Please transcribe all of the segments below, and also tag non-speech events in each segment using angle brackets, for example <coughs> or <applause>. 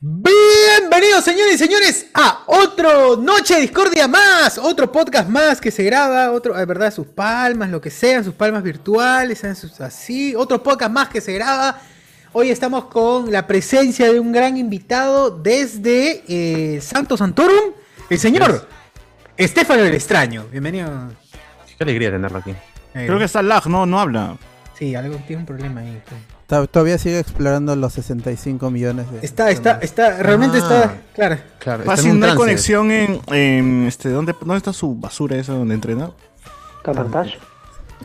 Bienvenidos, señores y señores, a otro Noche de Discordia más, otro podcast más que se graba, otro, es verdad, sus palmas, lo que sean, sus palmas virtuales, sean sus- así, otro podcast más que se graba. Hoy estamos con la presencia de un gran invitado desde eh, Santo Santorum, el señor Estefano el Extraño. Bienvenido. Qué alegría tenerlo aquí. Eh, Creo que está lag, no, no habla. Sí, algo tiene un problema ahí. Ta- Todavía sigue explorando los 65 millones de. Está, está, está, realmente Ah. está, claro. Claro, está en Fácil, un no hay trance. conexión en, en, este, ¿dónde, ¿dónde está su basura esa donde entrena? Catartash.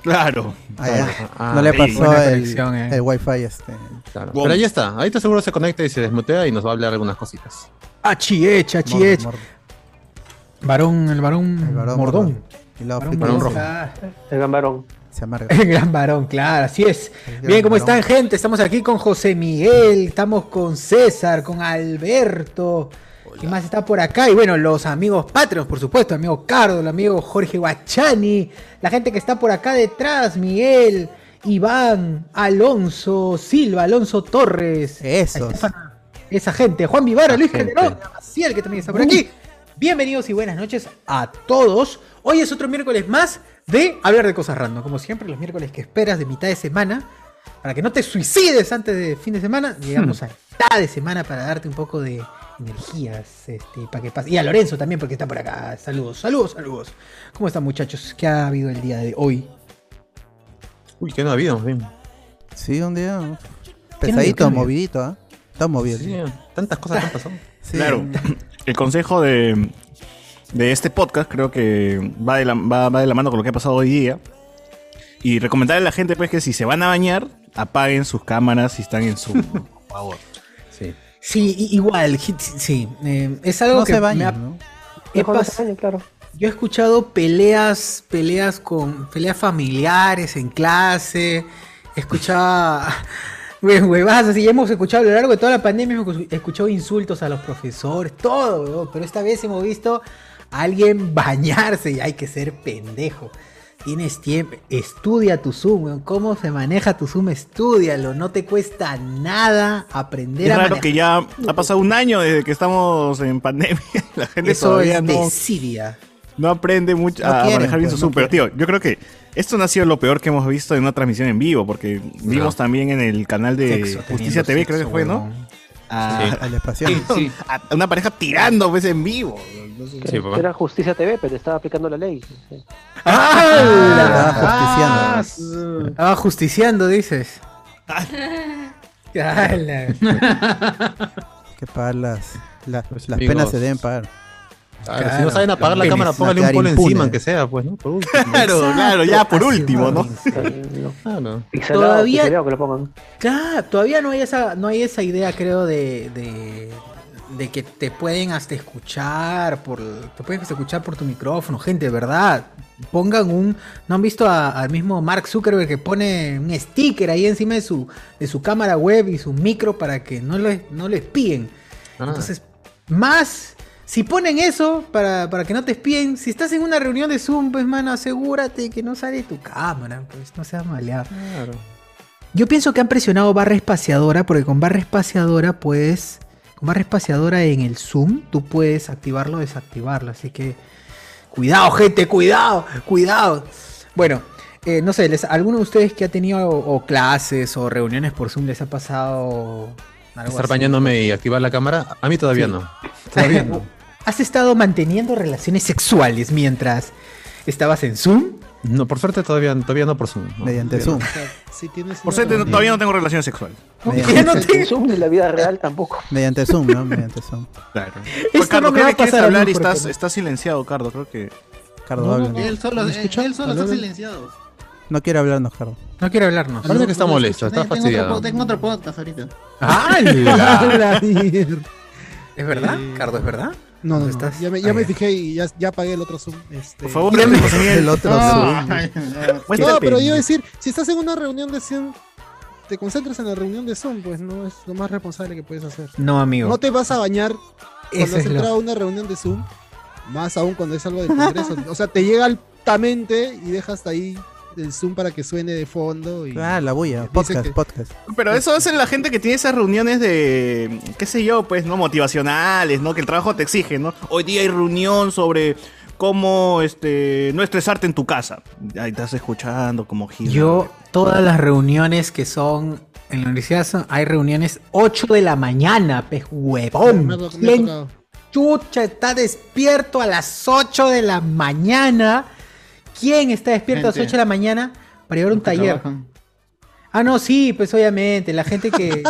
Claro. Ah, ya. Ah, no le sí. pasó Buena el, conexión, eh. el wifi este. Claro. Wow. Pero ahí está, ahí está seguro se conecta y se desmutea y nos va a hablar algunas cositas. eh, Achiech, achiech. Mor- mor- Varón, el varón, el mordón. varón mordón. Y luego Varón frito varón se- rojo. Ah, El gambarón. Se amarga. <laughs> El gran varón, claro, así es. El gran Bien, ¿cómo varón. están, gente? Estamos aquí con José Miguel, estamos con César, con Alberto. ¿Quién más está por acá? Y bueno, los amigos Patreons, por supuesto, el amigo Cardo, el amigo Jorge Guachani, la gente que está por acá detrás, Miguel, Iván, Alonso Silva, Alonso Torres. Esos. Estefano, esa gente, Juan Vivara, Esa Luis gente. Calderón, Maciel, que también está por aquí. Bienvenidos y buenas noches a todos. Hoy es otro miércoles más de hablar de cosas random. Como siempre, los miércoles que esperas de mitad de semana, para que no te suicides antes de fin de semana, llegamos a mitad de semana para darte un poco de energías, este, para que pase. Y a Lorenzo también, porque está por acá. Saludos, saludos, saludos. ¿Cómo están, muchachos? ¿Qué ha habido el día de hoy? Uy, que no ha habido, más bien. Sí, un día. uf, ¿Qué Pesadito, novio? movidito, ¿ah? Está movido. Sí, tantas cosas que han pasado. <laughs> Sí. Claro. El consejo de, de este podcast creo que va de, la, va, va de la mano con lo que ha pasado hoy día. Y recomendarle a la gente pues que si se van a bañar, apaguen sus cámaras si están en su... por favor. Sí. Sí, i- igual, hit- sí. eh, es algo No que se me ha- bañan, ¿no? he Mejor no pas- se bañe, claro. Yo he escuchado peleas, peleas con peleas familiares en clase. Escuchaba <laughs> hue- huevadas así. Hemos escuchado a lo largo de toda la pandemia, hemos escu- escuchado insultos a los profesores, todo, huevón, pero esta vez hemos visto a alguien <laughs> bañarse y hay que ser pendejo. Tienes tiempo, estudia tu Zoom, huevón, cómo se maneja tu Zoom, estudialo, no te cuesta nada aprender Es a raro manejar. que ya ha pasado un año desde que estamos en pandemia. La gente Eso todavía es no... desidia. No aprende mucho No a quieren, manejar bien pues, su no Zoom, pero tío, yo creo que esto no ha sido lo peor que hemos visto en una transmisión en vivo, porque vimos también en el canal de Sexo, Justicia TV, teniendo creo sexo, que fue, ¿no? huevón. A, Al espacio. a- a una pareja tirando pues, en vivo. No sé. Sí, papá. Era Justicia TV, pero estaba aplicando la ley. Sí. Estaba ¡Ah! justiciando. Ah, justiciando, <laughs> dices. pues. ¡Hala! Hay Que pagar las. la- Los las amigos. penas se deben pagar. Claro, Claro, si no saben apagar la los cámara, penes, póngale va un a quedar polo impune. encima, aunque sea, pues, ¿no? Por último. Claro, claro, ya por último, ¿no? No. Ah, Claro. Pixelado, Todavía- pixelado que lo pongan. Claro, todavía no hay esa, no hay esa idea, creo, de, de, de que te pueden hasta escuchar por, te pueden hasta escuchar por tu micrófono, gente, de verdad. Pongan un, no han visto a- al mismo Mark Zuckerberg que pone un sticker ahí encima de su, de su cámara web y su micro para que no lo, no lo espíen. Ah, Entonces, más, si ponen eso para, para que no te espíen, si estás en una reunión de Zoom, pues, mano, asegúrate <laughs> que no sale tu cámara, pues, no seas maleado. claro. Yo pienso que han presionado barra espaciadora, porque con barra espaciadora puedes. Con barra espaciadora en el Zoom, tú puedes activarlo o desactivarlo. Así que. Cuidado, gente, cuidado, cuidado. Bueno, eh, no sé, les, ¿alguno de ustedes que ha tenido o, o clases o reuniones por Zoom les ha pasado algo Estar así? bañándome y activar la cámara, a mí todavía Sí. no. Todavía no. ¿Has estado manteniendo relaciones sexuales mientras estabas en Zoom? No, por suerte todavía, todavía no por Zoom. ¿no? Mediante Zoom. Por suerte, no- Mm. todavía eh, no tengo relación sexual. <laughs> Mediante, Ya no te- El Zoom de la vida real tampoco. <laughs> mediante Zoom, ¿no? Mediante Zoom. Claro. Esto Cardo, no creo me va que quieres a pasar a mí, hablar y porque estás, este, no. estás silenciado, Cardo. Creo que. Cardo, No, no, háblanos. no, Él solo, él, él solo está silenciado. quiere hablarnos, Cardo. No quiero hablarnos. Parece que está molesto, está Tengo otro fastidiado. po- Tengo otro podcast ahorita. <laughs> ¡Hala! ¿Es verdad, Eh. Cardo? ¿Es verdad? No, no, estás? Ya me, Ah, ya me ya. fijé y ya, ya apagué el otro Zoom. Este... Por favor, no, <laughs> El otro Zoom. Ah, No, pero yo iba a decir, si estás en una reunión de Zoom, te concentras en la reunión de Zoom, pues no es lo más responsable que puedes hacer. No, amigo. No te vas a bañar cuando Ese has es lo- entrado a una reunión de Zoom, más aún cuando es algo del Congreso. O sea, te llega altamente y dejas ahí el Zoom para que suene de fondo. Y Ah, la bulla. Dice Podcast, que- podcast. Pero eso es la gente que tiene esas reuniones de, qué sé yo, pues, ¿no? Motivacionales, ¿no? Que el trabajo te exige, ¿no? Hoy día hay reunión sobre cómo este no estresarte en tu casa. Ahí estás escuchando como gira. Yo, todas las reuniones que son en la universidad, son- hay reuniones 8 de la mañana, pez Me ha huevón. to- me ha ¿Quién tocado. chucha está despierto a las 8 de la mañana? ¿Quién está despierto a las Gente. 8 de la mañana para llevar un taller? Trabajan. Ah, no, sí, pues obviamente, la gente que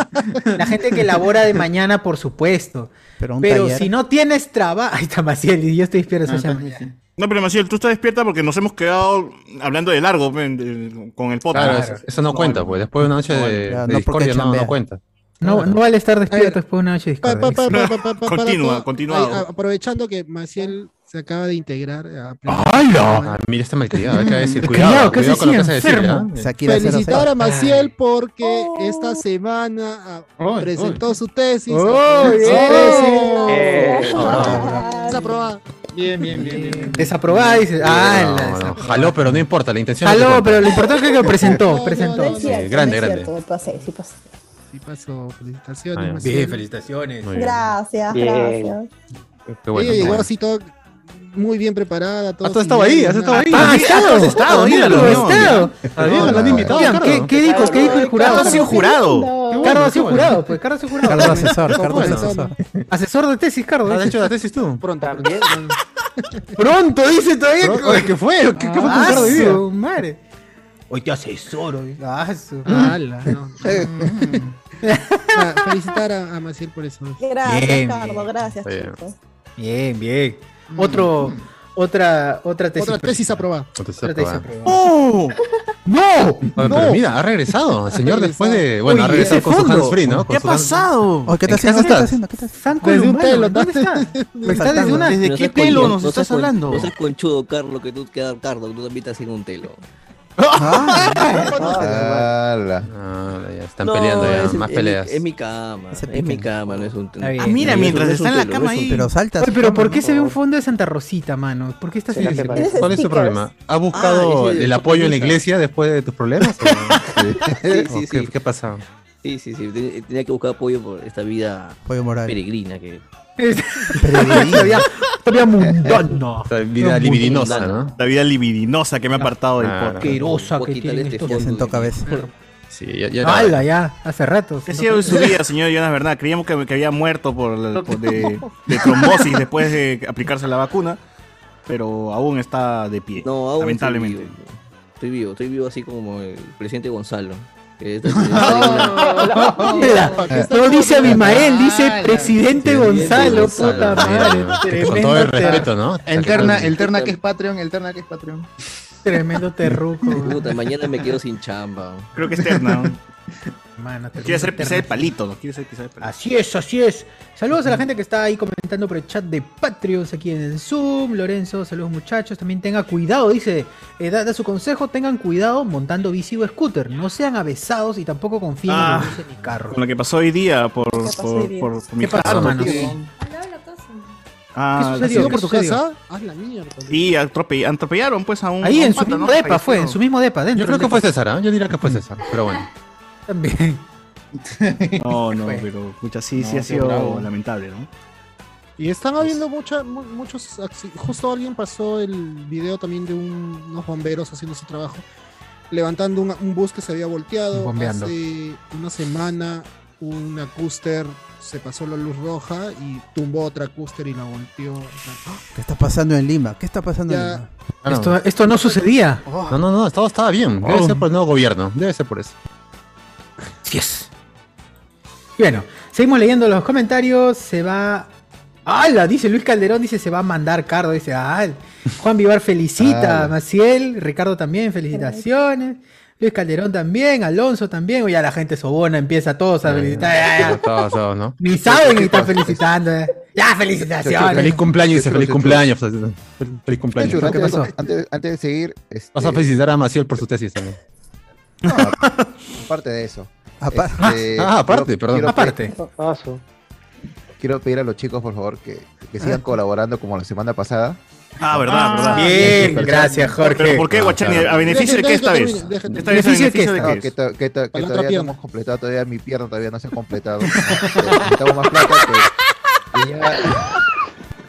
la gente que labora de mañana, por supuesto. Pero un Pero taller. si no tienes trabajo, ahí está Maciel, y yo estoy despierto a las 8 de la Ah, mañana. No, pero Maciel, tú estás despierta porque nos hemos quedado hablando de largo men, de- con el podcast. <laughs> Claro, eso- eso no cuenta, pues. Después de una noche de, claro, de no porque discordia no, chambea. no cuenta. No, no vale estar Ay, despierto después de una noche de Pa- discordia. pa- pa- pa- pa- pa- para Continúa, todo. continúa. Ay, a- aprovechando que Maciel se acaba de integrar. a- ¡Hala! Ah, mira, está mal criado. Hay que decir, Criado, cuidado, ¿qué cuidado se con lo que hacía? se decir. ¿ah? Enfermo. Shakira Felicitar 00. a Maciel porque Oh. esta semana ah, Ay, presentó ay. su tesis. Oh, Su yeah. ¡Oh! tesis. Eh, Es aprobada. Bien, bien, bien, bien, bien. Desaprobada, dices. Ah, No, la no, desaprobada. jaló, pero no importa, la intención no Aló, cuenta. pero lo importante es <laughs> que presentó, No, presentó. no, no, Sí, grande, grande. Me pasé, sí pasé. Sí pasó. Felicitaciones, Ah, ya. Maciel. felicitaciones. Muy bien. Gracias, Bien. gracias. Qué bueno, Ella qué llegó bueno. así todo muy bien preparada. Todo Has estado ahí, has estado ahí. Ah, ha estado, has ha estado, estado, míralo. Ah, ha estado. Adrián, lo han invitado. Oigan, ¿qué, Cardo. Ah, ¿qué dijo? ¿Qué dijo el Cardo jurado? ha sido jurado. Lindo. Cardo ha sido jurado, pues Cardo ha sido jurado. Cardo asesor, Como Cardo bueno. asesor. Asesor de tesis, Cardo. ¿Has dice. Ah, hecho la tesis tú? Pronto. También. Pronto, dice todavía. Oye, ¿Qué fue? ¿Qué qué fue Ah, con Cardo hoy día? su madre. Hoy te asesoro. eh. Ah, su- Ala, no. Ah, Felicitar a, a Maciel por eso. Gracias, Bien, Carlos, gracias, Está bien. chicos. Bien, bien. Otro, otra, otra tesis. Mm. Otra tesis aprobada. Otra tesis Oye, aprobada. ¡Oh! ¡No! Pero mira, ha regresado. El señor después de. Bueno, Oye, ha regresado ese con su fondo. hands free, ¿no? ¿Qué ha pasado? Oh, ¿Qué ¿En estás haciendo? casa ¿Qué estás estás? haciendo? ¿Qué estás San Desde un Columano, pelo, ¿dónde ¿no? está? Está desde saltando. una... ¿Desde No qué seas pelo conchu- nos no estás seas con- hablando? No seas conchudo, Carlos, que tú quedas Carlos, que tú también estás en un <laughs> telo. Ah, Ah, Ala. Ah, ya están No, peleando ya. es- Más es mi- peleas. Es mi cama, Se es mi pican. cama, no es un telo. Está bien. Ah, mira, No es un- mientras no es está un en la telo, cama no es un ahí. Pero saltas. Oye, pero ¿por ¿cómo? qué se ve un fondo de Santa Rosita, mano? ¿por qué está ¿Será silencio? que Tienes ¿Cuál es tu stickers. problema? ¿Ha buscado Ah, ese- el apoyo en la iglesia después de tus problemas? <laughs> o- Sí, o sí, ¿Qué, sí. ¿Qué pasa? Sí, sí, sí. ten- Tenía que buscar apoyo por esta vida Pollo Morales. peregrina que. <laughs> todavía, todavía mundano. Esta vida Muy libidinosa, mundano. ¿no? La vida libidinosa Ah, que me ha apartado del Claro. podcast. Asquerosa Voy a que quitar tiene este esto. Ya fondo sentó de- cabeza. Sí, ya. ya era hora. Hala, ya, hace rato. ¿Qué ha sido de su vida, señor Jonas Bernal? Creíamos que, que había muerto por, la- por de, de trombosis después de aplicarse la vacuna, pero aún está de pie, No, aún lamentablemente. Estoy vivo. estoy vivo, estoy vivo así como el presidente Gonzalo. <laughs> que es- Hala, No dice Abimael, dice Hala. presidente Gonzalo, puta madre. Que Ah, Con todo el Tremendo, ter- respeto, ¿no? Hasta que Alterna, todo- el terna que es Patreon, el terna que es Patreon. tremendo terruco, Puta, mañana me quedo sin chamba. Creo que es terna. ¿no? mano. Ah, Quiere tremendo ser pisar el terruco. palito, ¿no? Quiere ser pisar el palito. Así es, así es. Saludos a la gente que está ahí comentando por el chat de Patreons aquí en el Zoom. Lorenzo, saludos muchachos. También tenga cuidado, dice. eh, da, da su consejo, tengan cuidado montando bici o scooter. No sean avesados y tampoco confíen en Ah. los luces ni carros. Con lo que pasó hoy día por, pasó por- hoy día? por- por mi ¿Qué pasó, casa. mano? Ah, ¿Qué ¿Ha sucedió? sido ¿Qué por tu sucedió? casa? Haz la mierda. Y atrope- atropellaron pues a un a Ahí un en su pata, mismo ¿no? depa fue, en Falleció. su mismo depa, dentro. Yo creo del que fue depa. César, ¿ah? Yo diría que fue César, pero bueno. <laughs> También. No, <laughs> no, Fue. pero muchas sí, No, sí ha qué sido bravo. lamentable, ¿no? Y están Pues habiendo mucha, mu- muchos acci- Justo alguien pasó el video también de un- unos bomberos haciendo su trabajo, levantando un, un bus que se había volteado. Bombeando. Hace una semana una cúster se pasó la luz roja y tumbó otra cúster y la volteó. O sea, ¿Qué está pasando en Lima? ¿Qué está pasando en Ya. Lima? Claro. Esto, esto no sucedía. Ah, No, no, no, todo estaba bien. Debe Oh. ser por el nuevo gobierno. Debe ser por eso. Yes. Bueno, seguimos leyendo los comentarios. Se va. ¡Hala! Dice Luis Calderón, dice se va a mandar Cardo. Dice, ah, Juan Vivar felicita a ¡Hala! Maciel, Ricardo también, felicitaciones. Luis Calderón también, Alonso también. Oye, la gente sobona, empieza a todos a felicitar. Ya, ya. Todos, todos, ¿no? Ni saben que están felicitando. eh. Ya, felicitaciones. Feliz cumpleaños, dice, Qué feliz chulo, cumpleaños. Fel- Feliz cumpleaños. Churro, ¿Qué antes, pasó? de- antes, antes de seguir, este, Eh. Vas a felicitar a Maciel por su tesis también. aparte de eso. Apa- este, Ah, <laughs> aparte, quiero- perdón. quiero Aparte. Paso. pe- quiero pedir a los chicos, por favor, que, que Ah. sigan colaborando como la semana pasada. Ah, verdad, verdad. Bien, gracias, Jorge. Pero ¿por qué, Guachani? Claro. ¿A beneficio de qué esta vez? Déjate, déjate, déjate. Esta vez a ¿Beneficio de qué beneficio de No, qué que, es. to- que to- que Para la otra todavía no pierna. hemos completado, todavía mi pierna todavía no se ha completado. <laughs> Pero Necesitamos más plata que, que ya-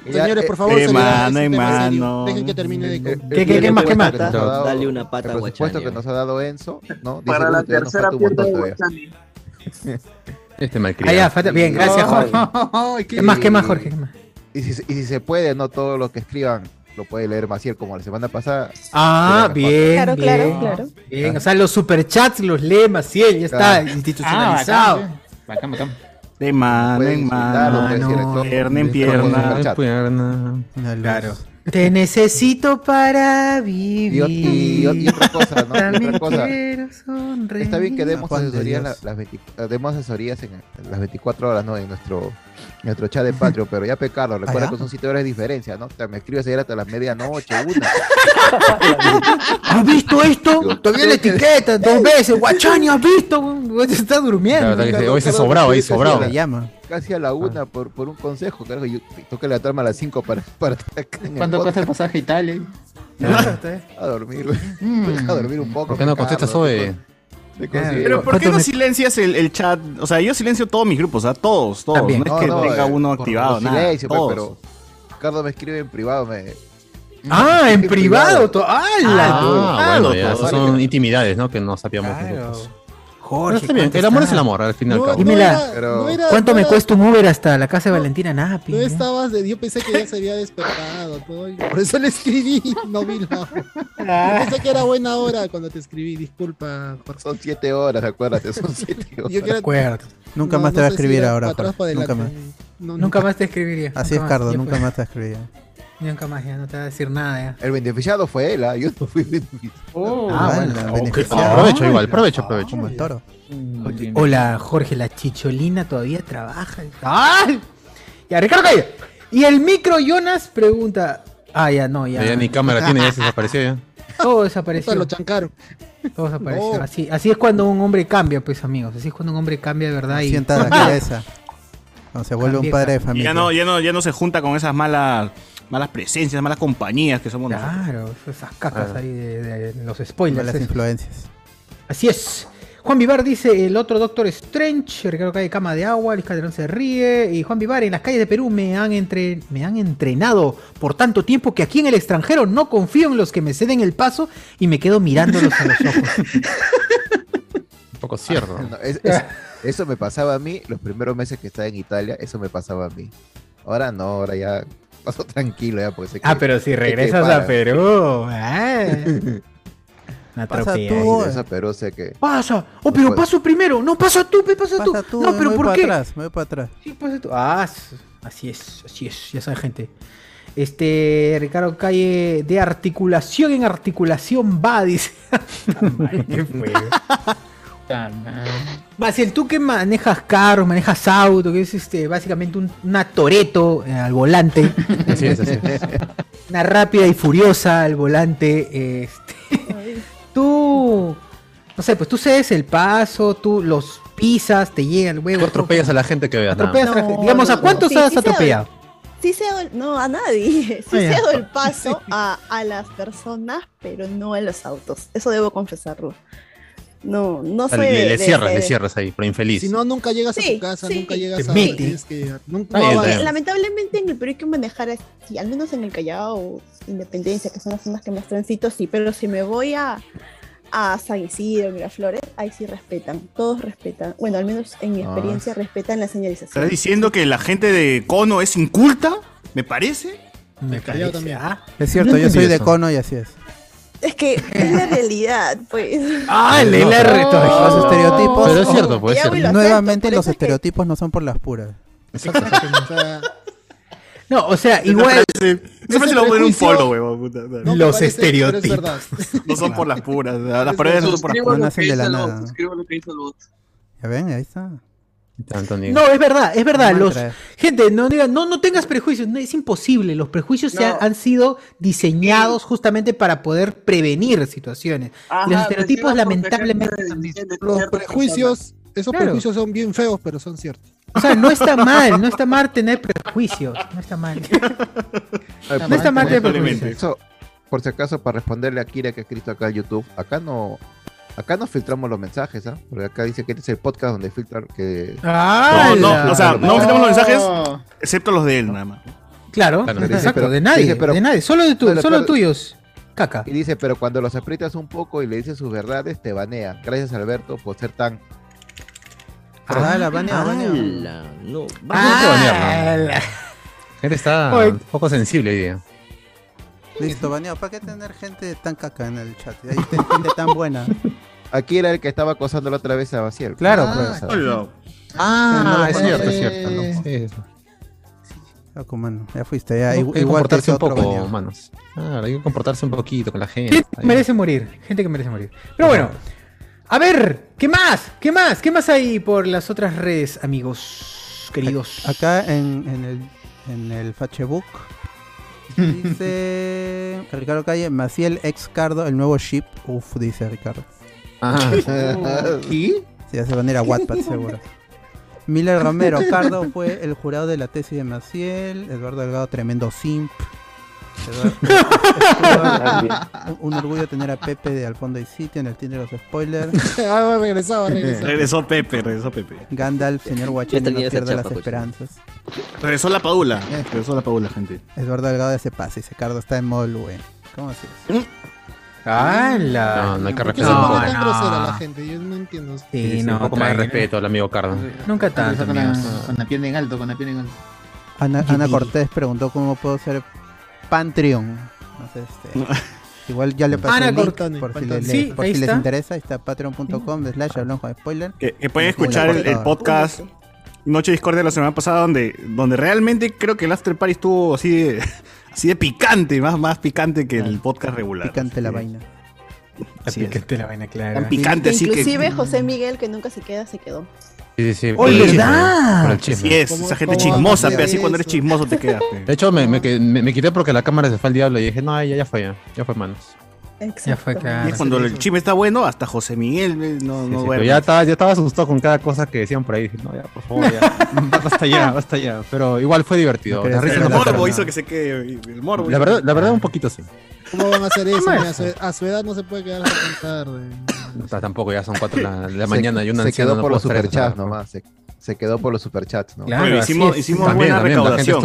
que ya, Señores, eh, por favor, eh, señores, este mano, es un eh, tema serio. mano. Dejen que termine el- de el- con- ¿Qué- el qué- qué más, qué más? presupuesto que nos ha dado- Dale una pata a El presupuesto que Guachani. nos ha dado Enzo, ¿no? Para Dice que la todavía nos tercera falta un pierna montón de todavía. Guachani. Este Ah, ya, malcriado. falta- bien, gracias, Jorge. <laughs> Ay, ¿Qué más, qué más, Jorge? ¿Qué más? Y si, y si se puede, no todo lo que escriban lo puede leer Maciel como la semana pasada. Ah, Claro, bien, Claro, claro, bien, claro. bien. O sea, los superchats los lee Maciel, ya está Claro. institucionalizado. Bacán, bacán. De mano Pueden en insultar, lo mano. pueden decir mano, reclamo. pierna Esto lo en pueden pierna. hacer chat. Pierna. claro. Te necesito para Y, ot- vivir. y ot- y otra cosa, ¿no? Y También otra cosa. quiero sonreír. Está bien que Ah, demos Juan de asesorías, la- Dios. las, 20 demos asesorías en las 24 horas, ¿no? En nuestro, en nuestro chat de Patreon, pero ya pecado, recuerda ¿Ah, ya? que son 7 horas de diferencia, ¿no? Te- me escribes ayer hasta las medianoche, una. <laughs> ¿Has visto esto? Todavía la etiqueta dos veces. Guachani, ¿has visto? Guachani Está Claro, durmiendo. está que Claro, se- Hoy se claro, sobraba, ahí sí, sí, sobraba. La llama. Casi a la Ah. una por, por un consejo, carajo. Yo toca levantarme a las 5 para, <laughs> para estar acá en el ¿Cuánto podcast, cuesta el pasaje a Italia? a dormir, güey. Mm. Deja dormir un poco. ¿Por qué no Ricardo, contestas te hoy? con- te considero. Pero ¿por qué ¿Cuántos no me- silencias el, el chat? O sea, yo silencio todos mis grupos, ¿ah? Todos, todos. También. No es que No, no, tenga eh, uno por- activado, por nada. silencio, pues, todos. pero Ricardo me escribe en privado, me... Ah, en privado. to- ¡Hala! Ah, bueno, ya, todo. esas son intimidades, ¿no? Que no sabíamos Claro. nosotros. Pero Jorge, está bien, el ¿cuánto amor está? es el amor, al final. No, no Dímela. era- Pero- no era- ¿Cuánto no me era- cuesta un Uber hasta la casa de Valentina Napi? No estabas, de, yo pensé que ya se había despertado. todo, y por eso le escribí, <laughs> no vi la Ah. hora. Ah. Yo Pensé que era buena hora cuando te escribí, disculpa. Jorge. Son 7 horas, acuérdate, <laughs> son 7 horas. Yo que De era- acuerdo. Nunca no- más te no va a sé si escribir era ahora, para atrás, Jorge. para Nunca más. adelante. No, no. Nunca más te escribiría. Así Nunca es, más. Cardo, Ya nunca fue. más te escribía. Nunca más, ya no te va a decir nada. Ya. El beneficiado fue él, ¿ah? yo no fui beneficiado. Oh, Ah, bueno, bueno, Ok, beneficiado. Aprovecho igual, aprovecho, aprovecho. Como el toro. muy bien. Hola, Jorge, la chicholina todavía trabaja. Mm. ¡Ay! Ya, Ricardo Calle. Y el micro Jonas pregunta. Ah, ya, no, ya. Ya ni cámara tiene, ya se desapareció ya. Todo Puta, desapareció. lo chancaron. Todo desapareció. No. Así, así es cuando un hombre cambia, pues, amigos. Así es cuando un hombre cambia de verdad. Y... Sienta la cabeza. Cuando se vuelve un Cambia, padre de Y familia. ya no, ya no, ya no se junta con esas malas, malas presencias, malas compañías que somos nosotros. Claro, esas cacas ahí de, de- de los spoilers. las eso. influencias. Así es. Juan Vivar dice el otro Doctor Strange, Ricardo Calle Cama de Agua, Luis Calderón se ríe y Juan Vivar en las calles de Perú me han, entre, me han entrenado por tanto tiempo que aquí en el extranjero no confío en los que me ceden el paso y me quedo mirándolos a los ojos. Un poco cierro. <laughs> No, es- es- eso me pasaba a mí los primeros meses que estaba en Italia, eso me pasaba a mí. Ahora no, ahora ya paso <laughs> tranquilo ya, porque sé que- si regresas a Oh. <laughs> Perú, Pasa Ay, tú, regresa, pero sé que Pasa, oh, pero paso primero, no pasa tú, pe, pasa, tú. Pasa tú, No, me pero voy ¿por para qué? atrás, me voy para atrás. Sí, pues esto- Ah, s- así es, así es, ya sabe gente. Este, Ricardo Calle, de articulación en articulación va, dice. <laughs> ¿Qué fue? <laughs> Tan, ah. Basil, tú que manejas carros, manejas auto, que es este, básicamente un, una toreto al volante, <laughs> Así es, así es. una rápida y furiosa al volante, este, tú, no sé, pues tú cedes el paso, tú los pisas, te llega el huevo. Tú atropellas a la gente que veas. nada más. Atropellas a la No, gente. Digamos, ¿a no, cuántos sí, has sí se atropellado? Sí cedo, el- no, a nadie. <laughs> Sí Ah, ya. cedo el <laughs> paso a, a las personas, pero no a los autos. Eso debo confesarlo. No, no soy Le, de- le de- cierras, de- le cierras ahí, pero infeliz. Si no, nunca llegas a Sí, tu casa, sí. nunca llegas Te a mete. donde tienes que llegar. Nunca, Está bien, no está Porque bien. avanzas. lamentablemente en el Perú hay que manejar así, al menos en el Callao, Independencia, que son las zonas que más transito, sí, pero si me voy a, a San Isidro, Miraflores, ahí sí respetan, todos respetan, bueno, al menos en mi Ah. experiencia respetan la señalización. ¿Estás diciendo que la gente de Cono es inculta? ¿Me parece? Me Callao también. ah. Es cierto, yo entendí soy de eso. cono y así es. Es que es la realidad, pues. Ah, le No, la pero- retorció. Los estereotipos. Pero es ojo, cierto, puede Ya ser. voy lo acepto, Nuevamente por eso los es que- estereotipos no son por las puras. O sea, No, <laughs> o sea, igual Esa frase la voy a poner en un prejuicio- polo, huevón. puta, dale. no me Los parece, pero es estereotipos. <laughs> verdad. No son por las puras. Las paredes no son por las Suscribo no lo nacen que de la dice el nada. bot. Suscribo lo que dice el bot. Ya ven, ahí Ah. está. Tanto ni- No, es verdad, es verdad. No Los, mantra. gente, no, digan, no, no tengas prejuicios, no, es imposible. Los prejuicios se No. han, han sido diseñados justamente para poder prevenir situaciones. Ajá, Y los recibo estereotipos porque lamentablemente gente también. de- de Los ciertas prejuicios, esos Claro. prejuicios son bien feos, pero son ciertos. O sea, no está mal, no está mal tener prejuicios. No <laughs> está mal. Ah, No está mal tener prejuicios. Eso, por si acaso, para responderle a Kira que ha escrito acá en YouTube, acá no. Acá no filtramos los mensajes, ¿ah? Porque acá dice que este es el podcast donde filtran que. ¡Hala! No, no, o sea, no filtramos los mensajes, No. excepto los de él, nada más. Claro, Claro, dice, exacto, pero- de nadie, dice, pero- de nadie, solo de tu- Pero- solo pero- tuyos. Caca. Y dice, pero cuando los aprietas un poco y le dices sus verdades, te banean. Gracias, Alberto, por ser tan. Ah, la banea, banea. ¡Hala! No, Ah. vamos. banearla. Gente está Oye. un poco sensible hoy día. Listo, baneado. ¿Para qué tener gente tan caca en el chat? Hay gente- gente tan buena. Aquí era el que estaba acosando la otra vez a Baciel. Claro, Ah, pues. esa- Ah, es es cierto, cierto, es es cierto. Ah, como, mano, ya fuiste, ya. Hay igu- que igual te comportarse hice un otro poco, baneado. manos. Claro, hay que comportarse un poquito con la gente. Gente que merece morir, gente que merece morir. Pero bueno, a ver, ¿qué más? ¿Qué más? ¿Qué más hay por las otras redes, amigos queridos? Acá en, en el, en <laughs> el Facebook dice Ricardo Calle, Maciel ex Cardo, el nuevo ship. Uf, dice Ricardo. Ah, ¿Qué? Se hace manera Wattpad seguro. Miller <laughs> Romero, Cardo fue el jurado de la tesis de Maciel. Eduardo Delgado, tremendo simp. <laughs> Eduardo- un, un orgullo tener a Pepe de Al fondo y sitio en el Tinder de los spoilers. <laughs> Ah, <laughs> regresaba, regresaba. Regresó Pepe, regresó Pepe. Gandalf, Ya señor Guachín, no tenía esa pierda chapa, pues. las coche. esperanzas. Regresó la Paula. Eh, Regresó la Paula, gente. Eduardo Delgado ya se pasa, dice Cardo está en modo Lue. ¿Cómo así? ¿Mm? ¡Hala! no, no hay que ¿Por qué se No, pone tan respetar. no. grosera la gente? Yo no entiendo. Sí, un no, poco más de tranqui. respeto al amigo Cardo. Nunca tanto, con, la, amigos. con la pierna en alto, con la pierna en alto. Ana, Ana Yipi. Cortés preguntó cómo puedo ser Patreon. No sé, este, igual ya <laughs> le pasé Ana el link Cortone, por si, Cortone. le- Sí, por ahí si les está. interesa, ahí está patreon.com slash hablamos con spoiler. Que, que pueden Como escuchar el, el espectador. podcast Noche Discordia de la semana pasada, donde, donde realmente creo que el After Party estuvo así de, <laughs> así de picante, más, más picante que el podcast regular. Picante la Sí. vaina. Así es. Picante la vaina, claro. Tan picante, así que. Inclusive José Miguel, que nunca se queda, se quedó. Sí, sí, sí. ¡Oh, por el verdad! chisme, Por el Así chisme. es, ¿Cómo- esa gente cómo chismosa, haces pero así cuando eso? eres chismoso te quedas. pe. De hecho, me, me, que- me- me quité porque la cámara se fue al diablo y dije, no, ya, ya fue, ya, ya fue, manos. Exacto. Ya fue Y claro. es cuando el chisme está bueno, hasta José Miguel eh, no, Sí, no sí, pero duerme. ya, estaba, ya estaba asustado con cada cosa que decían por ahí. Dije, no, ya, por favor, ya. <laughs> basta ya, basta ya. Pero igual fue divertido. No la quería risa El no ser faltaron. morbo hizo que se quede. El morbo. La hizo verdad, la verdad, un poquito sí. ¿Cómo van a hacer eso? ¿Cómo es Mira, a, su, a su edad no se puede quedar hasta tan tarde. O sea, tampoco, ya son 4 de la, la se- mañana y una Se anciana quedó no por puedo los estar superchats estresada. nomás. Se, se quedó por los superchats, ¿no? Claro, Pero así hicimos- es. hicimos- También, buena también, la gente recaudación.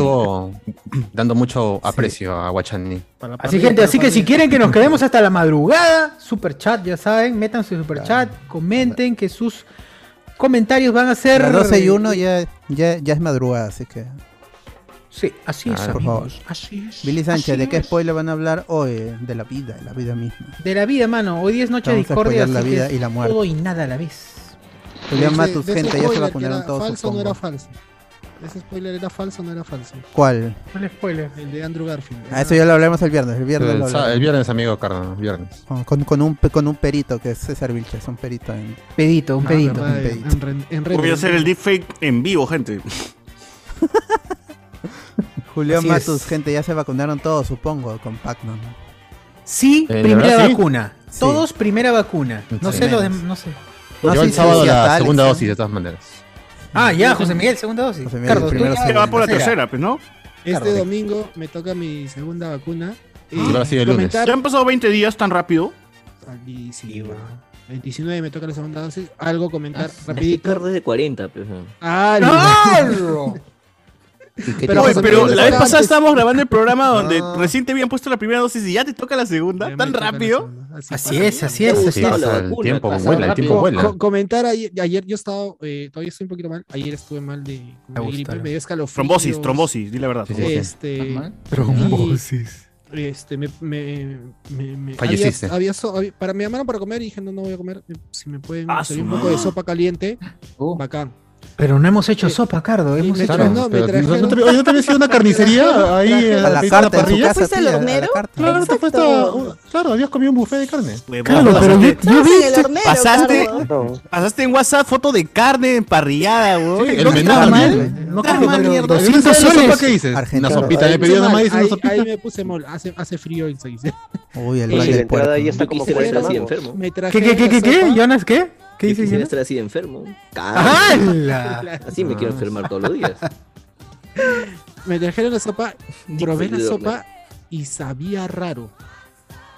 estuvo dando mucho aprecio a Guachani. Para la Así parrilla, gente, para así que la si parrilla. quieren que nos quedemos hasta la madrugada, super chat, ya saben, metan su super chat, comenten que sus comentarios van a ser Las 12 y 1 ya, ya, ya es madrugada, así que. Sí, así es, Claro. amigos. Así es. Billy Sánchez, Así ¿de qué es. spoiler van a hablar hoy? De la vida, de la vida misma. De la vida, mano. Hoy es noche de Vamos a discordia, spoilear la así que vida es y la muerte. todo y nada a la vez. Julián Ese- Matus, de ese gente, ya se spoiler vacunaron que era todos. Ah, ¿Falso o no Supongo. era falso? ¿Ese spoiler era falso o no era falso? ¿Cuál? ¿Cuál spoiler? El de Andrew Garfield. Ah, eso ya lo hablaremos el viernes. El viernes El, lo sa- el hablaremos. viernes, amigo Cardo, viernes. Con- Con, con un, pe- con un perito que es César Vilches, un perito en. Pedito, un Ah, pedito. verdad, en- pedito. en ren- en Voy a ren- hacer el deepfake en vivo, <laughs> gente. Julián Así Matus, es. gente, ya se vacunaron todos, supongo, con Pac-Man. Sí, Eh, la primera verdad, sí. vacuna. Sí. Todos primera vacuna. No Sí. sé lo de, no sé. No, Yo sí, el sí, sábado sí, la hasta segunda Alex, dosis, ¿eh? de todas maneras. Ah, ya, José Miguel, segunda dosis. José Miguel, Carlos, tú primero, ya- Se va por la tercera, pues, ¿no? Este Tarde. domingo me toca mi segunda vacuna. Y Y ahora sí, el lunes. comentar- Ya han pasado 20 días tan rápido. Aquí sí, va. El 19 me toca la segunda dosis. Algo Ah, comentar Así rapidito. tarde de 40, pues. ¿no? Ah, ¡Carlos! Pero Oye, José pero Miguel la vez estaba pasada antes. estábamos grabando el programa donde No. recién te habían puesto la primera dosis y ya te toca la segunda, Ya me tan toca la rápido. segunda. Así pasa. es, así es, Uy, así no, es. la Pasa El vacuna, tiempo pasa vuela, el rápido. tiempo Co- vuela. co- comentar ayer, ayer yo estaba, eh, todavía estoy un poquito mal. Ayer estuve mal de, Me de gusta, gripe, ¿no? me dio escalofríos. Trombosis, trombosis, di la verdad. Sí, sí. Este, Normal. Trombosis. este, me, me, me, me- Falleciste. Había, había so- había- para, me llamaron para comer y dije, no, no voy a comer. eh, Si me pueden Ah, servir su un poco de sopa caliente, Uh. Oh. bacán. Pero no hemos hecho Eh, sopa, Cardo. Hemos me hecho. Claro, no, me pero trajeron- ¿no te- oye, ¿no te habías ido a una carnicería ahí eh, A la te hizo una carta en su parrilla? casa, ¿Fuiste al tía, a la hornero? carta. Claro, te Exacto. fuiste a- uh, un- claro, habías comido un buffet de carne. Huevón, pasaste, Estabas en el hornero, pasaste- Cardo. pasaste en WhatsApp foto de carne emparrillada, güey. el No menú estaba mal. también. No No Ah, estaba creo mal, que- mierda. ¿Doscientos ¿sabes la soles? sopa qué dices? Una Argentina. sopita, le Ahí pedí me una puse maíz y mal, una ahí- sopita. Ahí me puse mal, hace, hace frío en Saiz. Uy, el Y baile la del entrada puerto. ahí está como Quisiera 40 ser así mago. enfermo. Me traje ¿Qué, qué, qué, una qué, qué? sopa. ¿Jonas qué? ¿Qué Yo dice quisiera Guillermo? estar así de enfermo. ¡Hala! <laughs> Así me quiero enfermar todos los <laughs> días. Me trajeron la sopa, probé la Dios, sopa y sabía raro.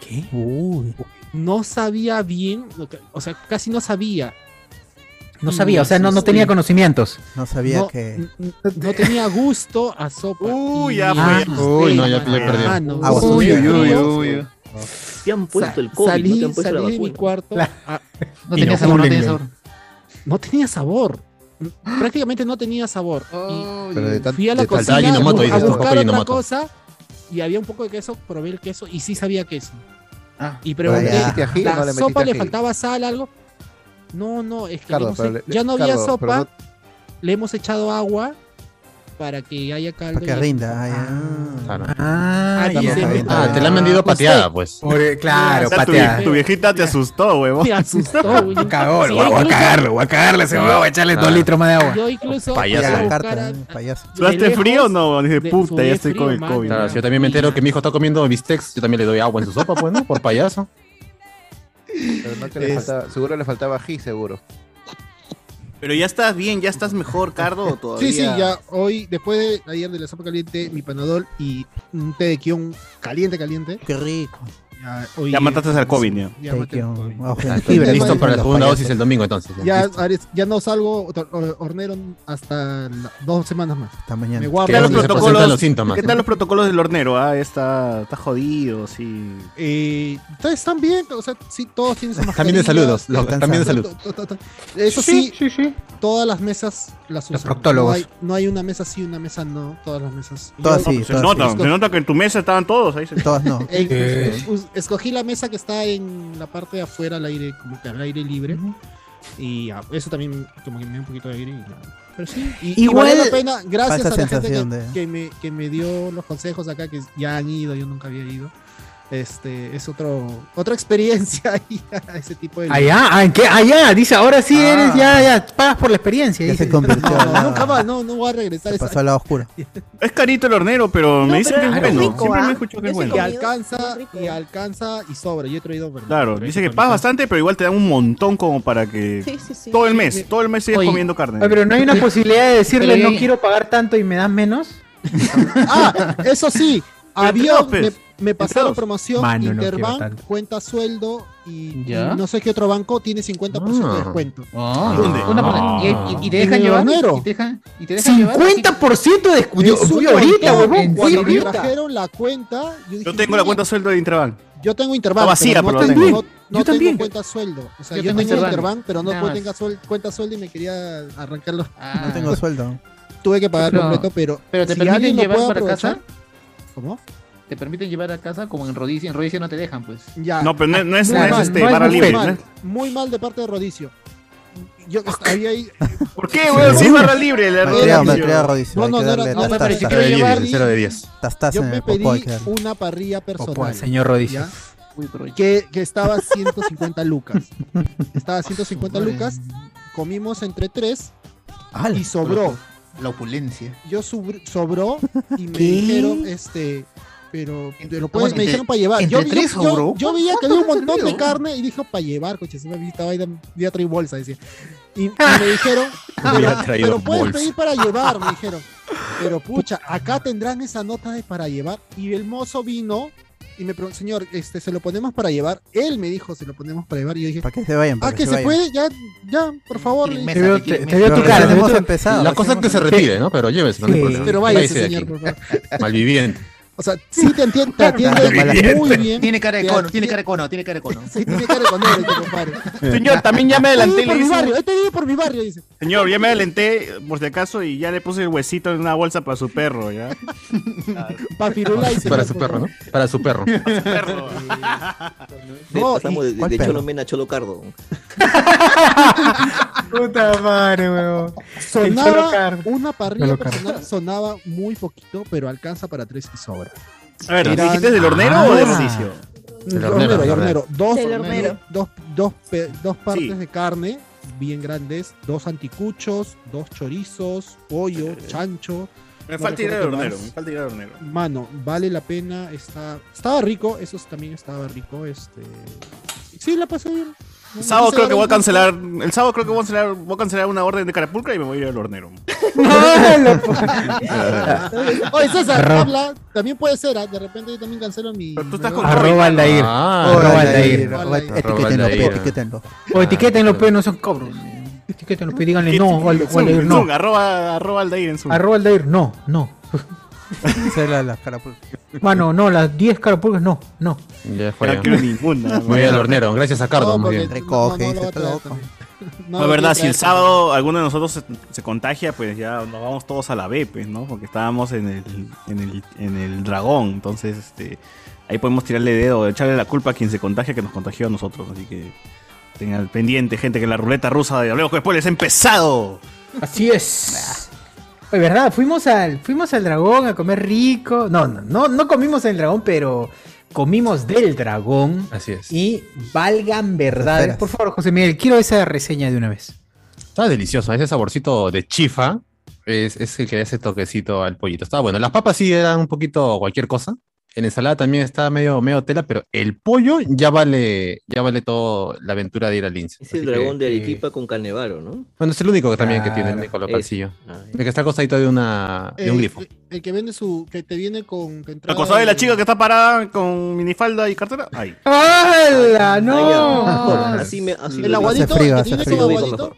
¿Qué? Uy. No sabía bien, no ca- o sea, casi no sabía. No sabía, o sea, no, no Sí. tenía conocimientos. No sabía No, que. n- n- No tenía gusto a sopa. Uy, Y- ya fue. Ah, Uy, no, ya- ya hermano, perdí. hermano, Aguas. uy, Uy, uy, frío. uy, uy. Ah. Te han puesto Sa- el COVID, salí, no te han puesto la salí de mi vacuna. cuarto, <laughs> a- No tenía sabor, no tenía sabor. no tenía sabor. Prácticamente no tenía sabor. Y Pero de tan- fui a la de tal- cocina Faltaba Ajinomoto, a dices, buscar tampoco otra Ajinomoto. cosa y había un poco de queso, probé el queso y sí sabía queso. Ah. Y pregunté, Vaya. ¿Metiste ají o ¿la no le metiste sopa le ají? faltaba sal, algo? No, no, es que Cardo, yo no sé, pero le- ya no había Cardo, sopa, pero no- le hemos echado agua para que haya caldo. Para y- que rinda. Ah, ya. Claro. Ah, Ah, ya. dice, bien. Ah, te la han vendido Usted- pateada, pues. Por- claro, O Ah, tu, vie- patear. tu viejita te asustó, huevón. <laughs> Me asustó, güey. Cagón, Sí, voy a- voy a incluso- cagarlo, voy a cagarle, se me va a echarle dos litros más de agua. Yo incluso Y Payaso. a fui la Claro. buscar carta, a- ¿eh? payaso. ¿Sudaste de frío o lejos, no? Dice, de- puta, sudé ya estoy con el frío, COVID. mano. Claro, si yo también me entero que mi hijo está comiendo bistecs, yo también le doy agua en su sopa, pues, ¿no? Por payaso. pero no que le faltaba- seguro le faltaba ají, seguro. Pero ya estás bien, ya estás mejor, Cardo, ¿o todavía. Sí, sí, ya hoy, después de ayer de la sopa caliente, mi panadol y un té de kion caliente, caliente. Qué rico. Ya, hoy- Ya mataste al COVID, ya. Ya maté al COVID. Ah, Libre, Listo Bueno, para la los segunda payasos. dosis el domingo, entonces. ya. Ya, Listo. Ares, ya no salgo hor- hor- hornero hasta la- dos semanas más. Hasta Me mañana. guardo. Que Claro, es donde se protocolos- presentan los síntomas. ¿Qué tal los protocolos del hornero? Ah, está, está jodido, sí. Eh, entonces están bien, o sea, sí, todos tienen su También de mascarilla. saludos, los- Descansa. también de salud. To- to- to- to- Eso sí, sí, sí. todas las mesas las usan. proctólogos. No hay, no hay una mesa sí, una mesa no, todas las mesas. Todas Yo- sí, pues, Se todas nota, sí. se nota que en tu mesa estaban todos. Ahí se... <laughs> pues, <laughs> Todas no. Eh, Eh. us- Escogí la mesa que está en la parte de afuera, al aire, como que al aire libre. Y ah, eso también, como que me da un poquito de aire. Y, nada. pero sí, y- y Igual- valió la pena, gracias Falsa a la gente que, sensación de- que me, que me dio los consejos acá, que ya han ido, yo nunca había ido. Este, es otro, otra experiencia <laughs> ir a ese tipo de... Allá, ah, ¿en qué? Allá, dice, ahora sí Ah. eres, ya, ya, pagas por la experiencia. Ya dice. se convirtió. No, a- nunca más, no, no voy a regresar. se a esa- pasó al lado oscuro. Es carito el hornero, pero me dicen que pero es es bueno. rico, Siempre ¿ah? me escuchó que Yo es sí bueno. Y comido, alcanza, muy rico. y alcanza y sobra. Yo he traído... <laughs> bueno, Claro, tres dice que o cuatro. pagas bastante, pero igual te dan un montón como para que. Sí, sí, sí. Todo el mes, todo el mes sigues Oye. comiendo carne. Ah, pero no hay una posibilidad de decirle, Pero- no quiero pagar tanto y me das menos. Ah, eso sí, Pero había, entre me, dos, pues. me Entre pasaron dos. promoción Mano, no quiero Interbank, tanto. cuenta sueldo y, ¿Ya? y no sé qué otro banco tiene 50% de Ah. descuento. Oh, ¿Dónde? Ah. Una moneda. y, y- y te dejan Ah. ¿En el llevar. hornero? Y te dejan, y te dejan llevar. así. 50% de descuento. Eso Fui cuando- ahorita, montón, huevón, en fui Cuando me serio. ahorita. trajeron la cuenta, yo, dije, Yo tengo la "Mira, cuenta sueldo de Intrabank. Yo tengo Interbank, Está vacía, pero no pero la tengo, tengo. no- no Yo tengo también. cuenta sueldo. O sea, Yo yo, tengo tengo Interbank. Interbank, pero no Nada puedo más. tengo suel- cuenta sueldo y me quería arrancarlo. Ah, No tengo sueldo. Tuve que pagar Pero- completo, pero Pero te si permiten alguien lo llevar puede para casa. aprovechar- ¿Cómo? Te permiten llevar a casa como en Rodicia. En Rodicia no te dejan, pues. Ya. No, pero no, no es, Muy no es mal, este, no es barra muy libre. mal, ¿no? muy mal de parte de Rodicio. Yo había ahí eh, ¿Por qué, weón? Si es barra libre, la Rodicio. Malcriado, malcriado Rodicio. No, Hay no, que no era- darle no tas- me tas- pareció tas- que- Cero de Yo llevar 10, cero de 10. tas- tas Yo en me el popó. hay pedí que darle. una parrilla personal. Señor Rodicio. ¿ya? Uy, pero Que, que estaba a 150 lucas. Estaba a 150 lucas. Comimos entre tres ¡Hala! y sobró. La opulencia. Yo subr- sobró y me ¿Qué? dijeron, este. Pero te lo ¿Cómo puedes, me entre- dijeron para llevar. Yo, entre yo- tres yo- sobró? yo veía que había un ¿Cuánto montón has de pedido? carne y dije para llevar, coche. Se me vi- estaba ahí, había traído bolsa, decía. Y, y me dijeron, pero, Había traído pero puedes bolsa. pedir para llevar, me dijeron. Pero pucha, acá tendrán esa nota de para llevar. Y el mozo vino y me preguntó, señor, este, ¿se lo ponemos para llevar? Él me dijo, se lo ponemos para llevar. Y yo dije, Para que se vayan. ah, para que se vayan. puede, ya, ya, por favor. Quieren le mesa, Te veo, que quieren te- te mesa. veo Pero tu cara, te veo hemos tu- empezado. La cosa es que se retire, ¿no? Pero lléveselo, no hay Sí. problema. Pero váyase, váyase de señor, aquí. por favor. Malviviente. O sea, sí te atiende, te atiende muy bien. Tiene cara de Te cono, atiende- tiene cara de cono, tiene cara de cono. Sí, tiene cara de <laughs> conero, este compadre. Señor, también ya me "Ah, Te adelanté vive y le por mi hice- barrio, este vive por mi barrio, dice. Señor, ya me adelanté por si acaso y ya le puse el huesito en una bolsa para su perro, ¿ya? Papirula, dice. Para su perro, ¿no? Para su <laughs> perro. De- No, pasamos ¿y de, de, cuál perro? Cholo Mena a Cholo Cardo. Puta madre, huevón. Cholo Sonaba Cardo. una parrilla Cholo Cardo. personal, sonaba muy poquito, pero alcanza para tres y sobra. A ver, ¿me Eran- dijiste del hornero o del Ah. Rodicio? Del hornero, hornero, del del hornero. Dos, Del hornero. Dos, dos, pe- dos partes Sí. de carne bien grandes, dos anticuchos, dos chorizos, pollo, chancho. Eh, Me No falta ir al recuerdo qué hornero, más. me falta ir al hornero. Mano, vale la pena. Está, estaba rico, eso también estaba rico. Este, sí, la pasé bien. El sábado creo que voy a cancelar. El sábado creo que voy a cancelar, voy a cancelar una orden de carapulcra y me voy a ir al hornero. <laughs> Ah, Oye, César, Arro- habla. También puede ser, ¿ah? de repente yo también cancelo mi. tú estás mi- Arroba Aldair. Ah, arroba Aldair. Aldair. Arroba Aldair. Etiquétenlo, Arroba Aldair. etiquétenlo. O etiquétenlo, pues, no son cobros. Etiquétenlo, pues, díganle no, o al- o Zoom, Aldair no. Zoom, arroba, arroba Aldair en Zoom. <laughs> Arroba Aldair, no, no. Cancela las carapulcas. Mano, no, las 10 carapulgas no, no. Ya fue. No quiero ninguna. Muy bien, hornero. Gracias a Cardo, muy bien. Recoge, dice, está loco. No, es Pues, verdad, si el sábado alguno de nosotros se, se contagia, pues ya nos vamos todos a la B, pues, ¿no? Porque estábamos en el, en el, en el dragón, entonces este, ahí podemos tirarle dedo, echarle la culpa a quien se contagia que nos contagió a nosotros, así que tengan al pendiente, gente, que la ruleta rusa de Hablemos con Spoilers ha empezado. Así es. Es verdad, fuimos al, fuimos al dragón a comer rico. No, no, no, no comimos el dragón, pero comimos del dragón. Así es. Y valgan verdades. Esperas. Por favor, José Miguel, quiero esa reseña de una vez. Está delicioso. Ese saborcito de chifa es, es el que da ese toquecito al pollito. Está bueno. Las papas sí eran un poquito cualquier cosa. En la ensalada también está medio, medio tela, pero el pollo ya vale, ya vale todo la aventura de ir al lince. Es el Así que- dragón de Arequipa con Carnevaro, ¿no? Bueno, es el único que también que Claro, tiene Ah, el Nicolás es. Palcillo. Ah, El que está acostadito de una de un Eh, grifo. El que vende su. que te viene con. que entrada Acosada de la chica que está parada con minifalda y cartera. Ahí. ¡Hala! Ah, ¡No! ya. Así me- así El lo- aguadito. Hace frío, ¿El que hace te viene frío. con aguadito?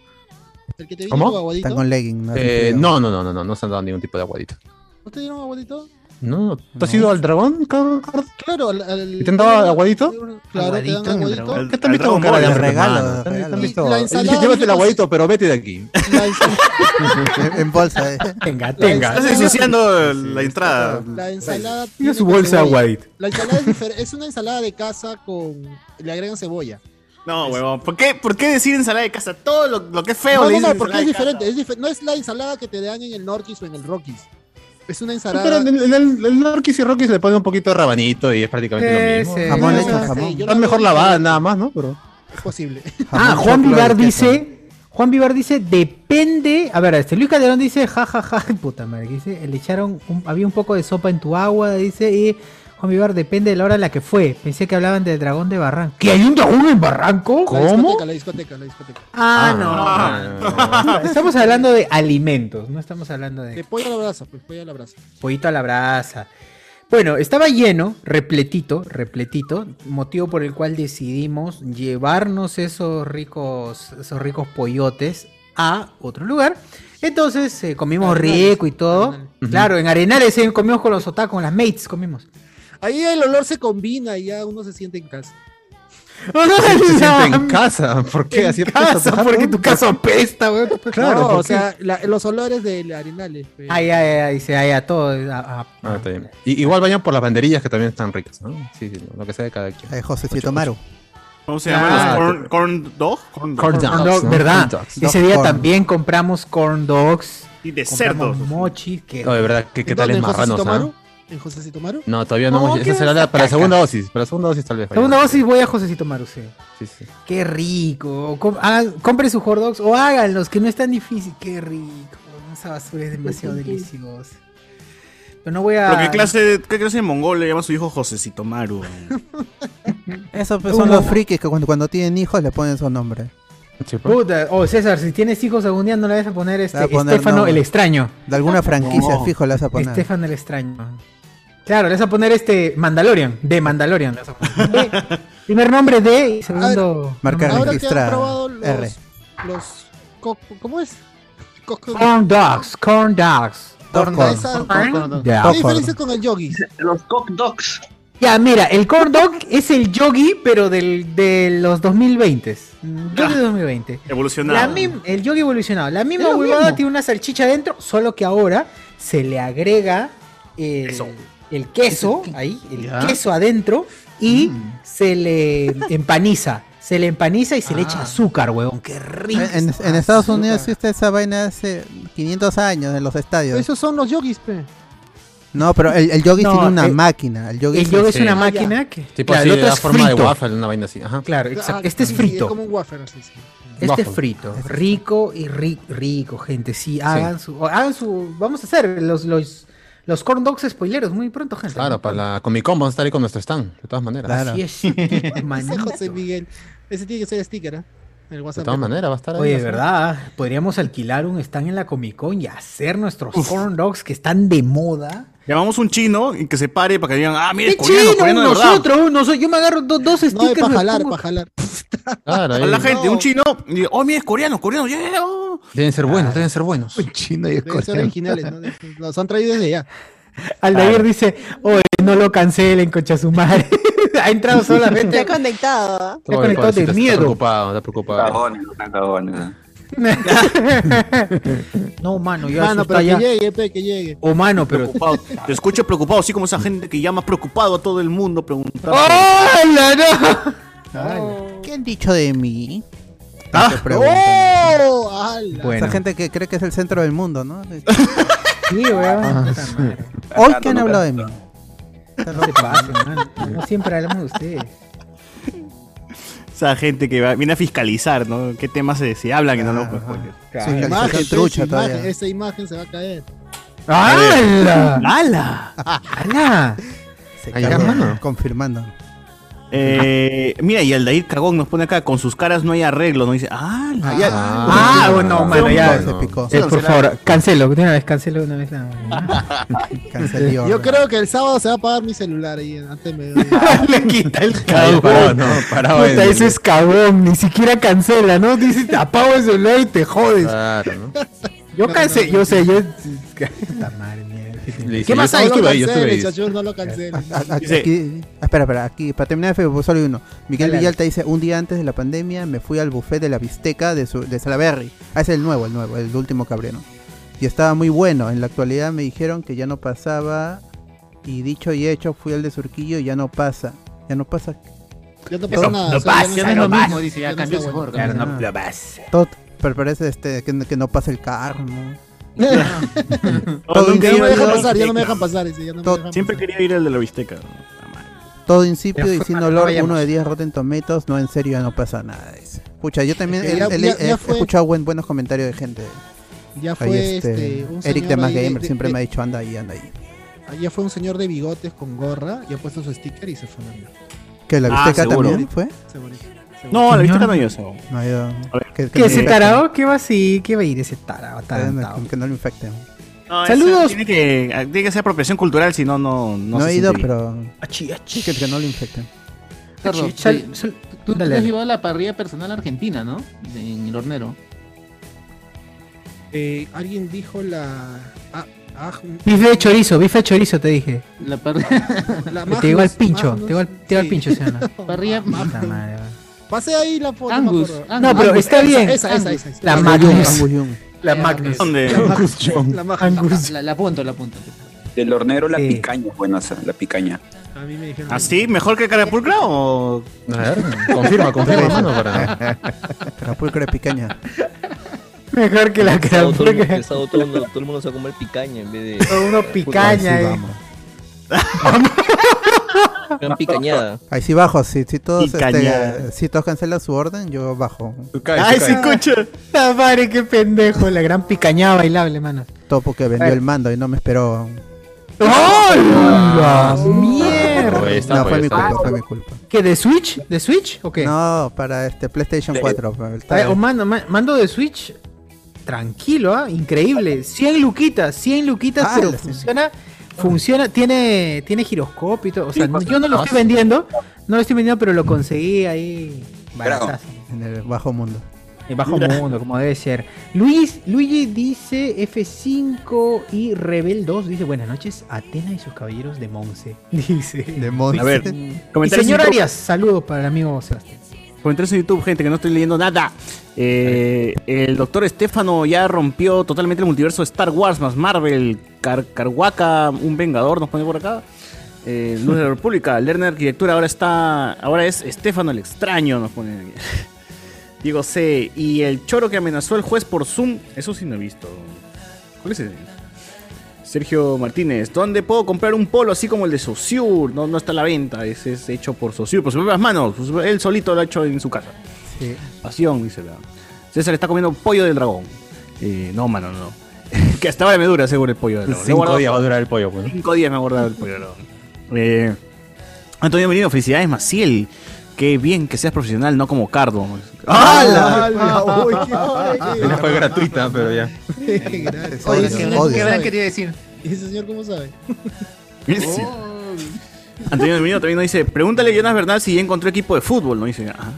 ¿El que te viene ¿Cómo? con aguadito? Están con legging. no hacen Eh, frío. no, no, no, no, no, no se han dado ningún tipo de aguadito. ¿No te dieron aguadito? No, ¿tú has ido al dragón, Cardo? Cardo? Claro, al. al- ¿Y te han dado aguadito? Claro, te dan aguadito. ¿Qué te han visto dragón con cara de Ball, hambre, regalo, hermano? ¿Te han- te han regalo. visto- Y la ensalada Llévate el viene con- aguadito, pero vete de aquí. La ens- <laughs> en bolsa. eh. Tenga, Estás tenga. ensuciando la entrada. La ensalada. Tiene tiene su con bolsa cebolla. White. La ensalada es diferente. Es una ensalada de casa con. Le agregan cebolla. No, huevón. ¿Por qué, ¿Por qué decir ensalada de casa? Todo lo, lo que es feo no, le no, dicen no, porque ensalada es de casa. diferente. Es dife- no es la ensalada que te dan en el Norquis o en el Rockies. Es una ensalada. Pero en el, en el Norquis y Rockies le ponen un poquito de rabanito y es prácticamente Eh, lo sí. mismo. Jamón No, hecho, no, jamón. sí, yo Es la mejor veo lavada nada más, ¿no? Pero Es posible. Ah, Jamón, Juan choclo Vivar y queso. dice. Juan Vivar dice, depende. A ver, este Luis Calderón dice, jajaja, ja, <laughs> ja, puta madre. que Dice, le echaron, un- había un poco de sopa en tu agua, dice, y Juan Vivar depende de la hora a la que fue. Pensé que hablaban del dragón de Barranco. ¿Que hay un dragón en Barranco? La discoteca, la discoteca, la discoteca. Ah, Ah, no. <laughs> Estamos hablando de alimentos, no estamos hablando de De pollo a la brasa, pues pollo a la brasa. pollito a la brasa. Bueno, estaba lleno, repletito, repletito, motivo por el cual decidimos llevarnos esos ricos, esos ricos pollotes a otro lugar. Entonces eh, comimos Arenales, rico y todo. Arenales. Claro, en Arenales eh, comimos con los otacos, con las mates comimos. Ahí el olor se combina y ya uno se siente en casa. <laughs> se <laughs> siente en casa. ¿Por qué? En Así casa, porque tu casa apesta, weón. Claro, No, ¿por o qué? sea, la- los olores del arenales. pues. Ay, ay, ay, dice, ay, a todo. a- a- Ah, está bien. Y- igual vayan por las banderillas que también están ricas, ¿no? Sí, sí, lo que sea de cada quien. Eh, Josecito Maru. ¿Cómo se llaman? Ah, los corn, corn dog? Corn dog. Corn Corn dogs, dog, ¿no? ¿verdad? Corn dogs. Ese día Corn. también compramos corn dogs. Y de cerdos. Compramos mochis, que No, de verdad, ¿qué, qué ¿En tal dónde? es ¿En marranos, Josecito ah? Maru? ¿En Josecito Maru? No, todavía no. No, hemos- ¿qué Esa será esa la- para la caca? segunda dosis. Para la segunda dosis tal vez. vaya. Segunda dosis voy a Josecito Maruce. Sí, sí. Qué rico. Com- hagan- compren sus hot dogs o háganlos, que no es tan difícil. Qué rico. Esa basura es demasiado deliciosa. Pero no voy a. ¿Pero qué clase, de- qué clase de mongol le llama a su hijo Josecito Maru? <laughs> Esos pues, son Uno. los frikis que cuando, cuando tienen hijos le ponen su nombre. Sí, pues. Puta. Oh, César, si tienes hijos algún día no le vas a poner este Le voy a poner Estefano nombre. el extraño. De alguna franquicia, No. fijo, le vas a poner. Estefano el extraño. Claro, le vas a poner este Mandalorian. De Mandalorian. le vas a poner. De- primer nombre de y segundo. <laughs> nombre. Ahora Marca que han registrada, probado R. los. los co- ¿Cómo es? Co- co- Corn dogs, corn dogs. Corn con- dogs. esa- Con- con- con- Ya. ¿Qué diferencia con el yogi? Los cock dogs. Ya, mira, el corn dog es el yogi, pero del, de los 2020. Yogi de 2020. Evolucionado. La mim- el yogi evolucionado. La misma Es lo huevada mismo. tiene una salchicha dentro, solo que ahora se le agrega el Queso. el queso ahí, el Ya. queso adentro, y se le empaniza. Se le empaniza y se le echa azúcar, huevón. Qué rico. En, en- en Ah, Estados Unidos existe esa vaina hace 500 años en los estadios. Esos son los yogis, pe. No, pero el, el yogi No, eh. tiene una el- máquina. El yogi El yogi es Sí. una Ah, ya. máquina que. Tipo Claro, así, el de otro la es forma de frito. waffle, una vaina así. Ajá. Claro, Ah, exacto. Este es sí, frito. Es como un wafer, así, sí. Este es Waffle. frito, rico y ri- rico, gente. Sí, hagan su. o Hagan su. Vamos a hacer los, los, Los corn dogs spoileros muy pronto, gente. Claro, para la Comic Con vamos a estar ahí con nuestro stand, de todas maneras. Así <laughs> es, Ese manito. José Miguel. Ese tiene que ser sticker, ¿ah? En el De WhatsApp. todas maneras, va a estar ahí. Oye, así. ¿verdad? Podríamos alquilar un stand en la Comic Con y hacer nuestros corn dogs que están de moda. Llamamos un chino y que se pare para que digan, ah, mire, ¡Qué coreano, chino! coreano de verdad. nosotros, uno, soy- yo me agarro do- dos No, es stickers. para los jalar, pongo- para jalar. Claro, A ahí. la gente, No. un chino, y, oh, mire, es coreano, coreano, ya, ya, ya, oh. Deben ser buenos, deben ser buenos. Chino y es Deben ser coreano. originales, ¿no? Los <laughs> han traído desde ya. Aldair dice, oye, no lo cancelen, concha su madre. <laughs> ha entrado Está <laughs> solamente. conectado. ¿ah? Está Oye, conectado de pobrecito, está miedo. preocupado, está preocupado. Cagones, están cagones. <laughs> no, mano, ya Mano, eso pero está que ya. llegue, pe, que llegue. O mano, pero. Preocupado. Te escucho preocupado, así como esa gente que llama preocupado a todo el mundo preguntando. ¡Hola, no! ¿Qué han dicho de mí? Ah, Te preguntan. ¡Oh! ¡Hala! Bueno, Esa gente que cree que es el centro del <laughs> mundo, ¿no? sí, weón. Puta madre. Hoy que han hablado de mí. No se pasen, mano. No siempre hablamos de ustedes. Esa gente que va- viene a fiscalizar, ¿no? ¿Qué temas se, se hablan y no lo pues, Su Claro. fiscalización Imagen, trucha esa, imagen, todavía. esa imagen se va a caer. ¡Hala! ¡Hala! ¡Hala! Ah, <laughs> Se Ahí está, cagó, mano. Confirmando. Eh, mira, y Aldair Cagón nos pone acá, con sus caras no hay arreglo, ¿no? Dice, ¡ah! la- ya. Ah, bueno, mano, ya. Se picó. Eh, por favor, cancelo, de una vez, cancelo de una vez la. <laughs> Canceló. Yo creo que el sábado se va a apagar mi celular ahí antes <laughs> me Ah, Le quita el Ahí parado, no, parado en- Puta, eso es cagón, ni siquiera cancela, ¿no? Dice, <laughs> te apago el celular y te jodes. Claro, ¿no? yo no, cansé, no, yo no. sé, yo... Puta madre, mierda. Le dice, ¿Qué yo más estaba- hay? yo estuve ahí, yo estuve ahí. chachur, no lo cancelen. A- a- Ah, aquí, Dice- espera, espera, aquí, para terminar, Facebook, solo hay uno. Miguel Dale, dale. Villalta dice, un día antes de la pandemia me fui al buffet de la bisteca de, su, de Salaberry. Ah, es el nuevo, el nuevo, el último cabrero. Y estaba muy bueno, en la actualidad me dijeron que ya no pasaba, y dicho y hecho, fui al de Surquillo y ya no pasa. Ya no pasa. Ya no pasa nada. no o sea, ya pasa, está no bueno. pasa. Como dice, ya no cambió está su bueno. forma. no lo vas. Todo, pero parece este, que, que no pasa el carro, ¿no? <laughs> No, Todo nunca Ya no me iba a dejan la pasar, ya no bisteca. me dejan pasar. ese, ya no me Todo- dejan Siempre pasar. quería ir al de la bisteca. Todo insípido Ya y fue, sin mano, olor, vayamos. uno de 10 Rotten Tomatoes, no, en serio, ya no pasa nada. dice. Pucha, yo también Es que he, Eh, ya- he- ya- he- ya he fue. escuchado buen- buenos comentarios de gente. Ya Ahí fue este, este, un Eric señor de Más ahí de- Gamer de- siempre de- me ha dicho, anda ahí, anda ahí. Ya fue un señor de bigotes con gorra y ha puesto su sticker y se fue a la mierda. ¿Que la Ah, bisteca ¿seguro? también fue? Segurito, segurito. No, a la bisteca no iba eso. No, yo... A ver. Que, ¿Qué ese infecten. tarao? ¿Qué va así? ¿Qué va a ir ese tarao? Que no- tarantao? que no lo infecten. No, eso Saludos. Tiene que, tiene que ser apropiación cultural, si no, no. No, No, se he ido, siente bien. pero Achi, achi. sí que, que no lo infecten. Carlos, Sal- te- sal- tú, tú te dale, dale. has llevado la parrilla personal argentina, ¿no? De- En el hornero. Eh, alguien dijo la. ah, ah, Bife de chorizo, bife de chorizo, te dije. La parrilla, <laughs> la Te digo al Magnus, pincho, Magnus, te digo al, te digo al sí. pincho, ¿sí o <laughs> no? parrilla Puta madre, va. Pasé ahí la foto. me Angus, acuerdo. Angus. No, pero Angus, está esa, bien. Esa, esa, esa. esa. La Angus Young, Magnus. Angus Young. La Magnus. ¿Dónde? Eh, Magnus, La Magnus. Angus. Ah, la, la apunto, la apunto. Del hornero la Sí. picaña, bueno, o sea, la picaña. A mí me dijeron. ¿Así? ¿Mejor que Carapulcra o.? A ver, confirma, <laughs> confirma, hermano, para... Carapulcra de picaña. Mejor que la El sábado todo el mundo- crampurga. el sábado todo el mundo- todo el mundo se va a comer picaña en vez de. Uno picaña, Ahí sí eh. <laughs> vamos. Gran picañada. Ahí sí bajo, si, si todos Picaña. este, si todos cancelan su orden, yo bajo. ¡Ay, se escucha! La madre, qué pendejo. La gran picañada bailable, mano. Topo que vendió Ay. el mando y no me esperó. ¡Hola! ¡Mierda! Ahí está, no, pues, fue mi está. culpa, fue mi culpa. ¿Qué, de Switch? ¿De Switch o qué? No, para este PlayStation 4. para A el ver, tablet. o mando, Eh, ma- mando de Switch, tranquilo, ¿ah? Increíble. 100 luquitas, 100 luquitas, Ah, pero la cien. funciona, funciona, tiene, tiene giroscopio y todo. O sea, Sí, no- pues, yo no lo ah, estoy vendiendo, no lo estoy vendiendo, pero lo conseguí ahí. baratazo. En el bajo mundo. En bajo mundo, como debe ser. Luis, Luigi dice F5 y Rebel 2 dice buenas noches, Atena y sus caballeros de Monse. <laughs> Dice. De Monster. A ver, Y comentarios señor en YouTube- Arias, saludos para el amigo Sebastián. comentarios en YouTube, gente, que no estoy leyendo nada. Eh, el doctor Estefano ya rompió totalmente el multiverso de Star Wars más Marvel. Car Carhuaca, un vengador, nos pone por acá. Eh, Luz de la República, Lerner Arquitectura, ahora está. Ahora es Estefano el extraño, nos pone <laughs> aquí. Diego C. Y el choro que amenazó al juez por Zoom, eso sí no he visto. ¿Cuál es ese? Sergio Martínez, ¿dónde puedo comprar un polo así como el de Saussure? No, no está a la venta, ese es hecho por Saussure, por sus propias manos. pues, Él solito lo ha hecho en su casa. Sí. Pasión, dice la. César está comiendo pollo del dragón. Eh, no, <laughs> mano, no. que hasta ahora me dura, seguro, el pollo. de lobo. Cinco días va a durar el pollo, pues. Cinco días me ha guardado el pollo. de lobo. Eh, Antonio Merino, felicidades, Maciel. Qué bien que seas profesional, no como Cardo. ¡Hala! ¡Hala! ¡Uy, qué Esa fue gratuita, pero ya. Gracias. Oye, ¿qué- Odio. qué habrán querido decir? ¿Y ese señor <laughs> cómo sabe? Sí. Antonio Merino también nos dice, pregúntale a Jonas Bernal si ya encontró equipo de fútbol. No dice, ah.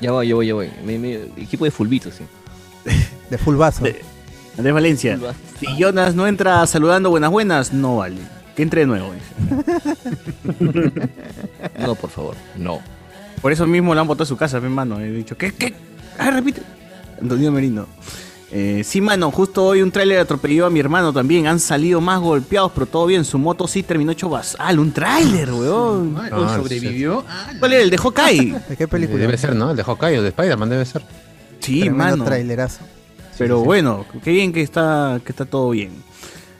Ya voy, ya voy, ya voy. Me- me- equipo de fulbito, sí. De full vaso. Andrés Valencia. Si Jonas no entra saludando buenas buenas, no vale. Que entre de nuevo. dice. <laughs> No, por favor, no. Por eso mismo lo han botado a su casa, mi hermano. He dicho, ¿qué? ¿Qué? Ah, repite. Antonio Merino. Eh, sí, mano, justo hoy un tráiler atropelló a mi hermano también. Han salido más golpeados, pero todo bien. Su moto sí terminó hecho basal. Un tráiler, weón. Ay, uy, sobrevivió. Ah, ¿Cuál era el de Hawkeye? ¿De qué película? Debe ser, ¿no? El de Hawkeye o de Spider-Man debe ser. Sí, mano. trailerazo. Pero bueno, qué bien que está, que está todo bien.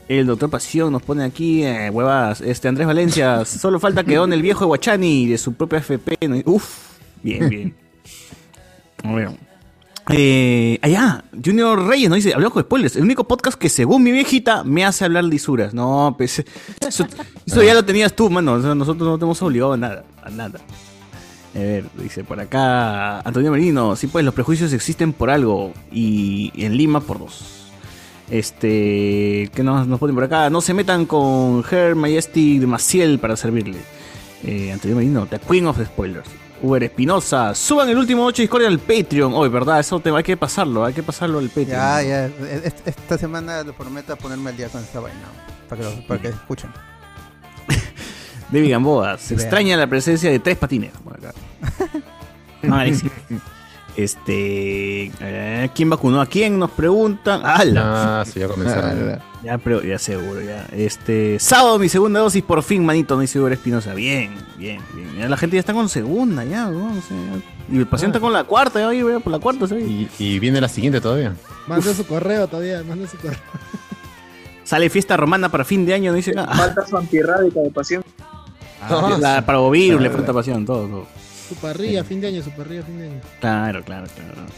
El doctor Pasión nos pone aquí, eh, huevas, este Andrés Valencia, solo falta que don el viejo de Guachani de su propia FP. ¿no? Uf, <laughs> bien, bien. Bueno. Eh, allá, Junior Reyes nos dice, habló con spoilers, el único podcast que según mi viejita me hace hablar lisuras. No, pues eso, eso ya lo tenías tú, mano. o sea, nosotros no te hemos obligado a nada, a nada. A ver, dice por acá Antonio Merino, sí pues los prejuicios existen por algo y en Lima por dos. Este, ¿qué nos, nos ponen por acá? No se metan con Her Majestic de Maciel para servirle. Eh, Antonio Merino, The Queen of the Spoilers. Uber Espinosa, suban el último 8 Discordia al Patreon. Hoy, ¿verdad? Eso te, hay que pasarlo, hay que pasarlo al Patreon. Ya, ya. Es- Esta semana lo prometo a ponerme al día con esta vaina. Para que, lo- para que escuchen. <laughs> David Gamboa, se Vean. extraña la presencia de tres patineros por <laughs> acá. No, Alexis. Este. eh, ¿Quién vacunó a quién? Nos preguntan. ¡Hala! Ah, sí, ya comenzaron. Ah, <laughs> Ya, pero ya seguro, ya. Este. Sábado, mi segunda dosis, por fin, manito, no dice Uber Espinosa. Bien, bien, bien. Ya la gente ya está con segunda, ya, weón, o sea, Y el paciente está con la cuarta, ya, oye, weón, por la cuarta, ¿sabes? Ah. Y, y viene la siguiente todavía. Manda su correo todavía, manda su <laughs> correo. Sale fiesta romana para fin de año, no dice nada. Falta su antirrábica de pasión. Ah, la- para Ovirus, le falta pasión, todo, todo. Su parrilla, fin de año, su parrilla, fin de año. Claro, claro, claro.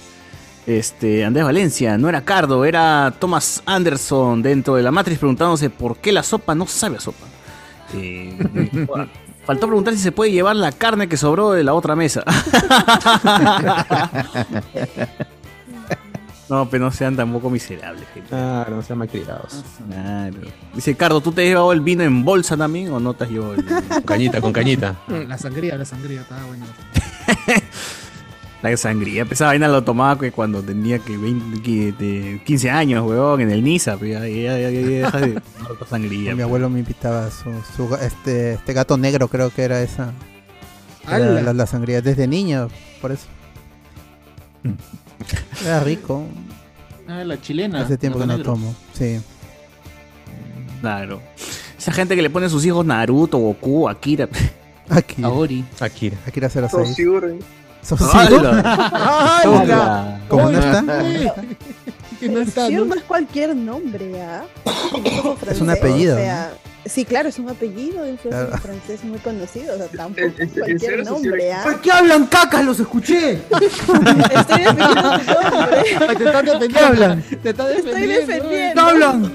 Este, Andrés Valencia, no era Cardo, era Thomas Anderson dentro de la Matrix preguntándose por qué la sopa no sabe a sopa. <laughs> Eh, eh, bueno, faltó preguntar si se puede llevar la carne que sobró de la otra <laughs> mesa. no, pero no sean tampoco miserables, gente. Claro, no sean malcriados. Claro. Dice Cardo, ¿tú te has llevado el vino en bolsa también o no te has llevado el Cañita, con cañita. <laughs> La sangría, la sangría, estaba buena. La sangría, pues, esa vaina lo tomaba que cuando tenía que 20, que- de 15 años, weón, en el Niza, pues, ya, ya, ya, ya, ya dejas de tomar tu sangría. pues, Mi abuelo me invitaba su, su ga- este, este gato negro, creo que era esa. Era ¡Hala! la, la sangría desde niño, por eso. Era rico. ah, la chilena. Hace tiempo que no Montenegro. tomo. Sí. Claro. Esa gente que le pone a sus hijos Naruto, Goku, Akira. pues. Akira. Aori. Akira. Akira 06. Sosur. Sosur. ¡Hala! Hola. ¿Cómo no está? Que no está, Sir ¿no? no es cualquier nombre, ¿ah? Es un apellido, O sea, sí, claro, es un apellido de un filósofo Claro. francés muy conocido. O sea, tampoco en- en es cualquier serio, sí, nombre, sí. ¿ah? ¿Por qué hablan cacas? Los <laughs> escuché. Estoy defendiendo tu nombre. Ay, te están ¿Qué defendiendo. hablan? Te está Estoy eh. defendiendo. ¿Qué defendiendo. hablan?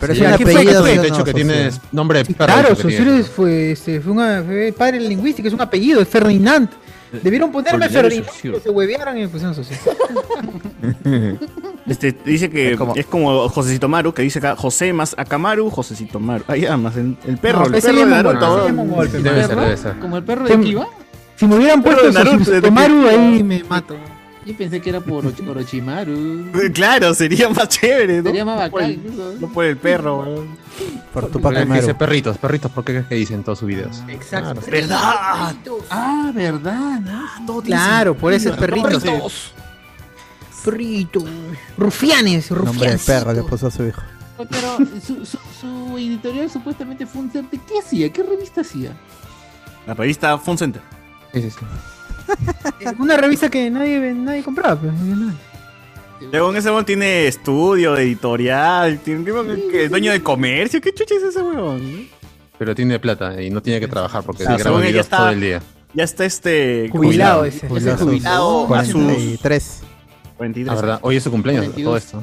Pero Sí, es un ¿qué fue? ¿Qué apellido. fue? ¿sí o De no, hecho, que Sosur? tienes nombre de perro. Claro, dicho que tienes. Sosur fue, este, fue, una- fue padre lingüístico, es un apellido, es Ferdinand. Debieron ponerme Ordinario Ferdinand, Saussure. pero se huevearon y me pusieron Saussure. <laughs> Este, dice que es como, Es como- Josecito Maru, que dice acá José más Akamaru, Josecito Maru. Ahí además, el, el perro, No, pues el ese perro de mismo Naruto. golpe, ese weón. mismo golpe, Debe man. ser, debe ser. Como el perro Sí. de Kiba. Si me hubieran Pero puesto Naruto, Naruto, desde Tomaru, ahí me mato. Yo pensé que era por Orochi- Orochimaru. Eh, Claro, sería más chévere, ¿no? Sería más No por bacán. el- incluso. No por el perro, weón. Por tu Porque papá dice perritos, perritos, ¿por qué crees que dicen todos sus videos? Exacto. ¿Verdad? Ah, Ah, verdad. ¿no? Claro, por ese perrito. Perrito. Rufianes, Nombre de rufianes. perro le puso a su hijo. Pero su, su, su editorial supuestamente fue un certe. ¿Qué hacía? ¿Qué revista hacía? La revista Fun Center. Sí, sí, sí. Una revista que nadie, nadie compraba. pues, no. Luego en ese weón tiene estudio, editorial, tiene tiene- que es dueño de comercio. ¿Qué chucha es ese weón? Pero tiene plata y no tiene que trabajar porque Ah, se graba según ella videos está- todo el día. Ya está este. Jubilado ese. jubilado. Ese jubilado a sus 43. Ah, verdad. Hoy es su cumpleaños, todo esto.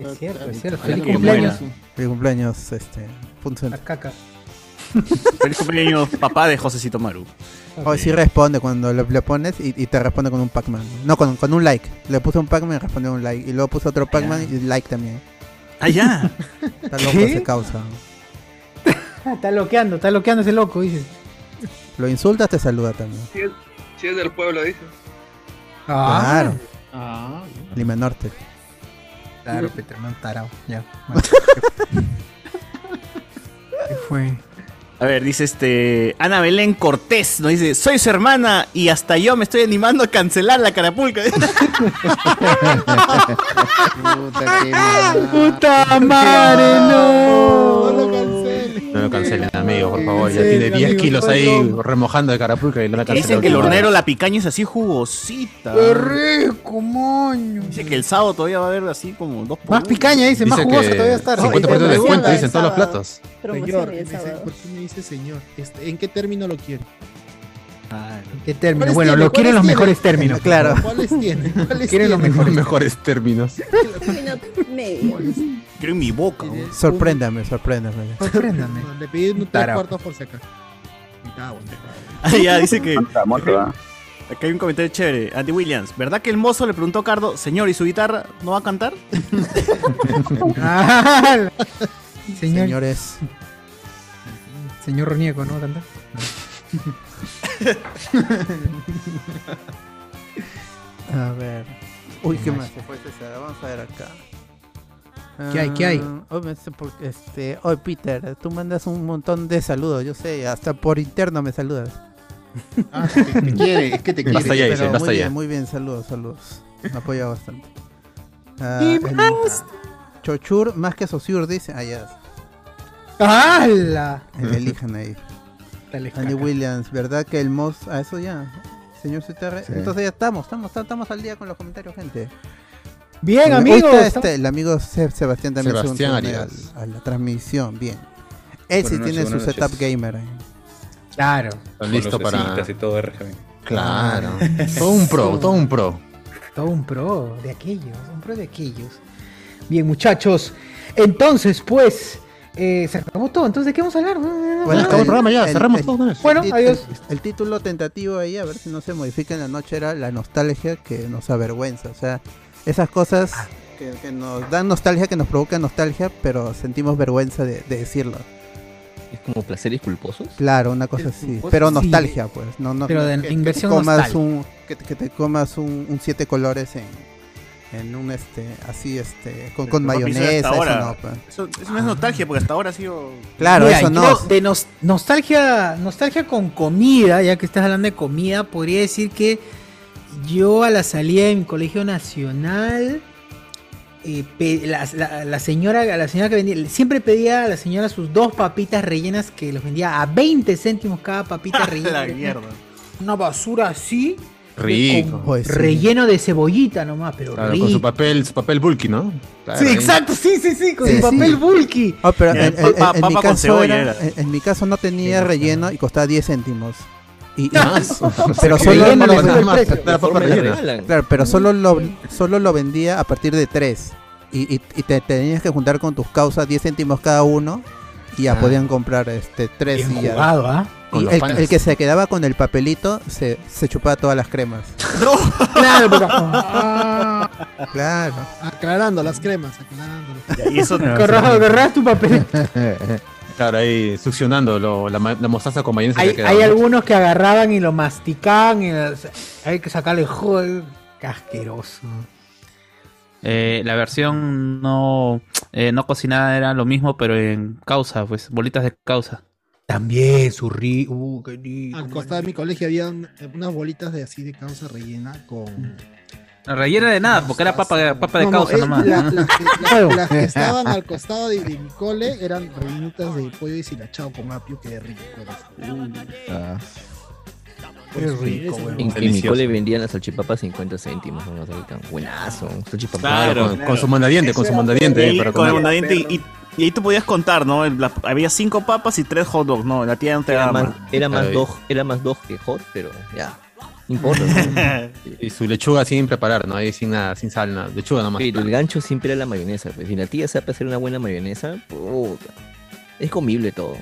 Es cierto, es cierto. Ah, Feliz qué cumpleaños. buena. Feliz cumpleaños, este. Funciona. Caca. Feliz cumpleaños, papá de Josecito Maru. Oh, sí responde cuando le, le pones y, y te responde con un Pac-Man. No, con, con un like. Le puso un Pac-Man y respondió un like. Y luego puso Ah, otro Pac-Man y like también. ¡Ah, ya! Está loco ¿Qué? se causa. Ah, Está loqueando, está loqueando ese loco, <laughs> dice. Lo insultas, te saluda también. Si es, si es del pueblo, dice. Claro. Ah. Lima Norte. Claro, Peter, man, tarao. Ya. <laughs> ¿Qué fue? A ver, dice este. Ana Belén Cortés nos dice: Soy su hermana y hasta yo me estoy animando a cancelar la <laughs> carapulca. ¡Puta madre, no! No lo cancelen. No lo cancelen, amigo, por favor. Ya Sí, tiene 10 amigo, kilos fue ahí loco. remojando de carapulca y no la cancelan. Dicen que el hornero la picaña es así jugosita. ¡Qué rico, moño! Dice que el sábado todavía va a haber así como dos Más picaña, dice, más Dice jugoso que todavía está. 50% de descuento, dicen todos sábado. los platos. Señor, me dice, ¿por qué me dice señor? Este, ¿En qué término lo quiere? Ah, ¿Qué término? ¿Cuáles Bueno, tiene? lo quieren ¿Cuáles los tiene? mejores términos. Claro. <laughs> ¿Cuáles tiene? ¿Cuáles Quieren los tiene? mejores, mejores términos. Medio. Quiero en mi boca. Sorpréndame, sorpréndame. Sorpréndame. Le pedí un tres Tarao. cuartos por si acaso. Me cago en <laughs> Ah, ya, dice que. va. Acá hay un comentario chévere. Andy Williams, ¿verdad que el mozo le preguntó a Cardo, señor, ¿y su guitarra no va a cantar? Ah, Señor. Señores. Señor Ronieco, ¿no? Cantar. <laughs> A ver. Uy, ¿qué ¿Qué más más? se fue César? Vamos a ver acá. ¿Qué hay, qué hay? Ah, hoy me- por- este, hoy, Peter, tú mandas un montón de saludos, yo sé, hasta por interno me saludas. Ah, te- te quiere, es que te quiere. Basta ya, dice, Pero basta muy ya. bien, muy bien, saludos, saludos. Me apoya bastante. Ah, Y el- Chochur más que Sosur dice. Ah, ya. ¡Hala! El elijan ahí. Andy Williams, ¿verdad que el Moss. Ah, eso ya. Señor Suterre. Sí. Entonces ya estamos, estamos, estamos al día con los comentarios, gente. Bien, Hoy amigos. está estamos- este, el amigo Se- Sebastián también se Sebastián une a, Arias. a la transmisión. Bien. Él Buenas sí tiene noches, su buenas setup noches. gamer. ahí. Claro. Con Listo para- lucecitas y todo RGB. Claro. Ah. <laughs> todo un pro, todo un pro. Todo un pro de aquellos, un pro de aquellos. Bien, muchachos. Entonces, pues, eh, se acabó todo. Entonces, ¿de qué vamos a hablar? Bueno, acabó el programa ya, cerramos todo de una vez. Bueno, el- adiós. El, el título tentativo ahí, a ver si no se modifica en la noche, era la nostalgia que nos avergüenza. O sea, esas cosas que, que nos dan nostalgia, que nos provocan nostalgia, pero sentimos vergüenza de, de decirlo. Es como placeres culposos. Claro, una cosa El así. fútbol, Pero sí. nostalgia, pues. No, no, Pero de- que- que en te versión comas nostalgia. un- que, te- que te comas un, un siete colores en, en un este, así, este, con, con Pero papi, eso hasta mayonesa, eso ahora- no, pues. Eso, eso no es nostalgia, porque hasta ahora ha sido. Mira, yo De nos- nostalgia, nostalgia con comida, ya que estás hablando de comida, podría decir que yo a la salida de mi colegio nacional, eh, pe- la, la- la señora, a la señora que vendía, siempre pedía a la señora sus dos papitas rellenas que los vendía a 20 céntimos <laughs> cada papita La rellena. mierda. Una basura así. de- Rico. con Pues sí. Relleno de cebollita nomás, pero Claro, rico. con su papel, su papel bulky, ¿no? Claro, sí, ahí. exacto, sí, sí, sí, con Sí, su sí. papel bulky. Ah, pero Ya, en, papa- en- en mi papa con caso cebolla era- era. en, en mi caso no tenía relleno y costaba 10 céntimos. Y, y- Ah, su- pero que solo relleno lo le sube el vendía, precio. La forma la regalan. claro, pero solo lo, solo lo vendía a partir de 3 y, y- y te tenías que juntar con tus causas 10 céntimos cada uno y ya Ah. podían comprar este 3 Bien y ya. jugado, ¿ah? Y Con los el, panas. el que se quedaba con el papelito se, se chupaba todas las cremas. Claro, porque- Claro. Ah. Aclarando las cremas, aclarando las Y eso- Corrado, corrado tu papel. <laughs> Claro, ahí succionando lo- la, ma- la mostaza con mayonesa. Hay, que queda, hay ¿no? algunos que agarraban y lo masticaban. y las- hay que sacarle joder. Qué asqueroso. Eh, la versión no, eh, no cocinada era lo mismo, pero en causa, pues, bolitas de causa. También, su ri... Uh, qué rico. Al costado de mi colegio había un- unas bolitas de así de causa rellena con. No rellena de nada, porque era papa, papa de No, no, causa eh, nomás. la- las que- las- las que estaban al costado de, de mi cole eran rellenitas de pollo deshilachado con apio, que rico. era. Ah, Qué rico, En- weón. En, mi Delicioso. cole vendían las salchipapas 50 céntimos. ¿no? Ahorita, Buenazo. Salchipapa. Claro, con, con su mandadiente, con su mandadiente. eh, Y, para con el comer. mandadiente y, y- y ahí tú podías contar, ¿no? El- la- había cinco papas y tres hot dogs, ¿no? La tía no te Era daba más, más. era más Claro. <laughs> dog, era más dog que hot, pero ya. No <laughs> importa. ¿no? Y su lechuga sin preparar, ¿no? Ahí sin nada, sin sal, nada. Lechuga nomás. Pero el gancho siempre era la mayonesa. Pues. Si la tía sabe hacer una buena mayonesa, puta. Es comible todo.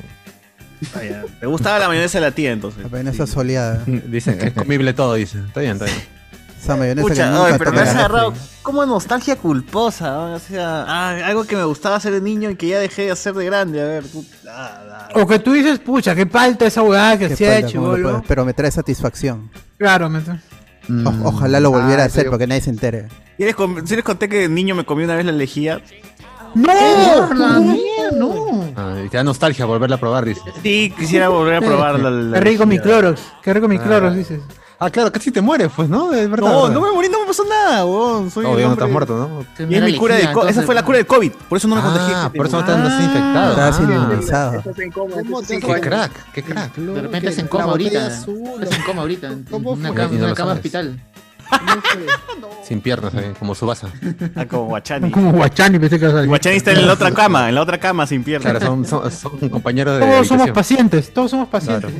Me gustaba la mayonesa de la tía entonces. La mayonesa soleada. <laughs> Dicen que es comible todo, dicen. Está bien, está bien. Esa mayonesa Pucha, que ay, nunca pero toca me has la agarrado refri. como nostalgia culposa. ¿no? O sea, ah, algo que me gustaba hacer de niño y que ya dejé de hacer de grande. A ver, puta. O que tú dices, pucha, qué palta esa huevada que Qué hacía de falta, ¿cómo lo puedes? chivolo. Pero me trae satisfacción. Claro, me tra- Mm. O- ojalá lo volviera Ah, a hacer pero- porque nadie se entere. ¿Y les con- ¿Sí les conté que de niño me comí una vez la lejía? ¡No! ¡No! Ah, y te da nostalgia volverla a probar, dice. Sí, quisiera volver a probar la, la Qué rico mi lejía. clorox, qué rico mi Ah. clorox, dices. Ah, claro, casi te mueres, pues, ¿no? Es verdad. No, verdad. no me morí, no me pasó nada, weón. Soy No, un obvio, no hombre- estás muerto, ¿no? Y es mi cura de co- Esa fue la cura del COVID. Por eso no me contagié. Ah, por eso no estás desinfectado. Estás Ah. inmunizado. Qué crack, qué crack. De repente es se en coma ahorita. Estás en coma ahorita. en Una fue? cama, Y no una lo cama sabes. <laughs> hospital. Sin piernas, ahí, como su basa. Ah, como Guachani. Como Guachani, pensé que ibas a Guachani está en la otra cama, en la otra cama sin piernas. Claro, <laughs> son, son, son Eh, compañeros de. Todos somos habitación. pacientes, todos somos pacientes.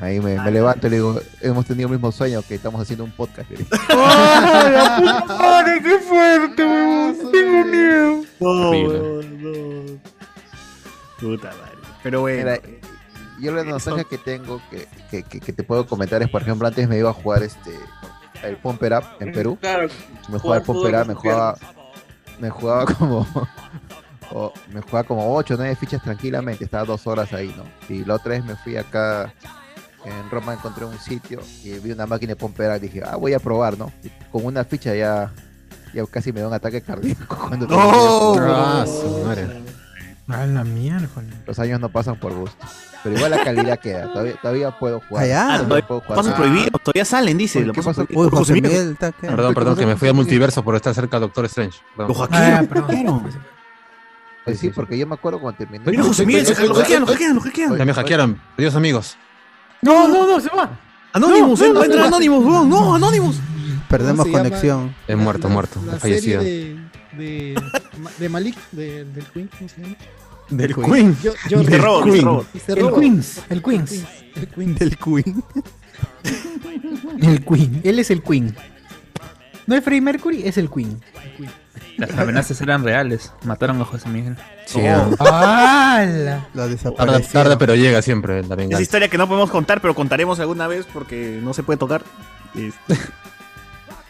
Ahí me, me levanto y le digo, hemos tenido el mismo sueño que estamos haciendo un podcast. le digo. ¡Ay, la puta madre, qué fuerte, huevón! Tengo miedo. No, Horrible. weón, no. Puta madre. Pero bueno. Mira, yo la nostalgia que tengo, que, que, que- que te puedo comentar es, por ejemplo, antes me iba a jugar este el Pumper Up en Perú. Claro. Me jugaba Jugar el Pumper fútbol Up, me con jugaba, me jugaba como... <laughs> o- me jugaba como 8 o 9 fichas tranquilamente, estaba dos horas ahí, ¿no? Y la otra vez me fui acá en Roma, encontré un sitio y vi una máquina de Pumper Up, dije, ah, voy a probar, ¿no? Y con una ficha ya, ya casi me da un ataque cardíaco <laughs> cuando... Ah, su madre. A la mierda. Los años no pasan por gusto. Pero igual <laughs> la calidad queda. Todavía, todavía puedo jugar. Ah, ya. Todavía todavía puedo jugar. Paso Ah, prohibido, todavía salen, dice. ¿Qué lo pasó? paso prohibido. Uy, Por José José Miguel. Miguel está acá. Perdón, perdón, que me fui al multiverso por estar cerca de Doctor Strange. Perdón. Lo Ah, hackearon, lo perdón. hackearon. Pues sí, porque yo me acuerdo cuando terminé. Mira, José Miguel, se- lo hackean, lo hackean, lo hackean. Ya me hackearon. Adiós, amigos. No, no, no, se va. Anonymous, No, eh, no, no entra no. Anonymous, weón, no, Anonymous. Perdemos ¿Cómo se llama? conexión. Es muerto, muerto. La Ha serie fallecido. de, de, de Malik, de- del Queen, ¿cómo se llama? Del Queen. Yo, yo- Te robo, te Queen. robo. Mr. El Robot. Queens, el Queens. El Queen. Queen del Queen. El Queen, él es el Queen. No es Freddie Mercury, es el Queen. Las amenazas eran reales. Mataron a José Miguel. Oh. Sí, ah. ¡Hala! Lo Tarda, desapareció. tarda, pero llega siempre la Esa venganza. historia que no podemos contar, pero contaremos alguna vez porque no se puede tocar. Este,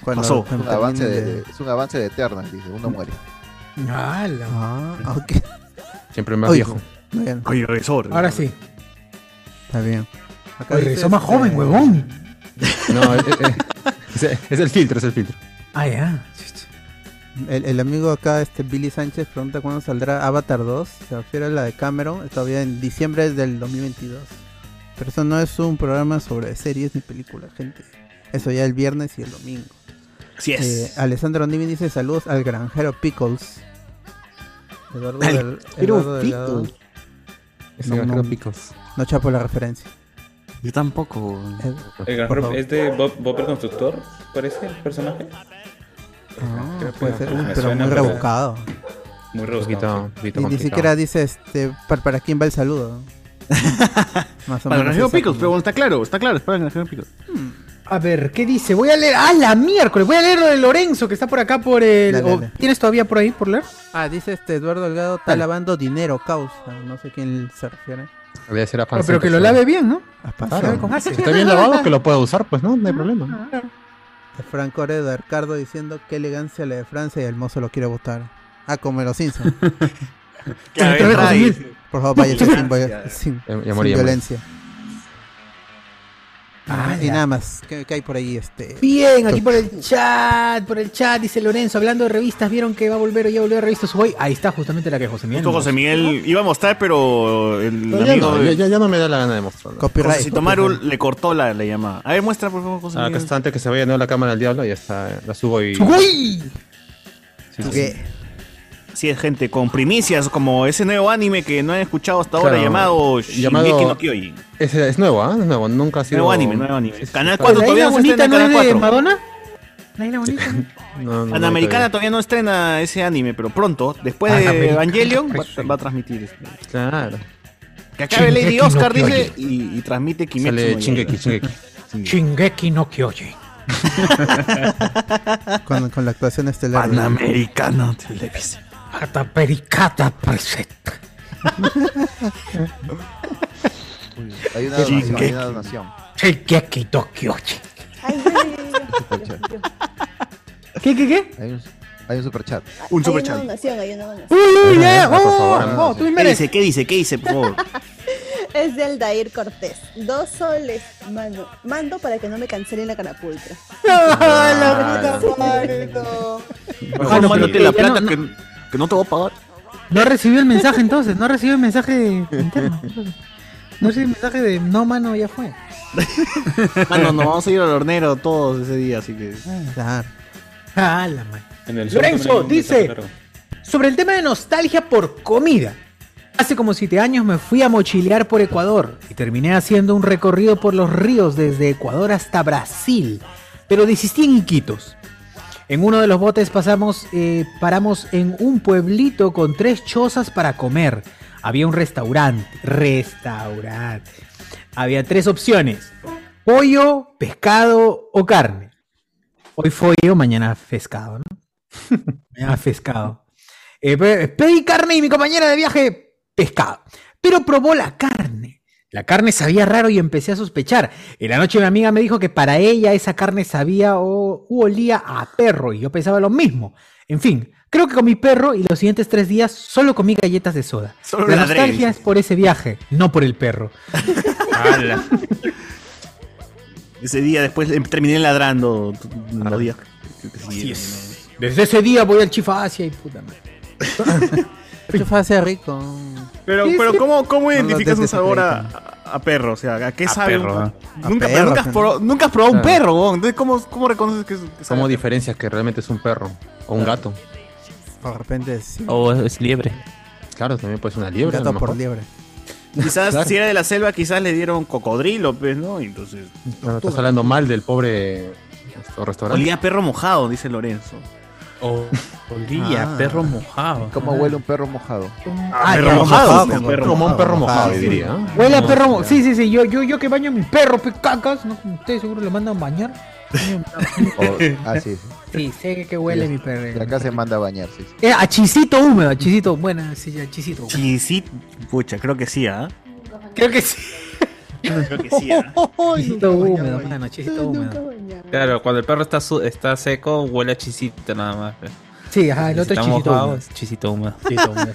Cuando pasó. Es un termine avance de, de- es un avance de eterna, dice. Uno muere. ¡Hala! Ah, ok. Siempre más Oye, viejo. Bueno, Oye, regresor. Ahora sí. está bien. Acá Oye, dice, sos más este, joven, huevón. No, eh, eh, <laughs> es, es el filtro, es el filtro. Ah, ya. El, el amigo acá, este Billy Sánchez, pregunta cuándo saldrá Avatar 2. Se refiere a la de Cameron. Todavía en diciembre del 2022. Pero eso no es un programa sobre series ni películas, gente. Eso ya el viernes y el domingo. Así Eh, es. Alessandro Niven dice saludos al granjero Pickles. Eduardo, Al Del- granjero Eduardo Delgado. Pickles. Es No, el no. no, picos. No chapo la referencia. Yo tampoco. Ed- El Por gran favor. es de Bob, Bob el Constructor, parece el personaje. Ah, creo que puede no, ser, me uy, pero suena, muy pero- rebuscado. Muy Un poquito, rebuscado. un poquito Y ni complicado. siquiera dice este para, para quién va <laughs> el saludo. Más o Para el granjero esa- Picos, pero bueno, está claro, está claro, es para el granjero Picos. A ver, ¿qué dice? Voy a leer. ¡Ah, la miércoles! Voy a leer lo de Lorenzo, que está por acá por el. Dale, o- dale. ¿Tienes todavía por ahí por leer? Ah, dice este Eduardo Delgado está Dale. lavando dinero, causa. No sé quién se refiere. Voy a hacer a Ah, fan pero que lo service, lave bien, ¿no? Ah, Claro. pasó. Con Si ácido. está bien lavado, que lo pueda usar, pues no, no hay problema. De Franco Oredo Arcardo diciendo qué elegancia la de Francia y el mozo lo quiere votar. Ah, como <laughs> los Simpsons. Claro, entra ahí. Por favor, váyase sin, vaya- sin- Ya- ya sin morí, ya morí. violencia. Ah, y ya. nada más. ¿Qué, qué hay por ahí? Este? Bien, <laughs> aquí por el chat, por el chat, dice Lorenzo, hablando de revistas, ¿vieron que va a volver o ya volvió a revistas hoy? Ahí está justamente la que José Miguel. Justo José Miguel iba a mostrar, pero el Pero ya, amigo no, de- ya, ya- ya no me da la gana de mostrarlo. Copyright. José Tomaru le cortó la, la llamada. A ver, muestra, por favor, José Ah, acá Miguel. está, antes que se vaya de nuevo la cámara al diablo, ya está, la subo y... ¡Uy! Sí, sí. ¿Qué? Así es, gente, con primicias, como ese nuevo anime que no han escuchado hasta ahora, Claro, llamado llamado- Shingeki no Kyojin. Es, es nuevo, ¿ah? Es nuevo, nunca ha sido... Nuevo anime, nuevo anime. Canal Oye, cuatro. cuatro. ¿La todavía isla no se bonita no estrena es de Canal Madonna? ¿La isla bonita? Panamericana todavía no estrena ese anime, pero pronto, después de Panamericana. Evangelion, va, va a transmitir. este. Claro. Que acabe Shingeki Lady no Oscar, dice, Kyojin. y, y transmite Kimetsu. Sale no Shingeki, Yaiba. Shingeki no Kyojin. Con, con la actuación estelar. de- Panamericano Televisión. Atapericata presenta. <laughs> Hay una Shingeki. donación, hay una donación. Shingeki no Kyojin. Ay, ay, ay, ay, ay. Superchat. ¿Qué, qué, qué? Hay un, hay un superchat. Un Hay una superchat. donación, hay una donación. Uy, ya, por favor, tú ¿Qué dice? ¿Qué dice? ¿Qué dice? Por <laughs> favor. Es de Aldair Cortés. Dos soles, mano. Mando para que no me cancelen la carapulta. Ah, la puta madre, Mejor no, mándate pero- la ya no- plata que, que no te voy a pagar. No recibió el mensaje entonces, no recibió el mensaje interno. No recibió el mensaje de no, mano, ya fue. Mano, nos vamos a ir al hornero todos ese día, así que. Claro. Ah, la madre. En el sur Lorenzo también hay un dice, desafío. sobre el tema de nostalgia por comida. Hace como siete años me fui a mochilear por Ecuador y terminé haciendo un recorrido por los ríos desde Ecuador hasta Brasil, pero desistí en Iquitos. En uno de los botes pasamos, eh, paramos en un pueblito con tres chozas para comer. Había un restaurante, restaurante. Había tres opciones, pollo, pescado o carne. Hoy pollo, mañana pescado, ¿no? Mañana pescado. Eh, pe- pedí carne y mi compañera de viaje pescado. Pero probó la carne. La carne sabía raro y empecé a sospechar. En la noche mi amiga me dijo que para ella esa carne sabía o u olía a perro y yo pensaba lo mismo. En fin, creo que comí perro y los siguientes tres días solo comí galletas de soda. Solo la ladré, nostalgia dice. es por ese viaje, no por el perro. Ese día después eh, terminé ladrando t- los días. que- que siguieron, Desde ese día voy al Chifa <laughs> Asia y puta madre. Chufa hace rico. ¿no? Pero, Sí, pero sí. ¿cómo, cómo No lo identificas un des- sabor a, a- a perro? O sea, ¿a qué A sabe? un- perro, ¿eh? Ah, Nunca, pero A perro, nunca, has ¿no? probado, nunca has Ah. probado un Claro. perro, weón. Entonces, ¿cómo, cómo reconoces que es, que sabe ¿Cómo a perro? diferencias que realmente es un perro? O un gato. De repente sí. O es liebre. Claro, también puede ser una liebre. Gato por liebre. Quizás, Claro. si era de la selva, quizás le dieron cocodrilo, pues, ¿no? Y entonces. No, estás hablando mal del pobre esto, restaurante. Olía a perro mojado, dice Lorenzo. olía a perro mojado. Ah. ¿Cómo huele un perro mojado? Ah, perro ya. mojado, como- como un perro mojado, yo diría, ¿no? Huele Oh, a perro. mo- Sí, sí, sí. Yo, yo, yo que baño a mi perro, pe cacas. No, como ustedes seguro lo mandan <laughs> a bañar. Baño a mi perro. O- ah, sí, sí. Sí, sé que, que huele mi perro. Y acá se manda a bañar, sí. sí. Eh, a chisito húmedo, a chisito. Bueno, sí, a chisito. Sí, sí, pucha, creo que sí, ¿ah? Creo que sí. Creo que sí, <laughs> ¿ah? Chisito húmedo, mano, chisito húmedo. Claro, cuando el perro está, su- está seco, huele a chisito nada más. pues. Sí, ajá, el Si otro es está chisito mojado, húmedo. es chisito húmedo. Chisito húmedo.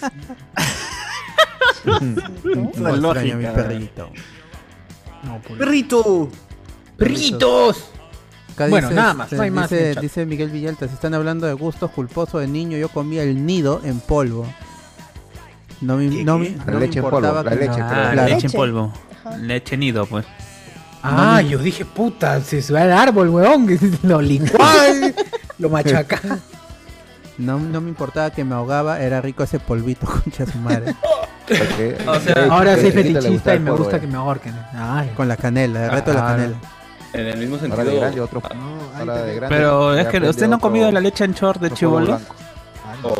<laughs> Una extraño a lógica. mi perrito. No, <laughs> por- ¡Perrito! ¡Perritos! Acá Bueno, dice, nada más, no hay dice, más en el chat. dice Miguel Villalta, se están hablando de gustos culposos de niño, yo comía el nido en polvo. No me, no me- La Ah, no me leche en polvo, importaba la que- leche en Ah, Ah, polvo. la leche en leche. polvo. Leche nido, pues. Ah, yo dije, puta, se sube al árbol, weón. <laughs> Lo licuaba, lo machaca. No, no me importaba que me ahogaba, era rico ese polvito, <laughs> concha su madre. Porque- O sea, eh, Ahora eh, soy eh, le gusta fetichista y el me polvo, Ah, gusta eh. que me ahorquen. Ay, Con la canela, el reto de la Claro. canela. En el mismo Ahora de sentido. Ah, grande, otro. Ahora de grande. Pero ya es que aprendió usted no ha otro- comido la leche en short de otro polvo chivolo. blanco.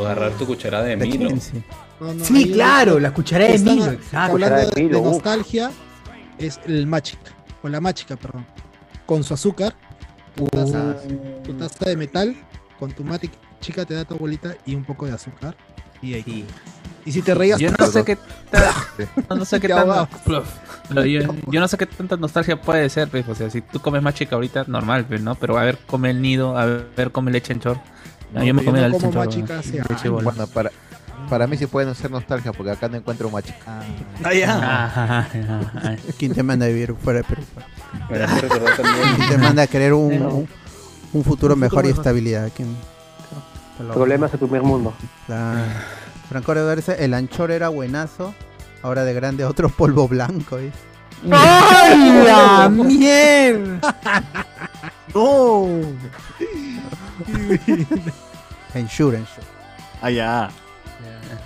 O agarrar tu cucharada de De milo. 15. No, no, Sí, ahí- claro, la cuchara de Están Milo, a- exacto. Hablando Trae de, Milo, de uf. nostalgia, es el machica, o la machica, perdón, con su azúcar, tu taza, tu taza de metal, con tu mate chica te da tu abuelita y un poco de azúcar. Y, ahí. y si te reías, Yo no ¡perdón! sé qué tan- <laughs> no sé qué Te tan- ahogabas. Pero yo, yo no sé qué tanta nostalgia puede ser, pues, o sea, si tú comes más chica ahorita, normal, pues, ¿no? Pero a ver, come el nido, a ver, come leche en short. No, No, yo me yo comí no la leche como en short. más chica hace leche años. bola. Bueno, para, para mí sí pueden ser nostalgia porque acá no encuentro un machica. Ah, ya. <laughs> Ah, ah, ah, <laughs> ¿Quién te manda a vivir fuera de Perú? Me hace recordar ¿Quién también. te manda a querer un, un- un futuro mejor y estabilidad? ¿Quién- Problemas de primer mundo. Claro. Franco Arevalo dice, el anchor era buenazo, ahora de grande otro polvo blanco. ¿eh? <laughs> ¡Ay, <laughs> la mierda! ¡No! Ensure, ensure. Ah, ya.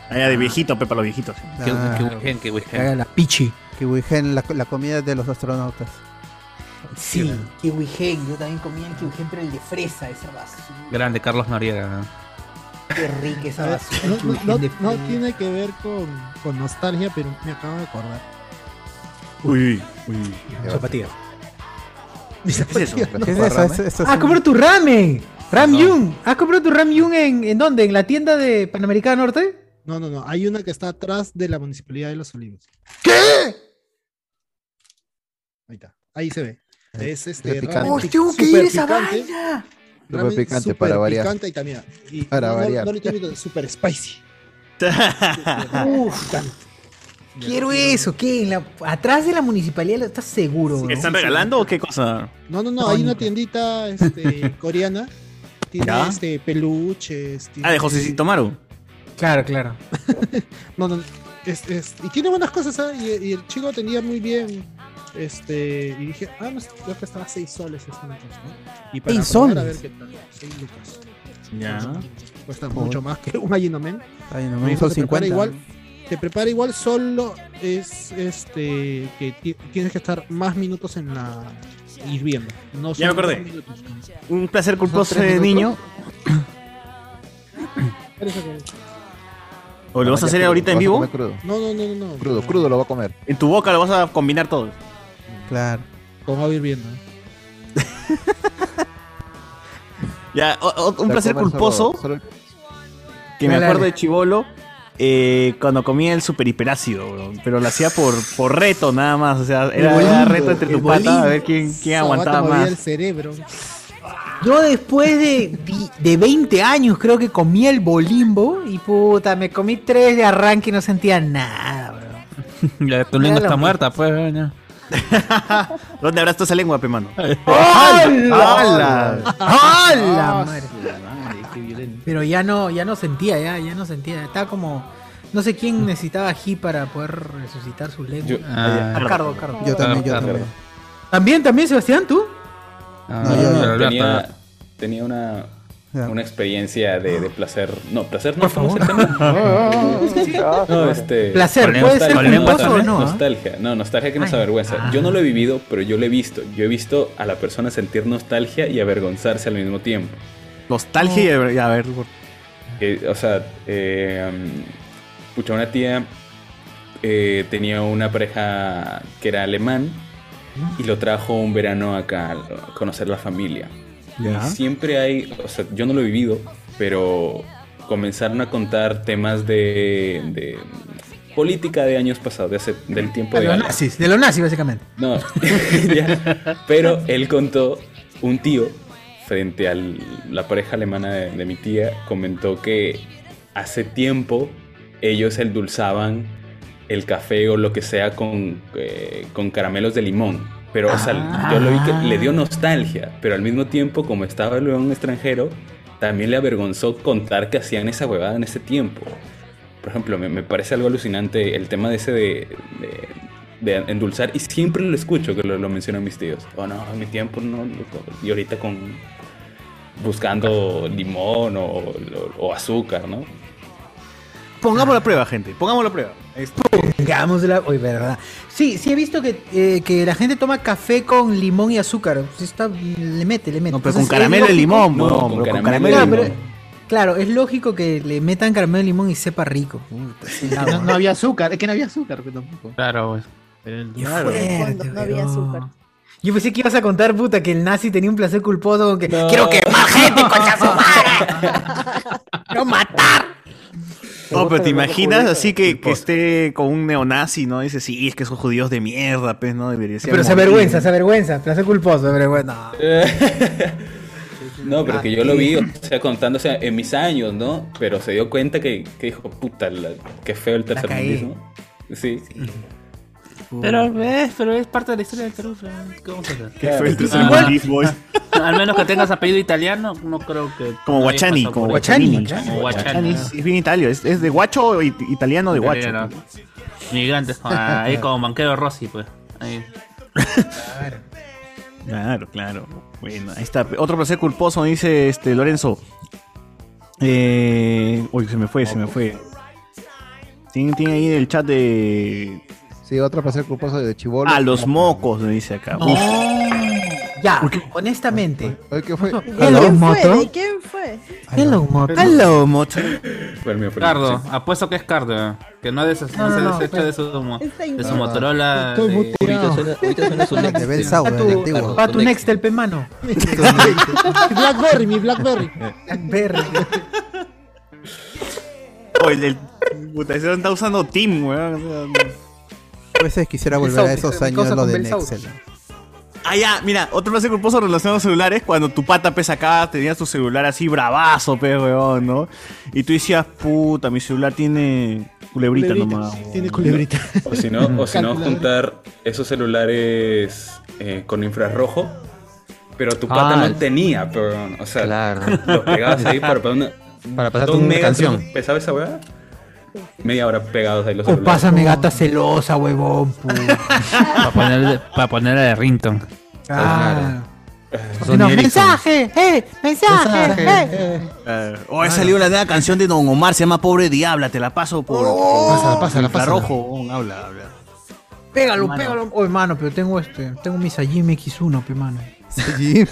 Ah, ya, de viejito, Pepa, los viejitos. Qué- Ah, qué buen gen, qué buen gen. Caga la pichi. Kiwi Gen, la, la comida de los astronautas. Sí, kiwi gen. Yo también comía el kiwi gen, pero el de fresa, esa basura. Grande, Carlos Noriega. ¿no? Qué rica esa A ver, basura. no, kiwi no- gen de no fresa. tiene que ver con, con nostalgia, pero me acabo de acordar. Uy, uy, Zapatillas. ¿Qué es eso? ¿Qué es eso? Eso- eso es ah, compró tu ramen. Ramyun. ¿Has comprado tu Ramyun en, en dónde? ¿En la tienda de Panamericana Norte? No, no, no. Hay una que está atrás de la Municipalidad de Los Olivos. ¿Qué? Ahí está. Ahí se ve. Es este. picante. ramen ¡Oh, pic- tengo que ir a super esa picante. vaina! Súper Ramen picante, súper para variar. picante y también. y- Para no, no- variar. No, le estoy viendo, super spicy. Uf. Quiero eso. ¿Qué? ¿En la- atrás de la municipalidad. ¿Estás seguro? ¿Que weón? ¿Están regalando o qué cosa? No, no, no. Hay una tiendita <laughs> este, coreana. Tiene ¿Ya? este, peluches. Tiene, Ah, de Josecito Maru. Claro, claro. No, no. Es, es- y tiene buenas cosas, ¿ah? Y, y el chico tenía muy bien. Este, y dije, ah, no, creo que estaba 6 soles este esta noche, ¿no? Y para ¿Seis probar, a soles? ver qué tal, seis lucas. Ya. Cuesta Joder. mucho más que <laughs> un Ayinomen. Ayinomen, Te son prepara 50, igual, ¿no? te prepara igual, solo es este que ti- tienes que estar más minutos en la hirviendo. No Ya me son acordé. dos minutos. Un placer culposo Son tres de niño. minutos. Parece que- ¿O lo Ah, vas a hacer crudo, ahorita en lo vivo? vas a comer No, no, no, no, no. Crudo, crudo lo va a comer. En tu boca lo vas a combinar todo. Claro. Con agua hirviendo. Ya, o- o- un Pero placer comer solo- culposo. solo el- Que me Dale, acuerdo dale. de Chivolo. eh, cuando comía el super hiperácido, weón, pero lo hacía por, por reto nada más. O sea, era, bolín, era reto entre el tu pata a bolín. ver quién, quién Esa aguantaba bata movía más. el cerebro. Yo después de, vi- de 20 años creo que comí el bolimbo y puta, me comí tres de arranque y no sentía nada, bro. La de tu lengua Claro, está pues. muerta, pues. weón, <laughs> ya. ¿Dónde habrá estado esa lengua, pe mano? ¡Hala! ¡Hala! ¡Hala, madre! Qué violento. Pero ya no, ya no sentía, ya, ya no sentía. Estaba como. No sé quién necesitaba ají para poder resucitar su lengua. Yo- Ah, Ah, ya. Cardo, Cardo. Yo también, yo Ah, Cardo. también. ¿También, también, Sebastián, tú? Ah. No, yo- no, yo- tenía, Alberto. tenía una, Ya. una experiencia de, de placer. No, placer <laughs> no. Por ¿cómo favor. se llama? No, este, Placer, ¿puede nostalgia, ser nostalgia, culposo o no, ah? Nostalgia, no, nostalgia que nos avergüenza. Yo no lo he vivido, pero yo lo he visto. Yo he visto a la persona sentir nostalgia y avergonzarse al mismo tiempo. Nostalgia Oh. y a ver- y a ver. por- Eh, o sea, eh, um, pucha, una tía eh, tenía una pareja que era alemán y lo trajo un verano acá a conocer la familia. Ya. Y siempre hay, o sea, yo no lo he vivido, pero comenzaron a contar temas de, de política de años pasados, de hace, del tiempo De de los Gala. nazis, de los nazis, básicamente. No, <laughs> ya. pero él contó, un tío, frente a la pareja alemana de, de mi tía, comentó que hace tiempo ellos endulzaban el café o lo que sea con, eh, con caramelos de limón. Pero, o sea, yo lo vi que le dio nostalgia, pero al mismo tiempo, como estaba luego un extranjero, también le avergonzó contar que hacían esa huevada en ese tiempo. Por ejemplo, me, me parece algo alucinante el tema de ese de, de- de endulzar. Y siempre lo escucho que lo, lo mencionan mis tíos. Oh, no, en mi tiempo no. loco". Y ahorita con buscando limón o, o- o azúcar, ¿no? Pongámoslo a prueba, gente. Pongámoslo a prueba. Pongámosla. Oye, verdad. Sí, sí he visto que, eh, que la gente toma café con limón y azúcar. Sí está- le mete, le mete. No, pero con Entonces, es caramelo y lógico- limón, No, weón, con bro, caramelo con caramelo Claro, y pero- limón. claro, es lógico que le metan caramelo y limón y sepa rico. Puta, sí, Que claro. No, no había azúcar, es que no había azúcar pues, tampoco. Claro, güey. Claro. Fuerte, No había weón. azúcar. Yo pensé que ibas a contar, puta, que el nazi tenía un placer culposo con que quiero que <laughs> ¡Ah! No, pero te imaginas así que, que esté con un neonazi, ¿no? Dice, sí, es que son judíos de mierda, pues, ¿no? Debería ser. Pero se avergüenza, se avergüenza. Placer culposo, pero bueno. <laughs> No, pero que yo lo vi, o sea, contándose en mis años, ¿no? Pero se dio cuenta que, que dijo, puta, la- qué feo el tercer caí. mundismo. Sí. Pero, eh, pero es parte de la historia del Perú. pero, ¿Qué vamos a hacer? Qué feo el tercer Igual- mundismo, eh. <laughs> Al menos que tengas apellido italiano, no creo que. Como no hayas Guachani, pasado como por Guachani. eso. Como Guachani. Es, es bien italio, es, es de guacho o it- italiano de guacho. pues. Italiano. <laughs> Gigantes, como- ah, ahí como banquero Rossi, pues. Ahí. Claro, claro. Bueno, ahí está. Otro placer culposo, dice este Lorenzo. Eh, uy, se me fue, se me fue. Tiene, tiene ahí en el chat de. Sí, otro placer culposo de chivolo. A los mocos, le dice acá. No. Uf. Oh. Ya, honestamente. ¿Qué fue? Hello, moto. quién fue? Hello, moto. Hello, moto. Fermio, Fermio, Cardo, sí. apuesto que es Cardo, eh, que no, ha des- no No, se no, no, deshecho de su, mo- está de su ignorado. Motorola. Estoy de- muteado. <laughs> De Ben Sauer, Pa' el tu- antiguo. pa' tu Nextel, pe <laughs> mano. Blackberry, mi Blackberry. Blackberry. Oh, el, el- puta, ese está usando Team, weón. o sea, A veces quisiera volver a esos años lo de Nexel. Ah, ya, mira, otro placer culposo relacionado a celulares, cuando tu pata pesa acá, tenías tu celular así bravazo, pe, weón, ¿no? Y tú decías, puta, mi celular tiene culebrita, Culebrita, nomás. sí, weón". tiene culebrita. O si no, o si no Calculadora. juntar esos celulares eh, con infrarrojo, pero tu pata Ah, no el- tenía, pero, o sea, lo pegabas ahí para, para una, Para pasar dos una megas, canción. ¿Pesaba esa weá? Media hora pegados ahí los O celulares. pásame gata celosa, huevón. pu. Para ponerle, para ponerle de Rington. Ah. Sony No, Ericsson. mensaje, eh, mensaje, eh. Eh, oh, he salido la nueva canción de Don Omar, se llama Pobre Diabla, te la paso por. Pásala, pásala, pásala. Rojo, weón, habla, habla. Pégalo, Mano. pégalo. Oh, hermano, pero tengo este. Tengo mi Sajim X1, pe mano. Sajim.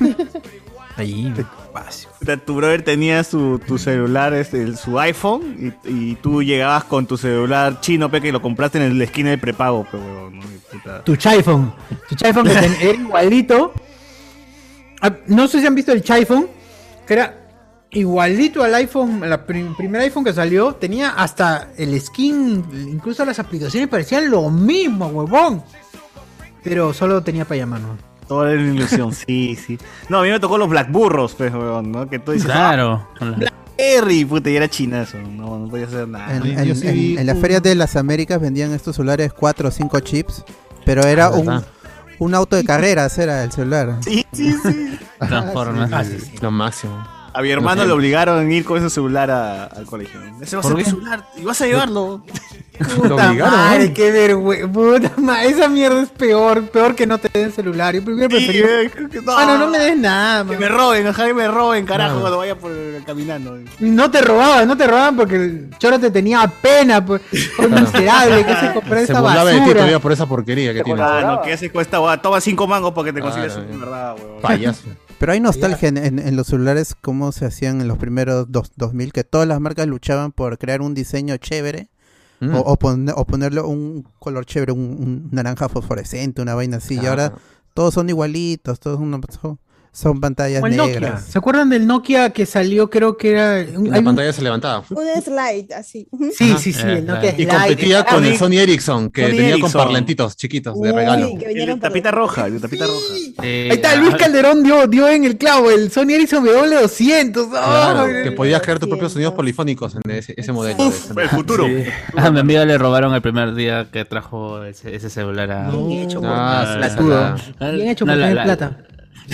Puta, Tu brother tenía su, tu celular, este, el- su iPhone, y, y tú llegabas con tu celular chino, pe, que lo compraste en el- la esquina del prepago, pe, weón, ¿no? Y puta. Tu Chiphone. Tu Chiphone <laughs> que ten- era igualito. Ah, No sé si han visto el Chiphone, que era igualito al iPhone, el primer iPhone que salió. Tenía hasta el skin, incluso las aplicaciones parecían lo mismo, huevón. Pero solo tenía para llamar, ¿no? Todo era una <laughs> ilusión, sí, sí. No, a mí me tocó los Black Burros, pues, weón, ¿no? Que tú dices, Claro. Blackberry, puta, y era chinazo. No, no podía hacer nada. En, en- en- en las ferias de las Américas vendían estos celulares 4 o 5 chips, pero era un, Ah, ¿verdad? un auto de carreras, era el celular. Sí, sí, sí. Transforma. Ah, sí, sí. Lo máximo. A mi hermano le obligaron a ir con ese celular a- al colegio. Ese va a ser ¿Por tu <laughs> qué? celular y vas a llevarlo. Puta obligaron, eh? madre, ¿no? qué vergüenza. Puta ma- Esa mierda es peor, peor que no te den celular. Yo primero Sí, prefería- eh, creo que no. Mano, no me des nada, Que man. me roben, ojalá que me roben, carajo, No. cuando vaya por, caminando. No te robaban, no te robaban porque el choro te tenía pena, <laughs> pues. Por miserable que se compró Se esa burlaba de ti basura. todavía por esa porquería que tiene. Ah, no, ¿qué haces con esta guada? Toma cinco mangos porque te Claro, consigues bien. un verdad, weón. Payaso. Pero hay nostalgia en, en- en los celulares, como se hacían en los primeros dos, 2000, que todas las marcas luchaban por crear un diseño chévere Mm. o, o pon- o ponerle un color chévere, un, un naranja fosforescente, una vaina así. Y ahora todos son igualitos, todos son, son- son pantallas Como el Nokia. negras. ¿Se acuerdan del Nokia que salió? Creo que era. un- La hay un- pantalla se levantaba. Un slide así. Sí, sí, sí, el Nokia Eh, Y Slide. Ah, Ah, competía con el Sony Ericsson, que Sony tenía Ericsson. con parlantitos chiquitos de Uy, regalo. que El de tapita roja, el de tapita roja. Eh, Ahí está, ah, Luis Calderón dio, dio en el clavo, el Sony Ericsson W200. oh, Claro, ¡ay! que podías crear tus propios sonidos polifónicos en ese, ese modelo. Uf, el futuro. A mi amiga le robaron el primer día que trajo ese, ese celular a. Bien hecho, por- pues. Ah, platudo. la- Bien hecho no, por la- tener la- plata.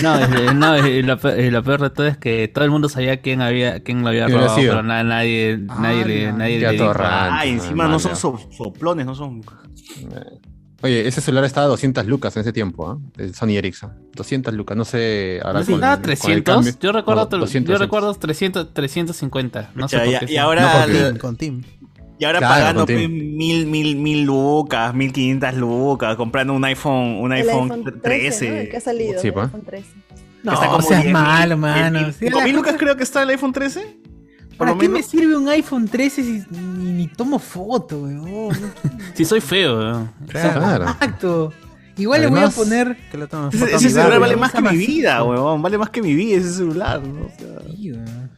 No, es- no, y lo, pe- y lo peor de todo es que todo el mundo sabía quién había, quién lo había ¿Quién Ah, había robado, sido? pero na- nadie, nadie, le, nadie Qué le dijo. atorrante, Ah, encima no son mano. so- soplones, no son. Oye, ese celular estaba a 200 lucas en ese tiempo, ¿ah? El Sony Ericsson. 200 lucas, no sé. ahora ¿No con- estaba con el 300? cambio. Yo recuerdo, No, otro- 200, yo recuerdo 300, 350. No sé Pucha, por y- qué y sí. ahora No, porque- Con- Con Tim. Y ahora Claro, pagando contigo. pe, mil, mil, mil lucas, mil quinientas lucas, comprando un iPhone, un El iPhone, iPhone 13, ¿no? El 13. que ha salido. Sí, el pa. iPhone 13. No, Está como seas 10.000, malo, mano. 10.000. Sí, la- ¿Cinco mil lucas creo que está el iPhone 13? Por ¿Para lo qué menos. me sirve un iPhone 13 si ni, ni tomo foto, weón? <laughs> Si soy feo. ¿no? Exacto. Igual le voy a Además, poner. Ese, ese celular vale más que mi vida, weón. Vale más que mi vida ese celular. ¿no? O sea,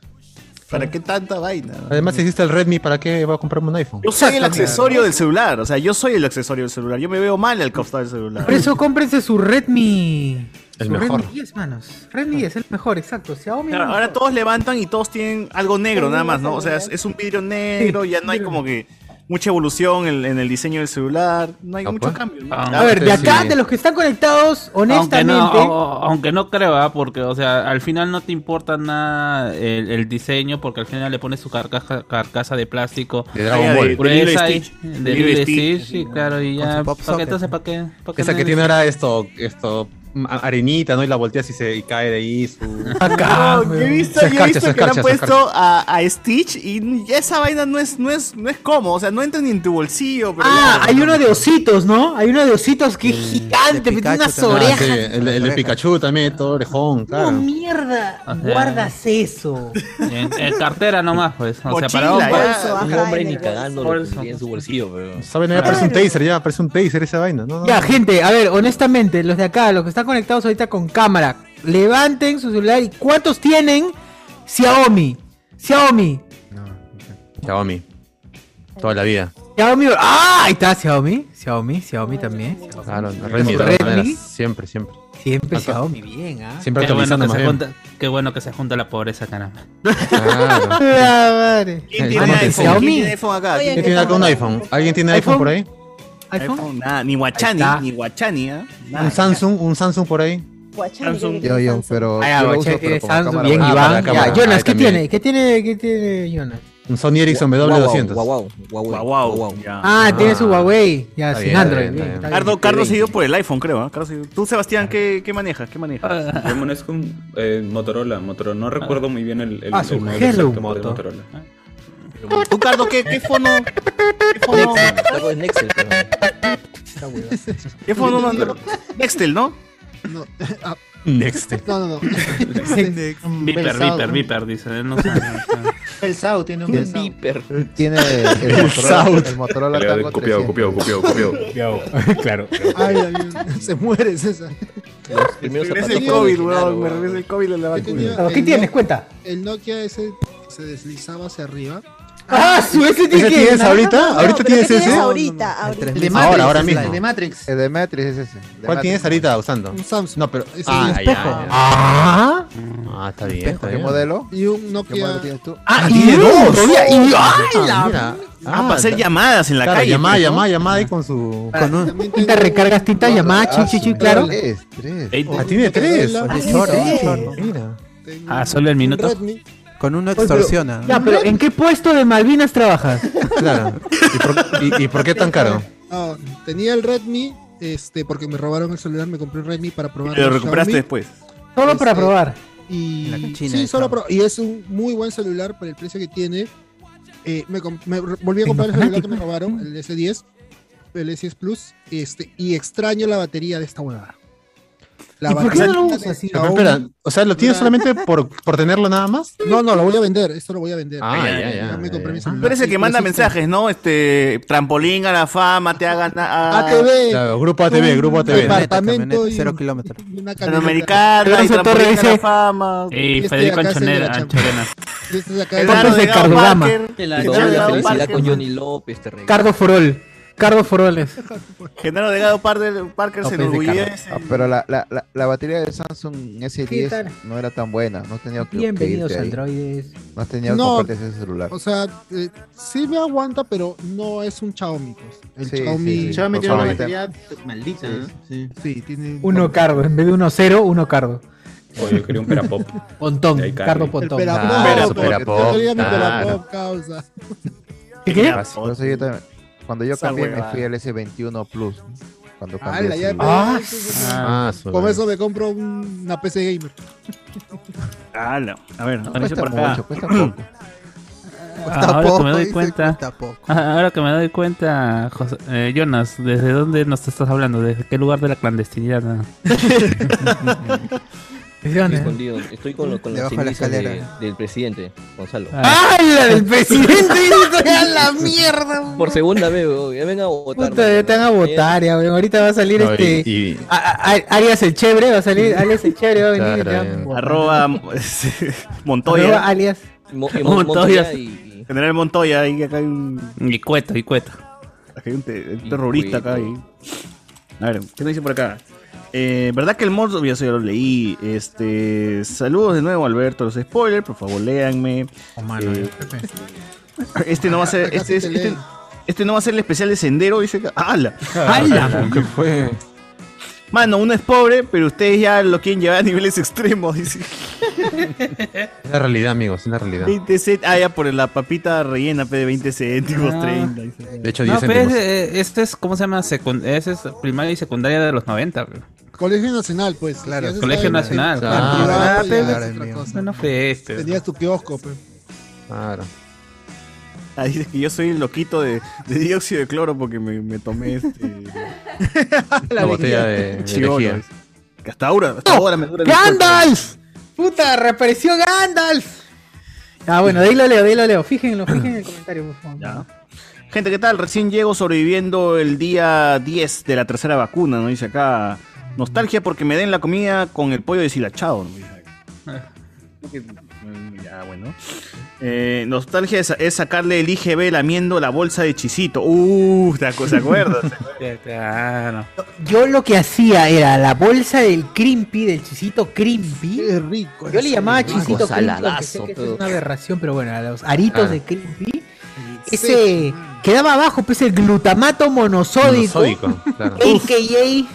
¿Para qué tanta vaina? Además, si existe el Redmi, ¿para qué va a comprarme un iPhone? Yo soy el accesorio del celular. O sea, yo soy el accesorio del celular. Yo me veo mal al costado del celular. Por eso cómprense su Redmi. El su mejor. Redmi 10, manos. Redmi 10, el mejor, exacto. Xiaomi. Claro, no. ahora todos levantan y todos tienen algo negro nada más, ¿no? O sea, es, es un vidrio negro, ya no hay como que mucha evolución en, en el diseño del celular, no hay Ah, mucho pues. cambio. ¿no? Ah, A ver, de sí. acá, de los que están conectados, Aunque honestamente. no, oh, o- o- aunque no creo, ¿ah? porque o sea, al final no te importa nada el, el diseño, porque al final le pones su carcaja- carcasa de plástico. De Dragon Ah, ya, Ball. de- de Gruesa Lilo y y- Stitch. de Lilo Lilo y y Stitch, Stitch, y claro, y Con ya. su pop ¿pa' qué? socket. entonces, ¿para qué? ¿Pa' qué Esa que no- tiene ahora esto, esto a- arenita, ¿no? Y la volteas y se y cae de ahí su. Ah, No, yo he visto, Se yo he escarcha, visto se que le han escarcha, se puesto escarcha. a, a Stitch y esa vaina no es, no es, no es cómodo, o sea, no entra ni en tu bolsillo. Pero Ah, hay uno de ositos, ¿no? Hay uno de ositos que es gigante, pero tiene unas Ah, orejas. sí, el, el de Pikachu también, todo orejón, ¡No, claro. mierda! Ajá. Guardas eso. En, en cartera nomás, pues. O sea, Mochila, para un, ya. Bolso, un ajá, hombre en ni el bolso. cagando lo pondría en su bolsillo, pero. Saben, ya parece un taser, ya parece un taser esa vaina. No, no, Ya, no. gente, a ver, honestamente, los de acá, los que están conectados ahorita con cámara, levanten su celular y ¿cuántos tienen Xiaomi? Xiaomi. Xiaomi. Toda la vida. Xiaomi. ¡Ah! Ahí está Xiaomi. Xiaomi, Xiaomi también. Xiaomi. Claro, Redmi, de todas maneras, Siempre, siempre. Siempre Acá. Xiaomi, bien, ¿ah? Siempre Qué bueno, actualizando que más se bien. junta, qué bueno que se junta la pobreza, caramba. Claro. <laughs> La madre. ¿Quién tiene Mano, iPhone? Xiaomi. ¿Quién tiene iPhone acá? Oye, ¿Quién tiene acá un iPhone? ¿Alguien tiene iPhone, por ahí? ¿iPhone? nada, ni Guachani, Ahí está. ni Guachani, ¿ah? Nada. ¿Un Samsung? ¿Un Samsung por ahí? Samsung. Yo, yo, pero. Ah, ya, yo lo uso, guacha, eh, pero como Samsung, cámara bien, buena. Iván. Ah, para Ya, cámara. Jonas, Ahí ¿Qué también. tiene? ¿Qué tiene? ¿Qué tiene Jonas? Un Sony Ericsson W200. Guau, guau, guau, guau. Ah, tiene su Huawei. Ya, Está sin bien, está Android. bien, bien, está está Cardo, bien. Carlos se dio por el iPhone, creo. ¿ah? Carlos se dio- Tú, Sebastián, ¿qué, qué manejas? ¿Qué manejas? Ah. Yo manejo un eh, Motorola, Motorola. No recuerdo muy bien el, el, Ah, su el modelo Hello exacto, pero Moto. Motorola. Ah. Tú, Cardo, ¿qué, qué fono? ¿Qué fono? ¿Qué fono mandas? Nextel, ¿no? No, <laughs> ah, Next. <laughs> no, no. no. Este. Viper, Belsao. Viper, Viper, dice. No sabe. El SAO tiene un buen Viper. <laughs> Tiene el El Motorola, South. el Motorola Copiado, Tango copiado, 300. copiado, copiado, copiado. <laughs> <laughs> claro. Ay, David, se muere César. primeros Regresa el zapatos COVID, original, weón. Me weón. regresa el COVID en la vacuna. ¿Qué El tienes? No- Cuenta. El Nokia ese que se deslizaba hacia arriba. Ah, su ese tiene que- tienes ahorita? No, no, Ah, ¿Ahorita pero tienes ¿qué ese? ahorita, ahorita. El de Matrix, ahora, ahora es mismo. la- el de Matrix. El de Matrix es ese. el de ¿Cuál Matrix. tienes ahorita usando? Un Samsung. No, pero. Es ah, un ya, espejo. ya. Ah. Ah, está bien. Mm. Espejo, está ¿Qué bien. modelo? Y un Nokia. ¿Qué modelo tienes tú? Ah, tiene dos. todavía, y- Ah, ¡ay, la- mira. Ah, para hacer está- llamadas en la Claro, calle. llamada, pues, ¿no? llamada, llamada ahí con su. Con un, tinta recargas tinta llamada, Ah, chichi, su- claro. Tres, tres. Ah, tiene tres. Ah, Oye, tiene chorro, tres. chorro, Mira. Ah, solo el minuto. Con uno Oye, Pues, pero- extorsiona. Ya, pero ¿en qué puesto de Malvinas trabajas? Claro. ¿Y por, y- y por qué tan caro? Ah, tenía el Redmi, este, porque me robaron el celular, me compré un Redmi para probar. Lo el recuperaste Xiaomi. después. Solo para probar. Este, Y En la China sí, de solo Estados. pro- y es un muy buen celular por el precio que tiene. Eh, me, com- me re- volví a comprar el celular que me robaron, el S10, el S10 Plus, este, y extraño la batería de esta huevada. La ¿Y por qué batería no lo de usas? Sí, Pero Xiaomi- espera, o sea, ¿lo tienes solamente por, por tenerlo nada más? No, no, lo voy a vender, esto lo voy a vender. Ah, ya, ya, ya, me ya, compré ya. mi celular. Tú eres el que Sí, manda pero sí, mensajes, ¿no? Este, trampolín a la fama, te hagan a... ATV. Claro, grupo ATV, grupo ATV. Departamento y Cero kilómetros. y una camioneta. Panamericana, y Lorenzo Torres trampolín a la dice- fama. Y Este Federico acá es el de la Anchonera. chamba. Anchorena. Este es acá El de- Claro, de Gao Ricardo Gama. Parker. Te El la Gao doy la felicidad Parker. con Johnny López, te regalo. Cardo Forol. Cardo Forol es. Genaro Delgado Parker, Parker No, se pues, enorgullece. Ricardo. Ah, pero la, la, la, la batería de Samsung ¿Qué tal? S10 no era tan buena. No has tenido que, que Bienvenidos irte ahí. androides. No has tenido que No. comprarte ese celular. O sea, eh, sí me aguanta, pero no es un Xiaomi. pues. El Sí, Xiaomi. sí, sí. Yo me Por tiene una favor. batería maldita, ¿no? Sí. ¿eh? Sí, tiene. Uno Cardo, en vez de uno cero, uno Cardo. Oh, yo quería un Perapop. Pontón, Ahí, Cardo. Cardo El Pontón. Perapop, Ah, pero- su Perapop, yo quería mi claro. Perapop, causa. ¿Qué, qué? Entonces yo también- cuando yo Esa cambié me huevada. fui al S21 Plus. ¿no? Cuando cambié Ala, el ya celular. Ah, pero- Ah, su- Con eso me compro un- una PC gamer. Ah, no. A ver, Aparece cuesta por acá. mucho, <clears throat> cuesta poco. Cuesta ahora poco, que me doy dice, cuenta. cuesta poco. Ah, Ahora que me doy cuenta, José- eh, Jonas, ¿desde dónde nos estás hablando? ¿Desde qué lugar de la clandestinidad? <laughs> ah? ¿De Estoy dónde? escondido. Estoy con, con las Debajo de la cenizas de- escalera. del presidente, Gonzalo. ¡Ah, la <laughs> <laughs> del presidente! ¡A la mierda! Por segunda vez, weón. Ya vengan a votar. Puta, ya te van a votar, ya, weón. Ahorita va a salir no, este. y- y- A- a- a- Arias el chévere, va a salir Alias el chévere, va a venir. y te va a- <laughs> Claro, Arroba Arroba Montoya. Alias. Mo- eh, Como Mo- Montoya todas. y- y- General Montoya, ahí acá hay un, Y cueto, y cueto. acá hay un te- un terrorista acá. ahí. A ver, ¿qué nos dice por acá? Eh, ¿Verdad que el Morso? Ya, eso ya lo leí. Este, saludos de nuevo, Alberto. Los spoilers, por favor, léanme. Eh, este no va a ser. Este, es- este, este no va a ser el especial de Sendero, dice acá. <laughs> ¡Hala! Ala, ¿Qué fue? Mano, uno es pobre, pero ustedes ya lo quieren llevar a niveles extremos, dice. Es la realidad, amigos, es la realidad. 20 cent- ah, ya por la papita rellena, pe, de 20 céntimos, Ah. 30. dice. De hecho, No, 10 pero eh, céntimos. este, es, ¿cómo se llama? Secund- ese es primaria y secundaria de los 90, weón. <clears throat> Colegio Nacional, pues. Claro, Si haces Colegio algo en- Nacional, en claro. privado, Ah, ya pero- es otra Claro, cosa. no fue este, Tenías tu kiosco, pues. Claro. Ah, dices que yo soy el loquito de, de dióxido de cloro porque me, me tomé <laughs> este. La botella de- de Chivolo, lejía. dice. Que hasta ahora, hasta ahora me dura el ¡Gandalf! ¡Puta! ¡Reapareció Gandalf! Ah, bueno, de ahí lo leo, de ahí lo leo. Fíjenlo, fíjenlo en el comentario, por favor. Gente, ¿qué tal? Recién llego sobreviviendo el día 10 de la tercera vacuna, ¿no? Dice acá. Nostalgia porque me den la comida con el pollo deshilachado, ¿no? Dice. Ya, bueno. Eh, nostalgia es, es sacarle el IGB lamiendo la bolsa de chisito. Uh, ¿te acu- se acuerdas? Claro. Yo lo que hacía era la bolsa del crimpy, del chisito crimpy. rico. Yo le llamaba rico. chisito crimpy, aunque sé Saladazo, que eso pero- es una aberración, pero bueno, a los aritos Claro. de crimpy. Ese quedaba abajo, pues el glutamato monosódico. Monosódico, <laughs> claro. AKA.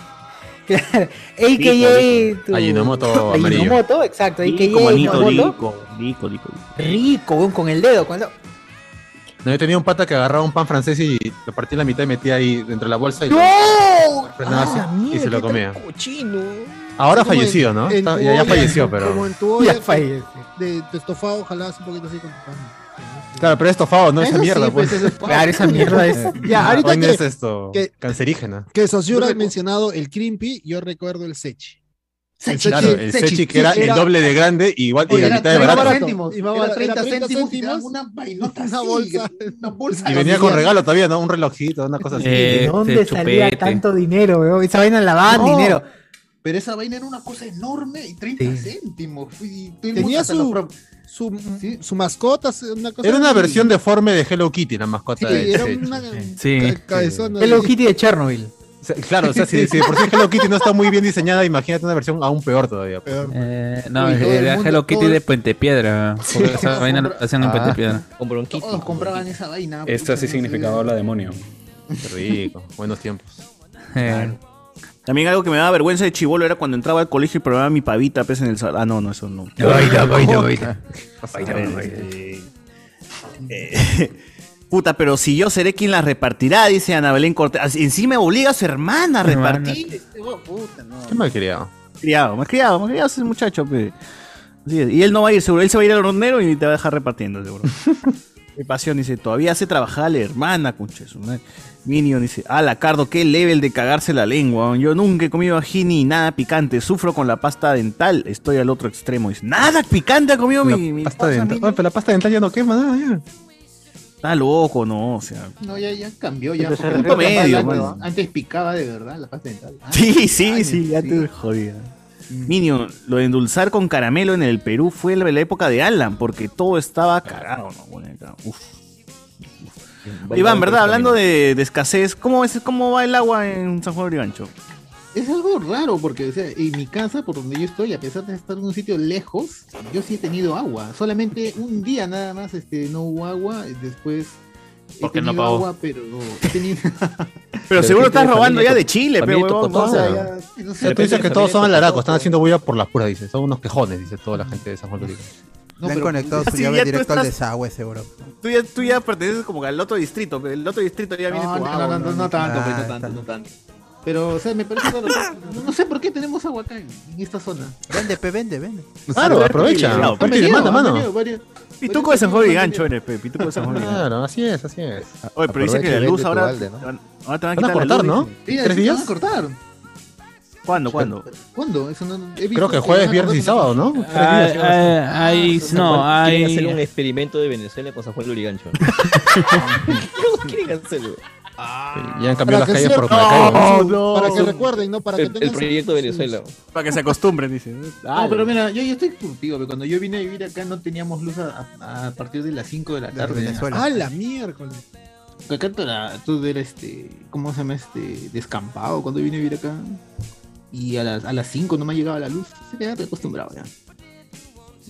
Claro, AKA. tu- <laughs> <laughs> Ajinomoto amarillo. Ajinomoto, exacto. AKA. Rico, manito, Ajinomoto. rico, rico, rico. Rico, weón, con el dedo. Cuando... No, yo tenía un pata que agarraba un pan francés y lo partía en la mitad y metía ahí dentro de la bolsa y, ¡No! frenaba así ¡Ah, y se lo comía. Cochino. Ahora Como en- fallecido, ¿no? en Está- tu ya, ya olla, falleció, pero. Como en tu olla Ya falleció. De tu estofado, ojalá un poquito así con tu pan. Claro, pero es estofado, no esa Eso sí, mierda, pues, pues. eso es pavo. claro, esa mierda es. <laughs> Ya, ahorita Hoy no que- es esto? que- cancerígena. Que Sosura ha mencionado el crimpy, yo recuerdo el sechi. El sechi- Claro, el sechi, sechi que era sí, el doble de grande y igual y Oye, la era mitad de treinta barato. céntimos. Y vamos a Era- 30 era 30 céntimos y te dan céntimos. una vainota Una así, bolsa. Una bolsa. Y venía con familiar. regalo todavía, ¿no? Un relojito, una cosa así. ¿De este dónde salía tanto dinero, weón? Esa vaina lavaban No. dinero. Pero esa vaina era una cosa enorme y 30 céntimos. Y todo el mundo Tenía hasta la su, pro- su, su mascota, su- una cosa Era una así. versión deforme de Hello Kitty, la mascota Sí, de era Sechi. una Sí. ca- cabezona. Hello Kitty de Chernobyl. O sea, Claro, o sea, si, si de por sí Hello Kitty no está muy bien diseñada, imagínate una versión aún peor todavía. pues. Eh, no, Uy, todo el era mundo, Hello Kitty todo el- de Puente Piedra. Sí. Porque esa vaina la hacían en Ah. Puente Piedra. Con bronquitis. Este- Todos compraban esa vaina. Esta sí significaba la demonio. Qué <laughs> rico, buenos tiempos. También algo que me daba vergüenza de chivolo era cuando entraba al colegio y probaba mi pavita, pues en el sal- Ah, no, no, eso no. Vaina, vaina, <laughs> vaina. Vaina, vaina. Eh, Puta, pero si yo seré quien las repartirá, dice Ana Belén Cortés. Así- Encima obliga a su hermana a Hermana. repartir. Qué mal criado. Criado, más criado, más criado es el muchacho, pe. Así es. Y él no va a ir, seguro. Él se va a ir al hornero y te va a dejar repartiendo, <laughs> seguro. Mi pasión dice, todavía hace trabajar a la hermana, conches. Minion dice, ah, la Cardo, qué level de cagarse la lengua. Yo nunca he comido ají ni nada picante. Sufro con la pasta dental. Estoy al otro extremo. Dice, nada picante ha comido mi, mi Pasta dental. Oye, pero la pasta dental ya no quema nada, ya. Está loco, no, o sea. No, ya, ya cambió. Ya, Pero se porque rompió antes- medio, antes, mano. antes picaba de verdad la pasta dental. Ah, Sí, sí, sí, ya te jodía. Mm. Minion, lo de endulzar con caramelo en el Perú fue la, la época de Alan, porque todo estaba cagado, ¿no? Bueno, acá, uf. Iván, ¿verdad? Hablando de, de escasez, ¿cómo, es, ¿cómo va el agua en San Juan de Origancho? Es algo raro porque, o sea, en mi casa, por donde yo estoy, a pesar de estar en un sitio lejos, yo sí he tenido agua. Solamente un día nada más este, no hubo agua. Después he Porque no tenido pagó. agua, pero he <laughs> tenido... Pero seguro estás robando ya de Chile, pero pero huevón, O o sea, sea, ya- no sé, tú depende dices de que la todos familia, son pero- alariacos, están haciendo bulla por las puras, dice. Son unos quejones, dice toda la gente de San Juan de Origancho. Le han pero- conectado Ah, su sí, llave ya tú directo al estás- desagüe, seguro. Tú ya, tú ya perteneces como al otro distrito, pero el otro distrito ya viene No, tu no, agua. no, no, no tanto, pues, no Ah, tanto, no tanto. Pero, o sea, me <laughs> parece raro. No, no sé por qué tenemos agua acá en, en esta zona. Vende, pe, vende, vende. Claro, aprovecha. privilegiado, Ponte y privilegiado, demanda, han mano. Venido varios- Pituco de San Juan de Origancho eres, pe, Pituco de San <laughs> Juan de Origancho. Claro, así es, así es. Ah, Oye, pero dice que Aprovecha la y luz vende tu ahora, balde, ¿no? te van- ahora te van a Van quitar a cortar, la luz, ¿no? dice. Sí, ¿Tres sí, días? van a cortar. ¿Cuándo, cuándo? ¿Cuándo? Eso no, he visto Creo que van jueves, a viernes y cortar. sábado, ¿no? <laughs> Tres días, algo así. ah, Hay, Ah, no, Quieren hacer un hay. experimento de Venezuela con San Juan de <laughs> Lurigancho. quieren hacerlo? Ah. Ya han cambiado las Para que calles por sea- Maracaibo. No, Para que no. recuerden, ¿no? Para que El, el tengan su- proyecto de su- Venezuela. Para que se acostumbren, dice. No, Ah, pero mira, yo, yo estoy contigo, pero cuando yo vine a vivir acá no teníamos luz a, a- a partir de las 5 de la tarde. Venezuela. Ah, la miércoles. Acá tú era- tú eras, este, ¿cómo se llama este? Descampado cuando vine a vivir acá. Y a las, a las 5 no me llegaba la luz. Se quedaba acostumbrado <laughs> ya.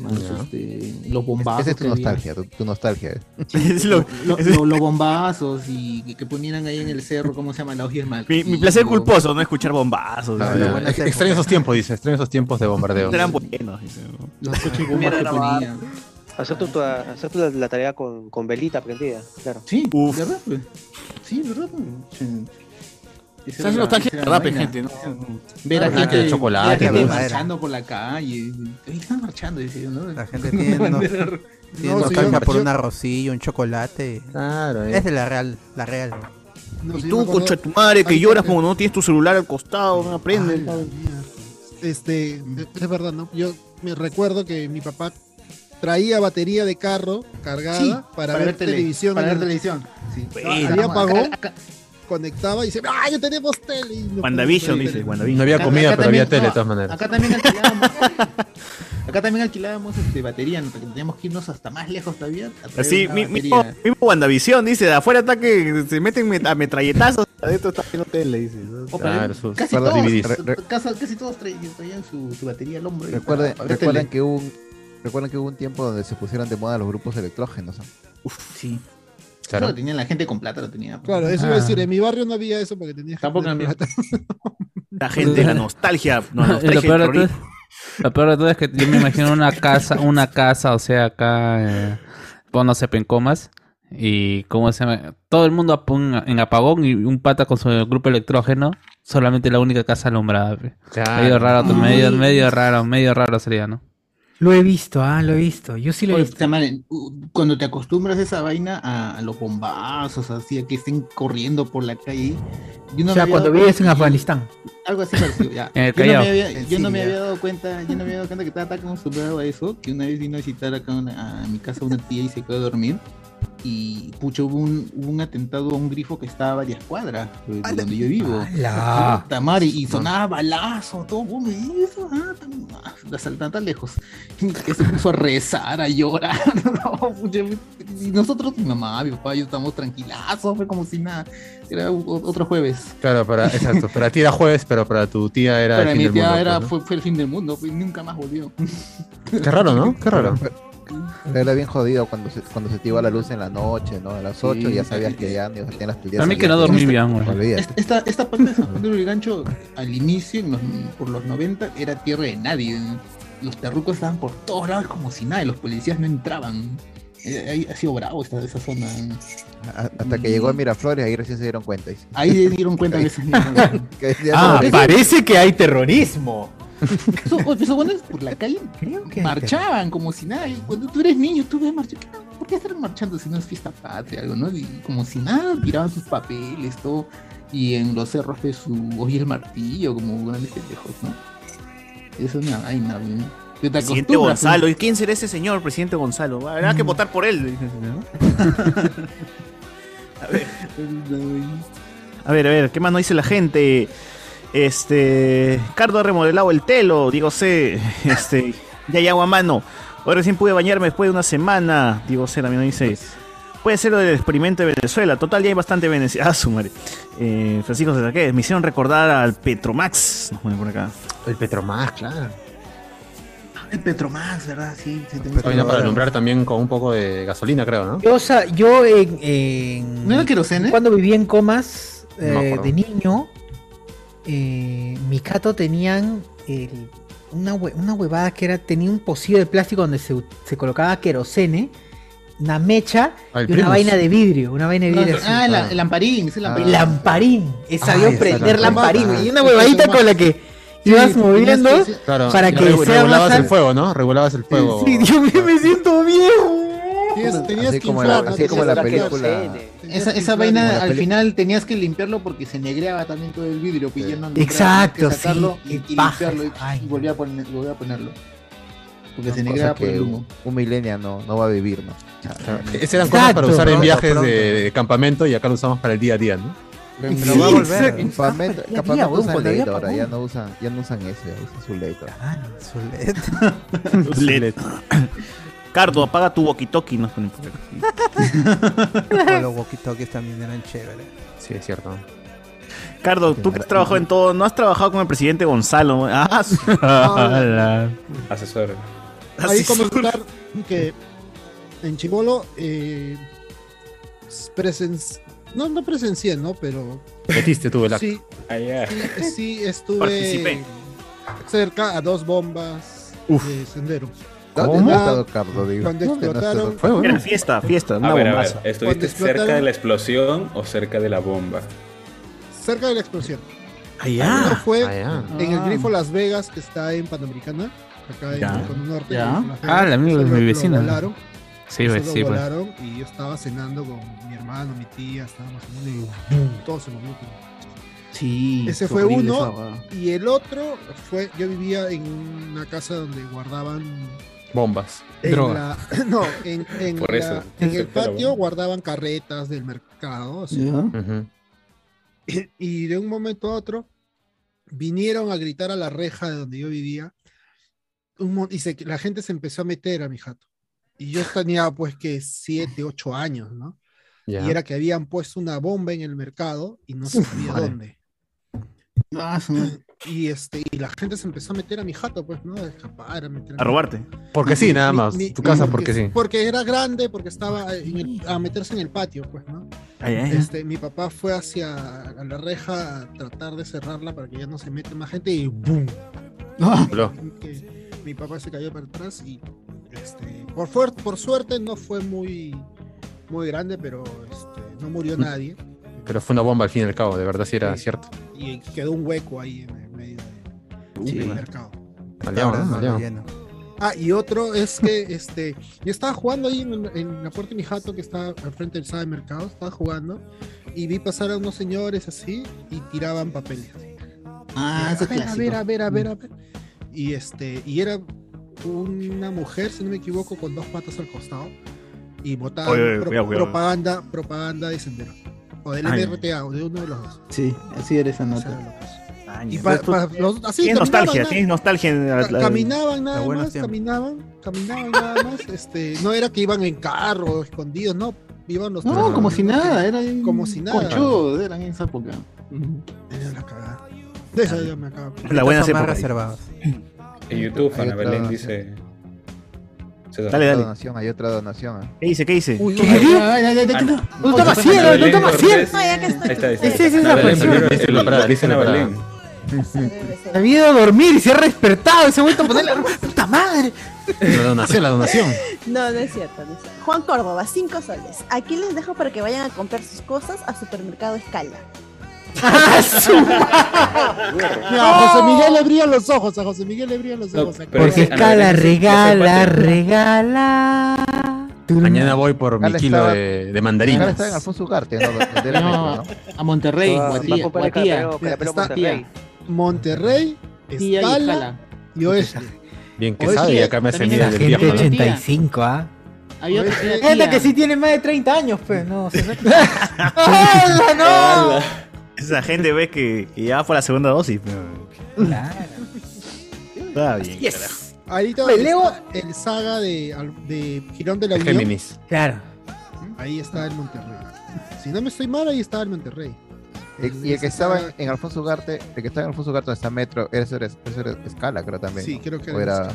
Más, Ya. este, los Esa bombazos. es tu que había. nostalgia, tu, tu nostalgia. Es lo- Lo- es- lo- los bombazos y que, que ponían ahí en el cerro, ¿cómo se llama? La hoja Mi, mi placer culposo, no escuchar bombazos. Ah, ¿no? ya. Ex- Extraño esos tiempos, dice. Extraño esos tiempos de bombardeo. Eran buenos, dice. ¿no? Los coches bombas que ponían. Hacer tu, tu- hacer tu- la tarea con, con velita prendida, claro. Sí, Uf. ¿verdad? pues? Sí, ¿verdad? pues? Sí. Esa ¿Sabes era lo nostalgia esa era de la rape, vaina. gente, no? Ver a Ah, gente, de ver a chocolate, gente verdadera. marchando por la calle. Oye, Están marchando, dice, ¿no? <laughs> La gente tiene, no, tiene nostalgia por un arrocillo, un chocolate. Claro, Esa eh. es la real, la real. No, Pues y sí, tú, me acuerdo- concha de tu madre, que Ay, lloras gente. como no tienes tu celular al costado, no aprendes. Este, es verdad, ¿no? Yo me recuerdo que mi papá traía batería de carro cargada Sí, para, ver, tele, televisión. Para en ver el- televisión. Sí. Ah, Había apagón, conectaba y se ¡ah, ya tenemos tele! Y no- WandaVision, no- dice. No había comida, pero había tele, de todas Acá, maneras. también alquilábamos. acá también alquilábamos este, batería, ¿no? porque teníamos que irnos hasta más lejos todavía. a traer Así, una mi- batería. mismo, mismo WandaVision, dice, de afuera está que se meten met- a metralletazos, adentro está viendo tele, dice. O para- eh, casi, todos, casa- casi todos traían, traían su, su batería al hombro. y Recuerden, para ver recuerden tele. que hubo un, recuerden que hubo un tiempo donde se pusieron de moda los grupos electrógenos. Uf, sí. Claro. Eso lo tenía la gente con plata, lo tenía. Claro, eso iba a Ah. decir, en mi barrio no había eso porque tenía Tampoco en mi- La gente, <laughs> la nostalgia, no, Ah, la No, <laughs> y nostalgia lo, peor de del todo, es- lo peor de todo es que yo me imagino una casa, una casa, o sea, acá, eh, pues, no sé, pencomas, y cómo se llama, todo el mundo ap- un- en apagón y un pata con su grupo electrógeno, solamente la única casa alumbrada. pe. Claro. Medio raro, Ay. medio, medio raro, medio raro sería, ¿no? Lo he visto, ah, lo he visto. Yo sí lo he Oye, visto. puta madre, u- Cuando te acostumbras a esa vaina, a, a los bombazos, así, a que estén corriendo por la calle. yo no o sea, me había cuando dado vives en cuenta- Afganistán. Algo así <laughs> parecido, ya. En el yo no Callao. me había, En yo no me Siria. había dado cuenta, yo no me había dado cuenta que estaba tan acostumbrado a eso, que una vez vino a visitar acá una- a mi casa una tía y se quedó a dormir. Y pucha, hubo un, hubo un atentado a un grifo que estaba a varias cuadras de de donde yo vivo. ¡Hala! Puta madre, y sonaba balazo, todo, boom, y eso, ah, tan- ah, la saltan tan lejos. Que se puso a rezar, a llorar. <laughs> No, pucha, y nosotros, mi mamá, mi papá, yo estábamos tranquilazos, fue como si nada. Era o- otro jueves. Claro, para, exacto. Para ti era jueves, pero para tu tía era Para el fin mi del tía mundo, era, pues, fue, fue el fin del mundo, pues, nunca más volvió. ¿no? Qué raro, ¿no? Qué raro. Era bien jodido cuando se, cuando se te iba la luz en la noche, ¿no? A las 8 Sí. ya sabías que ya ni tenías las tuyas. A mí que no dormí bien, güey. <laughs> Olvídate. Esta, esta parte de San Juan de Lurigancho, al inicio, en los- por los 90, era tierra de nadie. Los terrucos estaban por todos lados como si nada, y los policías no entraban. Eh, ahí Ha sido bravo esta, esa zona. A- Hasta que llegó a Miraflores, ahí recién se dieron cuenta. dice. Ahí se dieron cuenta que <laughs> Que decía, Ah, no, parece que hay terrorismo. Eso, eso bueno, es por la calle marchaban como si nada. Y Cuando tú eres niño, tú ves marchar. ¿qué- ¿Por qué estar marchando si no es fiesta patria? Algo, ¿no? Y como si nada, tiraban sus papeles, todo. Y en los cerros de su hoy el martillo, como grandes pendejos, ¿no? Eso es una vaina, bien. Que te Presidente acostumbras, ¿no? Gonzalo, ¿y quién será ese señor, presidente Gonzalo? Va, Habrá que Mm. votar por él. dice, ¿no? <laughs> A ver. A ver, a ver, ¿qué más nos dice la gente? Este. Cardo ha remodelado el telo, digo C. <laughs> Este. Ya hay agua a mano. Hoy recién pude bañarme después de una semana. Digo C también nos dice. Puede ser lo del experimento de Venezuela. Total, ya hay bastante Venezuela. <laughs> Ah, su madre. Eh, Francisco César, Me hicieron recordar al Petromax. Nos pone por acá. El Petromax, claro. El Petromax, ¿verdad? Sí, se te- Vaina para alumbrar también con un poco de gasolina, creo, ¿no? Yo, sa- yo en, en- ¿No era querosene? Cuando vivía en Comas, No me eh, acuerdo. de niño, eh, mi cato tenían el- una, hue- una huevada que era, tenía un pocillo de plástico donde se, se colocaba querosene, una mecha Ah, el y una Primus. vaina de vidrio, una vaina de vidrio. así. Ah, la- el lamparín, sí, el lamparín. Lamparín, es Ah, sabio esa prender lamparín. lamparín. Y una Ah, huevadita esa con la que ibas tenías moviendo que- sí. Claro, para y que regu- sea regulabas más el fuego, ¿no? Regulabas el fuego. Sí, Dios mío, me siento viejo. Así como la, así como la película. Esa, esa Como la vaina al peli- final tenías que limpiarlo porque se negreaba también todo el vidrio. Pues ya no alumbraba, Exacto, tenías que sacarlo sí, y- qué y, paja limpiarlo y, y volvía, a poner- volvía a ponerlo. Porque se Cosa negreaba por que el humo. un, un millennial <laughs> no, no va a vivir, ¿no? Esas eran cosas para usar en viajes de, de campamento y acá lo usamos para el día a día, ¿no? Pero va a volver. Campamento, campamento usan Leyto ahora, ya no usan, ya no usan ese, usan su Leyto. su Leyto. <laughs> Led. Cardo, <laughs> apaga tu walkie-talkie. Nos ponen por acá. O los walkie-talkies también eran chéveres. Sí, es cierto. Cardo, tú que has trabajado en todo, no has trabajado con el presidente Gonzalo. Ah, su- Ah, Asesor. Ahí comentar que en Chibolo eh, presen- no, no presencié, ¿no? Pero Metiste tú el acto. sí, sí, sí estuve Participé. cerca a dos bombas de sendero. ¿Dónde ¿Cómo? no has estado, Cardo? Digo, Cuando este, ¿dónde no has estado? explotaron- Fue bueno. Era fiesta, fiesta, A una ver, a bombaza. ver, ¿estuviste explotaron- cerca de la explosión o cerca de la bomba? cerca de la explosión. Ah, Allá. Primero fue Allá. en el Ah. grifo Las Vegas, que está en Panamericana, acá en Ya. el Cono Norte. Ya. en el Grifo Las Ah, la Vegas. amiga de Solo mi lo vecina. volaron. Sí, Solo pues, sí, pues. volaron y yo estaba cenando con mi hermano, mi tía, estábamos cenando y ¡boom! todo se movió. Sí. Ese es fue horrible uno. esa huevada. y el otro fue, yo vivía en una casa donde guardaban Bombas. en Droga. la- <laughs> no, en, en Por la- eso. en el Pero patio bueno. guardaban carretas del mercado. así. Ujú. <coughs> Y de un momento a otro vinieron a gritar a la reja de donde yo vivía. un mon- y se- la gente se empezó a meter a mi jato. Y yo tenía pues que siete, ocho años, ¿no? Ya. Y era que habían puesto una bomba en el mercado y no se sabía madre. dónde. Ah, su madre. Y, este, y la gente se empezó a meter a mi jato, pues, ¿no? A escapar, a meter A robarte. Porque sí, nada más. Tu casa porque sí. Porque era grande, porque estaba en el- a meterse en el patio, pues, ¿no? Ay, ay, ay. Este, mi papá fue hacia a la reja a tratar de cerrarla para que ya no se mete más gente y ¡boom! Voló. Que mi papá se cayó para atrás y este, por, fuer- por suerte no fue muy, muy grande, pero este, no murió nadie. Pero fue una bomba al fin y al cabo, de verdad sí era cierto. y quedó un hueco ahí en el medio de- Sí. del mercado. Maleado, ¿no? Maleado. Ah, y otro es que este, yo estaba jugando ahí en, el- en la puerta de mi jato que está al frente del sala de mercado, estaba jugando y vi pasar a unos señores así y tiraban papeles. Ah, ese a ver, a clásico. ver, a ver, a ver, a ver. Y este, y era una mujer, si no me equivoco, con dos patas al costado y botaba Oye, oye, pro- cuidado, cuidado. propaganda, propaganda de sendero. O del Ay. MRTA, o de uno de los dos. Sí, así era esa nota. Y pa- pa- los- así tienes caminaban, nostalgia, ¿no? tienes nostalgia. en la- la- Caminaban nada los buenos más, tiempos. caminaban, caminaban nada más. <laughs> Este, no era que iban en carro, escondidos, no. Iban los No, como si nada, era Como si nada. Conchudos eran en esa época. Ujú. De eso ya me acabo. La buena Son más épocas. reservadas. En YouTube, Hay Ana otra Belén donación. dice. César. Hay Ah, otra donación, hay otra donación. ah. ¿Qué dice? ¿Qué dice? Uy, ¿Qué? uy, Ay, ay, ay, ay, Ana- no. No toma cielo, no Belén toma Cortés. cielo. Ay, acá estoy. Ahí <laughs> está, ahí está. Esa es Ana la Belén, presión. dice Esa la parada, dice la Ana parada. Belén. Había ido a dormir y se ha despertado y se ha vuelto a poner la puta madre. La donación, la donación. <laughs> No, no es cierto. no es cierto. Juan Córdoba, 5 soles. Aquí les dejo para que vayan a comprar sus cosas a supermercado Escala. <laughs> Mira, a José Miguel le brillan los ojos, a José Miguel le brillan los ojos. pero acá. es que Escala regala, regala. Mañana voy por mi Ahora kilo estaba- de, de Ahora mandarinas. está en Alfonso Ugarte, ¿no? Donde era No, metro, ¿no? a Monterrey, Ah, va a Guatía, comprar el Guatía. carapelo, carapelo Está- Monterrey. Monterrey, Tía y Escala Escala. y Oeste. Bien que Oye, sabe, y acá me hace también miedo la del gente viejo. ¿no? 85, ¿ah? Había otra Oeste. tía. Gente pues, eh, que sí tiene más de 30 años, pues, no. se- <laughs> ¡Hala, no! <laughs> Esa gente ve que, que ya fue la segunda dosis. pero- Está bien, carajo. Ahí está, Me está leo- el saga de, al- de Girón de la Unión. Géminis. Claro. Ahí está el Monterrey. Si no me estoy mal, ahí está el Monterrey. Y- Y el que estaba en, en Alfonso Ugarte, el que estaba en Alfonso Ugarte donde está Metro, era, era, era Escala, creo también. Sí, ¿no? creo que O era era.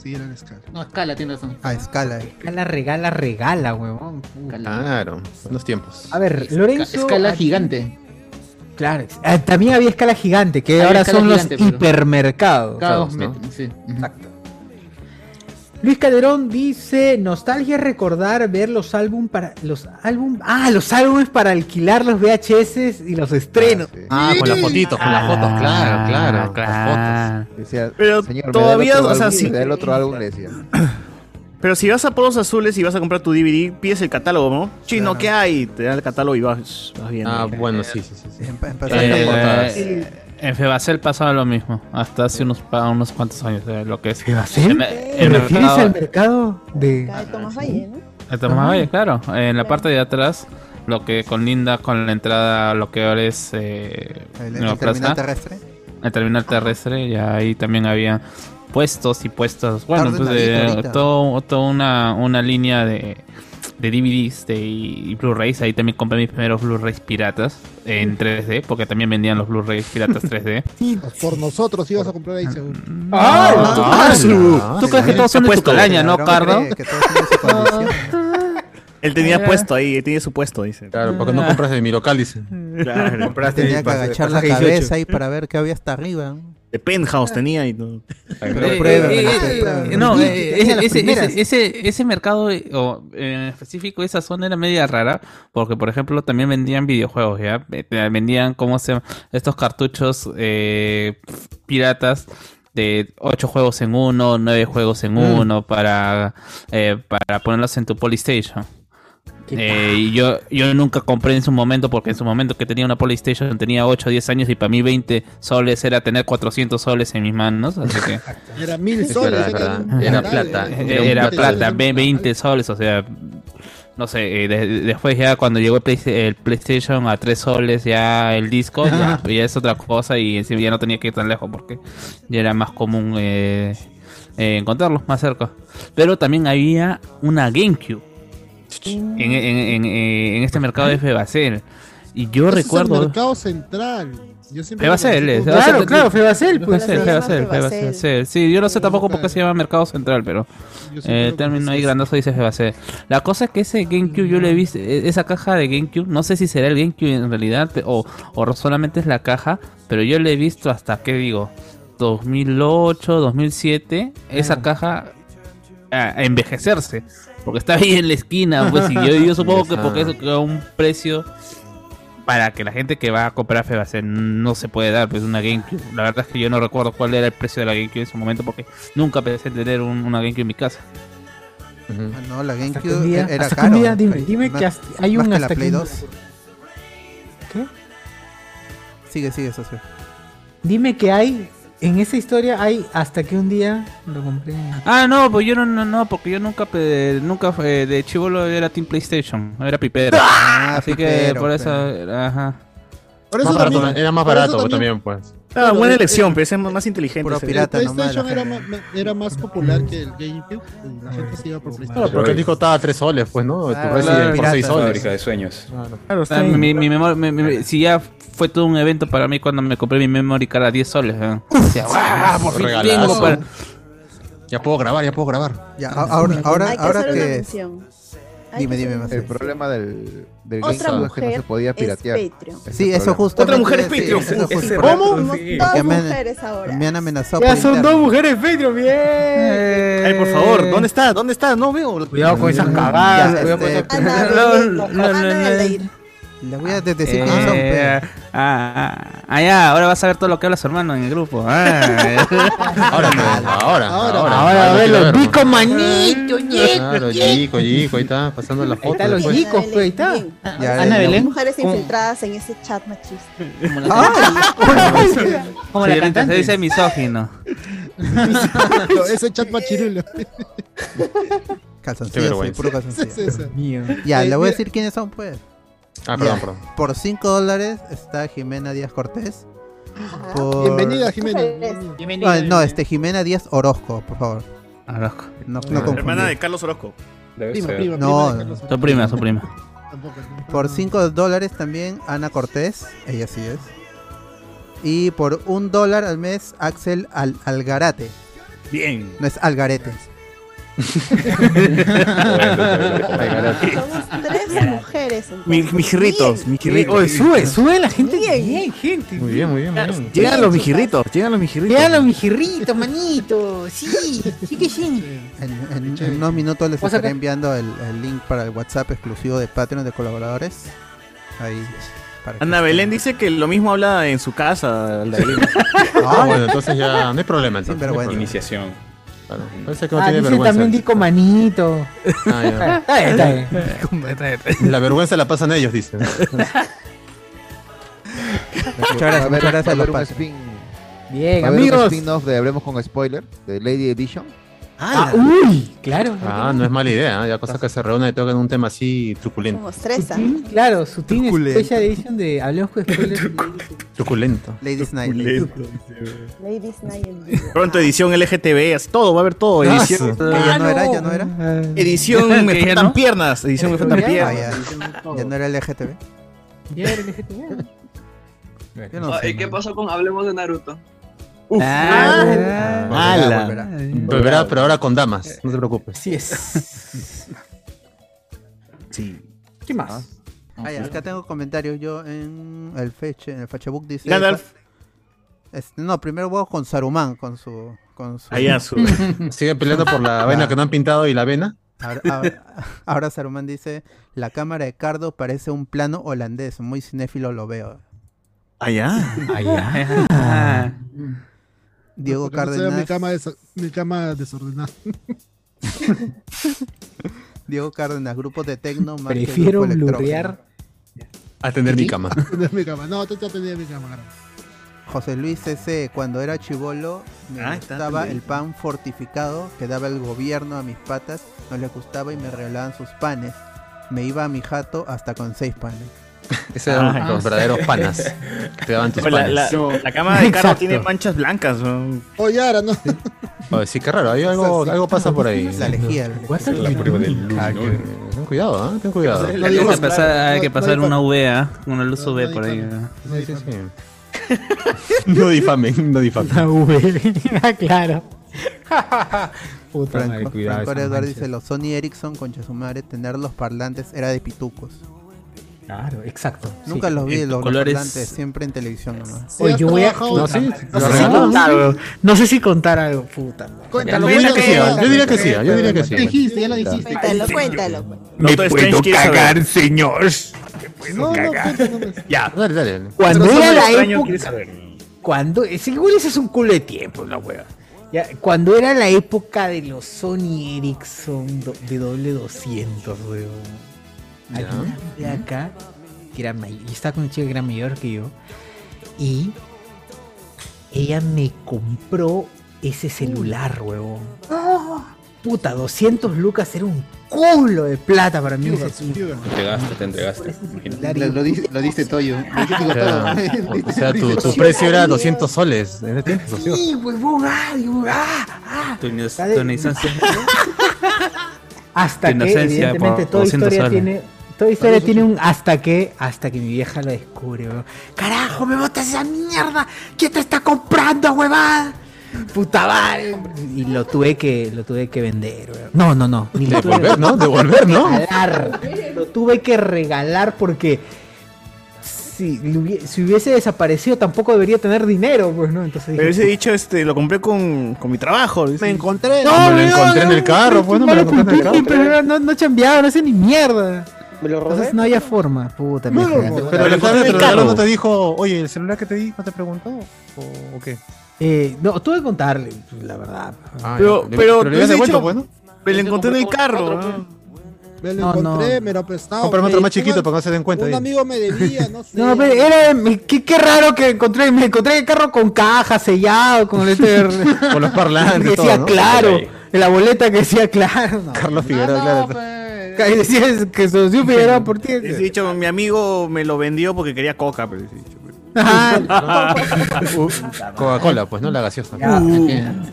Sí, era en escala. No, escala, tiene razón. Ah, A escala. eh. Escala regala, regala, huevón. Claro, buenos tiempos. A ver, Lorenzo. Escala aquí- gigante. Claro. ex- ah, También había escala gigante, que Había ahora escala son los gigante, pero- hipermercados. Cada dos ¿no? metros, sí. Exacto. Luis Calderón dice, nostalgia es recordar ver los álbum para los álbum, ah, los álbumes para alquilar los VHS y los estrenos. Ah, con las fotitos, con las fotos, claro, claro. claro. Decía, Pero señor, me da el todavía, otro o sea, álbum, sí. me da el otro álbum le decía. Pero si vas a Polos Azules y vas a comprar tu DVD, pides el catálogo, ¿no? Chino, ¿qué hay? Te dan el catálogo y vas, vas viendo. Ah, bueno, sí, sí, sí. sí. Eh, portadas. eh, en Febacel pasaba lo mismo, hasta hace unos, pa- unos cuantos años, eh, lo que es. ¿Febacel? En- ¿Te en el refieres mercado- al mercado de Acá de Tomás Valle, ¿no? El Tomás Valle, claro. En la parte de atrás, lo que con Linda, con la entrada, lo que ahora es. Eh, ¿El- Nueva el Plaza. terminal terrestre? El terminal terrestre, y ahí también había puestos y puestos. Bueno, Tarde en entonces, la vida eh, ahorita. todo, toda una, una línea de, de DVDs de- y, y Blu-rays. Ahí también compré mis primeros Blu-rays piratas en 3D, porque también vendían los Blu-rays piratas <laughs> 3D. Por nosotros ibas a comprar ahí seguro. ¡Ay! Ah, ¿Tú, ah, ah, ¿tú crees que todos son de tu Puesto. calaña, no, Cardo? Él tenía Era- puesto ahí, él tenía su puesto, dice. Claro, porque no compras de mi local, dice. Claro. Tenía que agachar la cabeza ahí para ver qué había hasta arriba. ¿no? De penthouse tenía y todo. Eh, eh, eh, eh, no, eh, ese, ese- ese, ese- ese mercado eh, o, eh, en específico, esa zona era media rara, porque por ejemplo también vendían videojuegos, ¿ya? Ve- te Vendían como se estos cartuchos eh, piratas de 8 juegos en uno, 9 juegos en Mm. uno, para, eh, para ponerlos en tu Polystation. Eh, y yo, yo nunca compré en su momento, porque en su momento que tenía una Polystation tenía 8 o 10 años y para mí 20 soles era tener 400 soles en mis manos, así que... Era mil Es soles. verdad, verdad. era Era plata. Era, plata, ve- 20 soles, o sea. No sé, eh, de- de- después ya cuando llegó el, Playsta- el PlayStation a 3 soles ya el disco, ya, ya es otra cosa y encima ya no tenía que ir tan lejos porque ya era más común eh, eh, encontrarlos más cerca. Pero también había una GameCube en, en, en- en- en este mercado de Febacel. Y yo Ese es el recuerdo... mercado central. Yo siempre Febacel, digo, es- tipo, Febacel, claro, Febacel, pues. Febacel, Febacel, Febacel. Febacel. Sí, yo no sé tampoco por qué se llama Mercado Central, pero eh, el término ahí grandoso dice Febacel. La cosa es que ese GameCube yo le vi, eh, esa caja de GameCube, no sé si será el GameCube en realidad pe- o, o solamente es la caja, pero yo le he visto hasta, ¿qué digo? 2008, 2007, Ah. esa caja a a envejecerse. Porque está ahí en la esquina, pues, y yo, yo supongo que porque eso queda un precio para que la gente que va a comprar Febacel no se puede dar, pues una GameCube. La verdad es que yo no recuerdo cuál era el precio de la GameCube en ese momento porque nunca pensé tener un- una GameCube en mi casa. Ah, no, la Hasta que GameCube un día- era hasta que caro. un día, dime, dime Más- que hasta- hay más un que la hasta que Play un- 2. ¿Qué? Sigue, sigue, socio. Dime que hay, en esa historia hay hasta que un día lo compré. Ah, no, pues yo no, no, no, porque yo nunca, pe- nunca fue- eh, de chivolo era Team PlayStation, era <laughs> pipero. Así que Ah, pipero, por eso, ajá. Por Más barato, era más por eso barato pues, también- también, pues. Ah, buena eh, Claro, elección, pero ese es más inteligente. El ese. PlayStation Este era, ma- ma- era más popular que el GameCube. y La gente se iba por PlayStation. Claro, porque el disco estaba a 3 soles, pues, ¿no? Tu Claro, Resident claro, por 6 pirata. soles. Fábrica de sueños. Claro, Ah, mi, mi memoria- mi- mi- si ya fue todo un evento para mí cuando me compré mi memory card a 10 soles. ¿eh? O sea, ¡guau! por fin Regalazo. tengo para- Ya puedo grabar, ya puedo grabar. Ya, a- ahora, ahora, Hay que ahora hacer una que. mención. Hay Dime, que dime hacer Eh, más. El problema del, del Otra GameCube es que no mujer se podía es piratear. Patreon. Ese Sí, el eso problema. justo. Somos todas mujeres ahora. Me han amenazado. Ya por son interno. dos mujeres Patreon, bien. Ay, por favor, ¿dónde está? ¿Dónde está? No veo. Cuidado Pues con esas Ya, cagadas. cuidado <laughs> con este, esas- Les voy a de- decir Eh, quiénes son. pe. ah, ah, ah, ya, ahora vas a ver todo lo que habla su hermano en el grupo. Ah. <laughs> Ahora, pues, ahora, ahora. Ahora, a ver, los Nico Nico Manito, Claro, Yico, Yico, ahí está, pasando las fotos. Están los después. chicos, pues, ahí está. Ya, Ana ya. Belén. Mujeres ¿Cómo? Ah, infiltradas en ese chat <laughs> machista. Como <laughs> Sí, la ahorita cantante. Se dice misógino. Ese Eh. chat <laughs> machirulo. Qué Calzoncillo, sí, vergüenza. puro calzoncillo. Sí, <laughs> sí, sí. Mío. Ya, Eh, le voy a mira. decir quiénes son, pues. Ah, perdón, Ya, perdón. Por 5 dólares está Jimena Díaz Cortés. Ah. Por- Bienvenida, Jimena. Ah, no, este Jimena Díaz Orozco, por favor. Orozco. No, no Hermana confundir. Hermana de Carlos Orozco. Ah, Debe Prima, ser. prima, No, prima de no. Carlos Orozco. Su prima, su prima. Por 5 dólares también Ana Cortés, ella sí es. Y por un dólar al mes Axel Al- Algarate. Bien. No es Algarete. Somos tres mujeres. entonces. Mis mijirritos, Bien. mijirritos. Oye, sube, sube <laughs> la gente. Bien. Bien, gente. Muy bien, muy bien, muy bien. Llegan los mijirritos, llegan los mijirritos. Vean los mijirritos, manito. Sí, sí que sí. En, en- en unos minutos les Vamos a estaré ver. enviando el, el link para el WhatsApp exclusivo de Patreon de colaboradores. Ahí. para que- Ana Belén dice que lo mismo habla en su casa. Alda Belén. Ah, bueno, entonces ya no hay problema. Entonces, no hay vergüenza. problema. Iniciación. Claro, Parece que no Ah, tiene dice vergüenza. también Dico Manito. Ah, ya. <laughs> Está bien, está bien. La vergüenza la pasan ellos, dice. Muchas gracias, Va a haber- muchas gracias va a a los haber un patas. spin- Bien, va a haber un amigos. spin-off de Hablemos con Spoiler, de Lady Edition. Ah, uy, claro. Ah, no es mala idea, ¿eh? ya cosa que se reúna y tocan un tema así truculento. Somos tres. ¿ah? Claro, su Teen Truculento. Special Edition de Hablemos con <laughs> Spoilers. Truculento. Ladies Night. Ladies Night en vivo. Pronto edición LGTB, así todo, va a haber todo. Ah, Oh, Edición, Que ya no era, ya no era. <laughs> edición me Que ya faltan no. piernas. Edición me faltan Ya. Ah, piernas. ya. ya no era LGTB. Ya era LGTB. Yo no Ah, sé. ¿Y qué man. pasó con Hablemos de Naruto? Ah. Ah, Ala. Volverá, volverá. Volverá, pero ahora con damas, no te preocupes. Así es. Sí. ¿Qué más? Ah, ya, acá tengo comentarios yo en el feche, en el Facebook dice Gandalf. Es- no, primero huevos con Saruman, con su. Con su... Sigue peleando por la vaina que no han pintado y la vena. Ahora, ahora- ahora Saruman dice: La cámara de Cardo parece un plano holandés. Muy cinéfilo lo veo. Allá. Allá. <laughs> Diego Porque no se vea Mi Cárdenas. cama, desa- mi cama desordenada. Diego Cárdenas, grupos de tecno más que Prefiero grupo electrógeno. blurrear. A tener mi cama. <laughs> Atender mi cama. No, tú te atendías mi cama. carajo. José Luis C.C. Cuando era chivolo me Ah, está gustaba bien. el pan fortificado que daba el gobierno a mis patas. No les gustaba y me regalaban sus panes. Me iba a mi jato hasta con seis <laughs> panes. Esos eran Ah, los sí. verdaderos <laughs> panas. que Te daban tus Pues la- <laughs> panes. la- No. la cama de Cardo tiene manchas blancas. Oye, ahora no. Oye, sí, qué raro. Hay algo, algo pasa por ahí. La lejía. La prueba del luz, ¿no? Ten cuidado, ¿eh? ten cuidado. Hay que pasar, hay que pasar una UV, ¿ah? una luz UV por ahí. ¿ah? Sí, sí, sí. No difamen, <laughs> no difamen. <laughs> Ah, claro. Puta Franco, madre, cuidado Franco esas Eduardo manchas. dice: Los Sony Ericsson, concha su madre, tener los parlantes era de pitucos. Claro, exacto. Nunca Sí, los vi, eh, los, los colores- parlantes, siempre en televisión nomás. Oye, yo voy a. No, sé- no sé si contar, weón. No sé si contar algo, puta. madre. Cuéntalo, Yo diría que sí, cuéntalo. yo diría que sí, yo diría que sí. Dijiste, ya lo dijiste. Cuéntalo, cuéntalo. Me puedo cagar, señor. No, no, cuéntame. Ya, dale, dale. Cuando era la quieres época. Cuando. es- Igual ese es un culo de tiempo, la wea. Ya, cuando era la época de los Sony Ericsson do- de doble 200, weón. Hay Ya. una placa que era mayor. Y estaba con una chica que era mayor que yo. Y ella me compró ese Mm. celular, weón. Puta, 200 lucas era un culo de plata para mí. ese celular. Te entregaste, te entregaste. imagino. Lo- lo diste- lo diste Toyo. Lo diste O costado. sea, <laughs> o sea, tu, tu precio era 200 soles en ese tiempo. socio. Sí, huevón, ah, digo, ah, ah. Tu ino- tu inocencia. Hasta Tu que, inocencia evidentemente, por toda 200 historia soles. tiene. Toda historia tiene un hasta que, hasta que mi vieja lo descubre, weón. ¡Carajo, me botas esa mierda! ¿Quién te está comprando, huevada? Puta madre. Y lo tuve que, lo tuve que vender, weón. No, no, no. ni lo tuve que- Devolver, ¿no? Devolver, ¿no? Regalar. Lo tuve que regalar porque si, le hubie- si hubiese desaparecido tampoco debería tener dinero, pues, ¿no? Entonces Pero dije, ese dicho, este, lo compré con, con mi trabajo. Me encontré. me lo encontré en el carro. pues Bueno, me lo encontré en el carro. pero no, no chambeaba, no hacía ni mierda. Entonces no había forma, puta. me Pero fregaste. la tarde te regalaron, no te dijo, oye, el celular que te di, ¿no te preguntó? ¿O, o qué? Eh, no, tuve que contarle, la verdad. Pero, pero, Ah, le hubieras tú has dicho, devuelto, pues, ¿no? me lo encontré en el Otro, carro. otro, ¿no? Me lo No, encontré, no. me lo ha prestado. Cómprame me otro más dijo, chiquito "Ah, para que no se den cuenta. Un ahí". amigo me debía, <laughs> no sé. No, pero era. Qué, qué raro que encontré. Me encontré el carro con caja, sellado, con este. <laughs> Con los parlantes, Que todo, decía ¿no? claro. Ok. La boleta que decía <laughs> claro. No. Carlos Figueroa, claro. Que decía que <laughs> Socio Figueroa por ti. Ese dicho, mi amigo me lo vendió porque quería coca. Pero ese dicho, pues. Coca-Cola, pues, ¿no? La gaseosa. Uh,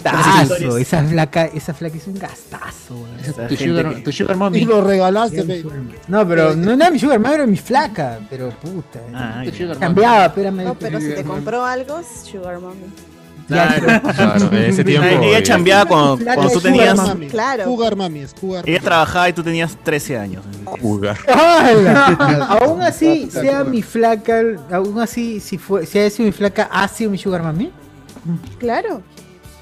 Gastazo, historias. esa flaca, esa flaca es un gastazo. weón. tu sugar- tu sugar Y lo regalaste, Sí, pe. sugar mommy. No, pero no era mi sugar mommy, era mi flaca, pero puta. Ah, ya. Tu sugar Cambiaba, espérame. No, pero si te compró algo, Sugar Mommy. Claro, claro, en ese tiempo. Ella eh, chambeaba cuando, Plata cuando de tú sugar, tenías. mami. Claro. Jugar, mami, es jugar. Ella trabajaba y tú tenías 13 años. Jugar. ¡Hala! aún así, sea mi flaca, aún así, si fue, si ha sido mi flaca, ha sido mi sugar mami. Claro.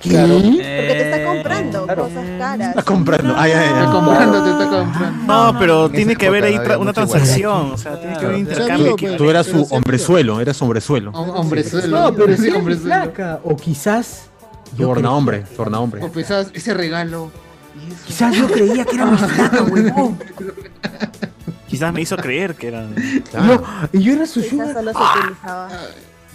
¿Qué? Porque te está comprando cosas caras. Está comprando. Ay, ay, ay. Eh, Está comprando, te está comprando. No, pero En esa tiene que haber época ahí no tra- había una mucho transacción. igualdad. O sea, tiene que haber Claro. intercambio. Tú- Tú eras su hombrezuelo, eras su hombrezuelo. Hombre suelo. No, <laughs> pero si sí, es mi hombre suelo. flaca, o quizás, Tu hornahombre, tu hornahombre. O pesabas ese regalo. quizás yo creía que era mi flaca, huevón. Quizás me hizo creer que era. Yo, y yo era su Quizás sugar. solo se utilizaba. Ah.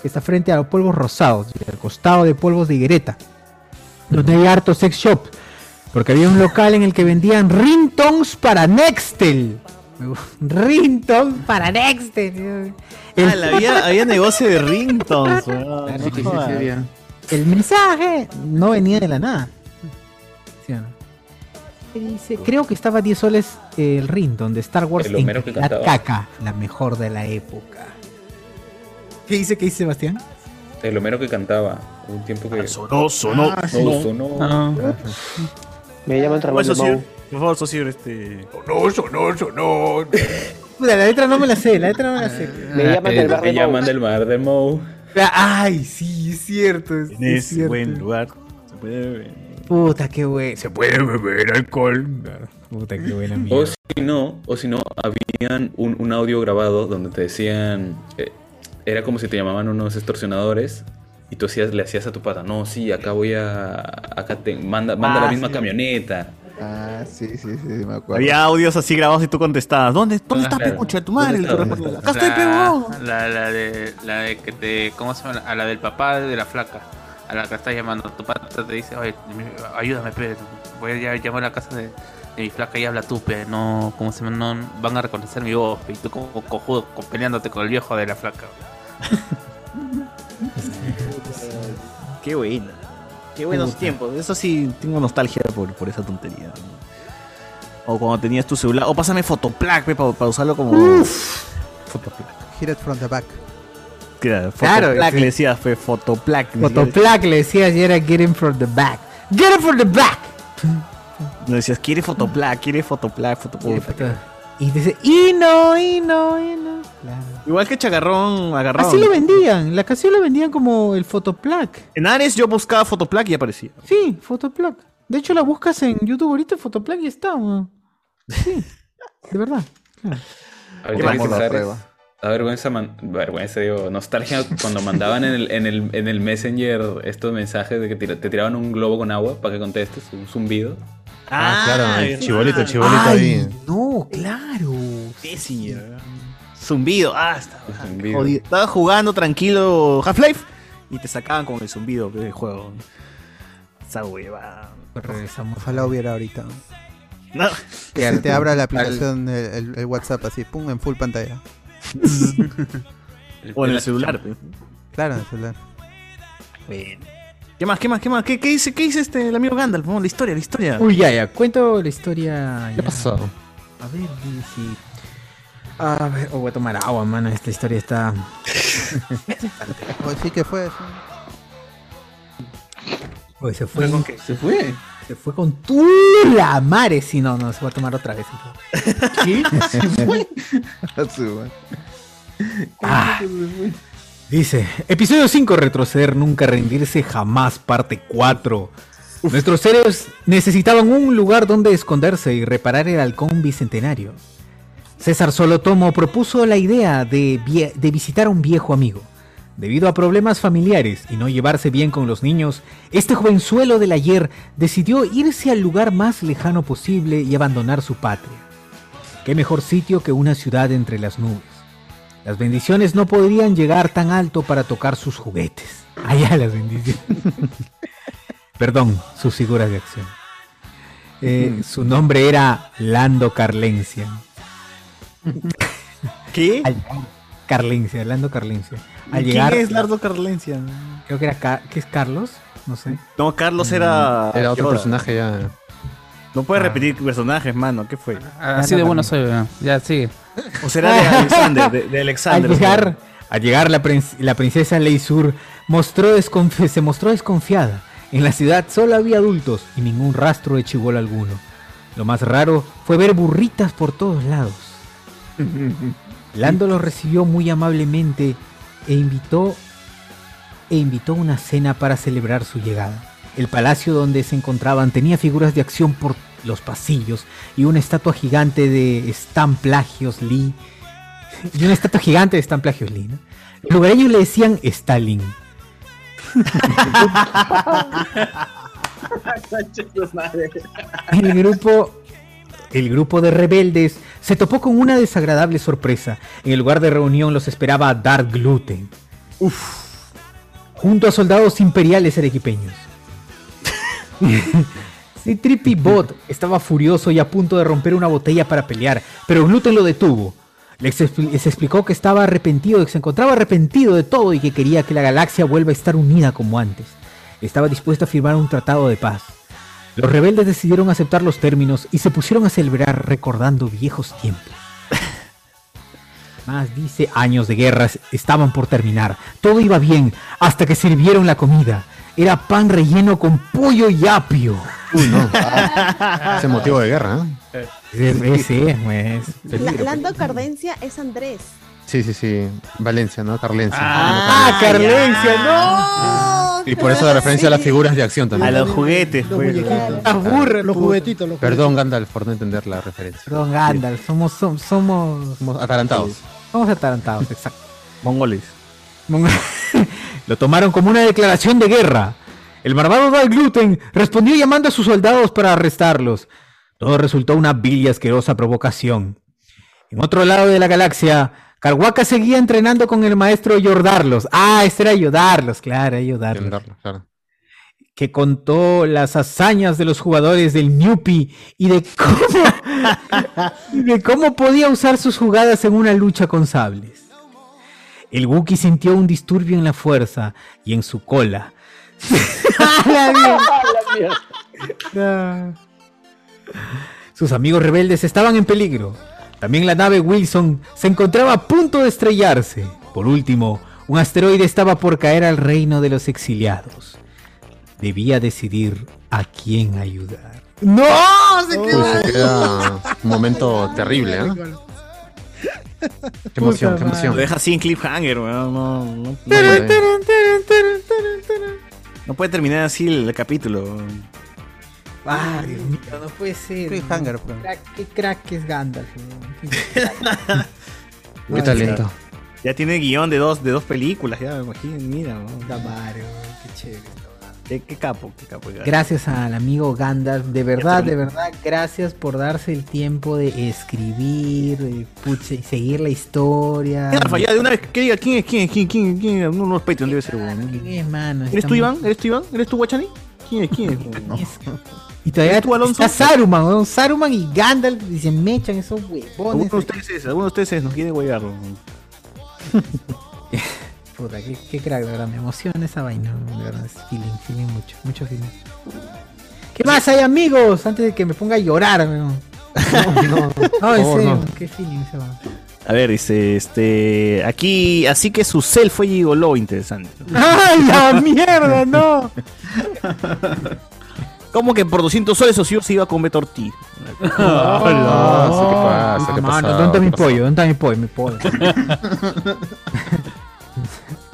que está frente a los polvos rosados, y al costado de polvos de Higuereta, donde hay harto sex shop, porque había un local en el que vendían ringtones para Nextel. <laughs> Ringtone para Nextel. <laughs> Ah, la había, había negocio de ringtones. weón. Sí, sí, sí, No jodas. había. el mensaje no venía de la nada. ¿Sí o no? Y Dice, creo que estaba a 10 soles eh, el Rinton de Star Wars El Homero que la cantaba. caca, la mejor de la época. ¿Qué dice, qué dice Sebastián? El Homero que cantaba. Hubo un tiempo que. sonó, sonó. Ah, sonó, sonó. Ah. Me llaman Por favor, Ramón de socio, Mau. por favor, socio, este. No, sonó, sonó. Puta, la letra no me la sé, la letra no me la sé. Ah, Me Ah, llaman del bar de Mou. Ah, Ay, sí, es cierto. Es, En es ese cierto. buen lugar se puede beber. Puta, qué bueno. Se puede beber alcohol. Puta, qué buena O si no, o si no, habían un, un audio grabado donde te decían. eh, era como si te llamaban unos extorsionadores. Y tú hacías, le hacías a tu pata, no, sí, acá voy a. Acá te manda, manda Ah, la misma sí. camioneta. Ah, sí, sí, sí, me acuerdo. Había audios así grabados y tú contestabas. ¿Dónde, Ah, dónde está Claro. Pecucha tu madre? ¿Dónde Le está? correspondía, Acá estoy, pegado. La, la de, la de que te, ¿cómo se llama? A la del papá de la flaca. A la que estás llamando. Tu pata te dice, oye, mi- ayúdame, pero voy a llamar a la casa de, de mi flaca y habla tú, pe. No, ¿cómo se llama? No van a reconocer mi voz, pe. Y tú como cojudo co- peleándote con el viejo de la flaca. <laughs> Qué buena. Qué buenos Puta. tiempos. Eso sí, tengo nostalgia por, por esa tontería. O cuando tenías tu celular. O pásame Fotoplac, para usarlo como. Fotoplac. Hit it from the back. Claro, Claro, Fotoplac sí. le decías, fue Fotoplac. ni siquiera- Fotoplac le decía ayer era Get in from the back. Get in from the back. No decías, quiere Fotoplac, quiere Fotoplac, Fotoplac. Y dice, y no, y no, y no. Igual que Chagarrón, agarrón. Así lo vendían, la canción la vendían como el Fotoplac. En Ares yo buscaba Fotoplac y aparecía. Sí, Fotoplac. De hecho, la buscas en YouTube ahorita, Fotoplac y está, weón. Sí, de verdad. claro. Ahorita que Vamos a la pensar es- prueba. da vergüenza, man- vergüenza, digo, nostalgia cuando mandaban en el, en, el, en el Messenger estos mensajes de que tira- te tiraban un globo con agua para que contestes, un zumbido. Ah, claro, el chibolito, el chibolito ahí. No, claro. Messenger. Zumbido, ah, está. Zumbido. Jodido. Estaba jugando tranquilo Half-Life y te sacaban con el zumbido del juego. Esa hueva. Ojalá hubiera ahorita. ¿no? No. Que se te abra la Al- aplicación, el, el- el WhatsApp así, pum, en full <laughs> pantalla. O en el celular. pues. pe. Claro, en el celular. ¿Qué más? ¿Qué más? ¿Qué más? ¿Qué, qué dice, qué dice este, el amigo Gandalf? Vamos, la historia, la historia. Uy, ya, ya, cuento la historia. ¿Qué pasó? A ver, dije. A ver, oh, voy a tomar agua, mano. Esta historia está. Hoy sí que fue. sí. Uy, se fue. ¿Con Se fue. Se <laughs> fue con <laughs> tu la madre. Si no, no, se va a tomar otra vez. ¿Qué? Se fue. Su madre. Dice, episodio 5, retroceder, nunca rendirse, jamás, parte 4. Nuestros seres necesitaban un lugar donde esconderse y reparar el halcón bicentenario. César Solotomo propuso la idea de, vie- de visitar a un viejo amigo. Debido a problemas familiares y no llevarse bien con los niños, este jovenzuelo del ayer decidió irse al lugar más lejano posible y abandonar su patria. ¿Qué mejor sitio que una ciudad entre las nubes? Las bendiciones no podrían llegar tan alto para tocar <laughs> sus juguetes. Allá las bendiciones. <laughs> Perdón, sus figuras de acción. Eh, su nombre era Lando Carlencia. <laughs> ¿Qué? Carlencia, Lando Carlencia. Al ¿Quién llegar, es Lardo Carlencia? creo que era Ca- ¿qué es Carlos, no sé. No, Carlos era. Era otro Yoda. personaje ya. No puedes repetir personajes, mano. ¿Qué fue? Ah, Así de bueno soy, weón. Ya, sigue. O será <laughs> de <laughs> Alexander, de, de Alexander. al llegar, al llegar la, prin- la princesa Leisur mostró desconf- se mostró desconfiada. En la ciudad solo había adultos y ningún rastro de chibolo alguno. Lo más raro fue ver burritas por todos <laughs> lados. Lando los recibió muy amablemente e invitó e invitó a una cena para celebrar su llegada. El palacio donde se encontraban tenía figuras de acción por los pasillos y una estatua gigante de Stan Plagios Lee. Y una estatua gigante de Stan Plagios Lee. ¿no? Los lugareños le decían Stalin. <laughs> El grupo, el grupo de rebeldes se topó con una desagradable sorpresa. En el lugar de reunión los esperaba Dark Gluten. Junto a soldados imperiales arequipeños. Trippy Bot estaba furioso y a punto de romper una botella para pelear, pero Gluten lo detuvo. Les, expli- les explicó que estaba arrepentido, que se encontraba arrepentido de todo y que quería que la galaxia vuelva a estar unida como antes. estaba dispuesto a firmar un tratado de paz. Los rebeldes decidieron aceptar los términos y se pusieron a celebrar recordando viejos <laughs> tiempos. Más dice años de guerras estaban por terminar. Todo iba bien hasta que sirvieron la comida. Era pan relleno con pollo y apio. Uy, no. Ah. Ese motivo de guerra, ¿eh? Ese, ese es, pues. La- Lando Cardencia es Andrés. Sí, sí, sí. Valencia, ¿no? Carlencia. Ah, Carlencia, no. Y por eso la referencia a las figuras de acción también. A los juguetes, pues. Las burras, los juguetitos, los Perdón, Gandalf, por no entender la referencia. Perdón, Gandalf, somos, som- somos, Somos atarantados. somos atarantados, exacto. Mongoles. <laughs> Lo tomaron como una declaración de guerra. El barbado Dal Gluten respondió llamando a sus soldados para arrestarlos. Todo resultó una vil y asquerosa provocación. En otro lado de la galaxia, Carhuaca seguía entrenando con el maestro Yordarlos. Ah, este era Yordarlos, claro, Yordarlos. Que contó las hazañas de los jugadores del Newpi y de cómo, y de cómo podía usar sus jugadas en una lucha con sables. El Wookiee sintió un disturbio en la fuerza y en su cola. <laughs> Sus amigos rebeldes estaban en peligro. También la nave Wilson se encontraba a punto de estrellarse. Por último, un asteroide estaba por caer al reino de los exiliados. Debía decidir a quién ayudar. ¡No! Se Uy, se queda un momento terrible, ¿eh? Qué emoción, qué emoción. Lo deja sin cliffhanger, weón. No, no, no Tarán, puede, no puede terminar así el capítulo. weón. Ah, Dios mío, no puede ser. Cliffhanger, ¿no? pues. Crack- Qué crack que es Gandalf. ¿no? <laughs> Qué talento. Ya tiene guión de dos, de dos películas, ya me imagino. Mira, weón. qué chévere. Qué, Eh, qué capo, qué capo. qué capo. Gracias al amigo Gandalf, de verdad, de verdad, gracias por darse el tiempo de escribir, de, pucha, y seguir la historia. Ya, Rafa, ya de una vez que diga quién es, quién es, quién, quién, quién, no, no, Patreon debe ser, weón. ¿eh? ¿Qué, mano? ¿Eres tú, Estamos- Iván? ¿Eres tú, Iván? ¿Eres tú, Guachani? ¿Quién es, quién es? <laughs> weón? Y todavía ¿Tú, Alonso? está Saruman, ¿no? Saruman y Gandalf y se mechan esos Alguno huevones. de ustedes es, alguno de ustedes es, nos quiere guayar, weón. Puta, qué, qué crack, de verdad, me emociona esa vaina, de verdad, es feeling, feeling mucho, mucho feeling. ¿Qué más hay, amigos? Antes de que me ponga a llorar, weón. No, <laughs> no, no, en favor, serio, no. qué feeling se va. A ver, dice, este, aquí, así que su cel fue gigoló <laughs> interesante. ¡Ay, la mierda, <laughs> no! ¿Cómo que por 200 soles o sí o sí iba con Beto <laughs> Ortiz? Hola, ¿qué pasa? Ah, ¿Qué Mano, pasa? ¿Dónde está mi ¿Qué pasa? pollo? ¿Dónde está mi pollo? Mi pollo.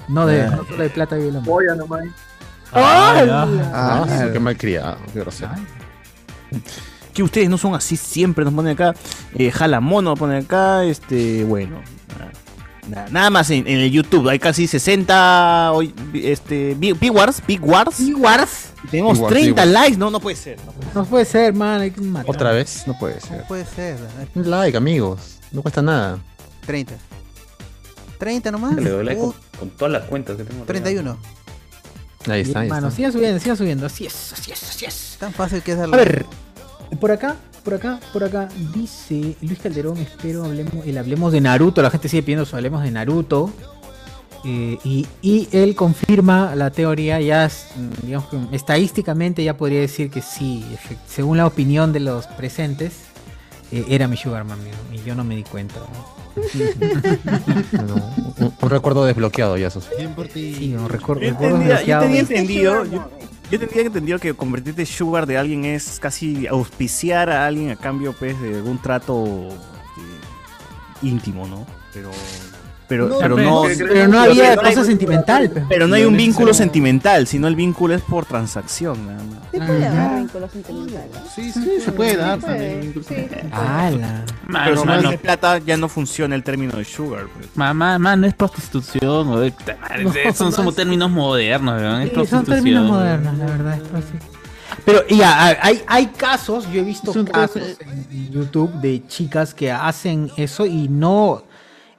no, Ah. de, no solo de plata vive el hombre. Polla nomás. ¡Ay! Ah, Ah, qué mal criado, qué grosero. Que ustedes no son así siempre, nos ponen acá. Eh, jala mono, ponen acá, este, bueno. nada. Nada, nada más en, en el YouTube, hay casi 60 hoy, este, vi- viewers, big wars. Tenemos Viewers, 30 viewers. likes, no, no puede ser. no puede No puede ser, man, hay que matar. ¿Otra vez? No puede ser. Puede ser, Un like, amigos. No cuesta nada. 30. Ah. 30 nomás. Le doy like con, Uh, <laughs> con todas las cuentas que tengo. 31. Ahí está, ahí Mano, está. sigan subiendo, sigan subiendo. Así es, así es, así es. Tan fácil que es A ver, por acá, por acá, por acá, dice Luis Calderón, espero hablemos, el hablemos de Naruto, la gente sigue pidiendo su hablemos de Naruto. Eh, y, y él confirma la teoría, ya es, mm, digamos que estadísticamente ya podría decir que sí, efe- según la opinión de los presentes, eh, era mi Sugar Mami, ¿no? y yo no me di <laughs> cuenta. <laughs> Bueno, un, un recuerdo desbloqueado ya, Sofi. Bien por ti. Sí, no recuerdo. Yo Este, recuerdos entendía, yo bloqueados. tenía entendido, yo, yo tenía entendido que convertirte sugar de alguien es casi auspiciar a alguien a cambio pues de algún trato este, íntimo, ¿no? Pero pero No, pero pero- no pero no había cosa sentimental, pe. Pero no hay un Pero- vínculo sentimental, sino el vínculo es por transacción nada más. Sí puede haber vínculos sentimentales. Sí, sí, se puede dar también. Sí, sí. ¡Hala! Ah, pero si no mano. hay plata ya no funciona el término de sugar. pues. Mamá, no es prostitución. güey. Puta madre, No, son no como es- términos modernos, weón. Es Sí, son prostitución. términos modernos, la verdad. es prostitu- Pero ya, a- hay, hay casos, yo he visto Son casos cosas- en en YouTube de chicas que hacen eso y no,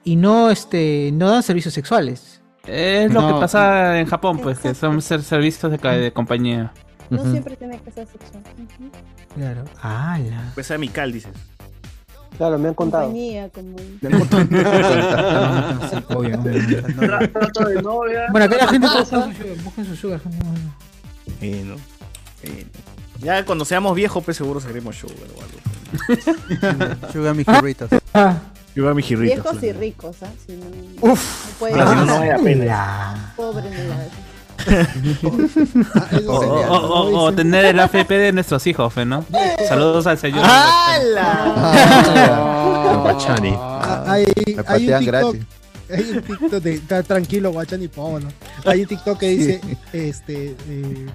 y no, este, no dan servicios sexuales. Es lo No. que pasa en Japón, pues, que son ser servicios de, ca- de compañía. No Ujú. siempre tiene que ser sexual. Ujú. Claro. Ah. ¡Hala! Pues a Mical dices. Claro, me han <laughs> contado. Compañía, como. Sí, obvio, obvio. Trato de novia. Bueno, acá la gente busca su sugar, busca su sugar. Bueno, bueno. Ya cuando seamos viejos, pues seguro seremos sugar o algo. Sugar mis churritos. Ah. Sugar mis churritos. Viejos y claro. ricos, ¿ah? Si no, Uf. no puede Ah, si no, ser. no vale la pena. Pobre Miguel. O, o- o- o tener el AFP de nuestros hijos, fe, ¿no? Saludos al señor. Guachani. Ah. hay, Me hay un patean TikTok, gratis. <laughs> hay un TikTok de, ta- tranquilo, Guachani Paolo. Hay un TikTok que dice, este, eh,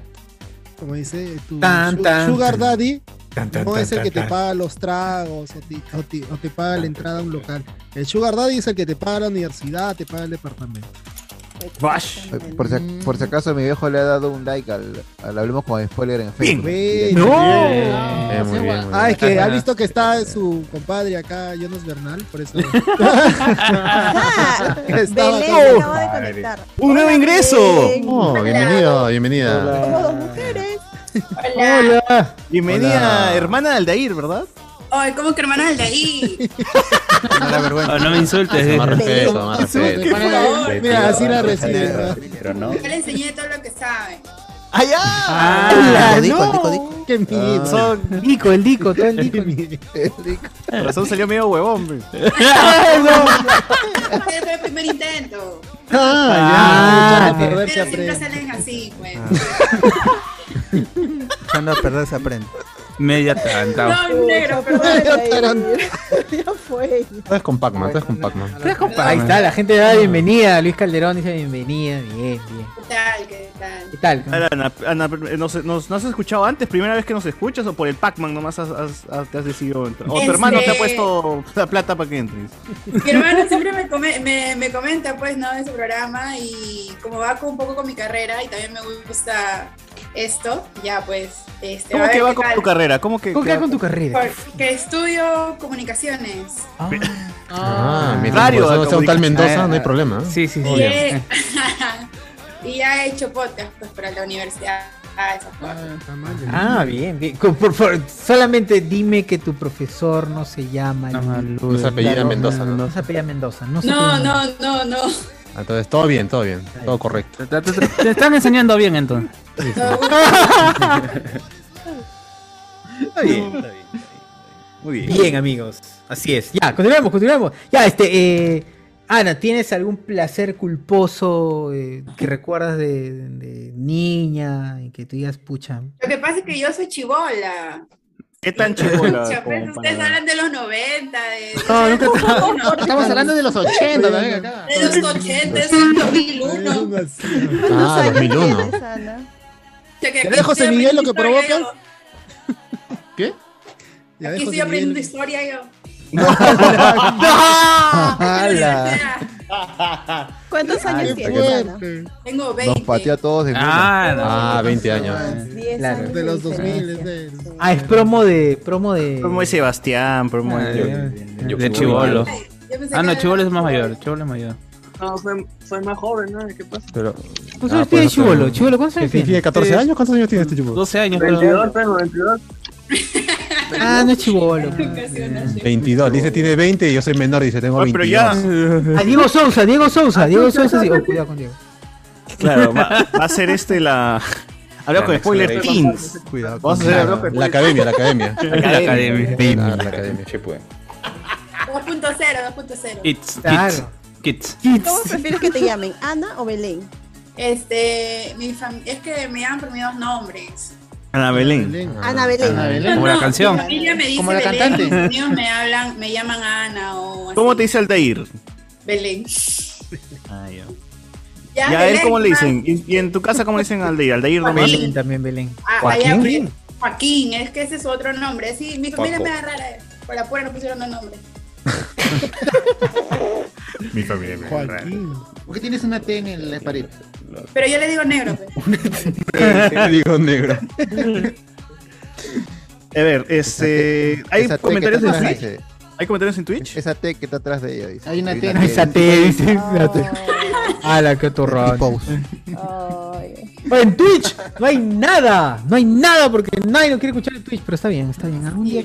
como dice, tu Tan, su- tan, Sugar tan. Daddy Tan, tan, no tan, es el tan, que te tan. paga los tragos o, ti- o ti- o te paga la entrada a un local. El Sugar Daddy es el que te paga la universidad, te paga el departamento. Por si, ac- por si acaso mi viejo le ha dado un like al, al hablemos con spoiler en Facebook. Bien. Directo. No. Bien, Eh, muy bien, muy Ah, es bien. que ha visto que está su compadre acá, Jonas Bernal, por <laughs> eso. Ah, Belén acá. se acaba de conectar. ¡Un nuevo ingreso! Oh, bienvenido, Somos bienvenida. dos mujeres. Hola. Bienvenida, Hola. hermana de Aldair, ¿verdad? Ay, ¿cómo que hermana de ahí? Oh, no me insultes. Más respeto, más respeto. ¿Qué fue? Mira, así la recibe. Pero no. Yo le enseñé todo lo que sabe. ¡Ah, ¡Hala, Dico, no! Dico, Ah. ¡Qué envidia! Son- Dico, el Dico, todo el <laughs> Dico. Por <laughs> razón salió medio huevón. pues. pe. Ese fue el primer intento. Ah, ya. Pero Perder se siempre aprende. salen así, pues. Echando a perder se aprende. Media tarantado. No, negro, perdón. Ya fue. Estás con Pac-Man, estás con Pac-Man. Ahí está, la gente le da la bienvenida. Luis Calderón dice bienvenida, bien, bien. ¿Qué tal? ¿Qué tal? ¿Qué tal? Ana, Ana, ¿nos, nos, nos has escuchado antes? ¿Primera vez que nos escuchas o por el Pac-Man nomás has- has- has- te has decidido entrar? O tu Este- hermano te ha puesto la plata para que entres. Mi hermano siempre me, come- me, me comenta, pues, ¿no? De su programa y como va con, un poco con mi carrera y también me gusta esto, ya, pues, este, a ¿Cómo ver que va qué con tal. tu carrera? ¿Cómo que, que va tu carrera? Porque estudio comunicaciones. Ah, mira, Radio, por eso no sea un tal comunicación. Mendoza, no hay Ah, problema. Sí, sí, Eh. Y, he- <laughs> y ya he hecho podcast, pues, para la universidad. Ah, ¿eh? esas cosas. Ah, bien, bien. Con- por favor, solamente dime que tu profesor no se llama. No se apellida Mendoza, ¿no? No se apellida Mendoza. No, se No, apellida no, no, <laughs> no. Entonces, todo bien, todo bien, todo correcto. Te, te- te están enseñando bien entonces. Está bien, está bien. Muy bien. Bien, amigos. Así es. Ya, continuemos, continuemos. Ya, este, eh, Ana, ¿tienes algún placer culposo eh, que recuerdas de, de niña y que tú digas, pucha? Lo que pasa es que yo soy chivola. ¿Qué tan Pucha, chivola? pues, como ustedes para- hablan de los 90, de, No, nunca <laughs> Estamos hablando de los 80 también acá. de los 80, es el <laughs> 2001. Ah, 2001. Te ¿Te dejo, José Miguel, lo que provocas? ¿Qué? Ya Aquí estoy dejo José Miguel. aprendiendo historia yo. <laughs> ¿Cuántos Ah, años qué tienes, Ana? Tengo Nos 20. pateó a todos en Ah, una. no. Ah, 20 años. Claro. De los 2000, es de... Ah, es promo de. Promo de. Promo de Sebastián, promo de... Yo- Ah, De chivolo. Yo pensé Ah, que no, era- chivolo es más mayor. Chivolo es mayor. Pues No, soy, soy más joven, ¿no? ¿Qué pasa? Pero. pues ¿Cuántos Ah, años tiene Chibolo? Chibolo, ¿cuántos años tiene? ¿Tiene 14 años? ¿Cuántos años tiene este chico? 12 años, pero. 22, tengo 22. Ah, no es Chibolo. 22. Dice tiene 20 y yo soy menor. Dice tengo 22. pero ya- Ah, Diego Sousa, Diego Sousa, Diego Sousa. sí. Oh, cuidado con Diego. <laughs> Claro, va, va a ser este la... Hablamos con Spoiler Teens. Cuidado. Vamos a hacer Hablamos con La academia, la academia. <laughs> La academia. Ah, La academia. 2.0, 2.0. Kids, kids, Claro. kids. ¿Cómo prefieres que te llamen? ¿Ana o Belén? Este, mi fam- es que me llaman por mis dos nombres. Ana Belén. Ana Belén. Como la canción. Mi familia me dice Como la Belén, cantante. mis amigos me hablan, me llaman Ana <laughs> o ¿Cómo te dice Aldair? Belén. Ah, ya. Ya, ¿Y a él Belén, cómo le más- dicen? ¿Y y en tu casa cómo le dicen a Aldair? Aldair nomás. Belén también, Belén. Ah, ¿Joaquín? allá, <laughs> pues, Joaquín, es que ese es otro nombre. Sí, mi familia Paco. me agarrara. Por la pura no pusieron los nombres. Mi familia me Joaquín. ¿Por qué tienes una T en la pared? Pero yo le digo negro. pues. Digo negro. A ver, este. <laughs> ¿Hay Esa T que comentarios está en atrás, Twitch? dice. ¿Hay comentarios en Twitch? Esa T que está atrás de ella, dice. Hay una T. Esa te dice. la te- Ah. Ah, Ala, qué turrón. En Twitch no hay nada, no hay nada porque nadie lo quiere escuchar en Twitch, pero está bien, está bien. Algún día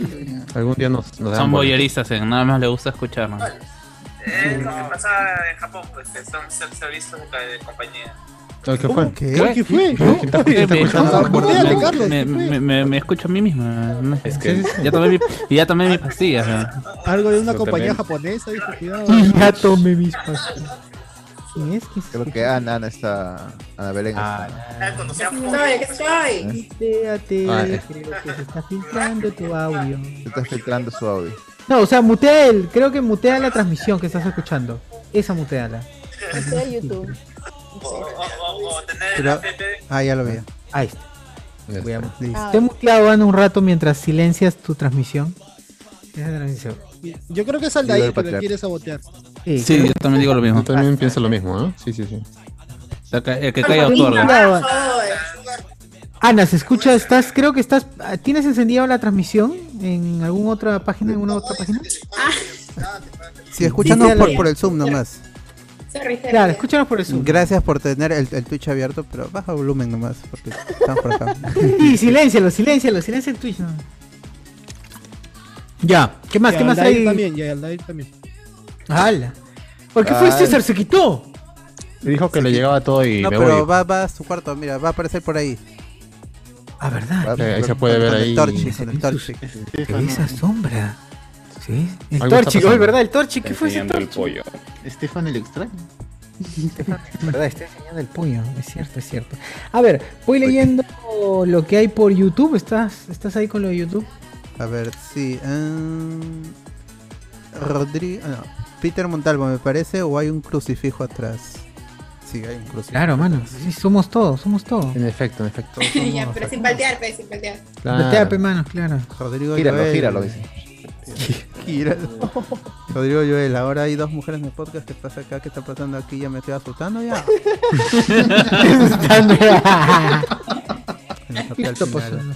Algún día nos, nos Son dan bola. boyeristas, eh, nada más le gusta escuchar. ¿no? Ah, Es lo que pasa en Japón, pues que son ser- servicios de, ca- de compañía. ¿Qué fue? ¿Qué? ¿Qué fue? ¿Qué <laughs> está- qué está Me- escuchando? me- Me- Carlos, me- ¿qué fue? me- me- Me escucho a mí misma. ¿no? Es que- Sí, sí, sí. Ya tomé mi, y ya tomé mis pastillas. eh. ¿no? Algo de una Yo compañía también. japonesa, dijo, cuidado. <laughs> Ya tomé mis pastillas. Creo que Ana, Ana está. Ana Belén está. Soy, ¿qué soy? Ah, Muteate, eh. creo que se está filtrando tu audio. Se está filtrando su audio. No, o sea, mutea el, creo que mutea la transmisión que estás escuchando. Esa muteala. Estoy en YouTube. <laughs> Pero- Ah, ya lo vi. Ahí está. Voy a- Listo. Te he muteado Ana, un rato mientras silencias tu transmisión. Esa transmisión. Yo creo que es Viva Aldair el que lo patriarca. quiere sabotear. Eh, Sí, Sí, yo también digo lo mismo. Yo también pienso lo mismo, ¿eh? Sí, sí, sí. La ca- El que calla otorga. Muteado, Ana. Ana, se escucha, estás, creo que estás, ah, ¿tienes encendida la transmisión en alguna otra página, en alguna otra página? Sí, escúchanos Dice por, Ale. por el Zoom nomás. Sorry, sorry. Claro, escúchanos por el Zoom. Gracias por tener el, el Twitch abierto, pero baja volumen nomás, porque estamos por acá. Sí, siléncialo, siléncialo, silencia el Twitch. ¿no? <laughs> Ya, ¿qué más, Y qué más Aldair hay? También, y Aldair también. ¡Hala! ¿Por qué fue Ay. César? ¿Se quitó? Dijo que le llegaba todo y No, me pero voy. va, va a su cuarto, mira, va a aparecer por ahí. Ah, Ah, ¿verdad? ahí se puede ver con ahí. El torchi, con el torchi. Esa sombra. Sí. El Algo está Torchi, pasando. oye, ¿verdad? El Torchi, ¿qué fue ese Enseñando el Torchi? pollo. Estefan el extraño. <laughs> ¿Verdad? Está enseñando el pollo. Es cierto, es cierto. A ver, voy leyendo lo que hay por YouTube. ¿Estás, estás ahí con lo de YouTube? A ver, sí. Rodrigo. No. Peter Montalvo, me parece, o hay un crucifijo atrás. Sí, hay un crucifijo. Claro, mano. Sí, somos todos, somos todos. En efecto, <laughs> en efecto. Ya, pero sin paltear, pues, sin paltear. Claro. Voltea, manos, claro. Rodrigo Gíralo, Joel. gíralo, dice. <laughs> Gíralo. Rodrigo Joel, ahora hay dos mujeres en el podcast. ¿Qué pasa acá? ¿Qué está pasando aquí? Ya me estoy asustando ya. <laughs> Asustando. Me escapé al Esto final. pasó, ¿no?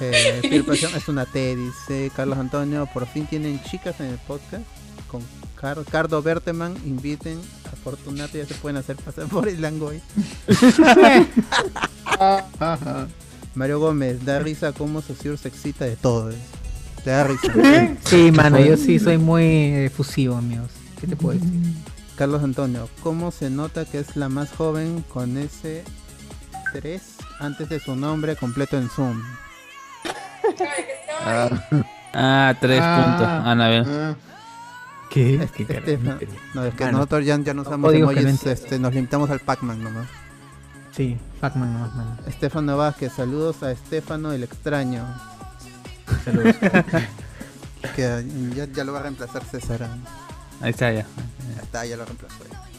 Eh, Phil Pasión es una T, dice Carlos Antonio. Por fin tienen chicas en el podcast. Con Car- Cardo Berteman inviten a Fortunato. Ya se pueden hacer pasar por <laughs> el Langoy. <laughs> Mario Gómez, da risa cómo Saussure se excita de todo. eh. Le da risa. Sí, mano, yo sí soy muy eh, efusivo, amigos. ¿Qué te puedo decir? Carlos Antonio, ¿cómo se nota que es la más joven con ese 3 antes de su nombre completo en Zoom? Ah, tres puntos. Anabel. ¿Qué? Estefan- no, es que Mano. nosotros ya, ya no No usamos digo que emojis, no entiendo. este, nos limitamos al Pac-Man nomás. Sí, Pac-Man nomás, mano. Estefano Vázquez, saludos a Estefano el extraño. Saludos. que ya, ya lo va a reemplazar César. ¿eh? Ahí está ya. Ya está, ya lo reemplazó. ya. <laughs>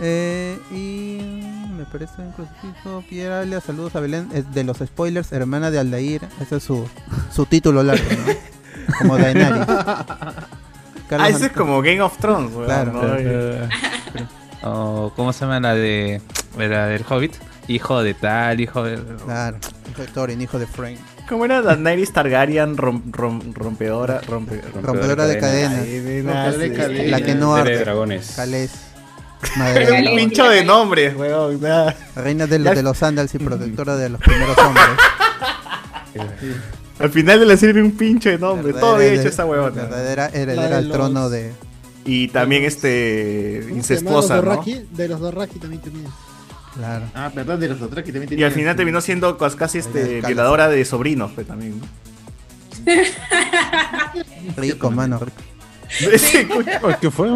Eh, y mm, me parece un crucifijo. Piedra Ávila, saludos a Belén. Es de los spoilers, hermana de Aldair. Ese es su, su título largo, <laughs> ¿no? Como Daenerys. Ah, ese es Antonio- como Game of Thrones, weón. Claro. ¿no? <laughs> O, ¿Cómo se llama la de la del Hobbit? Hijo de tal, hijo de. Claro. Hijo de Thorin, hijo de Frank. ¿Cómo era Daenerys Targaryen rom- rom- rompedora, rompe- Rompedora de Eh, cadenas. Cadenas, Rompedora de sí. cadenas. La que no Madre de arde. dragones. Calés. Era <laughs> un <laughs> Madre pincho de nombres, weón. nada. Reina de los, de los sandals y protectora de los primeros hombres. <laughs> Al final de la serie era un pincho de nombres. Todo había Verdadera- hecho esa huevona. verdadera heredera al trono de- Y también este. Se llama los incestuosa, ¿no? Dorraki, De los Dorraki también tenía. Claro. Ah, verdad, de los otros que también Y al tenían final su- terminó siendo cos- casi este violadora de sobrinos, pues también. <laughs> Rico, mano, rico. ¿Qué fue?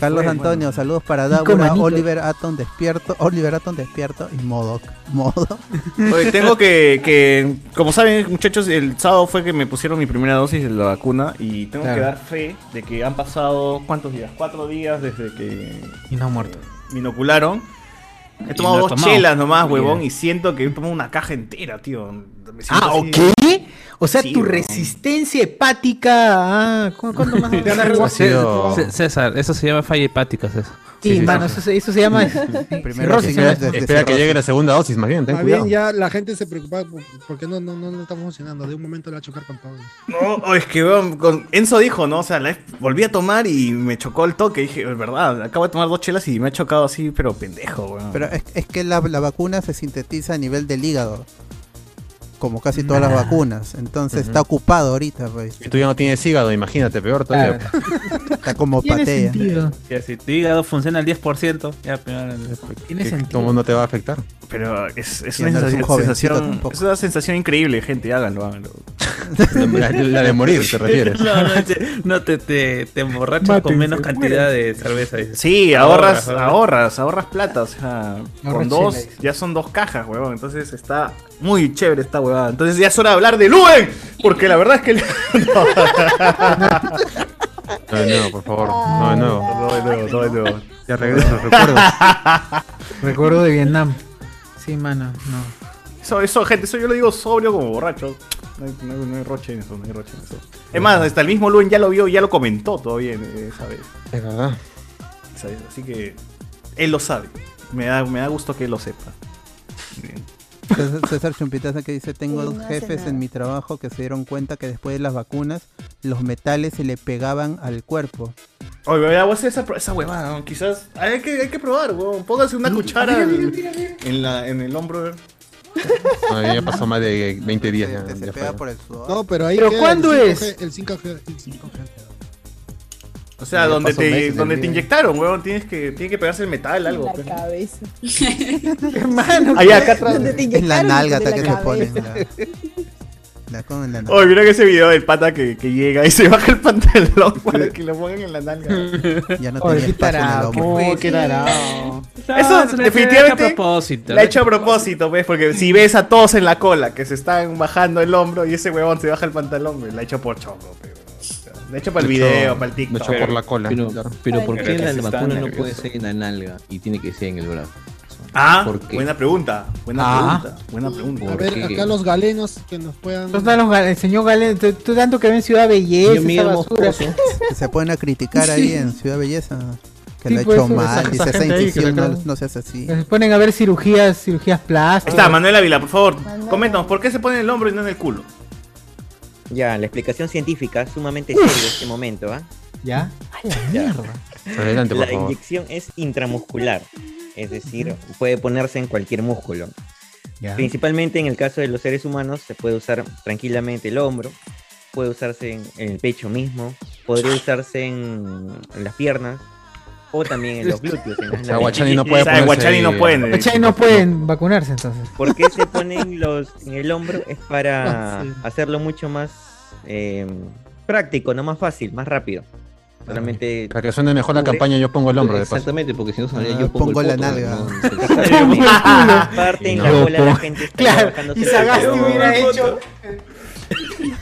Carlos fue, Antonio, saludos para Rico, Débora, manito. Oliver Aton despierto, Oliver Aton despierto y Modoc. Modoc. Oye, tengo que, que. Como saben, muchachos, el sábado fue que me pusieron mi primera dosis de la vacuna. Y tengo que Claro. dar fe de que han pasado. ¿Cuántos días? Cuatro días desde que Y no muerto. me inocularon. He Y tomado no ha dos tomado. chelas nomás, Bien. huevón, y siento que he tomado una caja entera, tío. Me siento Ah, así- ¿ok? O sea, Sí, tu weón. resistencia hepática. Ah, ¿cu- ¿Cuánto más? <laughs> Ha sido- C- César, eso se llama falla hepática, César. Sí, mano, eso, se- eso se <laughs> llama. <laughs> Primero cirrosis, que- ¿no? de- de- Espera que llegue la segunda dosis, más bien, ten Más bien cuidado. ya la gente se preocupa por- porque no, no, no, no está funcionando. De un momento le va a chocar con todo. No, o es que weón, con- Enzo dijo, ¿no? O sea, la volví a tomar y me chocó el toque. Dije, es verdad, acabo de tomar dos chelas y me ha chocado así, pero pendejo, weón. Pero es, es que la, la vacuna se sintetiza a nivel del hígado. como casi todas las Ah. vacunas. Entonces Ujú. está ocupado ahorita, pues. Y tú ya no tienes hígado, imagínate, peor todavía. <laughs> Está como Tiene patea. sentido. Ya, si tu hígado funciona al 10%, ya, pero... ¿Qué- ¿Cómo no te va a afectar? Pero es, es Y una andar sensación, un jovencito sensación- tampoco. es una sensación increíble, gente. Háganlo, háganlo. La- la de morir, ¿te <laughs> No, no, te- no, te, te, te emborrachas con menos cantidad de cerveza. dices. Sí, ahorras, Ahorras, ahorras, ahorras, plata. O sea, con dos, chela, dice. ya son dos cajas, huevón. Entonces está muy chévere esta huevada. Entonces ya es hora de hablar de Luen. Porque la verdad es que. <laughs> <laughs> No, de nuevo, por favor. No, de nuevo. No, de nuevo, no, de nuevo. Ya regreso, recuerdo. <laughs> Recuerdo de Vietnam. Sí, mano, no. Eso, eso, gente, eso yo lo digo sobrio como borracho. No hay, no hay- no hay roche en eso, no hay roche en eso. Es más, hasta el mismo Luen ya lo vio y ya lo comentó todavía eh, esa vez. Es verdad. Esa vez. Así que él lo sabe. Me da, me da gusto que él lo sepa. Bien. César- César Chumpitaza que dice, tengo Sí, no dos hace jefes nada. en mi trabajo que se dieron cuenta que después de las vacunas los metales se le pegaban al cuerpo. Oye, me voy a hacer esa, pro- esa huevada, ¿no? quizás. Hay que, hay que probar, huevón. Póngase una cuchara mira, al- mira, mira, mira. En, la, en el hombro. eh. a ver. No, Ah, ya pasó más de 20 días. Ya, ya fue. No, pero ahí. ¿Pero queda cuándo el es? 5G, el 5G. El 5G. O sea, Ya donde pasó te, meses del donde te día. inyectaron, huevón. Tienes que, tiene que pegarse el metal, algo. la pues. <laughs> cabeza. Hermano, Ahí acá atrás. En la nalga hasta que te ponen. cabeza. La con en la nalga. Oye, mira que ese video del pata que, que llega y se baja el pantalón para que lo pongan en la nalga. Ya no Oye, qué tenía espacio en el tarado, hombro. qué Sí. tarado. Eso Ah, se le definitivamente ha hecho a propósito. La he hecho a propósito, ¿ves? Porque si ves a todos en la cola que se están bajando el hombro y ese huevón se baja el pantalón, güey, la he hecho por chongo, pero. o sea, La he hecho para el Lo he hecho- video, para el lo he TikTok. hecho por la cola. Pero, Claro. pero ¿por Pero qué que la se está vacuna no nervioso. puede ser en la nalga y tiene que ser en el brazo? Ah, ¿Por qué? buena pregunta. Buena Ah. pregunta. Buena pregunta. A ver, acá los galenos que nos puedan. Entonces, los gal- el señor Galen, tú, tú tanto que ven Ciudad Belleza, Yo esa miro basura. Que se ponen a criticar ahí Sí. en Ciudad Belleza. Que Sí, lo ha pues, hecho esa- mal, esa dice esa gente ahí que incisión le no, acaba- no se hace así. Se ponen a ver cirugías, cirugías Ahí plásticas. está, Manuel Ávila, por favor, coméntanos, ¿por qué se pone en el hombro y no en el culo? Ya, la explicación científica es sumamente seria en este momento, ¿ah? ¿Ya? Adelante, por la favor. inyección es intramuscular, es decir, puede ponerse en cualquier músculo. Ya. Principalmente en el caso de los seres humanos se puede usar tranquilamente el hombro, puede usarse en, en el pecho mismo, podría usarse en, en las piernas o también en los glúteos. en las <laughs> O sea, narices. Guachani no puede O sea, ponerse- Guachani no puede. Los chay no pueden vacunarse entonces. ¿Por qué <laughs> se ponen los en el hombro? Es para Ah, sí. hacerlo mucho más eh, práctico, no más fácil, más rápido. Solamente Ah, Para que suene mejor la campaña, yo pongo el hombro, de paso. Exactamente, porque si no sonaría yo Ah, pongo el la poto, nalga. Ah, ¿no? culo. Parte en No. la cola la Yo gente está Claro, bajándose y la Sagasti cola. hubiera hecho. Sí,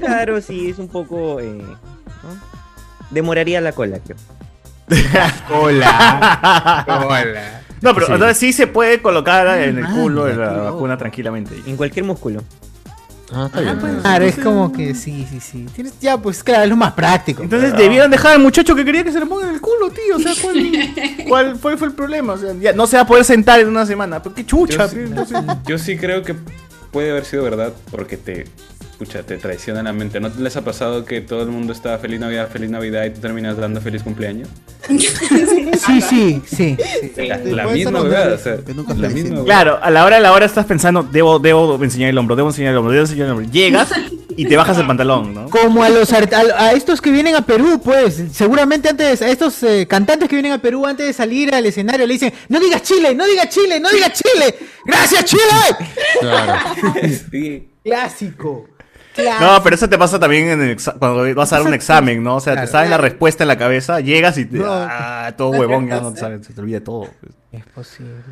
Claro, sí, es un poco. eh, ¿no? Demoraría la cola, creo. <laughs> Hola. Hola. No, pero Sí. entonces sí se puede colocar en el Ah, culo mira, de la qué loco. vacuna tranquilamente. En cualquier músculo. Ah, está Claro, es como que sí, sí, sí. Tienes- ya, pues claro, es lo más práctico. Entonces debieron dejar al muchacho que quería que se le ponga en el culo, tío. O sea, ¿cuál, <laughs> cuál fue, fue el problema? O sea, ya no se va a poder sentar en una semana. Pero qué chucha. Yo sí- pe, entonces- Yo sí creo que puede haber sido verdad porque te, pucha, te traiciona la mente. ¿No les ha pasado que todo el mundo está feliz Navidad, feliz Navidad y tú terminas dando feliz cumpleaños? Sí, sí, sí. La, Sí, la puede ser misma los verdad, o nervios, sea, que nunca la felicito. misma Claro, a la hora de la hora estás pensando, debo, debo enseñar el hombro, debo enseñar el hombro, debo enseñar el hombro. Llegas y te bajas el pantalón, ¿no? Como a los art- a, a estos que vienen a Perú, pues, seguramente antes, a estos eh, cantantes que vienen a Perú antes de salir al escenario le dicen, no digas Chile, no digas Chile, no digas Chile, gracias Chile. <laughs> Clásico. Clásico. No, pero eso te pasa también en el exa- cuando vas a dar un examen, ¿no? O sea, te Claro. sabes la respuesta en la cabeza, llegas y te. No. Ah, todo huevón, ya no te <laughs> sabes, se te olvida todo. pues. Es posible.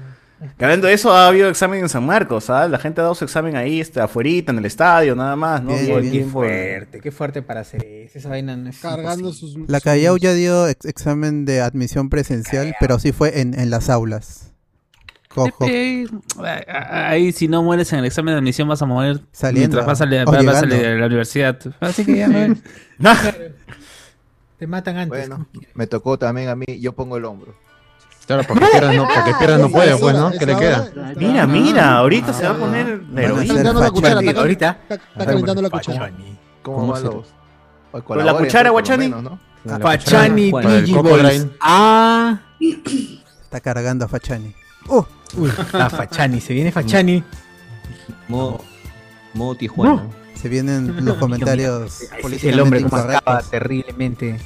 Que hablando de eso, ha habido examen en San Marcos, ¿ah? La gente ha dado su examen ahí, este, afuerita, en el estadio, nada más, ¿no? Bien, Oye, bien. qué Fuerte, qué fuerte para hacer eso. Esa vaina no es Cargando imposible. sus. La Callao ya dio ex- examen de admisión presencial, pero sí fue en, en las aulas. Cojo. Eh, ah, ah, Ahí si no mueres en el examen de admisión vas a morir Saliendo. mientras vas a, la- O vas a la- llegando. a la universidad. Así que ya no es. Te matan antes. Bueno, me tocó también a mí, yo pongo el hombro. Claro, porque pierdas no, porque pierdas no puede, pues, ¿no? ¿Qué le queda? Mira, mira, ahorita se va a poner Van a heroína. hacer Dando la cuchara, fachoni. está- Ahorita. está- está Van a calentando poner la cuchara. fachoni. ¿Cómo, ¿Cómo van se- los? Oye, Con Pues la cuchara, Guachani. Ah, Fachani Con el Digiboys. Cocodrilo. Ah. Está cargando a Fachani. Uh. Uy, ah, Fachani, se viene Fachani. Modo, <laughs> Modo Tijuana. Se vienen los comentarios políticamente El hombre como incorrectos. acaba terriblemente.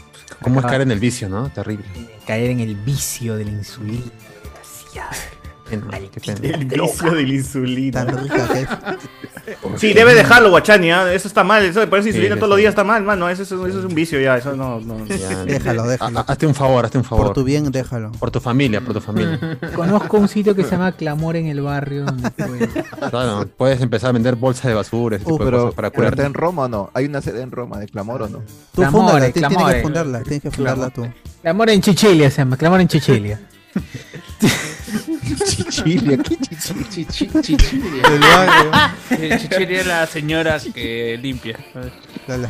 ¿Cómo es Acaba caer en el vicio, no? Terrible. caer en el vicio de la insulina. <laughs> Qué pena. El vicio de la <laughs> insulina. es. Sí, debe dejarlo, Guachani. ¿ah? Eso está mal. Eso de ponerse Sí, insulina sí, todos los sí. días está mal, mano. Eso, es un- eso es un vicio ya. Eso no. no. Déjalo, déjalo. Ha- Hazte un favor, hazte un favor. Por tu bien, déjalo. Por tu familia, por tu familia. <laughs> <laughs> Conozco un sitio que se llama Clamor en el barrio. donde puedes- Claro, puedes empezar a vender bolsas de basura, ese Uh, Este tipo de pero, cosas para pero está curarte. en Roma o no? ¿Hay una sede en Roma de Clamor o no? Tú fúndala, ti- tienes que fundarla, tienes que fundarla tú. Clamor en Chichilia se llama, Clamor en Chichilia. Chichilia, ¿qué Chichilia? Del <laughs> barrio. Chichiri es la señora que limpia.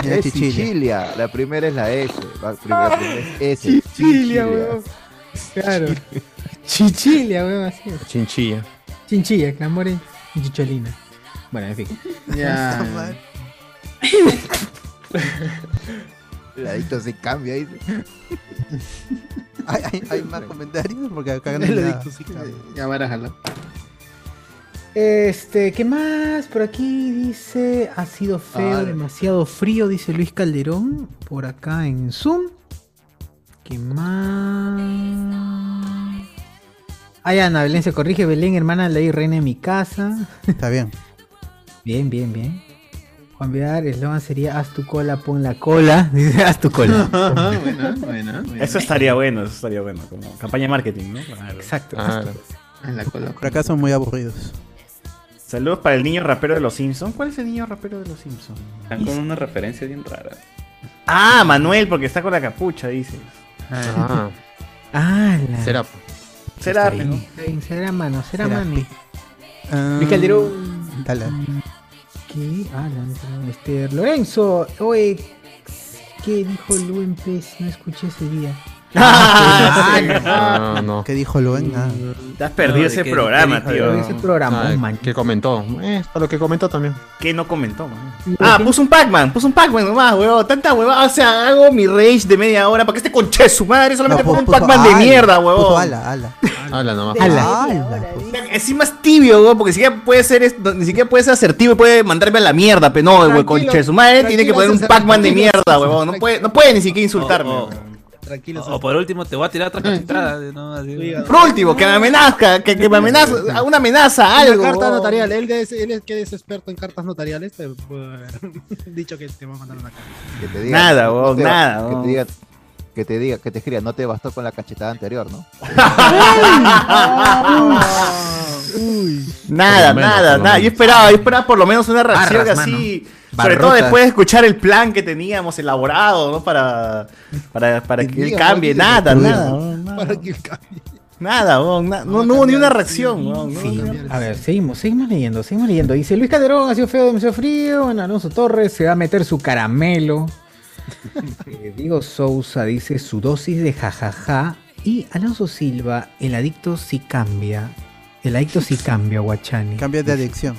Es Sicilia. La primera es la S. La primera, la primera es S. Chichilia, weón. Claro. Chichilia, weón, así es. Chinchilla. Chinchilla, Clamor en Chicholina. Bueno, en fin. <laughs> Ya. <laughs> Ladito se cambia. dice. ¿Hay, hay, hay más comentarios? Porque <laughs> acá no hay Lo nada. dijo, sí, Ya barájala. Este, ¿qué más? Por aquí dice, ha sido feo, Ah, demasiado frío, dice Luis Calderón, por acá en Zoom. ¿Qué más? Ay, Ana Belén se corrige, Belén, hermana de la ley reina de mi casa. Está bien. <laughs> Bien, bien, bien. Juan Vidal, el eslogan sería, haz tu cola, pon la cola. <laughs> Dice, haz tu <laughs> cola. <laughs> bueno, bueno, bueno. Eso estaría bueno, eso estaría bueno. Como campaña de marketing, ¿no? Exacto. Ah, En la cola. Por acá son muy aburridos. Saludos para el niño rapero de los Simpsons. ¿Cuál es el niño rapero de los Simpsons? Están con una referencia bien rara. Ah, Manuel, porque está con la capucha, dices. Ah. Ah, la- Será. Será, Está bien, está bien, será mano, será, Será. mami. Ah, Luis Calderón. Dale. ¿Qué? Ah, la otra, este, Lorenzo, oye, ¿qué dijo Luen Pez? No escuché ese día. <laughs> <laughs> Ah, <laughs> qué sí. mal. No, no. ¿Qué dijo Luen? Ah. Te has perdido No, ese ¿de qué- programa, de qué dijo? tío. Ese programa, Ah, man. ¿qué comentó? Eh, a lo que comentó también. <laughs> ¿Qué no comentó, man? Ah, puso un Pac-Man, puso un Pac-Man nomás, weón. Tanta huevada. O sea, hago mi rage de media hora para que este conche de su madre solamente Ah, No, pongo un puso Pac-Man de ala, media, puso huevón. ala, ala. Habla nomás. Encima es tibio, weón, porque ni siquiera puede ser, es- ni siquiera puede ser asertivo y puede mandarme a la mierda, pero no, weón, Tranquilo, conche de su madre tiene que tranquilo, poner un César, Pac-Man de tranquilo, mierda, César, weón. No puede, no puede ni siquiera insultarme. Oh, weón. Tranquilo. O por último te voy a tirar otra cachetada. ¿no? Así. Por último, que me amenazca, que, que me amenaza, a una amenaza, algo. Una carta weón. notarial. Él, es- él es que es experto en cartas notariales. Te puede haber <laughs> dicho que te va a mandar una carta. Que te digan, Nada, no weón, te- nada, Que weón. te diga, que te diga, que te escriba, no te bastó con la cachetada anterior, <laughs> ¿no? Nada, Por lo menos, nada, por lo nada. menos. Yo esperaba, yo esperaba por lo menos una reacción Barras, así. mano. Sobre todo Barrotas. después de escuchar el plan que teníamos elaborado, ¿no? Para, para, para que él Dios, cambie. Dios, Nada, Dios. nada, weón, nada. Nada, weón, na- no, no hubo ni una reacción, weón, no hubo Sí, ni una- a ver, seguimos, seguimos leyendo, seguimos leyendo. Dice Luis Calderón ha sido feo, demasiado frío. Bueno, Alonso Torres se va a meter su <laughs> caramelo. Eh, Diego Sousa dice su dosis de jajaja. Y Alonso Silva, el adicto sí cambia. El adicto sí cambia, Guachani. Cambia de adicción.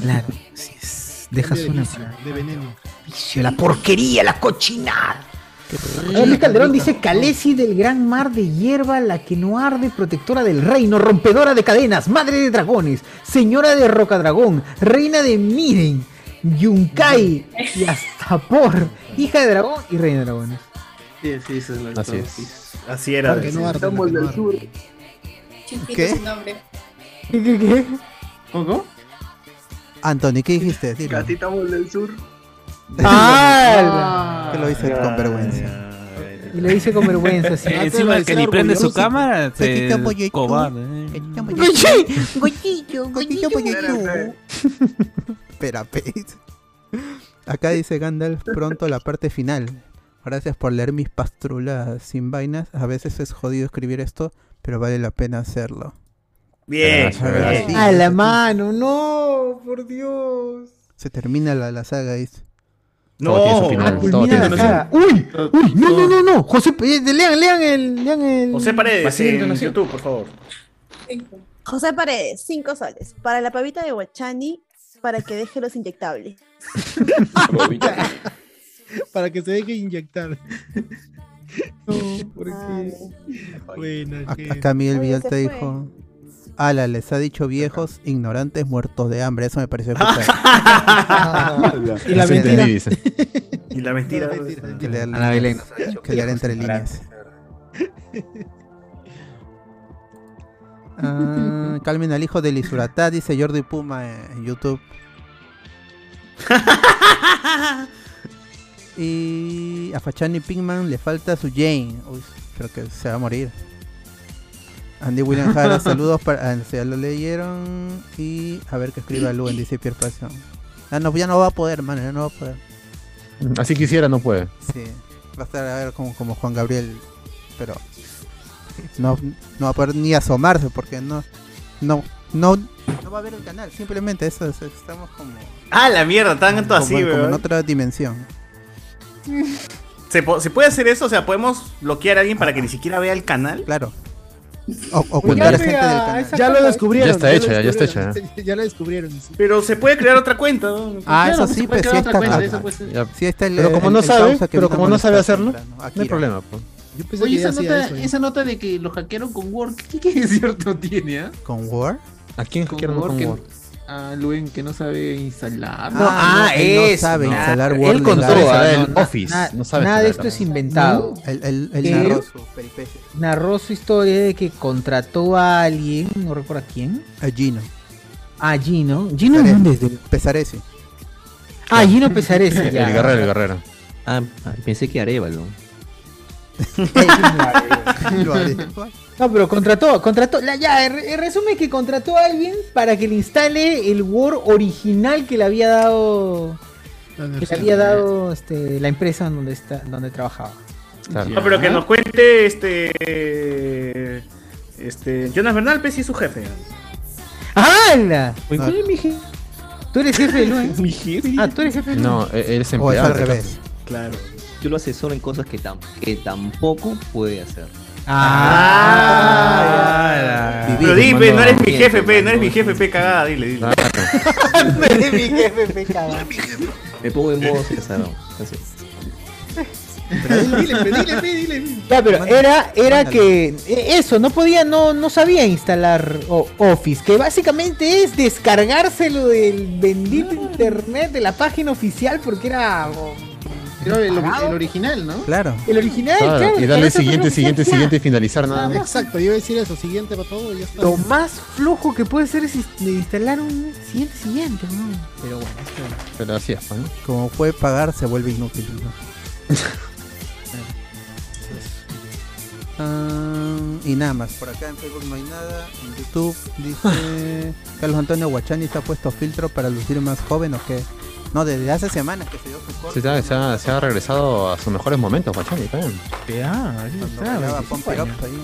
Claro, así es. Dejas De una. vicio, De veneno. vicio, la porquería, la cochinada. Ah, Eh, Luis Calderón dice Calesi del gran mar de hierba, la que no arde, protectora del reino, rompedora de cadenas, madre de dragones, señora de Rocadragón, reina de Miren, Yunkai y hasta por, hija de dragón y reina de dragones. Sí, sí, eso es lo que Así todos es. dicen. Así era. Porque no decía. arde, porque no arde. Chiquito ¿Qué? su nombre. ¿Qué, qué, qué? ¿Cómo? Anthony, ¿qué dijiste? Dilo. Gatita Mole del Sur. ¡Ah! <laughs> Que lo dice con vergüenza. Y lo dice con vergüenza. sí. Eh, Encima que ni prende su cámara, se Gatito Molleto. cobarde. eh. Gochi, Gochito, gochito. Espera, pez. <laughs> Acá dice Gandalf, pronto la parte final. Gracias por leer mis pastrulas sin vainas. A veces es jodido escribir esto, pero vale la pena hacerlo. Bien, A ver, bien. sí, A se- la mano, no, por Dios. Se termina la, la saga, dice. No. Todo tiene su final, Ah, culmina la saga. Uy, uy, no, no, no, no. José, eh, lean, lean el, lean eh. el. José Paredes, Paciente, en no sé. YouTube, por favor. José Paredes, 5 soles. Para la pavita de Guachani, para que deje los inyectables. Para que se deje inyectar. <laughs> No, porque. Bueno, A- que- Acá Miguel Oye, Villalta se fue. dijo: Ala, les ha dicho viejos, ignorantes, muertos de hambre. Eso me pareció <laughs> <laughs> Ah, <laughs> espectacular. Y la Eso mentira. entendí, dice. Y la mentira. Que lea Ana Belén nos ha líneas. dicho Que lea viejos, entre ignorantes. líneas. Ah, calmen al hijo de Lisuratá, dice Jordi Puma en en YouTube. y a Fachani Pinkman le falta su Jane. Uy, creo que se va a morir. Andy William Jara, saludos para. ah, ya lo leyeron. Y a ver que escriba Luen, dice Pierre Pasión. Ah, no, ya no va a poder, mano, ya no va a poder. Así quisiera, no puede. Sí, va a estar a ver como, como Juan Gabriel, pero no, no va a poder ni asomarse porque no, no, no, no va a ver el canal, simplemente eso, es- estamos como, Ah, la mierda, están como, todos así, como en weón. otra dimensión. ¿Se, po- se puede hacer eso? O sea, ¿podemos bloquear a alguien para que ni siquiera vea el canal? Claro. O- ocultar gente del ah, canal. Ya lo descubrieron, Ya está ya lo hecha, <laughs> ya, está hecha. descubrieron. Ya la descubrieron. sí. Pero se puede crear otra cuenta. ¿no? Ah, Claro, eso sí, se pues puede sí crear otra está. cuenta, ah, eso, pues, ya. Sí está el- pero como el- no el sabe, causa que pero vino como no sabe molestar hacerlo, temprano, no hay Akira. problema. pues. po. pensé Oye, que ya esa hacía nota, eso, ya. esa nota de que lo hackearon con Word, ¿qué, qué es cierto tiene? ah? ¿Con Word? ¿A quién Con hackearon con que- Word? Ah, Luen, que no sabe instalar. No, ah, no, él no es- sabe nah, instalar él Word con ni nada. todo eh, sabe el Office, Ah, Na- no sabe nada de esto instalar es inventado. El- el- el Eh, Él narró su peripecia. narró su historia de que contrató a alguien, no recuerdo a quién. A Gino. A Gino. Gino es desde. Pesarese. Ah, Gino <laughs> Pesarese. El guerrero, el guerrero. Ah, ah, pensé que Arevalo. No, pero contrató, contrató. la- ya, el, el resumen es que contrató a alguien para que le instale el Word original que le había dado. Que le había dado este, la empresa donde está, donde trabajaba. No, pero que nos cuente este. Este. Jonas Bernal, pues sí es su jefe. Ah. ¡Hala! Uy, ¿cuál es mi jefe? ¿Tú eres jefe de Luen? ¿Mi jefe? Ah, tú eres jefe de Luen. No, e- eres O es empleado. al en este revés. caso. Claro. Yo lo asesoro en cosas que, tam- que tampoco puede hacer. Ah, Vivir, pero di, pe, hermano. no eres mi Bien, jefe, pe, no eres mi jefe, pe, cagada, dile, dile. <laughs> <laughs> no eres mi jefe, pues, pecado. Me pongo en modo César. Así. dile, dile, Ya, pero era, era que eh, eso, no podía, no, no sabía instalar o- Office, que básicamente es descargárselo del bendito internet de la página oficial porque era oh. o- Pero el, el original, ¿no? Claro. el original, Eh, Claro, claro, Ah, y darle descargarse la siguiente, página siguiente, oficial, siguiente y finalizar nada más. Exacto, yo iba a decir eso, siguiente para todo y ya ya. está. Lo más flojo que puede ser es inst- instalar un siguiente, siguiente, ¿no? Pero bueno, esto- Pero así es, ¿no? Como puede pagar, se vuelve inútil. <laughs> ¿no? Ah, y nada más, por acá en Facebook no hay nada, en YouTube <laughs> dice Carlos Antonio Guachani se ha puesto filtro para lucir más joven o qué. No, desde hace semanas que se dio su corte. Se, ha- se ha, se ha regresado a sus mejores momentos, Guachani, también. cuando está, bailaba 25 Pump It Up años. ahí en,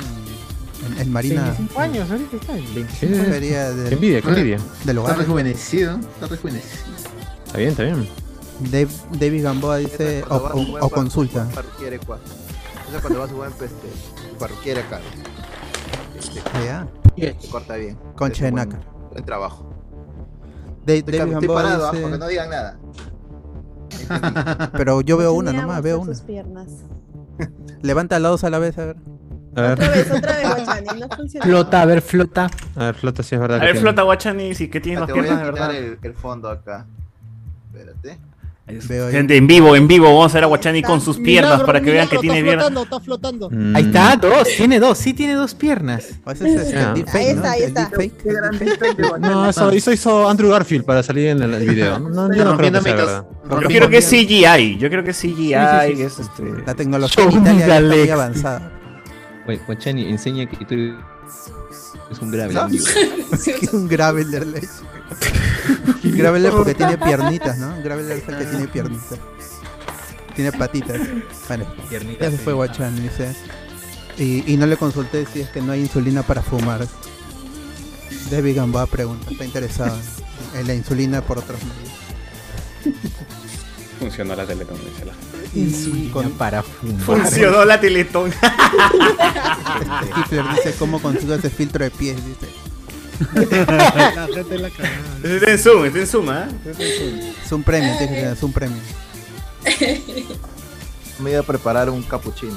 en- en Marina. 25 años, ahorita está. Sí. Feria del- Qué envidia, qué envidia. Del Está hogar. rejuvenecido, está rejuvenecido. Está bien, está bien. Dave- David Gamboa dice o, o- o consulta. Parruquiere cuatro. Eso es cuando vas a jugar este, parruquiere acá. Este, Ah, ya. te corta bien. Concha de Buen- nácar. Buen trabajo. Dave- Estoy, David estoy Gamboa parado, ah, dice- porque no digan nada. <laughs> Pero yo veo una Tenía nomás, agua veo en una. sus piernas. Levanta lados a la vez, a ver. A ver. Otra vez, otra vez, Guachani, no <laughs> funciona. Flota, a ver, flota. A ver, flota, si es verdad. A que ver, tiene. flota Guachani, si que tienes Ah, las te voy a piernas de quitar verdad. el, el fondo acá. Espérate. Veo ahí. Gente, en vivo, en vivo, vamos a ver a Guachani con sus piernas para que vean que tiene piernas. piernas. Está flotando, está flotando. Ahí está, dos, tiene dos, sí tiene dos piernas. O ese es este, Ah. deepfake, Ahí ¿no? está, ahí El está. deepfake. No, eso, eso hizo Andrew Garfield para salir en el video. No, yo no creo que sea verdad. Yo quiero que es CGI, yo creo que es CGI, que es este. La tecnología en Italia ya está muy avanzada. Oye, Guachani, enseña que tú eres es un grave. ¿No? <laughs> Es un Graveler le Graveler porque tiene piernitas, ¿no? Graveler es el que tiene piernitas. Tiene patitas. Vale. Piernitas, Ya se sí. fue Guachán, dice. Y, y no le consulté si es que no hay insulina para fumar. David Gamboa pregunta, está interesado en- en la insulina por otros medios. Funcionó la teletón, dice la gente. Insulina para fumar. Funcionó la Teletón. Este Hitler dice cómo consigo ese filtro de pies, <laughs> dice. La gente la <laughs> cagada. Está en Zoom, está en Zoom, ¿ah? Es un premio, tiene que tener, es un premio. Me iba a preparar un capuchino.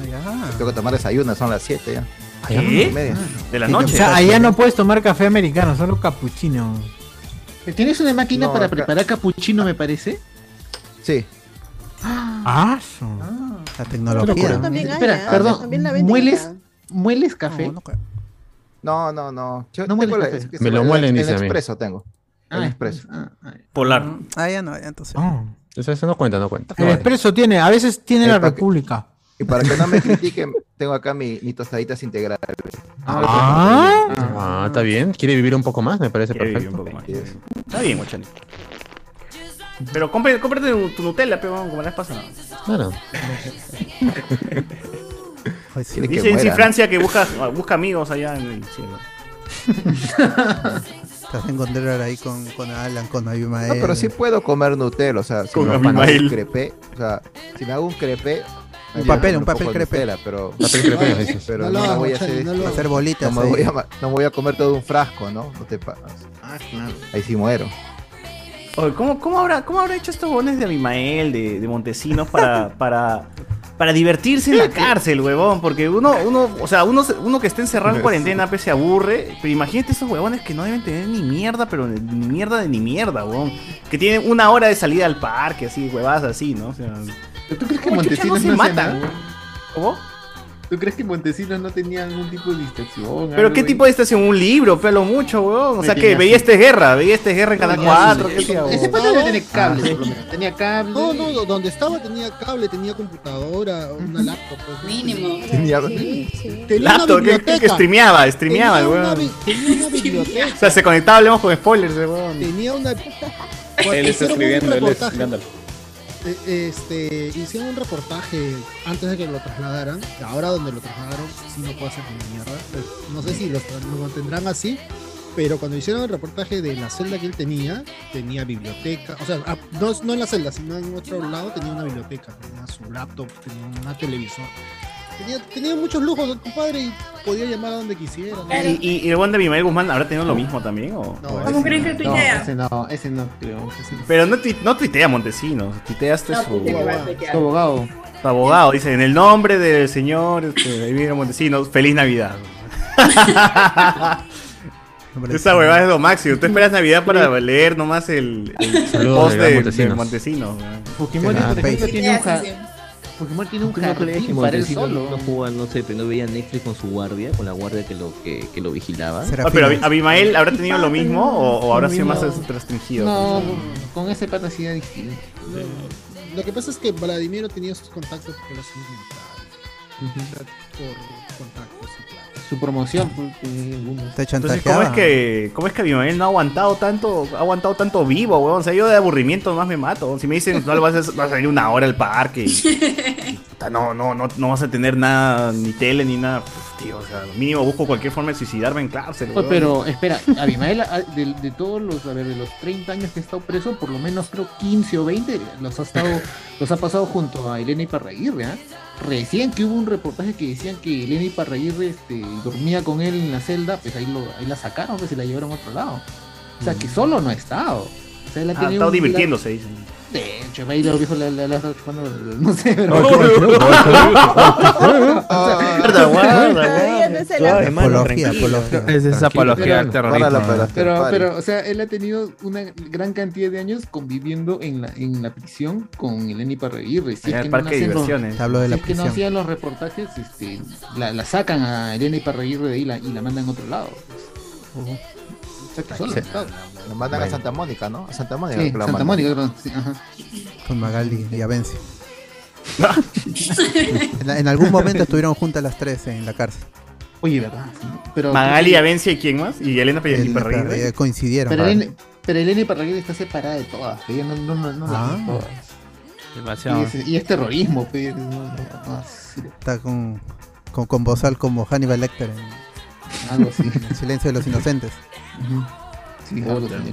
Ah, ya. ah. Tengo que tomar desayuno, son las 7 ya. ¿Qué? De la noche. O sea, allá no puedes tomar café americano, solo capuchino. ¿Tienes una máquina No, para acá- preparar capuchino, me parece? Sí. Ah, su- La tecnología. locura. ¿no? También hay, ¿eh? Espera, ¿ah? perdón, También la venden ¿mueles- acá. ¿Mueles café? No, no, no. Yo tengo No mueles la- café. es que Me se- lo el- muelen, El dice a mí. expreso tengo. El Ah, expreso. Polar. Ah, ya no, ya entonces. Eso, eso no cuenta, no cuenta. Eh, El expreso tiene, a veces tiene Eh, la pa' que- República. Y para que no me critiquen, <laughs> tengo acá mi, mi tostaditas integrales. Ah, ah, está bien. Quiere vivir un poco más, me parece perfecto. Está bien, guachani. Pero compre- cómprate tu, tu Nutella, pero como la has pasado. Claro. Pues Dice en sí Francia que busca, <laughs> busca amigos allá en el cielo. Te vas a encontrar ahí con, con Alan, con Abimael. No, pero sí puedo comer Nutella, o sea, si Con me hago un Abimael. crepe, o sea, si me hago un crepe, me Un voy a papel, comer un papel poco de crepe. Nutella, <laughs> pero Papel crepe, Ay, dices. pero no, no lo me hagas, voy a Chani, hacer, no lo hagas. Hacer bolitas No me voy ahí. a, ma- no me voy a comer todo un frasco, ¿no? No te pasas. Ahí sí muero. Oye, ¿cómo, cómo, habrá, ¿Cómo habrá hecho estos bones de Abimael, de, de Montesinos, <laughs> para, para, para divertirse en la cárcel, huevón? Porque uno, uno, o sea, uno, se- uno que esté encerrado en cuarentena, pues, se aburre. Pero imagínate esos huevones que no deben tener ni mierda, pero ni ni mierda de ni mierda, huevón. Que tienen una hora de salida al parque, así, huevadas así, ¿no? O sea, ¿Tú crees que ¿cómo chucha no Montesinos se no hacía matan? nada? ¿Cómo? ¿Tú crees que Montesinos no tenía algún tipo de distracción? Pero qué tipo de estación, un libro, pelo mucho, huevón. O sea, que veía este guerra, veía este guerra en cada cuatro. ¿qué hacía, Ese huevón? pata debe tener Ah, cables, sí. por lo menos. Tenía cable. No, no, no, donde estaba tenía cable, tenía computadora, una laptop. Mínimo. Tenía- Tenía una Laptop, que- biblioteca. que streameaba, streameaba, Tenía una weón. bi- Tenía una biblioteca. O sea, se conectaba, hablemos con spoilers, huevón. Tenía <laughs> una. Él está Hicieron un escribiendo, él es reportaje. Gandalf. Eh, Este, hicieron un reportaje antes de que lo trasladaran. Ahora donde lo trasladaron, sí no puedo hacer ni mierda. Pues, No sé si lo, tra- lo mantendrán así, pero cuando hicieron el reportaje de la celda que él tenía, tenía biblioteca. O sea, ah, no, no en la celda, sino en otro lado tenía una biblioteca, tenía su laptop, tenía una televisor. Tenía, tenía muchos lujos, el compadre, y podía llamar a donde quisiera. ¿no? ¿Y, y, y el buen de Abimael Guzmán habrá tenido lo mismo también? ¿o? No, o ese ese no. no? ese no, No, ese no creo. ese no. Pero no, tuit- no tuitea Montesinos, tuiteaste No, su... tuitea que va a tuitear. Su abogado. Su abogado, dice, en el nombre del señor este, Emilio Montesinos, feliz <laughs> Navidad. Esa huevada es lo máximo. Tú esperas Navidad para leer nomás el, el Saludos, post Navidad de Montesinos. Montesinos. Pokémon, Ah, por ejemplo, Face. tiene un jardín. Pokémon tiene un ¿Tú no crees que jardín para él Montesinos solo. no jugaba, no sé, pero no veía Netflix con su guardia, con la guardia que lo, que, que lo vigilaba? Ah, pero Abi- Abimael habrá tenido lo mismo o, o habrá sido más restringido. No, con ese pata sí era distinto. No. Lo que pasa es que Vladimiro tenía sus contactos por las militares. Por contactos y plata. Su promoción. pues, tiene algunos. Entonces, ¿cómo es que cómo es que Abimael no ha aguantado tanto, ha aguantado tanto vivo, weón? O sea, yo de aburrimiento más me mato. weón. Si me dicen, no le vas a, vas a salir una hora al parque. y- puta, no, no, no, no vas a tener nada, ni tele, ni nada. Uf, tío, o sea, mínimo busco cualquier forma de suicidarme en cárcel, Oye, weón. pero espera, Abimael, ah, de, de todos los, a ver, de los 30 años que ha estado preso, por lo menos creo 15 o 20 los <laughs> ha, estado, los ha pasado junto a Elena Iparraguirre, ¿ah? Recién que hubo un reportaje que decían que Elena Iparraguirre este, dormía con él en la celda, pues ahí, lo, ahí la sacaron, pues se la llevaron a otro lado. O sea, que solo no ha estado. O sea, él ha Mm. Ah, ha tenido estado un- divirtiéndose, dicen. la- De hecho, ahí los viejos la, la, la- cuando- no sé, pero... No, no, no, <laughs> O <laughs> sea, Guarda, guarda, Todavía no se la- Suave, mano, Ah. Apología, tranquilo. apología. Es esa apología al pero- terrorismo. para la- para la- Pero, Vale. pero, o sea, él ha tenido una gran cantidad de años conviviendo en la, en la prisión con Eleni Parreguirre. Si Allá en es que el no parque de hacen los- diversiones. Te hablo de si la es que no prisión. hacían los reportajes, este, la, la sacan a Eleni Parreguirre de ahí la- y la mandan a otro lado. O Ah, sea, que solo Sí. ha estado. Lo mandan a Bueno. Santa Mónica, ¿no? A Santa Mónica. Sí, que lo Santa mandan. Mónica, perdón, sí, ajá. Con Magaldi <laughs> y Avencio. en, en algún momento estuvieron juntas las tres en la cárcel. Oye, ¿verdad? Pero, Magali, Avencia y quién más? Y Elena Pe- y Elena Perreguirre. Perreguirre, coincidieron. pero, Eleni, pero Eleni Parreguirre está separada de todas. Ella no, no, no, no las Ah. ve todas. Demasiado. Y es, y es terrorismo, pues, no, no, no, sí. Está con, con, con Bozal como Hannibal Lecter en, Algo así. en El silencio de los inocentes. Sí, algo tenía.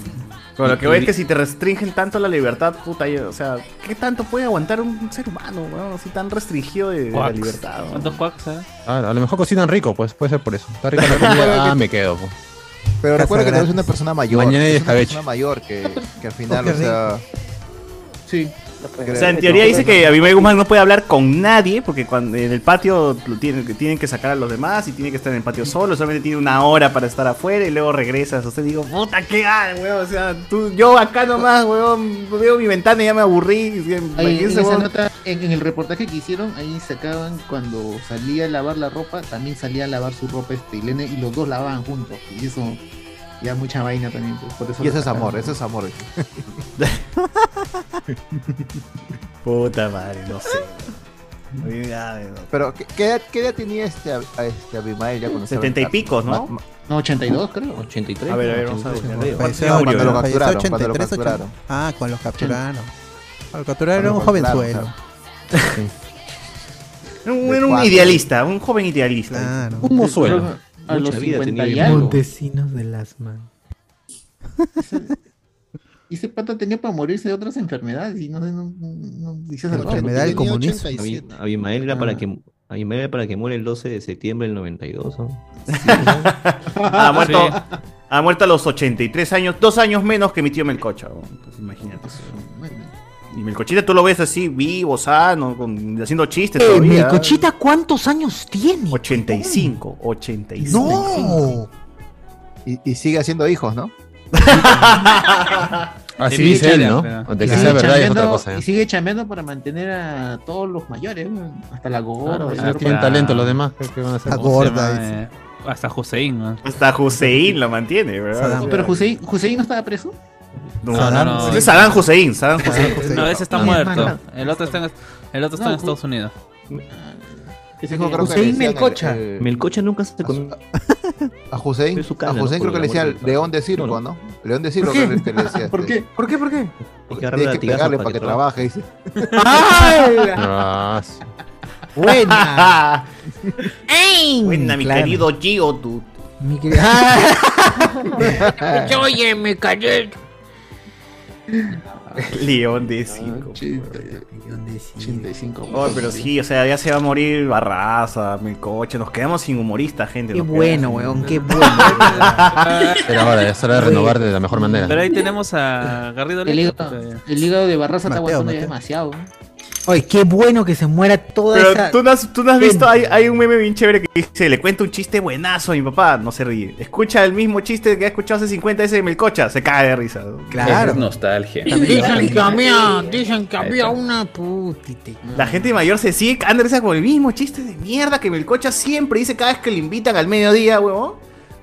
Pero lo que voy es que si te restringen tanto la libertad, puta, yo- o sea, ¿qué tanto puede aguantar un ser humano, weón? Así tan restringido de, de la Cuacs. libertad, weón. ¿Cuántos cuacks, eh? Claro, Ah, a lo mejor cocinan rico, pues puede ser por eso. Está rica la comida, ah, me quedo. pues. Pero recuerda que tú eres Gracias. una persona mayor. Mañana hay es una escabeche. persona mayor que, que al final, Oh, qué o sea, Sí. O sea, en teoría dice que Abimael Guzmán no puede hablar con nadie porque cuando en el patio lo tienen, que tienen que sacar a los demás y tiene que estar en el patio solo, solamente tiene una hora para estar afuera y luego regresas. O sea, digo, puta, qué ah, weón. O sea, tú, yo acá nomás, weón, veo mi ventana y ya me aburrí. Ahí, en, Imagínense, esa weón. nota, en, en el reportaje que hicieron, ahí sacaban cuando salía a lavar la ropa, también salía a lavar su ropa este y Lene, y los dos lavaban juntos. Y eso, ya mucha vaina también. pues, por eso Y lo eso es sacaron. amor, eso es amor. <laughs> Puta madre, <laughs> no sé. Oye, ya, no. Pero, ¿qué, qué edad, qué edad tenía este, Ab- a este Abimael ya cuando estaba en Setenta y cárcel? picos, ¿no? Ma- ma- No, 82 creo. 83. A ver, a ver, vamos a ver. ver. Falleció, Cuando lo falleció capturaron, cuando lo 83, capturaron. Ah, cuando lo capturaron. Cuando lo capturaron era Cuando un lo jovenzuelo. Era un, era un idealista, un joven idealista. Un mozuelo. A los Mucha vida tenía 50 y Abimael. algo. Montesinos del asma. Y ese pata tenía para morirse de otras enfermedades. Y no sé, no, no, no- y se salvó, enfermedad del porque tenía comunismo. 87. Abi- Abimael era Ah. para que Abimael era para que muera el 12 de septiembre del 92. ¿no? Ah, Ha muerto, Sí. ha muerto a los 83 años, dos años menos que mi tío Melcocha. weón. Entonces, imagínate. Pues, Y Melcochita tú lo ves así, vivo, sano, con- haciendo chistes. Eh, todavía. Melcochita, ¿cuántos años tiene? Oh. 85, 85. ¡No! Y, y sigue haciendo hijos, ¿no? Así Ah, dice él, ¿no? De que Y sigue sea verdad es otra chambeando- cosa. ¿eh? Y sigue chambeando para mantener a todos los mayores, weón, hasta la gorda. Claro, el tienen otro. talento los demás, ¿qué- qué van a hacer? ¿Cómo se llama? Eh, Hasta Joseín, ¿no? Hasta Hussein lo mantiene, ¿verdad? Saddam. O sea, Pero Hussein, Hussein no estaba preso. no, Saddam no, Hussein. no, es Saddam Hussein, Saddam Hussein. No, ese está No, muerto. no. El otro está en, el otro está No, en Estados Unidos. Ese Hijo, que- creo que le decían el- eh, <laughs> el- Melcocha nunca se comió. A Hussein, Es su a cana, ¿no? Hussein creo que Por le la decía muerte. León de Circo, ¿no? León de Circo creo que le decía. este. ¿Por qué? ¿Por qué? ¿Por qué? Hay que Tienes agarrar que latigazos pegarle para que trabaje, dice. <laughs> Ah, Buena. <laughs> ¡Ey! Buena, mi Claro. querido Gio, tú. Mi querido- <laughs> Oye, me callé. León Ah, de 5. 85. Oh, pero sí, o sea, ya se va a morir Barraza, mi coche. Nos quedamos sin humorista, gente. Qué nos bueno, quedamos sin- weón, qué bueno. <laughs> Pero ahora es hora de renovar de la mejor manera. Pero ahí tenemos a Garrido El Lecho. hígado, el hígado de Barraza está Mateo, aguantando ya Mateo. demasiado. Oye, qué bueno que se muera toda Pero esa. tú no has, tú no has visto, hay, hay un meme bien chévere que dice, le cuento un chiste buenazo a mi papá, no se ríe. Escucha el mismo chiste que ha escuchado hace 50 veces de Melcocha, se cae de risa. Es nostalgia. había, ah, dicen que había una putite. La gente mayor se sigue cagando de risa con el mismo chiste de mierda que Melcocha siempre dice cada vez que le invitan al mediodía, huevón.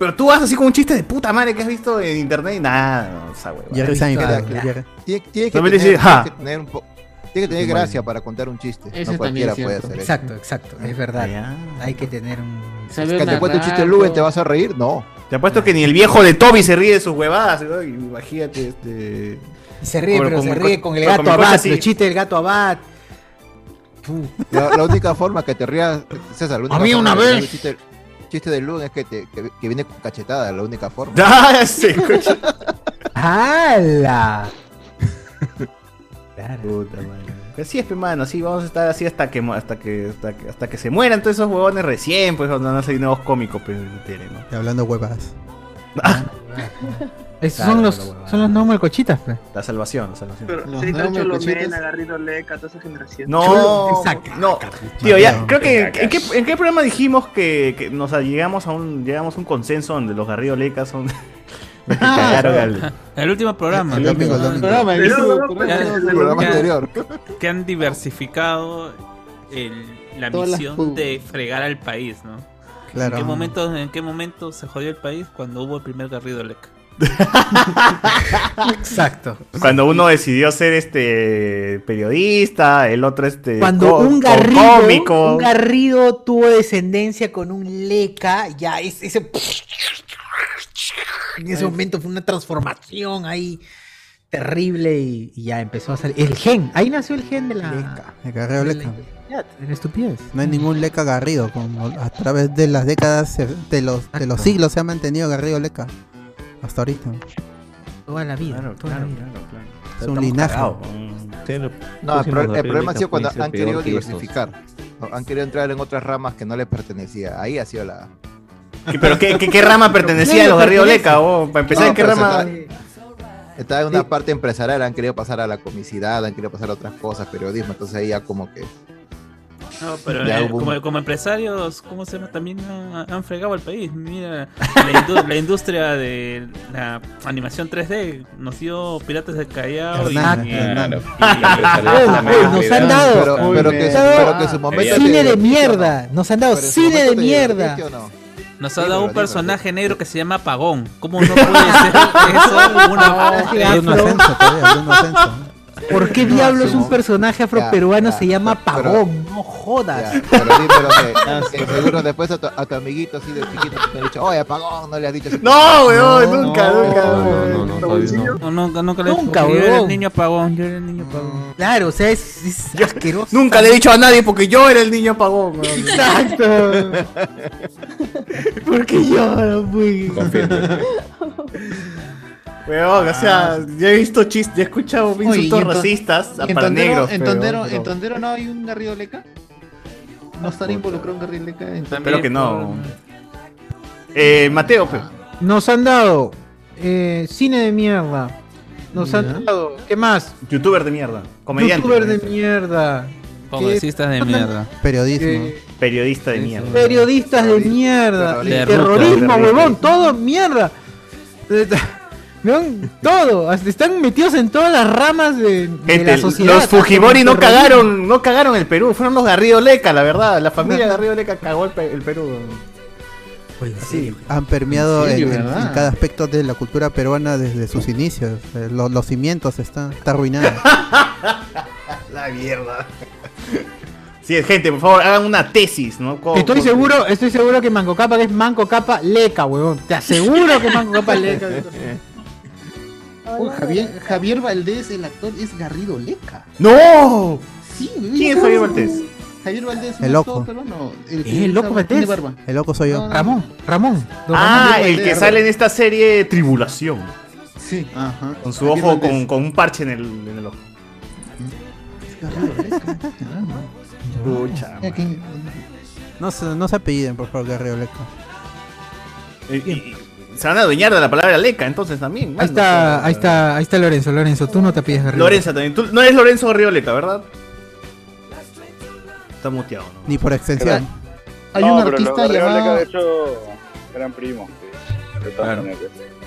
Pero tú vas así con un chiste de puta madre que has visto en internet y nada, no, esa huevada. Jerry Seinfeld. Claro. Jerry- Tiene, tiene que tener, Solamente dice, "Ah". "Ja". tiene que tener un po- tiene que tener gracia para contar un chiste. Ese no también cualquiera es puede cierto. hacer eso. Exacto, exacto, es verdad. Hay que tener un. Se ve Que te cuente un chiste narrado. Luven, ¿te vas a reír? No. Te apuesto que ni el viejo de Toby se ríe de sus huevadas, ¿no? Y Imagínate, este... Se ríe, Con- pero con se mi ríe co- con el con gato mi coche Abad, sí. los chistes del gato Abad. Puh. La, la única forma que te rías, César, la única <laughs> A mí forma una de vez. tener un Chiste, chiste de Luven es que, te, que, que viene con cachetada, la única forma. <laughs> ¡Ah, sí, escucha! ¡Hala! Puta madre. Así es, pe, mano, así vamos a estar así hasta que mu- hasta que hasta que, hasta que se mueran todos esos huevones recién, pues cuando van a salir nuevos cómicos, pues, en la tele, ¿no? Ah, Y Hablando huevas. Claro, Esos son pero los, huevada. son los nuevos melcochitas, pe. La salvación, la salvación. Pero Los sí, está nuevos Cholomena, cochitos. Garrido Leca, toda esa generación. No, no, Ah, tío, ya, Mateo. creo que ¿en qué, en qué programa dijimos que, que nos llegamos a un llegamos a un consenso donde los Garrido Lecas son Me cagaron al- El último programa. El último domingo, Ah, el domingo. programa. El último Que programa. han- El programa que han- anterior. Que han diversificado el- la Todas las misión pu- de fregar al país, ¿no? Claro. ¿En qué, momento, ¿En qué momento se jodió el país? Cuando hubo el primer Garrido Leca. Exacto. Cuando uno decidió ser este periodista, el otro este Cuando co- un co- garrido, cómico. un garrido tuvo descendencia con un leca, ya es- ese, en ese momento fue una transformación ahí terrible y, y ya empezó a salir el gen, ahí nació el gen de la El Garrido Leca. Ya, en estupidez. No hay ningún Leca Garrido. Como a través de las décadas, se- de los, de los siglos se ha mantenido Garrido Leca. Hasta ahorita. toda la vida. toda la vida. Es un linaje. No, el, pro- el problema ha sido cuando pueden ser han querido peor que estos. diversificar. No, Han querido entrar en otras ramas que no les pertenecía. Ahí ha sido la. ¿Pero qué, qué, qué rama pertenecía a los Garrido Leca? vos? para empezar, No, ¿qué pero rama? se- Está en una parte empresarial, han querido pasar a la comicidad, han querido pasar a otras cosas, periodismo, entonces ahí ya como que... No, pero Ya eh, hubo un- como, como empresarios, ¿cómo se llama? También han, han fregado al país. <laughs> Mira, la, indu- la industria de la animación 3D nos dio Piratas del Callao. y- Hernán, y- Hernán. y- Uy, nos han dado, Pero- pero que- pero que en su momento cine te- de ¿sí o no? mierda, nos han dado Pero en su cine de momento te mierda. divertiste o no? Nos ha dado un personaje negro que se llama Pagón. ¿Cómo <laughs> no puede ser eso una Bruno Ascenso todavía, <laughs> Bruno Ascenso. ¿Por qué diablos un personaje afroperuano se llama Pagón? No jodas. Ya, pero dímelo <laughs> Ah, que, que seguro después a tu, a tu amiguito así de chiquito te han dicho, oye, apagón, no le has dicho así. No, weón, nunca, nunca. No, nunca, nunca le Nunca, porque Yo era el huevón. niño Pagón, yo era el niño Pagón. Claro, o sea, es, es asqueroso. Nunca le he dicho a nadie porque yo era el niño pagón. weón. <laughs> <laughs> Porque lloran, güey. Weón, o sea, ya he visto chistes, ya he escuchado Oye, insultos y enton- racistas a- en para Tondero- negros. En pero- Tondero, pero- en Tondero no hay un Garrido Leca. No estará involucrado un Garrido Leca. en- Espero que no. Eh, Mateo, pero. Nos han dado eh, cine de mierda. Nos han dado. ¿Qué más? Youtuber de mierda. Comediante. Youtuber de mierda. Eh, Congresistas de mierda. Periodismo. Periodista de mierda. Periodistas de mierda. terrorista. Terrorismo, Terrorista. huevón. Todo mierda. <laughs> Huevón, todo. Hasta están metidos en todas las ramas de, de Gente, la sociedad. los Fujimori no Terrorismo. cagaron, no cagaron el Perú, fueron los Garrido Leca, la verdad, la familia Garrido Leca cagó el, Pe- el Perú. Pues Sí, han permeado En en, serio, en- ¿verdad? en cada aspecto de la cultura peruana desde sus inicios. Eh, lo- los cimientos están <laughs> está arruinados. <laughs> La mierda. Sí, gente, por favor, hagan una tesis, ¿no? Co- Estoy co- seguro, estoy seguro que Manco Capa es Manco Capa Leca, huevón. Te aseguro que Manco Capa Leca. Eh. Uy, Javier, Javier Valdés, el actor, es Garrido Leca. ¡No! Sí, ¿Quién es Javier Valdés? Javier Valdés, El loco. peruano. ¿Eh, el loco Valdés? Valdés? El loco soy yo. Ramón, Ramón. Don Ah, Ramón. el que sale en esta serie Tribulación. Sí, ajá. Con su ojo, con, con un parche en el, en el ojo. Pucha. No se, no se apelliden, por favor, Garrido Leco. Y- y- Eh, y se van a adueñar de la palabra Leca, entonces también. Ahí mano. está, ahí está, ahí está Lorenzo, Lorenzo, tú no te pides Garrido. Lorenza también. Tú no eres Lorenzo Garrido Leca, ¿verdad? Está muteado, ¿no? Ni por extensión. Hay No, un pero artista los Garrido Leca, llamado. De hecho, eran primos. sí, de todas maneras.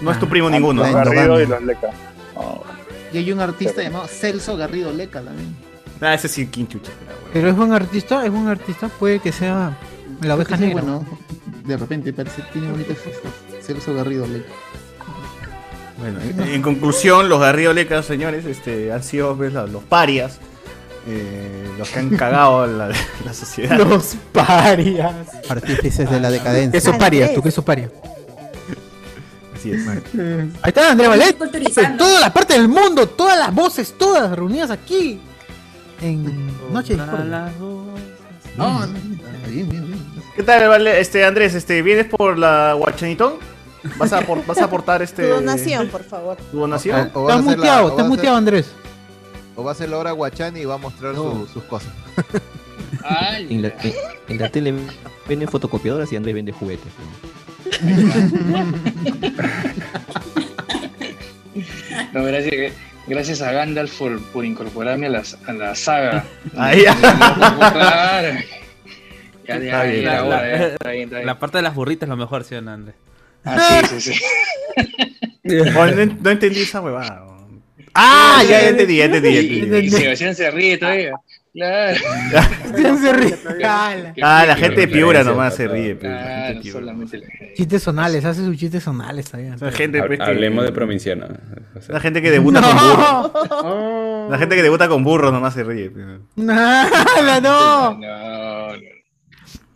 No es tu primo ninguno. Los La Garrido endogamia. y los Leca. Y hay un artista llamado Celso Garrido Leca también. Ah, ese sí, quinchucha. Pero es buen artista, es buen artista, puede que sea la oveja Sí, negra. Bueno, de repente parece tiene bonitas fotos. Celso Garrido Leca. Bueno, en, en conclusión, los Garrido Leca, señores, este, han sido pues, la- los parias. eh, los que han cagado la, la sociedad. <laughs> Los parias. Artífices de la Ah, decadencia. Eso parias, tú que eso parias. Así es. Ahí está Andrea Valet. En toda la parte del mundo, todas las voces, todas reunidas aquí. En Noche de Discordia. No, no, bien, bien, bien. ¿Qué tal, vale? Este, Andrés, este, ¿vienes por la Guachanitón? ¿Vas a, apor- vas a aportar este. Tu donación, por favor. ¿Tu donación? O- o vas a hacer la- o vas a hacer- Andrés. O va a ser la hora Guachani y va a mostrar su- sus cosas. En la, en- en la tele venden fotocopiadoras y Andrés vende juguetes. No, gracias, gracias a Gandalf por, por incorporarme a, las, a la saga. Ahí. <laughs> Claro. Ya, ya, bien, ya, la- ahora, la- ya, está bien, está bien. La parte de las burritas es lo mejor, ¿sí o no, Andrés? Ah, <laughs> sí, sí, sí. Oye, no, en- no entendí esa huevada. weón. Ah, ya, ya entendí, ya entendí. ya entendí. Y Sebastián se ríe todavía. Claro. <laughs> se ríe. Ah, la gente de Piura nomás se ríe. pues, la gente de Claro, Piura. solamente la Chistes sonales, hace sus chistes sonales también. <laughs> La gente, pues, que- Hablemos de provinciano. O sea, La gente que <laughs> debuta con burro. La gente que debuta con burro nomás se ríe. pues. Nada, No, no. no.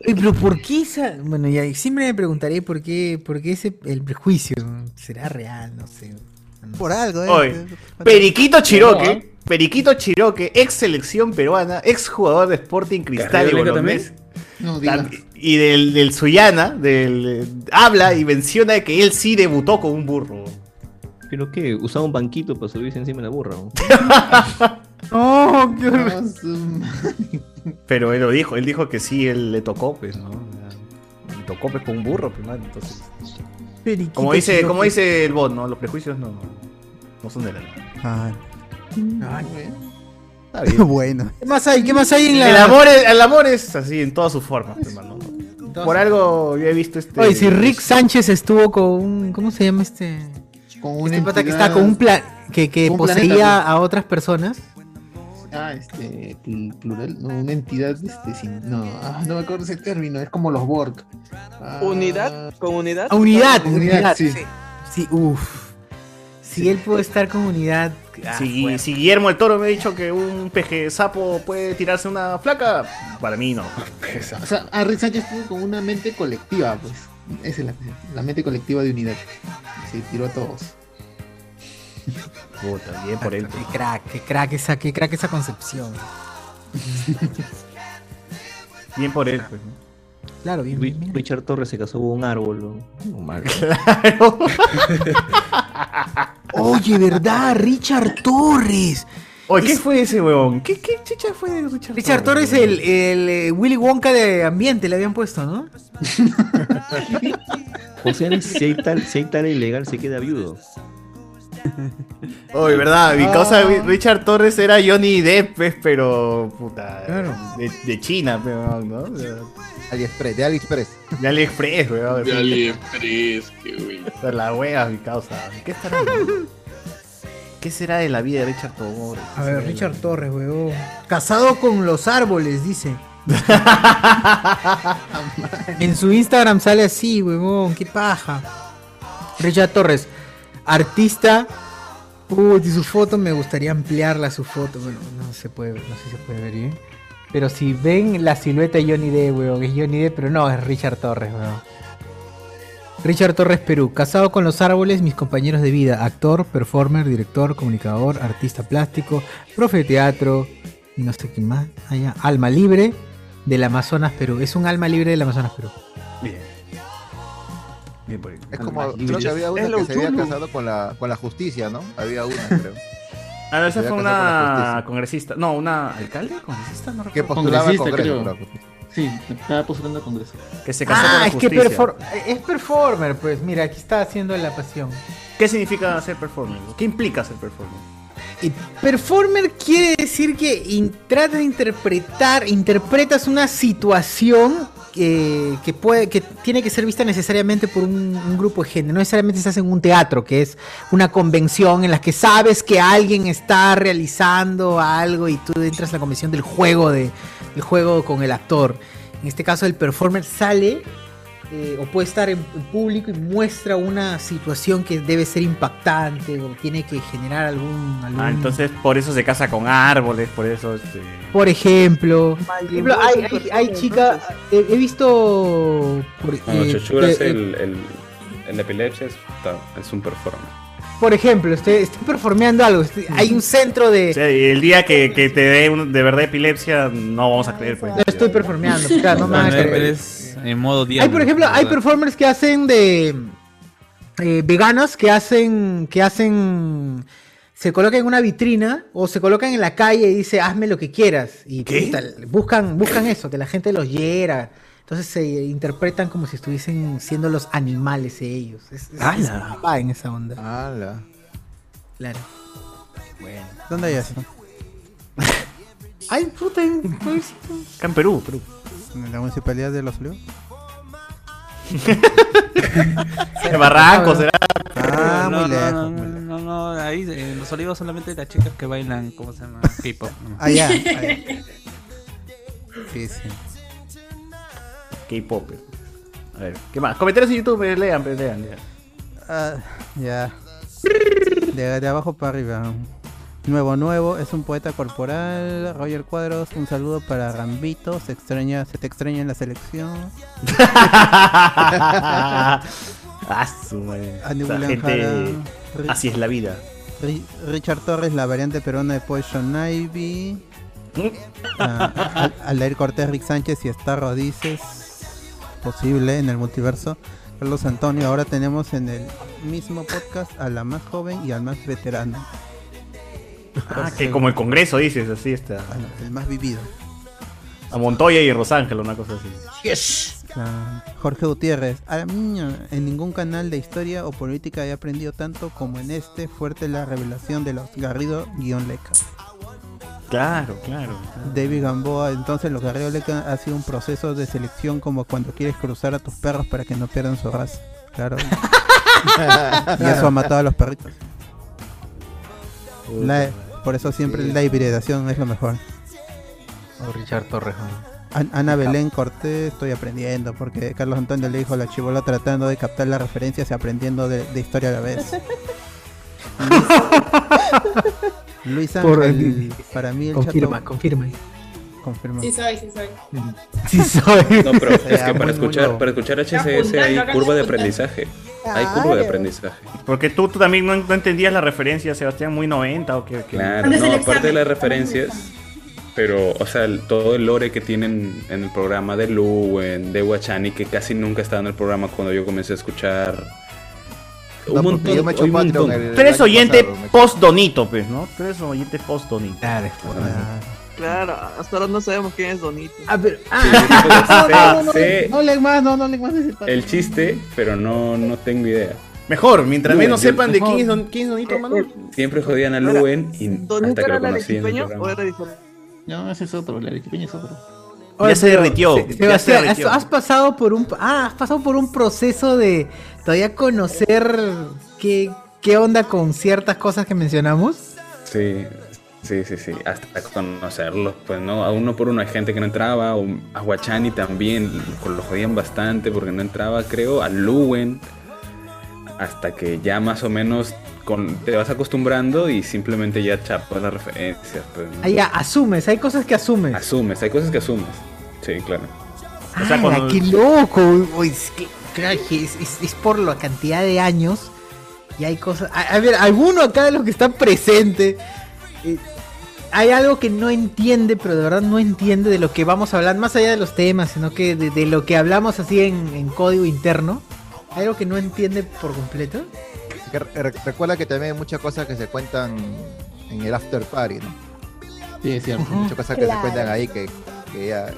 Oye, pero ¿por qué esa? Bueno, ya siempre me preguntaré por qué, por qué ese el prejuicio será real, no sé. Por algo, Oye, Periquito Chiroque. Periquito Chiroque, ex selección peruana, ex jugador de Sporting Cristal y ¿Carrillo Leca Bolonés. No Tam- Y del, del Suyana, del, eh, habla y menciona que él sí debutó con un burro. ¿Pero qué? Usaba un banquito para subirse encima de la burra. ¿no? No, qué horror. Pero él lo dijo, él dijo que sí, él le tocó, pues, ¿no? Le tocó pues, con un burro, pues, man, entonces. Como dice, como dice el bot, ¿no? Los prejuicios no. No son de la luna. Ah, Ay, Está bien. bueno. ¿Qué más hay? ¿Qué más hay en la.? El amor es, el amor es así en todas sus formas, hermano. Por algo yo he visto este. Oye, si Rick Sánchez estuvo con un. ¿Cómo se llama este? Con este una pata que entidad- está con un plan. Que, que con un poseía planeta, ¿no? a otras personas. Ah, este, pl- plural, no, una entidad, este, sin, no, ah, no me acuerdo ese término, es como los Borg. Ah, Unidad, con unidad. A Ah, unidad, unidad, sí. sí. Sí, uff. Si él puede estar con unidad. ah, si, si Guillermo el Toro me ha dicho que un peje sapo puede tirarse una flaca, para mí no. O sea, a Rick Sánchez estuvo con una mente colectiva, pues. Esa es la, la mente colectiva de unidad. Se tiró a todos. Puta, bien por él. Qué crack, qué crack esa, qué crack esa concepción. Bien por él, pues. Claro, bien. Ri- Richard Torres se casó con un árbol. ¿no? Un árbol. Oye, ¿verdad? Richard Torres. Oye, ¿qué fue ese huevón? ¿Qué, qué chicha fue de Richard Richard Torres, el, el, eh, Willy Wonka de ambiente le habían puesto, ¿no? <laughs> O sea, si hay, tal, si hay tal ilegal, se queda viudo. Oye, verdad, mi Ah. causa Ri- Richard Torres era Johnny Depp, pues, pero puta, de, de China, pero ¿no? AliExpress, de AliExpress. De AliExpress, weón. De AliExpress, qué güey. Esa es La wea, mi causa. ¿Qué, estará- eh, <laughs> qué será de la vida de Richard Torres? A ver, Richard Torres, weón. Casado con los árboles, dice. <laughs> en su Instagram sale así, weón. Qué paja. Richard Torres, artista. Uy, y su foto me gustaría ampliarla, su foto. Bueno, no se puede ver, no sé si se puede ver bien. Pero si ven la silueta de Johnny Depp, weón, es Johnny Depp, pero no, es Richard Torres, weón. Richard Torres Perú, casado con los árboles, mis compañeros de vida, actor, performer, director, comunicador, artista plástico, profe de teatro y no sé qué más. Ah, ya. Alma libre del Amazonas Perú. Es un alma libre del Amazonas Perú. Bien. Bien por él. Es como, creo que había una que se había casado con la, con la justicia, ¿no? Había <laughs> una, creo. A ver, Se esa había fue casado con la una justicia. congresista. No, una alcalde, congresista, no Que recuerdo. postulaba al Congreso, creo. claro. Sí, estaba postulando al Congreso. Que se casó con Ah, la es que justicia. perfor- eh, es performer, pues mira, aquí está haciendo la pasión. ¿Qué significa ser performer? ¿Qué implica ser performer? Performer quiere decir que in- tratas de interpretar, interpretas una situación que, que puede, que tiene que ser vista necesariamente por un, un grupo de gente. No necesariamente estás en un teatro, que es una convención en la que sabes que alguien está realizando algo y tú entras a la convención del juego, de, del juego con el actor. En este caso, el performer sale eh, o puede estar en, en público y muestra una situación que debe ser impactante o tiene que generar algún... algún- Ah, entonces por eso se casa con árboles, por eso este. Por ejemplo, por ejemplo, voy, hay, hay, hay chica, he, he visto... Por, No, eh, Chochura eh, es eh, el, el, el epilepsia, es, puta, es un performer. por ejemplo, estoy, estoy performeando algo, estoy- hay un centro de... O sea, y el día que, que te dé un- de verdad epilepsia, no vamos a creer, pues. Lo estoy performeando, claro, <laughs> no me van a Bueno, creer. pero es en Oh, modo Hay, diablo. por ejemplo, hay ¿verdad? performers que hacen de eh, veganos que hacen que hacen se colocan en una vitrina o se colocan en la calle y dice hazme lo que quieras y puta, buscan buscan eso que la gente los hiera. Entonces se interpretan como si estuviesen siendo los animales de ellos. Es, es- es ¡Hala! papá en esa onda. Claro. ¿Dónde hay eso? Ay, puta, pues, Acá en Perú, Perú. ¿En la municipalidad de Los <laughs> Olivos? En Barranco, será. Ah, no, muy no, lejos. No, no, no, no, ahí eh, en los olivos solamente las chicas que bailan, ¿cómo se <laughs> llama? K-pop. Ah, ya, ahí. Sí, sí. K-pop. eh. A ver, ¿qué más? Comentarios en YouTube, eh, lean, pues, lean, lean. Ah, ya. De, de abajo para arriba. Nuevo Nuevo es un poeta corporal. Roger Cuadros, un saludo para Rambito. Se extraña, se te extraña en la selección. <laughs> Ah, su madre. Andy Esa William gente- Jara. Así es la vida. Ri- Richard Torres, la variante peruana de Poison Ivy. Mm. Ah, Al- Aldair Cortés, Rick Sánchez y Starro Dices. Posible en el multiverso. Carlos Antonio, ahora tenemos en el mismo podcast a la más joven y al más veterano. Ah, que como el Congreso dices, Ah, así está. El más vivido. A Montoya y Rosángel, una cosa así. Yes. Jorge Gutiérrez, "A mí, en ningún canal de historia o política he aprendido tanto como en este fuerte la revelación de los Garrido-Leca. Claro, claro. David Gamboa, entonces los Garrido Leca ha sido un proceso de selección como cuando quieres cruzar a tus perros para que no pierdan su raza. <laughs> Claro. y eso ha matado a los perritos. La- por eso siempre la hibridación es lo mejor. O Richard Torres. An- Ana Belén Cortés, estoy aprendiendo, porque Carlos Antonio le dijo a la chivola tratando de captar las referencias y aprendiendo de, de historia a la vez. <laughs> <laughs> Luis Ángel, Por el- para mí el confirma, chato- confirma. Confirma. Sí soy, sí soy. Sí soy. No, <laughs> pero es Ah, Ya, que para muy escuchar, nuevo. para escuchar HCS apuntando, hay acá curva de apuntando. aprendizaje. Hay curva de Claro. aprendizaje. Porque tú, tú también no, no entendías la referencia, Sebastián, muy 90 o qué. qué? Claro, no, aparte de las referencias, pero, o sea, el- todo el lore que tienen en el programa de Luen, de Guachani, que casi nunca estaba en el programa cuando yo comencé a escuchar. Un No, porque montón, yo me he hecho un Patreon montón. el- Tú eres año oyente pasado, me- post-donito, pues, ¿no? Tú eres oyente post-donito. Claro, Claro, hasta ahora no sabemos quién es Donito. Ah, pero. ah, no, no, no, sí. no le más, no, no le más ese El chiste, pero no, no tengo idea. Mejor, mientras menos sepan de quién es Don... Don- quién es Donito, mano. Siempre jodían a Luen y ¿Donito hasta que era lo el conocí en el arequipeño programa. o era diferente? No, ese es otro, el arequipeño es otro. Oye, se pero, derritió, Se- ya Sebastián, se derritió. Has, has pasado por un ah, has pasado por un proceso de todavía conocer qué, qué onda con ciertas cosas que mencionamos. Sí, sí, sí, sí. Hasta conocerlos, pues no, a uno por uno hay gente que no entraba, o a Guachani también, pues, lo jodían bastante porque no entraba, creo, a Luwen. Hasta que ya más o menos con, te vas acostumbrando y simplemente ya chapas las referencias. pues, ¿no? Ah, ya, asumes, hay cosas que asumes. Asumes, hay cosas que asumes. Sí, claro. Ah, qué loco. uy, uy, es, que- claro, que es- es- es por la cantidad de años y hay cosas. A, a ver, alguno acá de los que está presente eh, hay algo que no entiende, pero de verdad no entiende de lo que vamos a hablar, más allá de los temas, sino que de, de lo que hablamos así en, en código interno. ¿Hay algo que no entiende por completo? Que re- recuerda que también hay muchas cosas que se cuentan en el after party, ¿no? Sí, es cierto. Muchas cosas que se Claro. cuentan ahí que, que ya-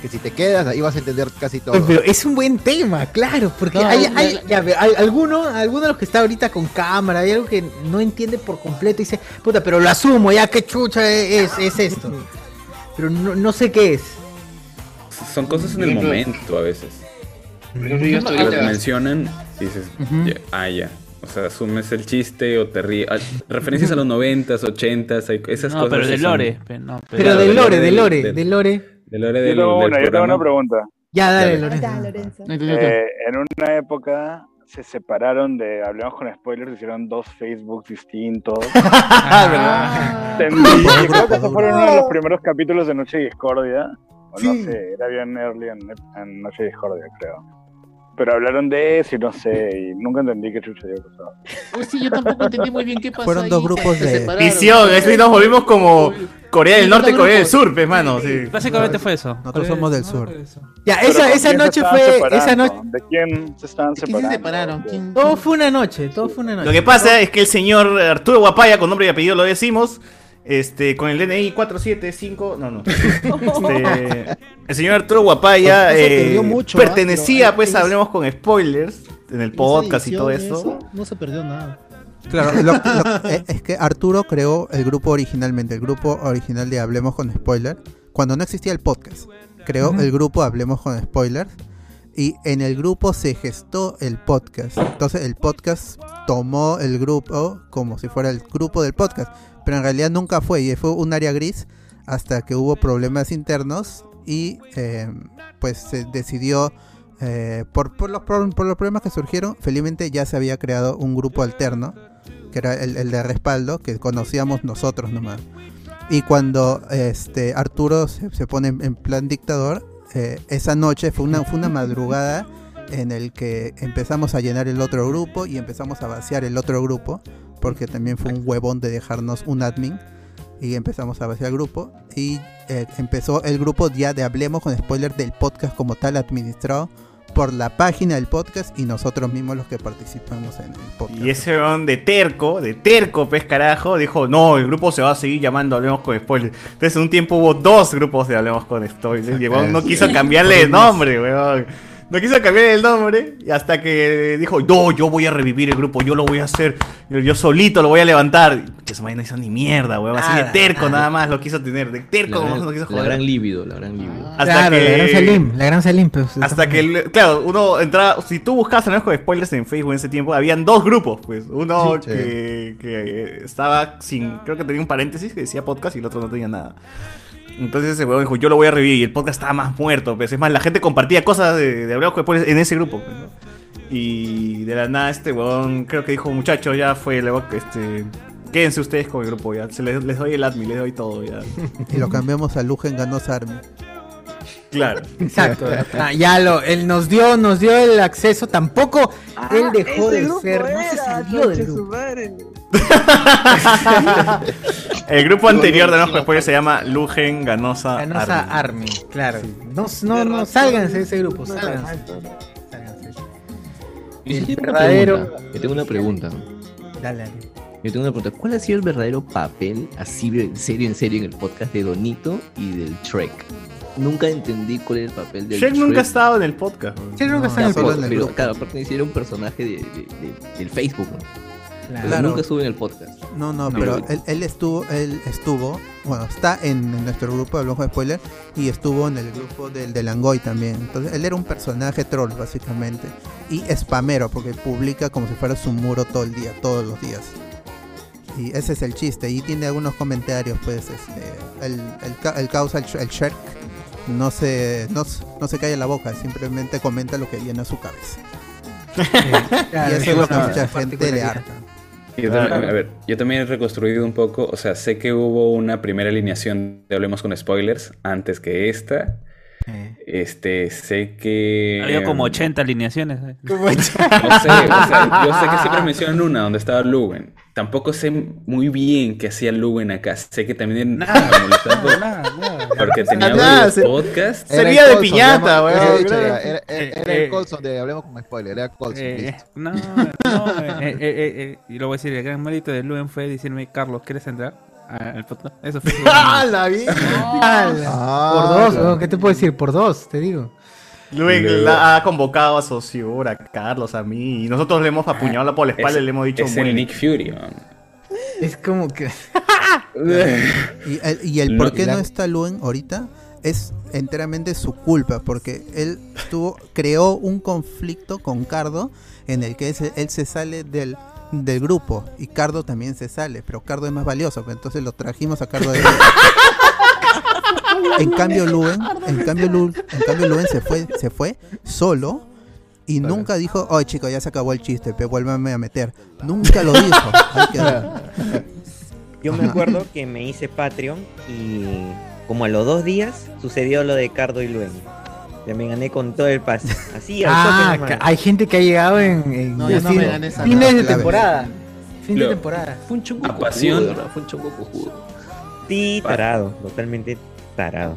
que si te quedas ahí vas a entender casi todo. Oye, Pero es un buen tema, claro, porque No, hay, la- hay- la- ya ve, hay alguno, alguno de los que está ahorita con cámara, hay algo que no entiende por completo y dice, puta, pero lo asumo, ya qué chucha es, es esto. Pero no, no sé qué es. Son cosas en el Por ejemplo- momento a veces. Por ejemplo, yo estoy Te ahorita- lo mencionan y dices, Ujú. "Ya, ah, ya. O sea, asumes el chiste o te ríes. Ah, Referencias a los noventas, ochentas, hay- esas No, cosas. pero que de son- lore, pe- no, Pero de del lore, de del- lore, del- de lore. De lore Yo del, tengo del una, yo tengo programa. una pregunta. Ya, dale, Dale. Lorenzo. Eh, en una época se separaron de, hablemos con spoilers, hicieron dos Facebooks distintos. Entendí. Y creo que esos fueron uno de los primeros capítulos de Noche Discordia. O Sí. no sé, era bien early en, en Noche Discordia, creo. Pero hablaron de eso y no sé, y nunca entendí qué chucha había pasado. Pues sí, yo tampoco entendí muy bien qué pasó. Fueron dos grupos de- Visión, es que nos volvimos como Corea del Sí, Norte, no, Corea del no, Sur, pues, mano. sí. Básicamente fue eso. Nosotros somos del sur. Ya, Pero esa, ¿con esa quién se noche estaban fue, separando? esa noche, ¿De quién se estaban separando? todo fue una noche, todo fue una noche. Lo que pasa es que el señor Arturo Guapaya, con nombre y apellido lo decimos, este, con el DNI 475, <laughs> no, no. Este, el señor Arturo Guapaya Eso se eh, perdió mucho, ¿ah? pertenecía, Pero, pues, en- hablemos con spoilers, en el podcast y todo edición, eso. No se perdió nada. Claro, <laughs> lo- lo- eh, es que Arturo creó el grupo originalmente, el grupo original de Hablemos con Spoiler, cuando no existía el podcast. Creó Ujú. el grupo Hablemos con Spoilers y en el grupo se gestó el podcast. Entonces el podcast tomó el grupo como si fuera el grupo del podcast, pero en realidad nunca fue y fue un área gris hasta que hubo problemas internos y eh, pues se decidió eh, por, por, los, pro- por los problemas que surgieron, felizmente ya se había creado un grupo alterno, que era el, el de respaldo, que conocíamos nosotros nomás. Y cuando este Arturo se, se pone en en plan dictador, eh, esa noche fue una, fue una madrugada en el que empezamos a llenar el otro grupo y empezamos a vaciar el otro grupo, porque también fue un huevón de dejarnos un admin. Y empezamos a vaciar el grupo. Y eh, empezó el grupo ya de Hablemos con spoilers del podcast como tal administrado por la página del podcast y nosotros mismos los que participamos en el podcast. Y ese weón de terco, de terco, pez carajo, dijo, no, el grupo se va a seguir llamando Hablemos con Spoilers. Entonces, en un tiempo hubo dos grupos de Hablemos con Spoilers. Y el weón no quiso <laughs> cambiarle el nombre, weón. No quiso cambiar el nombre y hasta que dijo, no, yo voy a revivir el grupo, yo lo voy a hacer, yo, yo solito lo voy a levantar. Que su madre no hizo ni mierda, weón. Así de Nada, terco nada más lo quiso tener, de terco Ah, La nomás gran- lo quiso la joder. gran líbido, la gran líbido. Ah. Hasta claro, que- Ah. la gran Salim, la gran Salim. pues, de Hasta que, el- claro, uno entraba. Si tú buscabas en con spoilers en Facebook en ese tiempo, habían dos grupos, pues. Uno Sí, que, que estaba sin. Creo que tenía un paréntesis que decía podcast y el otro no tenía nada. Entonces ese weón dijo: Yo lo voy a revivir. Y el podcast estaba más muerto, pues. Es más, la gente compartía cosas de, de Hablemos con spoilers en ese grupo, pues, ¿no? Y de la nada, este weón creo que dijo: Muchacho, ya fue. luego, Este, quédense ustedes con el grupo, ya. Se les, les doy el admin, les doy todo, ya. Y lo cambiamos a Lugen Ganos Army. Claro. Exacto. Ah, ya lo, él nos dio, nos dio el acceso. Tampoco Ah, él dejó Ah, ese de grupo ser, no se era, salió del conche grupo. su madre. El grupo anterior de Hablemos con spoilers se llama Lugen Ganosa, Ganosa Army, claro. No, no, no, sálganse de ese grupo, sálganse. Yo tengo una verdadero- pregunta, Yo tengo una pregunta. Dale, dale. Yo tengo una pregunta. ¿Cuál ha sido el verdadero papel, así en serio, en serio, en el podcast de Donito y del Trek? Nunca entendí cuál era el papel del Shrek nunca ha Trek. estado en el podcast. Shrek nunca ha estado en el Claro, podcast. Pero, claro, aparte hicieron un personaje de, de- de- del Facebook. ¿no? Pero Claro. Nunca estuvo en el podcast. No, no, pero <laughs> él, él estuvo, él estuvo, bueno, está en, en nuestro grupo de Hablamos de Spoiler y estuvo en el grupo del de Langoy también. Entonces, él era un personaje troll, básicamente. Y spamero, porque publica como si fuera su muro todo el día, todos los días. Y ese es el chiste. Y tiene algunos comentarios, pues, este, el, el, ca- el causa, el, sh- el Shark, no se, no, se- no se calla la boca, simplemente comenta lo que viene a su cabeza. y eso es lo que Claro. mucha gente le harta. Yo Claro. Ah. también- a ver, yo también he reconstruido un poco, o sea, sé que hubo una primera alineación de Hablemos con Spoilers antes que esta. Eh. Este, sé que... em, Había como 80 alineaciones. ¿eh? No sé, o sea, yo sé que <laughs> <laughs> siempre mencionan una donde estaba Luwen. Tampoco sé muy bien qué hacía Luwen acá. Sé que también me molestaba por- porque tenía Nada, varios se- podcasts. Era el Colson, ya, ya he dicho, creo. ya, Era, era- era el Colson de Hablemos con Spoiler, era Colson. Eh, listo. Eh, No, no, eh, eh, eh, eh, y lo voy a decir, el gran mérito de Luen fue decirme, Carlos, ¿quieres entrar al podcast? Eso <laughs> fue. ¡Ah, la vida! Ah. Por dos, Ah. la- weón, ¿qué te puedo decir? Por dos, te digo. Luego Luego. la- ha convocado a Socior, a Carlos, a mí. Y nosotros le hemos apuñalado por la espalda Es- y le hemos dicho es el Nick Fury, man. Es como <laughs> que. y el, y el No, por qué la- no está Luen ahorita es enteramente su culpa, porque él tuvo, creó un conflicto con Cardo en el que él se, él se sale del, del grupo y Cardo también se sale, pero Cardo es más valioso, pues, entonces lo trajimos a Cardo <laughs> de En cambio Luen, en cambio Lu- en cambio Luen se fue, se fue solo y nunca dijo, "Oye, chico, ya se acabó el chiste, pero vuélvame a meter." Nunca lo dijo. Ahí quedó. Yo me acuerdo <laughs> que me hice Patreon y como a los dos días sucedió lo de Cardo y Luen. Ya me gané con todo el pase. Así, al Ah, toque ca- nomás. hay gente que ha llegado en, en No, yo no fin- me gané esa fines de clave. temporada. Fin de Lo- temporada. Ah, pues, Fue un chungo. A pasión. Fue un chongo cojudo. Sí, tarado, totalmente tarado.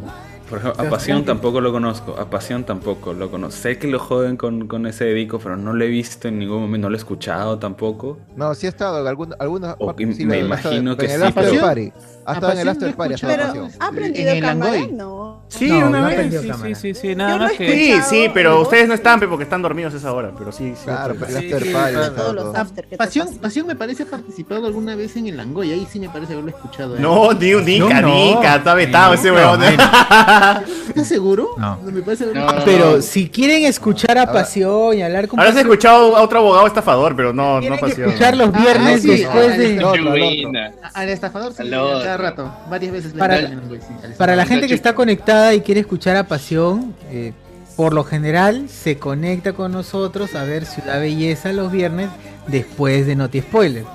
Por ejemplo, a Pasión tampoco lo conozco. A Pasión tampoco lo conozco. Sé que lo joden con, con ese dedico, pero no lo he visto en ningún momento. No lo he escuchado tampoco. No, sí ha estado en alguna, algunas O partes, que sí, me lo- imagino en que el sí, After pero- Party. Ha estado en el Pasión After no Party, ha estado Pero Pasión. ha aprendido En el cámara, Angoy. ¿no? Sí, No, una no vez. aprendió sí, cámara. sí, sí, sí, nada más que- Sí, sí, pero ¿no? ustedes no están pe, porque están dormidos a esa hora. Pero sí, sí. Claro, pues, pero el after sí, party, claro. todo lo- Ah, Pasión, Pasión me parece ha participado alguna vez en el Langoy, ahí sí me parece haberlo escuchado. ¿eh? No, ni un Yo Nica, no. Nica, está vetado ese ¿eh? No, weón. <laughs> ¿Estás seguro? No. me parece haberlo No, no, Pero si quieren escuchar a Ahora- Pasión y hablar con Ahora se ha Pasión, escuchado a otro abogado estafador, pero no, no pasión. Ah, escuchar los viernes después de. Al estafador sí, Al otro. cada rato, varias veces. Para- le- en el Langoy, sí, al Para la estafador. gente que está conectada y quiere escuchar a Pasión, eh, por lo general se conecta con nosotros a ver Ciudad Belleza los viernes después de Noti Spoiler.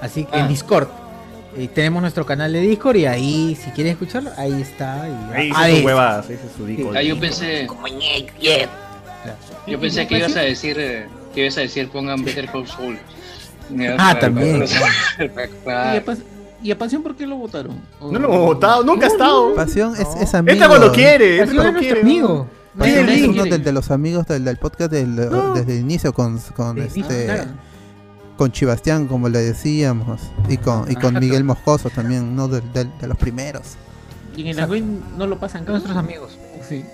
Así que en Ah. Discord. Y tenemos nuestro canal de Discord y ahí, si quieren escucharlo, ahí está. y Ah, Ahí a hizo sus veces. huevadas, ahí hizo su dico. Ah, yo pensé. Yo pensé que ibas a decir, eh, que ibas a decir pongan Better Call Saul. Ah, también. ¿Y Claro. a, Pas- y a Pasión por qué lo votaron? No lo hemos votado, nunca ha estado. Pasión es, es amigo. Entra cuando quiere, Pasión entra cuando es quiere. nuestro amigo. Pasó Tiene uno link. del, de los amigos del, del podcast del- desde el inicio con, con Sí, este claro. con Chibastián, como le decíamos, y con, y con Miguel Moscoso también, uno del- del- de los primeros. Y en el Angoin no lo pasan con nuestros amigos. Sí.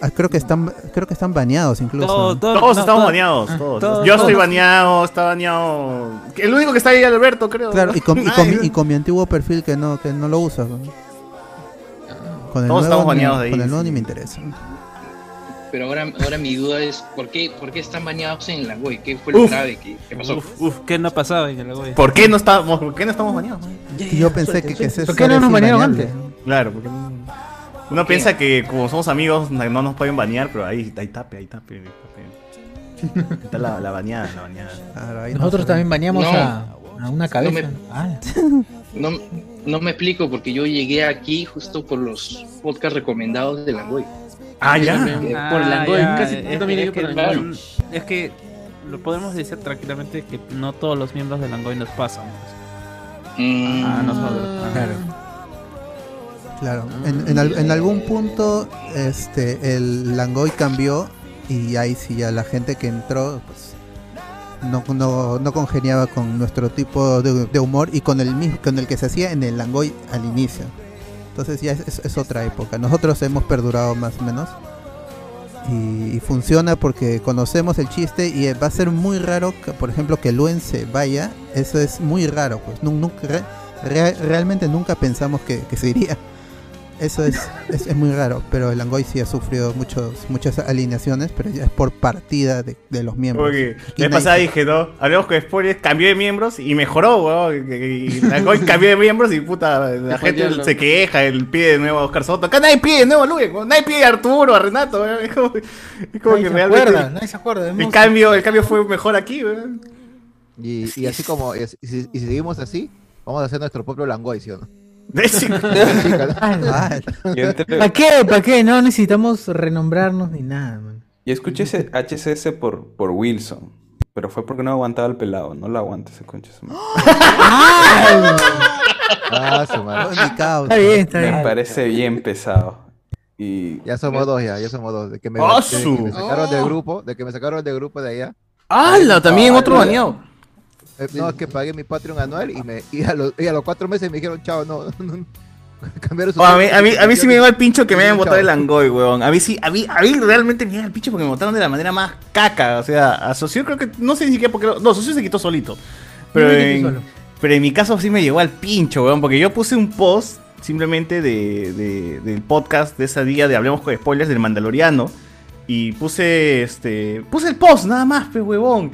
Ah, creo que están creo que están baneados incluso. Todo- todo- Todos estamos baneados, Ah, todos. Yo estoy baneado, está baneado. El único que está ahí Alberto, creo. Claro, ¿no? y con, y, Nadie. con, y con mi antiguo perfil que no que no lo uso. Con el Todos nuevo estamos ni- baneados de ahí, Con el nuevo sí. ni me interesa. Pero ahora, ahora mi duda es, ¿por qué, por qué están baneados en la web? ¿Qué fue lo Uf. grave? que que pasó? ¿Qué no ha pasado en el web? ¿Por qué no estamos, por qué no estamos baneados? Yo pensé que- que se- ¿Por qué no nos banearon antes? Claro, porque no- uno piensa que como somos amigos no no nos pueden banear, pero ahí, ahí tape, ahí tape. ahí tape. Está la, la baneada, la baneada. Nosotros también baneamos No. a, a una cabeza. me- Ah. <laughs> No, no me explico porque yo llegué aquí justo por los podcasts recomendados de la web. Ah, Yo ya. también- Ah, Eh, por la web, ya, casi es- yo también es llegué que por no- la web. Es que lo podemos decir tranquilamente que no todos los miembros de Langoy nos pasan. pues. Mm. Ah, nosotros. Ah. Claro, Ah. en, en al- en algún punto este el Langoy cambió y ahí sí ya la gente que entró pues no, no, no congeniaba con nuestro tipo de, de humor y con el mismo con el que se hacía en el Langoy al inicio. Entonces ya es, es- es otra época. Nosotros hemos perdurado más o menos y, y funciona porque conocemos el chiste y eh, va a ser muy raro que por ejemplo que Luen se vaya. Eso es muy raro, pues nun- nunca re- re- realmente nunca pensamos que, que se iría. Eso es, <laughs> es, es muy raro, pero el Angoy sí ha sufrido muchos, muchas alineaciones, pero ya es por partida de, de los miembros. Porque Aquí la vez pues. nadie pasada se- dije, no, hablamos con spoilers, cambió de miembros y mejoró, weón. Y- Y y Langoy cambió de miembros y puta, la fue el gente diablo. se queja, el pide de nuevo a Oscar Soto. Acá nadie pide de nuevo a Luis, weón, nadie pide a Arturo, a Renato, weón. Es como, es como Nadie que se realmente. acuerda, nadie se acuerda, El hemos- cambio, el cambio fue mejor aquí, ¿eh? weón. Y, y así como, y, si- y si seguimos así, vamos a hacer nuestro propio Langoy, ¿sí o no? <laughs> <laughs> Sí, ¿Para qué? ¿Para qué? No necesitamos renombrarnos ni nada. man. Yo escuché ese HCS por, por Wilson, pero fue porque no aguantaba el pelado, no lo aguanta ese concha. de <laughs> su madre. Ah, su madre. Está Está bien, está Me bien. parece bien pesado. Y Ya somos dos, ya, ya somos dos. De que <laughs> me, ¡Ah, de que su! me sacaron del ¡Oh! grupo, de que me sacaron del grupo de allá. ¡Hala! También otro Ah, baneado. eh, no, es que pagué mi Patreon anual y, me, y, a los, y a los cuatro meses me dijeron, chao, no, <laughs> no, no". Cambiaron su Oh, a, mí, a, mí, a mí sí me iba el pincho que me hayan Chao. votado el Langoy, weón. A mí sí, a mí, a mí realmente me iba el pincho porque me votaron de la manera más caca. O sea, a Socio creo que, no sé ni siquiera por qué. lo- No, Socio se quitó solito. Pero Yo me quité en, solo. pero en mi caso sí me llegó al pincho, weón, porque yo puse un post simplemente de, de- del podcast de ese día de Hablemos con Spoilers del Mandaloriano. Y puse este. Puse el post, nada más, pues, huevón.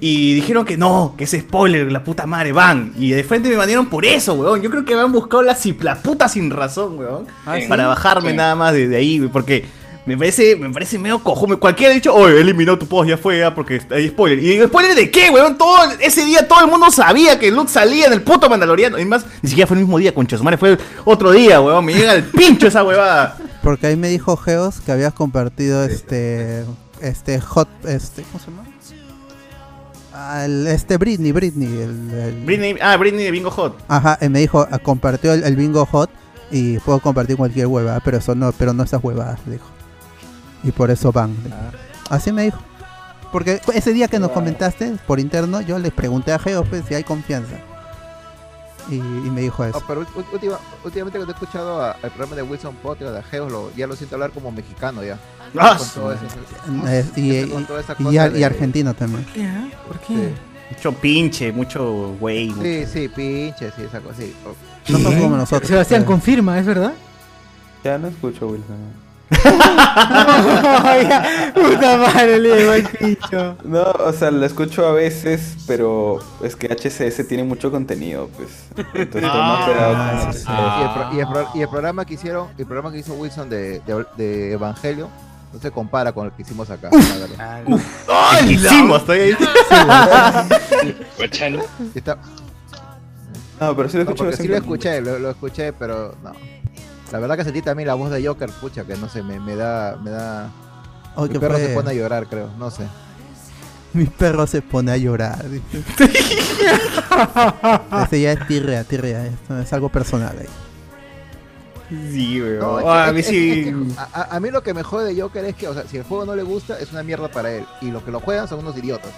Y dijeron que no, que es spoiler, la puta madre, van. Y de frente me banearon por eso, weón. Yo creo que me han buscado la, ci- la puta sin razón, weón. Ah, ¿sí? para bajarme Sí. nada más de, de ahí, porque me parece, me parece medio cojón. Cualquiera ha dicho, oye, eliminó tu post, ya fue, ya, porque hay spoiler. Y digo, ¿spoiler de qué, weón? Todo, ese día todo el mundo sabía que Luke salía del puto Mandaloriano. Y más, ni siquiera fue el mismo día, concha de su madre, fue otro día, weón. Me llega el pincho esa huevada. Porque ahí me dijo Geos que habías compartido este este hot este ¿cómo se llama? Al- este Britney, Britney, el, el- Britney, ah, Britney de Bingo Hot. ajá, y me dijo ah, compartió el, el bingo hot y puedo compartir cualquier huevada, pero eso no, pero no esas huevadas, dijo. Y por eso van. dijo. Ah. Así me dijo. Porque ese día que nos comentaste por interno, yo les pregunté a Geos pues, si hay confianza. Y, y me dijo Ah, <laughs> eso. pero ú- última- últimamente cuando he escuchado a- al programa de Wilson Potter, de Geos, lo- ya lo siento hablar como mexicano ya. Ah, Con su todo eso. Eh, y, Siempre con toda esa y- y cosa ar- de- y argentino también. ¿Por qué? Mucho pinche, mucho güey. Sí, sí, pinche, sí, esa cosa. sí. Oh. No ¿Eh? son como nosotros. Sebastián confirma, ¿es <laughs> verdad? ya no escucho a <laughs> Wilson. Puta madre, le llegó el pincho. No, o sea, lo escucho a veces, pero es que HCS tiene mucho contenido, pues. Entonces estoy más pegado con HCS. Eh, Y, el pro- y el pro- y el programa que hicieron, el programa que hizo Wilson de, de, de Evangelio, no se compara con el que hicimos acá. ¡Ay, ¿Qué hicimos? Estoy ahí. Está- No, pero sí lo No, escucho de porque sí vez lo en cuando. escuché, lo, lo escuché, pero no. La verdad que sentí también la voz de Joker, pucha, que no sé, me, me da, me da. Ay, mi qué perro se feo. pone a llorar, creo, no sé. Mi perro se pone a llorar. <laughs> dice. Ese ya es tirrea, tirrea. Esto es algo personal ahí. Sí, weón. No, es que- Ah, a es- mí es- sí. es que a- a- a mí lo que me jode de Joker es que, o sea, si el juego no le gusta, es una mierda para él. Y los que lo juegan son unos idiotas.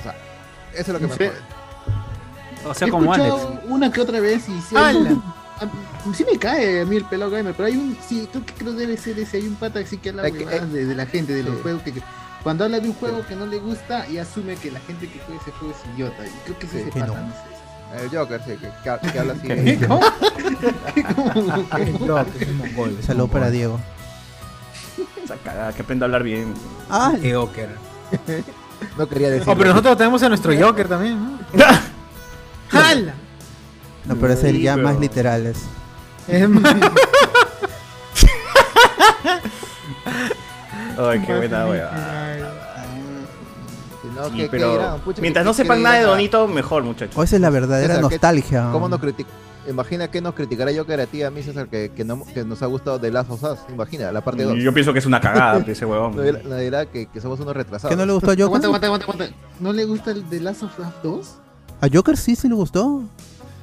O sea, eso es lo que me Sí. jode. O He escuchado una que otra vez y sí, hay ¡Hala! un- a- sí me cae a mí el pelo gamer, pero hay un, sí, creo que creo debe ser ese, hay un pata que sí que habla Es que- huevadas de, de la gente, de los sí. juegos que, que- cuando habla de un juego que no le gusta y asume que la gente que juega ese juego es idiota, y creo que es ese Que pata, no. no. El Joker, sí, que, que ha- que habla así. ¿Qué? <laughs> ¿Cómo? <laughs> ¿Cómo? <laughs> Salud para Diego. Esa cagada, que aprenda a hablar bien. Ah, Qué <laughs> Joker. No quería decir. Oh, pero nosotros tenemos a nuestro Joker también, <laughs> ¿no? ¡Hala! No, pero es el ya más literal. Es. Es más- Ay, qué buena Sí, que- pero- que dirán, pucha, mientras que- no que sepan nada de dirán. Donito, mejor, muchachos. O esa es la verdadera César, ¿qué- nostalgia. ¿Cómo nos criti- Imagina que nos criticará Joker a ti y a mí, César, que, que no- que nos ha gustado de Last of Us. Imagina, la parte 2. Yo pienso que es <laughs> una cagada, pues, ese huevón. Nos dirá- nos dirá que, que somos unos retrasados. Aguanta, aguanta, aguanta, aguanta. ¿No le gusta el de Last of Us 2? A Joker sí, sí le gustó.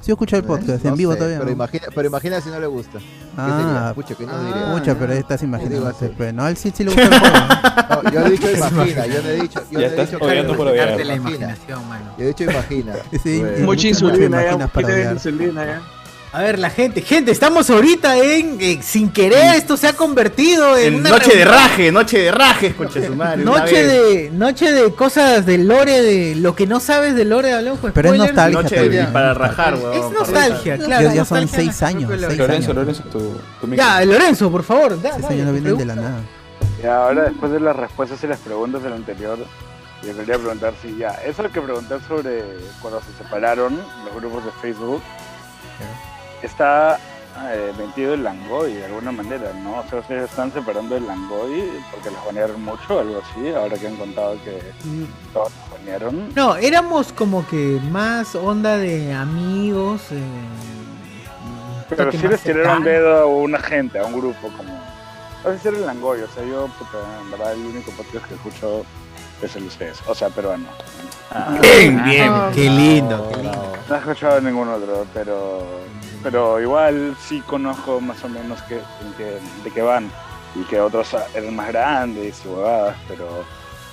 Sí, escuché el Este podcast en Eh, No vivo sé, todavía. Pero ¿no? imagina, pero imagina si no le gusta. ¿Qué Ah, sería? Pucha, que no ah, diría. pucha, pero ahí estás Digo imaginando. así. pues, No, él sí, <laughs> sí le gustó el juego. No, yo he dicho imagina, yo no he dicho. Yo Ya no he estás dicho odiando por odiar. Sacarte la imaginación, mano. Yo he dicho imagina. Sí, Pues, Mucha insulina, ya, imaginas para mucha odiar. A ver, la gente, gente, estamos ahorita en, en- sin querer, esto se ha convertido en, En una noche de reunión. raje, noche de raje, concha de su madre. una Noche de, vez. noche de cosas del lore, de lo que no sabes del lore de Alojo. Pero es nostalgia Noche también. de- para rajar, huevón. Es nostalgia, claro. Ya, ya son nostalgia. seis años. seis Lorenzo, años. Lorenzo, tu, tu micro. Ya, Lorenzo, por favor. da- Seis dale, años no tu vienen de pregunta. la nada. Y ahora, después de las respuestas y las preguntas del anterior, yo quería preguntar si ya, eso que pregunté sobre cuando se separaron los grupos de Facebook, está eh, metido el Langoy de alguna manera, ¿no? O sea, ustedes están separando el Langoy porque los banearon mucho o algo así, ahora que han contado que todos los banearon. No, éramos como que más onda de amigos. eh, Pero toque sí más les tiraron un cercano. dedo a una gente, a un grupo, como. A veces era el Langoy, o sea, yo, puta, en verdad, el único podcast que escucho es el de ustedes, o sea, peruano. Ah. Bien, bien, qué lindo, qué bravo. No he escuchado ningún otro, pero. Pero igual sí conozco más o menos que, en qué- de qué van y que otros ah, eran más grandes y huevadas, pero.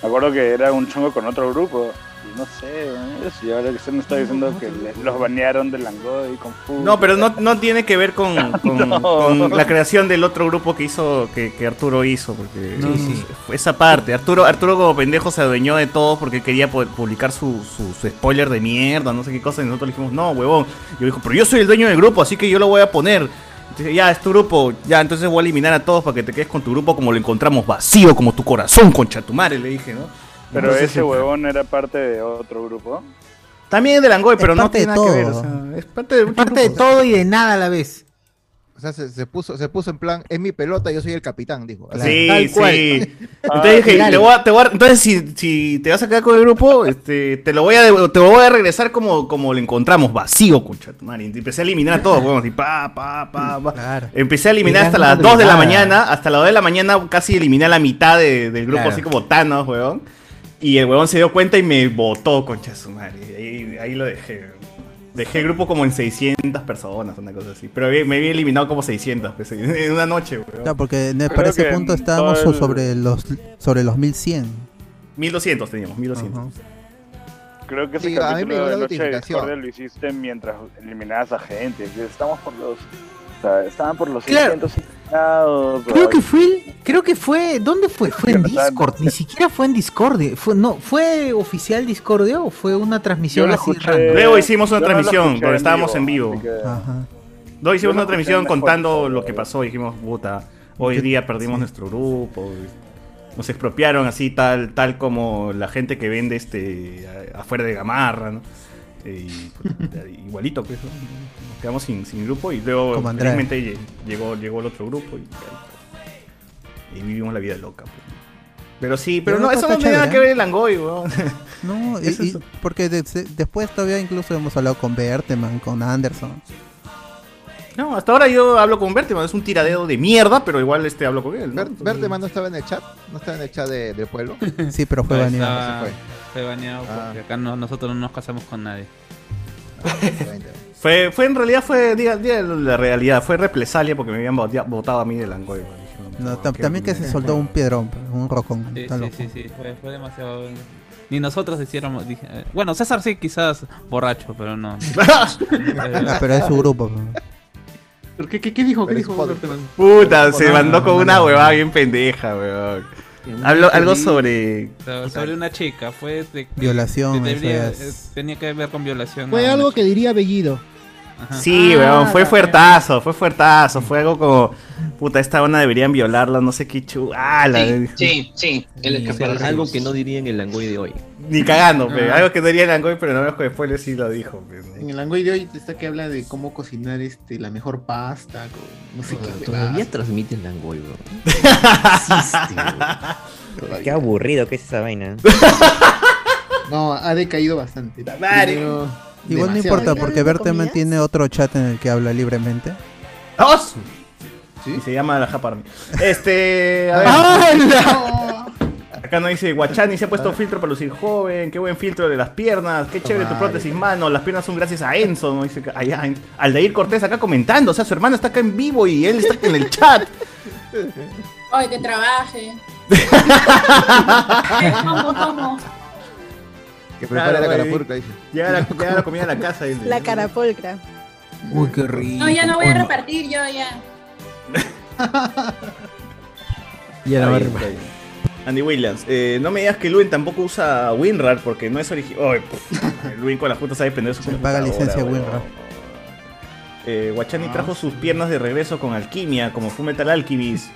Me acuerdo que era un chongo con otro grupo. Y no sé, ¿eh? y ahora que usted me está diciendo que le- los banearon del Langoy con Fu. No, pero no, no tiene que ver con, <laughs> con- No. con la creación del otro grupo que hizo, que, que Arturo hizo, porque No, no, sí. fue esa parte. Arturo, Arturo como pendejo se adueñó de todo porque quería pu- publicar su, su- su spoiler de mierda, no sé qué cosa, y nosotros le dijimos, no, huevón. Y él dijo, pero yo soy el dueño del grupo, así que yo lo voy a poner. Entonces, ya, es tu grupo, ya, entonces voy a eliminar a todos para que te quedes con tu grupo como lo encontramos vacío, como tu corazón, concha tu madre, le dije, ¿no? Pero Entonces, este, ese huevón era parte de otro grupo. También es de Langoy, pero Es no parte tiene de nada que ver, todo. o sea, es parte de, Parte de todo y de nada a la vez. O sea, se, se puso, se puso en plan, es mi pelota, yo soy el capitán, dijo. Así. Sí, Tal cual. sí. Ah, Entonces dije, dale. te voy a- te voy a- entonces si, si te vas a quedar con el grupo, este, te lo voy a dev- te lo voy a regresar como, como lo encontramos, vacío, concha tu madre. Y Empecé a eliminar a todos, huevón, así, pa, pa, pa, pa. Empecé a eliminar Gran hasta las 2 de madrugada. la mañana, hasta las 2 de la mañana casi eliminé la mitad de- del grupo, Claro. así como Thanos, huevón. Y el huevón se dio cuenta y me botó, concha su madre. Y Ahí, ahí lo dejé. Dejé el grupo como en 600 personas, una cosa así. Pero me había eliminado como 600 pues, <laughs> en una noche, huevón. Claro, porque ne- para ese que punto en estábamos todo el- sobre los sobre los 1100. 1200 teníamos, 1200. Creo que ese Sí, a mí capítulo me llegó de la Noche de notificación. Discordia lo hiciste mientras eliminabas a gente. Dices, Estamos por los. O sea, estaban por los Claro. 600 eliminados. Creo bro". que fue, creo que fue, ¿dónde fue? Fue en Discord, ni siquiera fue en Discord, eh, fue, no, ¿fue oficial Discordia o fue una transmisión Yo lo así escuché- random? Luego hicimos una Yo no lo transmisión escuché donde en estábamos en vivo, vivo. Ajá. Luego hicimos Yo lo una transmisión escuché en la contando lo que pasó. y Dijimos, puta, hoy día perdimos nuestro grupo. y Nos expropiaron así, tal, tal como la gente que vende este a- afuera de Gamarra, ¿no? Y, puta, <laughs> igualito, pues. ¿no? Nos quedamos sin, sin grupo y luego Como Andrade. finalmente lle- llegó, llegó el otro grupo y, y vivimos la vida loca. pues. Pero sí, pero Pero no, está- eso no está tiene nada que chévere, ¿eh? ver el Langoy, weón. <laughs> No, y- Eso y- es- porque de- se- después todavía incluso hemos hablado con Berteman, con Anderson. No, hasta ahora yo hablo con Berteman, es un tiradeo de mierda, pero igual este hablo con él. ¿no? Ver- Verdeman no estaba en el chat, no estaba en el chat de- del pueblo. Sí, pero No, Ahí estaba- está. Fue baneado porque acá no- nosotros no nos casamos con nadie. Fue, fue en realidad, fue, diga, diga la realidad, fue represalia porque me habían botea- votado a mí del Angoy. güey. Dije, No, "No, tam- Ah, qué también que se mierda". soltó un piedrón, pues, un rocón. Sí, está sí, loco. sí, sí, fue, fue demasiado. Ni nosotros hiciéramos. dije- eh, bueno, César sí, quizás borracho, pero no. Eh, Ah, pero es su grupo. pues. ¿Pero ¿Qué, qué, qué dijo? ¿Qué Pero dijo? es pod- Fernando? Puta, se No, mandó no, con no, una no. huevada bien pendeja, weón. Habló algo sobre. So- Sobre una chica, fue. de- Violación, de- eso debería- es. eh, tenía que ver con violación. Fue a una algo que diría Bellido. Ah, Sí, weón, fue fuertazo, fue fuertazo, fue algo como. Puta, esta onda deberían violarla, no sé qué chu. Ah, la Sí, sí, sí. O sea, algo que no diría en el Langoy de hoy. Ni cagando, pe. Ah. Algo que diría el Angoy, pero no me acuerdo después sí lo dijo, pues, pe. En el Angoy de hoy está que habla de cómo cocinar este, la mejor pasta. Con, no sé qué. Todavía huevada. transmite el Langoy, <laughs> bro. Qué aburrido que es esa <laughs> vaina. No, ha decaído bastante. madre. Primero, Igual no demasiado. importa, porque Berteman tiene otro chat en el que habla libremente. ¡Dos! Y se llama la Japarmi. Este. A ver. Acá no dice Guachani, se ha puesto filtro para lucir joven. Qué buen filtro de las piernas. Qué chévere tu Vale. prótesis, mano. Las piernas son gracias a Enzo. ¿no? Dice, que- ay, ay. Aldair Cortés acá comentando. O sea, su hermana está acá en vivo y él está en el chat. Ay, que <laughs> trabaje. Eh, ¿Cómo, cómo? Que prepare la güey. carapurca, dice. Llega la, llega la comida a la casa. dice. La carapolcra. Uy, qué rico. No, ya no voy a repartir yo <laughs> ya. Y Andy Williams, eh, no me digas que Luin tampoco usa WinRAR porque no es original. Luin con la puta sabe prender su Paga computadora, licencia weón. WinRAR. Eh, Guachani Ah, trajo sus piernas de regreso con alquimia, como fue Metal Alchemist.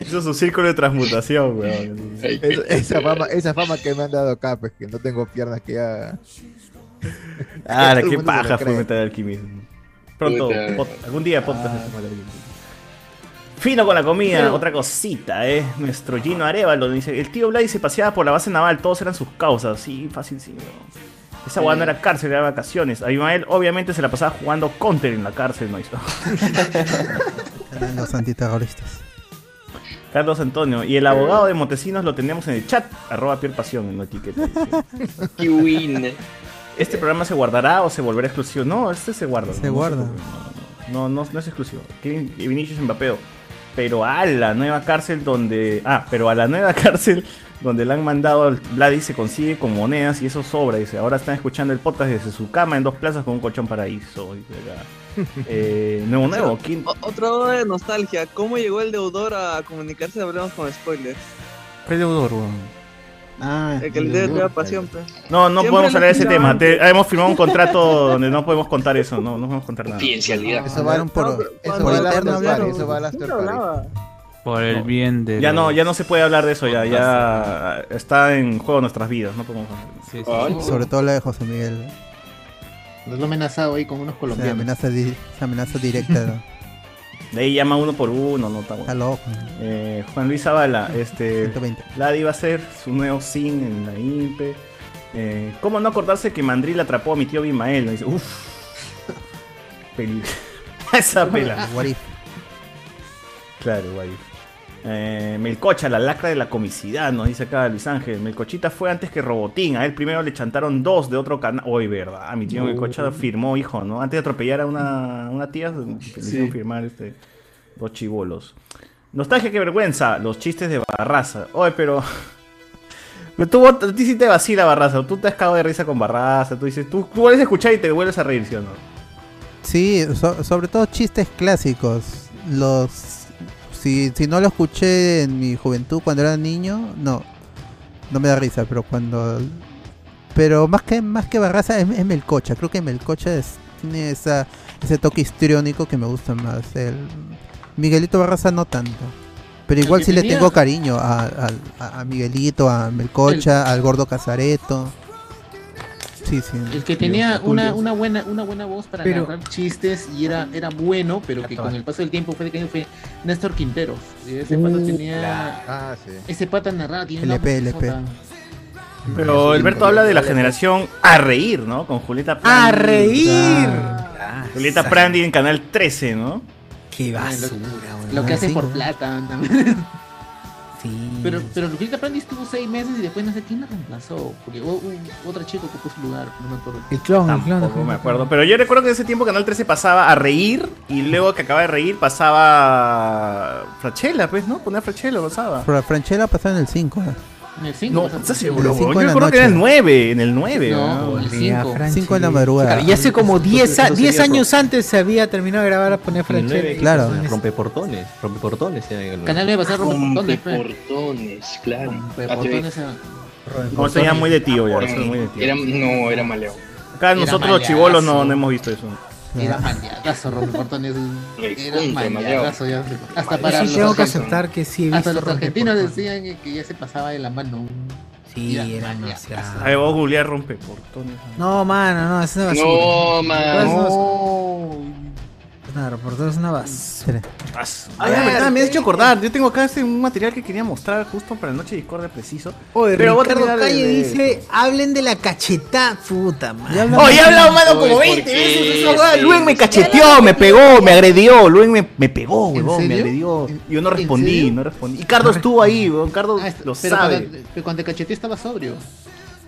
Hizo su círculo de transmutación, weón. Es- esa, fama, esa fama que me han dado acá, pues que no tengo piernas que haga. <laughs> <laughs> Ah, Todo el qué mundo se lo paja cree. Ah. fue Metal Alchemist. Pronto, Puta. pod- algún día podcast. de Metal Alchemist. Fino con la comida, Pero- otra cosita, ¿eh? Nuestro Gino Arevalo dice: El tío Vladi se paseaba por la base naval, todos eran sus causas. Sí, fácil, sí. weón. Esa Eh. guada no era cárcel, era vacaciones. A Ismael, obviamente, se la pasaba jugando Counter en la cárcel, <laughs> ¿no hizo? Eran Los antiterroristas. Carlos Antonio. Y el abogado de Montesinos lo tenemos en el chat. Arroba Pier Pasión en la etiqueta. ¿Este programa se guardará o se volverá exclusivo? No, este se guarda. Se no guarda. preocupen, No, no, no es exclusivo. Kevin- y Vinicius Mbappeo. Pero a la nueva cárcel donde. Ah, pero a la nueva <laughs> cárcel donde le han mandado al Vladi se consigue con monedas y eso sobra. Dice, ahora están escuchando el podcast desde su cama en dos plazas con un colchón paraíso. Dice acá. Eh, nuevo, nuevo. ¿Quién? O- Otra oda de nostalgia. ¿Cómo llegó el deudor a comunicarse de Hablemos con Spoilers? ¿Qué deudor, weón? Ah, El que le debe la pasión, pues. No, no Siempre podemos lo hablar de ese tiraban. tema. Te- hemos firmado un contrato donde no podemos contar eso. No, no podemos contar nada. Confidencialidad. Eso va a dar un poro- eso va al after party, eso va al after party. Por el bien de. Ya los- no, ya no se puede hablar de eso, ya, ya está en juego nuestras vidas, no podemos hablar. Sobre todo la de José Miguel. Nos lo ha amenazado ahí con unos O sea, colombianos. amenaza, di- esa amenaza directa. ¿no? De ahí llama uno por uno, no está bueno. Eh, Juan Luis Zavala, este Vladi va a ser su nuevo sin en la INPE. Eh, ¿Cómo no acordarse que Mandril atrapó a mi tío Bimael? Dice, uff. <laughs> Peli- <laughs> Esa <laughs> pela. What if. Claro, guay. Eh, Melcocha, la lacra de la comicidad, nos dice acá Luis Ángel. Melcochita fue antes que Robotín. A él primero le chantaron dos de otro canal. Hoy, ¿verdad? A mi tío No. Melcocha firmó, hijo, ¿no? Antes de atropellar a una, una tía, le hicieron firmar este, dos chivolos. Nostalgia, qué vergüenza. Los chistes de Barraza. Oye, pero. <laughs> Pero tú, a ti sí te vacila Barraza. Tú te has cagado de risa con Barraza. Tú dices, tú, tú vuelves a escuchar y te vuelves a reír, ¿sí o no? Sí, so- sobre todo chistes clásicos. Los si, si no lo escuché en mi juventud cuando era niño, no. No me da risa, pero cuando pero más que más que Barraza es, es Melcocha, creo que Melcocha es- tiene esa ese toque histriónico que me gusta más. El Miguelito Barraza no tanto. Pero El igual que sí le tenía- tengo cariño a, al- a- a Miguelito, a Melcocha, al gordo Casareto. Sí, sí. El que tenía Julio. una, una, buena, una buena voz para Pero- narrar chistes y era, era bueno, pero que con el paso del tiempo fue decayendo, fue Néstor Quintero. Y Ese Uh, pata tenía. la- ah, sí. Ese pata narraba, tiene una LP, LP. vozota. Pero Alberto habla de la generación a reír, ¿no? Con Julieta Prandi. ¡A reír! Julieta Prandi en Canal 13, ¿no? Qué <laughs> Lo que hace por plata. también. Pero, pero Lupita Prandi estuvo seis meses y después no sé quién la reemplazó. Porque hubo un- otra chica ocupó su lugar, no me acuerdo. El clon, el clon. Tampoco me acuerdo. Pero yo recuerdo que en ese tiempo Canal 13 pasaba a reír y luego que acababa de reír pasaba. Frachela, pues, ¿no? Ponía Frachela, pasaba. Pero Franchella pasó en el ¿eh? 5. En el 5. No, ¿estás seguro? cinco Yo de la recuerdo que era el 9, en el 9. No, el cinco. Cinco de la Claro, madrugada. y hace como 10 a- eso 10 sería años antes se había terminado de grabar a poner Franchella. Claro. Rompe portones. Rompe portones. Canal nueve va a ser eh, Rompeportones, pues. fe. Portones, claro. Rompeportones, Ah, te- No, eso ya es muy de tío, ya. Eso es muy de tío. Ah, Era- no, era maleo. Acá nosotros los chibolos no, no hemos visto eso. Era maniagazo, Rompe Portones. Era Recontra maniagazo. ya. Hasta Yo para sí los tengo que argentinos. aceptar que sí he Hasta visto los Rompe argentinos decían que, que ya se pasaba de la mano. Sí, era maniagazo. A ver, vos googlear rompe portones. No, mano, no, es una basura. No, Pues mano. Claro, por todo es una basura. Ah, ya, verdad, me has hecho acordar. Yo tengo acá este, un material que quería mostrar justo para Noche Discordia preciso. Oh, Oye, voy a Oh, Ricardo terminar de- Calle de- dice, hablen de la cachetada, puta madre. Oye, he hablado malo como 20 veces de esa hueá. Luen me cacheteó, me pegó, me agredió. Luen me, me pegó, huevón, me serio? agredió. Y yo no ¿En respondí, serio? no respondí. Y Cardo estuvo ahí, huevón. Cardo lo Ah, Pero sabe. cuando, pero cuando te cacheteé estaba sobrio.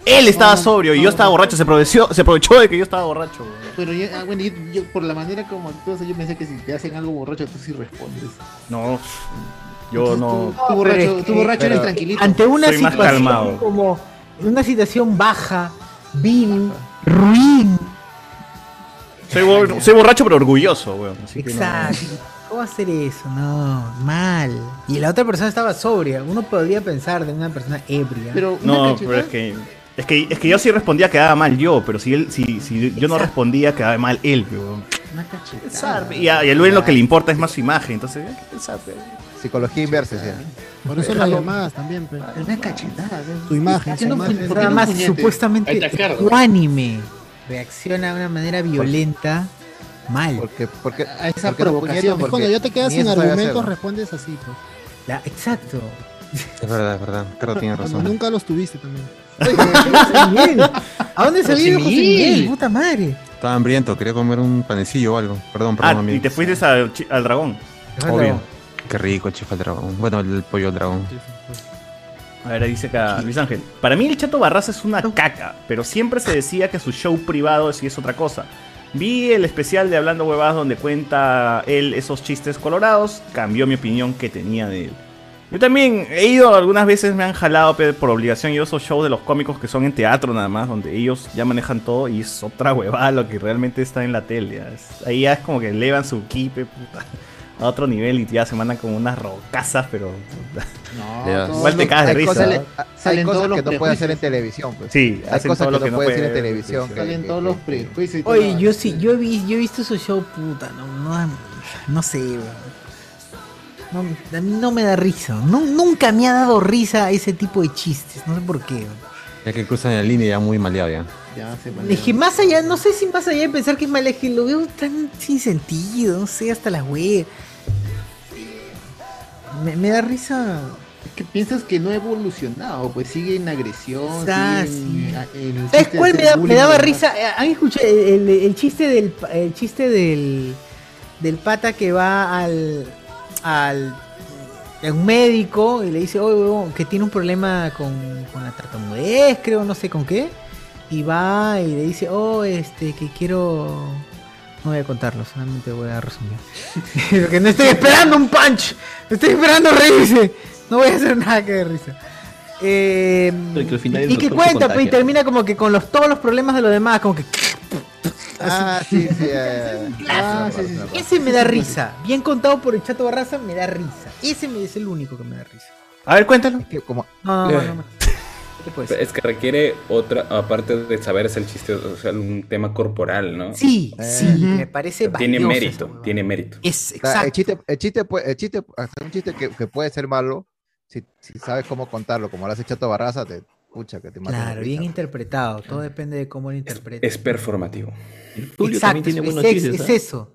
Él estaba sobrio y yo estaba borracho. Se aprovechó, se aprovechó de que yo estaba borracho, huevón. Pero yo, ah, bueno, yo, yo por la manera como actúas, yo pensé que si te hacen algo borracho, tú sí respondes. No, yo no. tú borracho- tú borracho eres Pero- tranquilito. Ante una Soy más situación calmado. como una situación baja, vil, ruin. Soy, bor- soy borracho pero orgulloso, weón. así que no. Exacto. ¿Cómo hacer eso? No, mal. Y la otra persona estaba sobria. Uno podría pensar de una persona ebria. Pero No, pero es que, es que es que yo sí respondía quedaba mal yo, pero si él si, si yo no respondía quedaba mal él, weón. Una cachetada. Y a, y a Luen lo que le importa es más su imagen, entonces hay que pensar, pe. Psicología inversa, sí. Por eso las Déjalo. llamadas también. pe. Una cachetada. Tu imagen, Haciendo su imagen. nada más supuestamente ecuánime. Reacciona de una manera violenta, mal. Porque, porque, a Esa provocación. Es cuando ya te quedas sin argumentos, respondes así. pues. exacto. Es verdad, es verdad. Carlos tiene Cuando razón. nunca los tuviste <laughs> también. ¿A dónde se José ha ido José Miguel? Miguel? Puta madre. Estaba hambriento, quería comer un panecillo o algo. Perdón, Ah, perdón, y amigo. te fuiste al, chi- al dragón. Obvio. Qué rico, chifa el dragón. Bueno, el pollo al dragón. A ver, ahí dice acá Luis Ángel. Para mí el Chato Barraza es una caca, pero siempre se decía que su show privado sí es otra cosa. Vi el especial de Hablando Huevadas donde cuenta él esos chistes colorados, cambió mi opinión que tenía de él. Yo también he ido algunas veces, me han jalado pe- por obligación yo esos shows de los cómicos que son en teatro nada más, donde ellos ya manejan todo y es otra huevada lo que realmente está en la tele. ya. Es- Ahí ya es como que elevan su kipe puta, a otro nivel y ya se mandan como unas rocazas, pero... puta. Ya. Igual te cagas de risa. Hay salen Ah, cosas todos los que no puede hacer en prejuicios. televisión. Pues. Sí, hay hacen cosas todo que lo no que no puede decir en puede- televisión. que- Salen que- todos los prejuicios y todo. Oye, yo sí, yo he, vi- yo he visto su show, puta. No, no, no sé, weón. No, a mí no me da risa. No- nunca me ha dado risa ese tipo de chistes. No sé por qué. weón. Ya que cruzan la línea ya muy maleado ya. Ya se Es que más allá, no sé si más allá de pensar que es mal, es que lo veo tan sin sentido, no sé, hasta la web. Me, me da risa. que piensas que no ha evolucionado, pues sigue en agresión. Ah, sigue en- en el ¿Sabes chiste de cuál me, hacer da- bullying me y daba demás. risa? Eh, ¿Han escuchado el, el- el chiste del el chiste del, del pata que va al al a un médico y le dice, "Oye, huevón, que tiene un problema con, con la tartamudez, creo, no sé con qué." Y va y le dice, "Oh, este que quiero no voy a contarlo, solamente voy a resumir. <laughs> Porque no estoy esperando un punch. Estoy esperando reírse. No voy a hacer nada que de risa. Eh, Pero que al final el y que doctor se cuenta, pues, y contagia. termina como que con los, todos los problemas de los demás, como que. Ah, sí, sí. <laughs> eh, Ah, sí, sí, sí. Ese me da risa. Bien contado por el Chato Barraza, me da risa. Ese me- es el único que me da risa. A ver, cuéntalo. No, no, no. no. pues? Es que requiere otra, aparte de saberse el chiste, o sea, un tema corporal, ¿no? Sí, sí, Eh. me parece Tiene valioso. mérito, tiene mérito. Es O sea, El chiste, el chiste, puede- el chiste, hacer un chiste que, que puede ser malo, si, si sabes cómo contarlo, como lo hace Chato Barraza, te pucha que te mata. Claro, <laughs> bien interpretado. Todo depende de cómo lo Oh, interpretes. Es performativo. Tulio también tiene es, buenos es- chistes, es ¿ah? eso.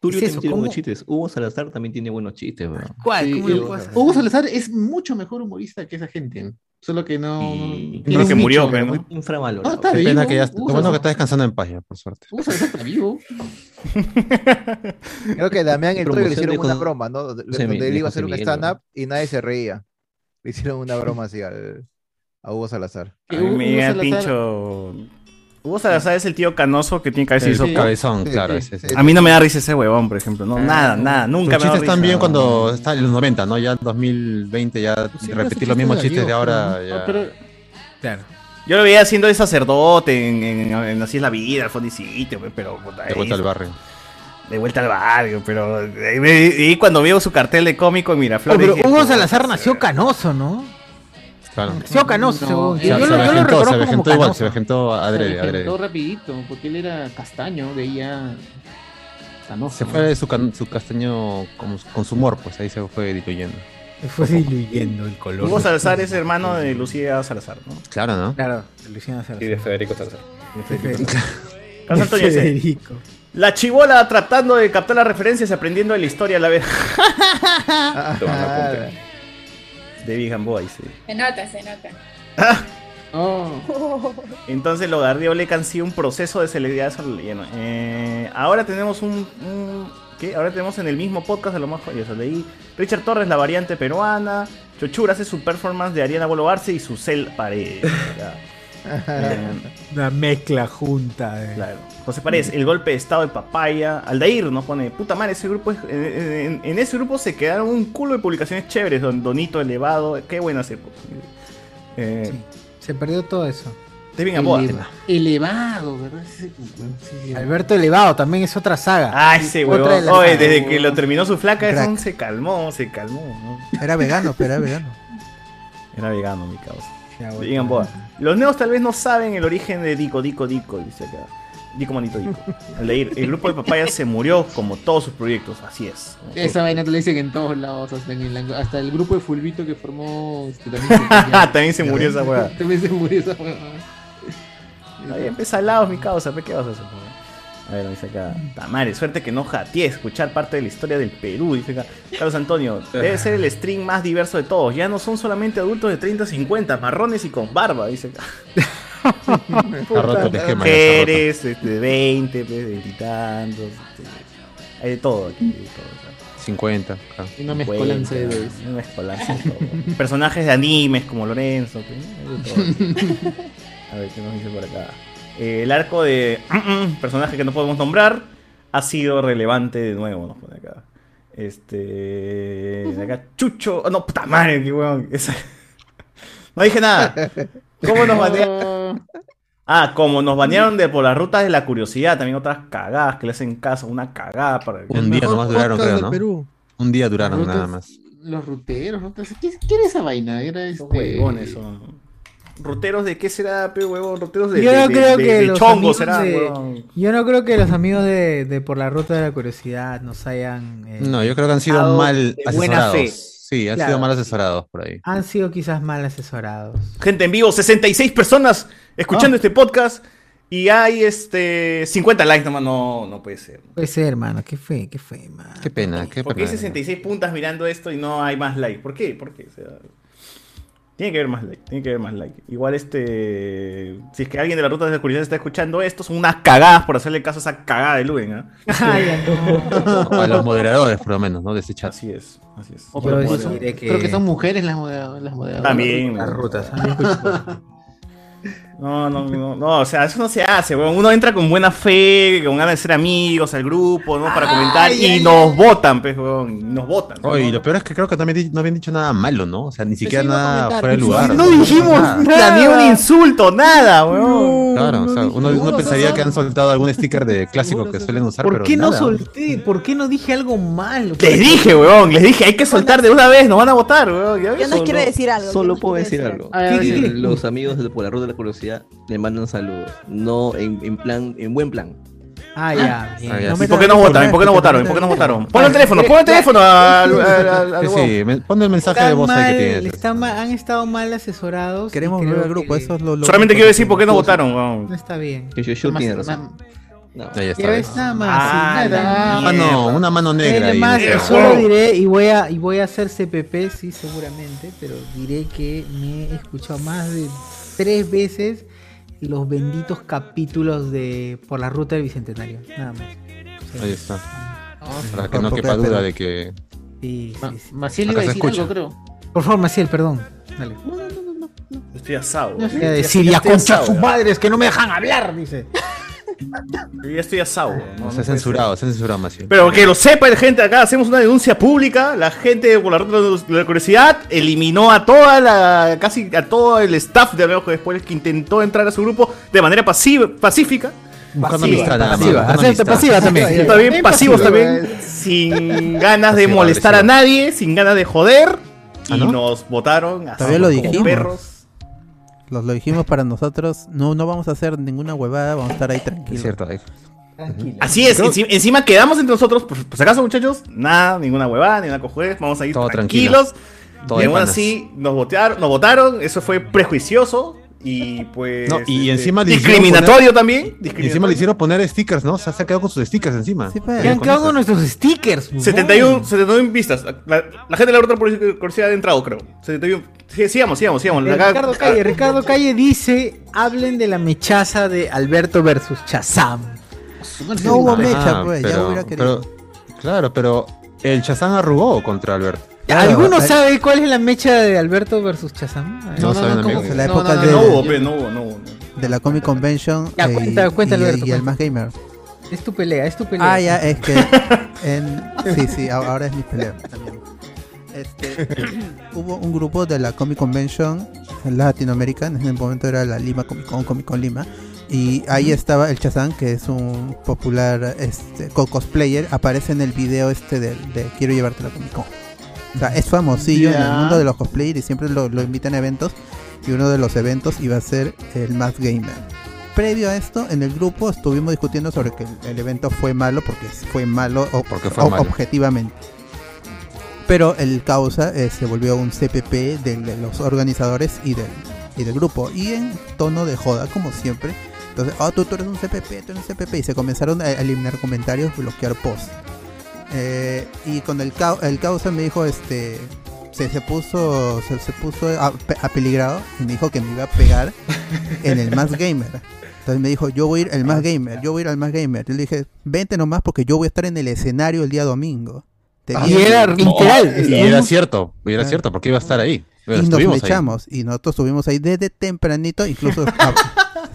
Tulio también es eso, tiene buenos ¿cómo? chistes. Hugo Salazar también tiene buenos chistes, bro. ¿Cuál? Sí, ¿Cómo lo Hugo- puedo hacer? Hugo Salazar es mucho mejor humorista que esa gente. ¿eh? Solo que no. tiene Creo que un nicho, murió, pero ¿no? muy infravalorado. No, está Qué vivo. pena que ya- lo Hugo bueno que Salazar- está descansando en paz ya, por suerte. Hugo Salazar está vivo. Creo que Damián y el Toyo le Promoción hicieron de una José- broma, ¿no? Donde José Mi- donde él de iba a hacer José un Miguel, stand-up y nadie se reía. Le hicieron una broma así al, a Hugo Salazar. A mí me llega el pincho. Hugo Salazar es el tío canoso que tiene cabeza Sí, y sopa. cabezón, Sí, claro, sí, ese, sí. A mí no me da risa ese huevón, por ejemplo. Ah, No, nada, nada. Nunca Los me da chistes risa. están bien cuando está en los 90, ¿no? Ya en 2020, ya repetir los mismos chistes de ahora. ya. Claro. Yo lo veía haciendo de sacerdote en, en- en Así es la vida, el fondicito, pe- pero. puta, De vuelta ahí- al barrio. De vuelta al barrio, pero. eh, me- Y cuando veo su cartel de cómico en Oh, Miraflores. pero dije, Hugo Salazar nació canoso, ¿no? Claro. Nació canoso. No, según- Se, yo, se yo lo- yo lo avejentó, se reconozco como avejentó igual, canoso. se avejentó adrede, Se adrede. reventó rapidito, porque él era castaño, veía canoso. Se fue de su, can- su castaño con, con su humor, pues ahí se fue diluyendo. Se fue diluyendo el color. Hugo Salazar es hermano de Lucía Salazar, ¿no? Claro, ¿no? Claro, de Luciana Salazar. Y de Federico Salazar. <laughs> Carlos Antonio dice, Federico. La chivola tratando de captar las referencias y aprendiendo de la historia a la vez. <laughs> David Gamboa dice. Se nota, se nota. Oh. Entonces lo de han sido un proceso de celebridad sobrelleno. Eh, ahora tenemos un, un- ¿qué? Ahora tenemos en el mismo podcast a lo mejor ya se leí. Richard Torres, la variante peruana. Chochura hace su performance de Ariana Bolovarse y su cel pared. <laughs> Una mezcla junta. eh. José Paredes, el golpe de estado de papaya. Aldair nos pone, puta madre, ese grupo es- eh, en, en- en ese grupo se quedaron un culo de publicaciones chéveres, Don Donito elevado, qué buenas épocas. Eh, Se perdió todo eso. Devin Gamboa. Elevado, ¿verdad? Ese- sí, Alberto Elevado también es otra saga. Ah, ese Otra de huevón. las Oye, sagas. desde que lo terminó su flaca, Crack. eso se calmó, se calmó. ¿no? Era vegano, pero era vegano. Era vegano, mi causa. Ya, bueno. Digan, boa. Los neos tal vez no saben el origen de Dico, Dico, Dico, dice acá. Dico, manito, Dico. Al leer, el grupo de papayas se murió como todos sus proyectos, así es. Esa vaina te la dicen en todos lados, hasta, en el, hasta el grupo de Fulvito que formó. este, <laughs> también, se, También se murió esa hueá. también se murió esa hueá. Ahí empieza al lado, mi causa, ¿pe? ¿qué vas a hacer? A ver, dice acá. Tamare, suerte que no jateé escuchar parte de la historia del Perú, dice acá. Carlos Antonio, debe ser el stream más diverso de todos. Ya no son solamente adultos de 30 50, marrones y con barba, dice <laughs> acá. Está roto el esquema, ya está roto. Mujeres, este, de 20, pues, de veintitantos. este, Hay de todo aquí, de todo, o sea. 50. claro. Una mezcolanza de dos. Una mezcolanza de todo. Personajes de animes como Lorenzo. pues, ¿no? Hay de <laughs> todo. A ver, ¿qué nos dice por acá? Eh, el arco de <clears throat> personaje que no podemos nombrar ha sido relevante de nuevo, nos pone acá. Este. de Acá, Chucho. oh, no, puta madre, qué weón. Esa- No dije nada. <laughs> ¿Cómo nos <laughs> banearon? Ah, como nos banearon de por las rutas de la curiosidad, también otras cagadas que le hacen caso, una cagada para Un día nomás duraron, creo, ¿no? Un día duraron Rutas- nada más. Los ruteros, ¿no? Entonces, ¿Qué, qué era esa vaina? Era este... huevones, son. ¿Roteros de qué será, pe huevón? ¿Roteros de, Yo de- no de- creo de- que de los chongo amigos será, de- huevón? Yo no creo que los amigos de, de Por la Ruta de la Curiosidad nos hayan... eh, No, yo creo que han sido dado mal de buena asesorados. fe. Sí, han Claro. sido mal asesorados por ahí. Han sido quizás mal asesorados. Gente en vivo, 66 personas escuchando este podcast y hay este 50 likes nomás. No, no puede ser. Puede ser, hermano. ¿Qué fue? ¿Qué fue, man? Qué pena, qué ¿Por pena. qué hay 66 puntas mirando esto y no hay más likes? ¿Por qué? ¿Por qué? O sea, tiene que haber más like, tiene que haber más like. Igual este. Si es que alguien de la ruta de seguridad está escuchando esto, son unas cagadas por hacerle caso a esa cagada de Luen, <laughs> ¿ah? <laughs> A los moderadores, por lo menos, ¿no? De ese chat. Así es, así es. O, pero son- Creo que son mujeres las moderadoras. Las moderadoras. También. Las <laughs> rutas. No, no, no, no, o sea, eso no se hace, weón. Uno entra con buena fe, con ganas de ser amigos al grupo, ¿no? Para comentar y nos votan, pues, weón. y Nos votan. Oh, y lo peor es que creo que también di- no habían dicho nada malo, ¿no? O sea, ni siquiera Pues sí, no comentaron. nada fuera de Sí, lugar. no dijimos nada. Ni un insulto, nada, weón. Claro, o sea, uno, uno pensaría que han soltado algún sticker de clásico que suelen usar, ¿Por pero qué no nada. solté? ¿Por qué no dije algo malo? Les dije, weón, les dije, hay que soltar de una vez, nos van a votar, weón. ¿ya ves? Yo no quiero decir algo. Solo puedo decir algo. A Que ver, dile. Los amigos de Por la Ruta de la Curiosidad le mandan saludos. No en, en plan, en buen plan. Ah, ya. bien. Ah, ya, No sí. me ¿Y por qué tra- no me votaron? ¿Y tra- por qué no me votaron? tra- ¿Y por qué no votaron? Pon el teléfono, pon el teléfono <laughs> al- al- al- al Sí, sí, huevón. me- ponle el mensaje de Están voz ahí mal- que tienes. están mal- han estado mal asesorados. Queremos y volver creo al grupo, que eso es lo, lo Solamente único quiero que decir por qué no tenemos. votaron, weón. No está bien. Yo, yo, yo tiene razón. Ahí está. Ya ves, nada más. Ah, sí, la nada. mano, una mano negra ahí, eh. Además, dice. eh, solo diré y voy a y voy a hacer CPP, sí, seguramente, pero diré que me he escuchado más de tres veces los benditos capítulos de Por la Ruta del Bicentenario. Nada más. Ahí está. Ah, Para sí. que no Por- quepa por- duda pero- de que. Sí, Maciel Acá iba a se decir escucha. algo, creo. Por favor, Maciel, perdón. Dale. Estoy asado. Voy a decir, ya concha sus madres que no me dejan hablar, dice. Yo ya estoy asado. Ah, No, se ha censurado, se ha censurado más. bien. Pero que lo sepa la gente acá, hacemos una denuncia pública. La gente por la ruta de la curiosidad eliminó a toda la. casi a todo el staff de Hablemos con Spoilers que intentó entrar a su grupo de manera pasiva, pacífica. Buscando Pasiva, amistad, nada más, pasiva, buscando acepta, amistad. pasiva también. También Bien pasivos pasivo. también. <laughs> Sin ganas de Pasivo, molestar a agresivo. nadie, sin ganas de joder. ¿Ah, Y no? nos votaron a Todavía lo dijimos. perros. Los lo dijimos para nosotros. No, no vamos a hacer ninguna huevada, vamos a estar ahí tranquilos. Es cierto, Así es, enci- encima quedamos entre nosotros, por, por si acaso muchachos, nada, ninguna huevada, ninguna cojudez, vamos a ir tranquilo. tranquilos. Todo y de aún panas. así nos votaron, nos votaron, eso fue prejuicioso y pues... No, y este, encima le hicieron Discriminatorio poner- también. Y encima le hicieron poner stickers, ¿no? O sea, se ha quedado con sus stickers encima. pues. Sí, Se han quedado con nuestros stickers. 71, 71 vistas. La, la gente de la otra curiosidad ha entrado, creo. 71. Sí, sigamos, sigamos, sigamos. ah, Eh, Acá- Ricardo Calle, Ricardo Calle dice, hablen de la mechaza de Alberto versus Chazam. No hubo mecha, Ah, pues, ya hubiera querido. pero- claro, pero el Chazán arrugó contra Alberto. ¿Alguno sabe cuál es la mecha de Alberto versus Chazam? No saben, amigo. En la No, no, época no, de, no hubo, pe, no hubo, no de la Comic Convention Ya, eh, cuenta, cuenta, y, Alberto, y el cuenta. más gamer. Es tu pelea, es tu pelea. Ah, ya, es <laughs> que. en- sí, sí, a- ahora es mi <laughs> pelea también. <laughs> Este, <coughs> hubo un grupo de la Comic Convention Latinoamérica, en ese momento era la Lima Comic Con, Comic Con Lima, y ahí estaba el Chazán, que es un popular este, co- cosplayer, aparece en el video este de, de Quiero llevarte a la Comic Con. O sea, es famosillo en el Ya. mundo de los cosplayers y siempre lo, lo invitan a eventos, y uno de los eventos iba a ser el Mass Gamer. Previo a esto, en el grupo estuvimos discutiendo sobre que el, el evento fue malo porque fue malo o Porque fue o- malo. objetivamente. Pero el causa eh, se volvió un CPP de, de los organizadores y del, y del grupo. Y en tono de joda, como siempre. Entonces, ah, tú, tú eres un CPP, tú eres un CPP. Y se comenzaron a eliminar comentarios, bloquear posts. Eh, y con el, cau- el causa me dijo, este... Se, se puso, se, se puso a, peligrado y me dijo que me iba a pegar en el Más Gamer. Entonces me dijo, yo voy a ir al Más Gamer, yo voy a ir al Más Gamer. Yo le dije, vente nomás porque yo voy a estar en el escenario el día domingo. Te Ah, vi- no, Y era cierto, y era cierto, porque iba a estar ahí. Ah. y nos Estuvimos ahí. echamos y nosotros estuvimos ahí desde <laughs> tempranito incluso ca-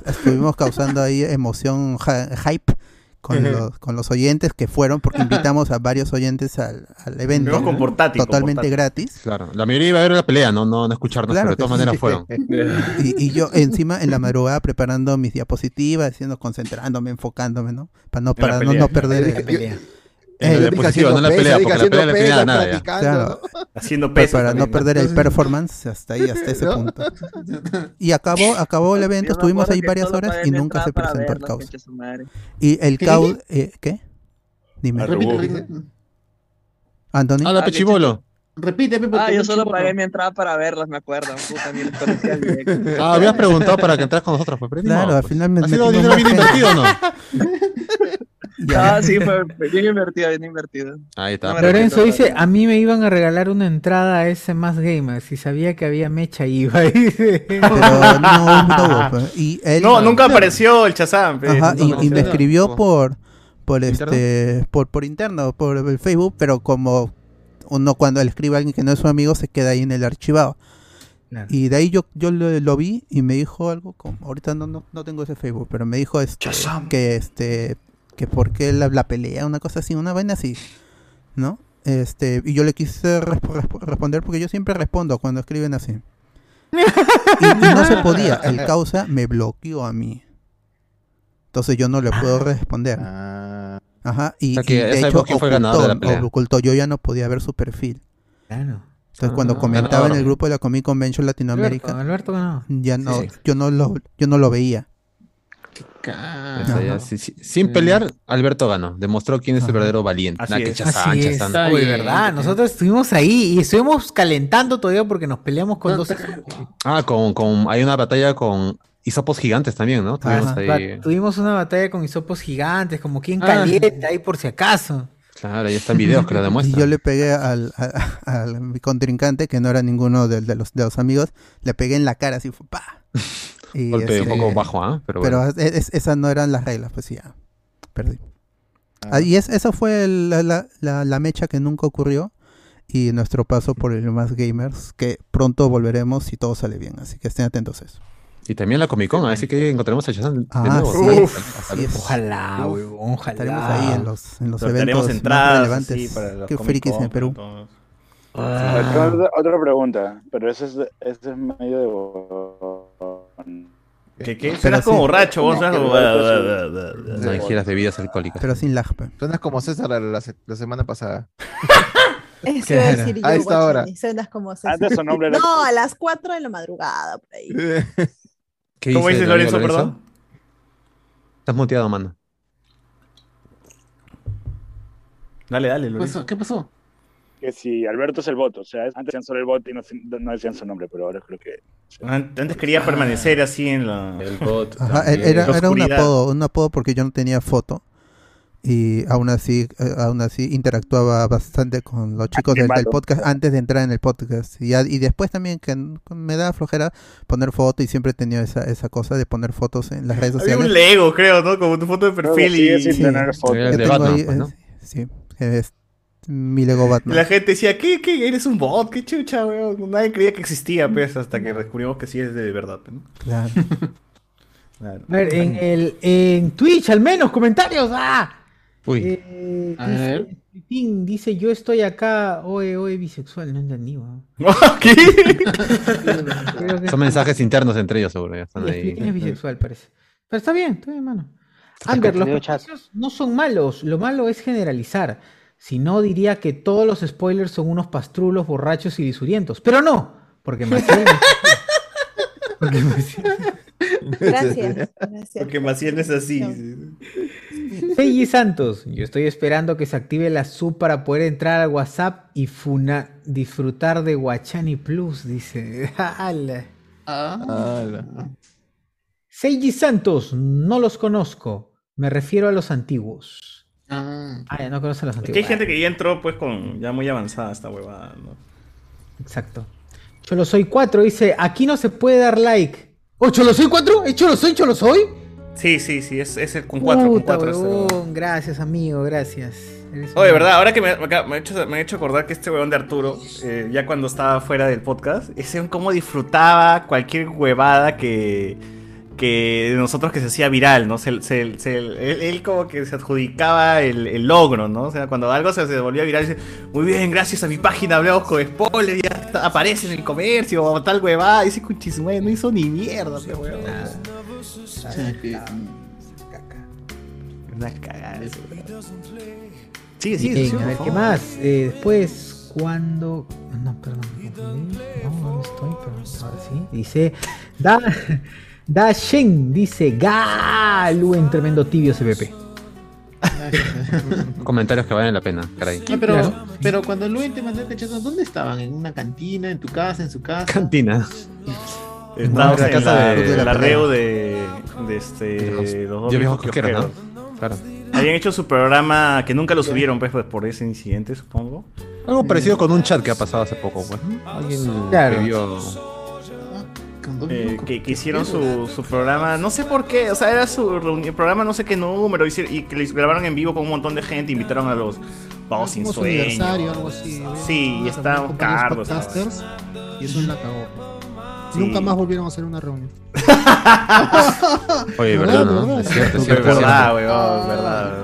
estuvimos causando ahí emoción ja- hype con Ujú. los, con los oyentes que <laughs> fueron porque invitamos a varios oyentes al, al evento Fuimos con portátil, con totalmente portátil. gratis Claro, la mayoría iba a ver la pelea, no, no, no escucharnos, Claro pero de todas que maneras sí. fueron. <laughs> y, y yo encima en la madrugada preparando mis diapositivas, haciendo, concentrándome, enfocándome, ¿no? Para no, En la para no, pelea. no perder En el- la pelea. Eh, En el- la diapositiva, no en la pelea, porque la pelea le pegaba a nada ya. Claro. Haciendo Para- peso Para no también, ¿no? perder el performance hasta ahí, hasta ese ¿No? punto. Y acabó, acabó el evento, estuvimos ahí varias horas y nunca se presentó el caos. Y el ¿Qué caos, dije? eh, ¿qué? Dime. Repite, repite. Anthony. Habla, pechibolo. Repite, Pepe, Ah, porque yo es solo chimorro. pagué mi entrada para verlas, me acuerdo. Puta, ni les <laughs> conocía al directo. Ah, habías preguntado para que entras con nosotros, pues, pero ni Claro, modo, al pues. final me ¿Ha sido metimos dinero más bien gente. invertido o <laughs> no? Ah, sí, fue bien invertido, bien invertido. Ahí está. No me Lorenzo arrepiento, dice, a mí me iban a regalar una entrada a ese Más Gamer, si sabía que había mecha iba. <laughs> Pero no, no, pues. Y él- No, nunca apareció el Chazam. pe. Ajá, y, No, y me no. escribió por por ¿Interno? este por por interno, por el Facebook, pero como uno cuando le escribe a alguien que no es su amigo se queda ahí en el archivado. Claro. Y de ahí yo, yo lo, lo vi y me dijo algo como ahorita no, no, no tengo ese Facebook, pero me dijo este, que este que por qué la, la pelea, una cosa así, una vaina así, ¿no? Este, y yo le quise resp- resp- responder porque yo siempre respondo cuando escriben así. Y, y no se podía, el causa me bloqueó a mí. Entonces yo no le puedo responder. Ajá, y, O sea que y de ya hecho sabemos quién fue el ganador de la ocultó- pelea. ocultó, yo ya no podía ver su perfil. Claro. Entonces cuando Ah, comentaba en ganador. el grupo de la Comic Convention Latinoamérica, Alberto, Alberto ganó. ya no, Sí. yo no lo, yo no lo veía. O sea, ya, sí, sí. Sin pelear, Alberto ganó. Demostró quién es el verdadero valiente. Así Nah, que es. Chazán, Así es. Chazán. Uy, verdad, nosotros estuvimos ahí y estuvimos calentando todavía porque nos peleamos con dos... Ah, con, con, hay una batalla con hisopos gigantes también, ¿no? Tuvimos Ajá. ahí- Tuvimos una batalla con hisopos gigantes, como quien Ah. calienta ahí por si acaso. Claro, ahí están videos que lo <laughs> Y demuestran. yo le pegué al, a- a- al mi contrincante, que no era ninguno de, de los, de los amigos, le pegué en la cara <laughs> así, fue, ¡pa! Y, Golpe un este, poco bajo, ¿ah? Pero, Pero, bueno. es- es- esas no eran las reglas, pues ya. Perdí. Ah, y es, esa fue el- la, la- la- la mecha que nunca ocurrió. y nuestro paso por el Más Gamers, que pronto volveremos si todo sale bien, así que estén atentos a eso. Y también la Comic Con, así que encontraremos a Shazam de Ah, nuevo. sí, Uf, así es. Ojalá, huevón, ojalá. Estaremos ahí en los, en los Sortearemos eventos entradas, más relevantes así, para los que Comic frikis Con, en Perú. Acá Otra, otra pregunta, pero eso es, eso es medio de huevón. ¿Qué, qué? Suenas como borracho, vos suenas como- No ingieras bebidas alcohólicas. Pero sin lag. Suenas como César la, la se- la semana pasada. <laughs> Eso iba a decir yo, A esta guachani, hora. Suenas como Antes Ah, su nombre era- No, a las 4 de la madrugada, por ahí. <laughs> ¿Qué ¿Cómo dice dices, Lorenzo, Lorenzo, perdón? Estás muteado, mano. Dale, dale, ¿Qué Lorenzo. pasó? Que si Alberto es el voto, o sea, antes decían solo el voto y no, no decían su nombre, pero ahora creo que... An- Antes quería permanecer así en la. El bot. Ajá, e-, era- era, era un apodo, un apodo porque yo no tenía foto. Y aún así, eh, aún así interactuaba bastante con Ah, los chicos del, del malo. podcast antes de entrar en el podcast. Y, ya- y después también que n- me da flojera poner foto y siempre he tenido esa, esa cosa de poner fotos en las redes Había sociales. un Lego, creo, ¿no? Como tu foto de perfil y. Sí, yo tengo ahí, pues, eh, sí, es mi Lego Y Batman. la gente decía, ¿qué, qué? Eres un bot, qué chucha, weón. Nadie creía que existía, pues, hasta que descubrimos que sí es de verdad, ¿no? Claro. <laughs> Claro. A ver, en, el, en Twitch al menos, comentarios. ¡Ah! Uy. Eh, A dice, ver. Pitín, dice, yo estoy acá, oe, oe, bisexual, no entendí, <laughs> weón. ¿Qué? Creo que- Son mensajes internos entre ellos, seguro. Ya están Y el Pitín es ahí. bisexual, parece. Pero está bien, está bien, mano. Amber, los Contenido chat. prejuicios no son malos, lo malo es generalizar. Si no, diría que todos los spoilers son unos pastrulos, borrachos y disurientos. Pero no, porque <laughs> Maciel... porque Maciel- Gracias, gracias. Porque Maciel no es así. Seiji Santos, yo estoy esperando que se active la sub para poder entrar al WhatsApp y funa- disfrutar de Guachani Plus, dice. <laughs> Ala. Ah. Ah, Seiji Santos, no los conozco. Me refiero a los antiguos. Ah, ya no conocen a los Es antiguos. que hay gente que ya entró, pues, con ya muy avanzada esta huevada, ¿no? Exacto. Cholo soy 4 dice, aquí no se puede dar like. ¿O ¿Oh, Cholo soy 4? ¿Es Cholo soy Cholo soy? Sí, sí, sí, es, es el con cuatro, con Puta, cuatro. este, huevón, huevón. Gracias, amigo, gracias. Eres un- Oye, verdad, ahora que me, acá- me, ha hecho, me ha hecho acordar que este huevón de Arturo, eh, ya cuando estaba fuera del podcast, ese huevón cómo disfrutaba cualquier huevada que, que de nosotros que se hacía viral, ¿no? Se, se- se- él, él como que se adjudicaba el, el logro, ¿no? O sea, cuando algo se, se volvía viral, dice, muy bien, gracias a mi página hablamos con spoiler, ya está- aparece en el comercio, o tal huevada, ese cuchismue no hizo ni mierda, ese huevón. Una cagada. ese huevón. Sigue, sigue, Bien, sigue, a por ver, ¿qué favor. más? Eh, después, cuando... No, perdón. me confundí. No, no estoy, pero ahora sí. Dice... Da, da Shen, dice... Galu en tremendo tibio CPP. Comentarios que valen la pena, caray. Ah, pero, pero cuando Luen te mandó este chato, ¿dónde estaban? ¿En una cantina? ¿En tu casa? ¿En su casa? Cantina. Estábamos Bueno, en la, de el la arreo de, de este, los- los, dos de viejos viejos kiosqueros, ¿no? kiosqueros. Claro. Habían hecho su programa que nunca lo subieron pues, pues, por ese incidente, supongo. Algo parecido con un chat que ha pasado hace poco, pues. Alguien Claro. escribió- Eh, que, que hicieron su, su programa, no sé por qué, o sea, era su reuni- programa no sé qué número, hicieron- y que les grabaron en vivo con un montón de gente, invitaron a los Vamos sin Como su sueño. aniversario, algo así. Sí, y estaban estaban cardos. podcasters y eso la cagó. pues. Sí. Nunca más volvieron a hacer una reunión. Oye, ¿Verdad, verdad, ¿no? verdad? Es cierto, es Es cierto. es verdad, cierto. weón, verdad.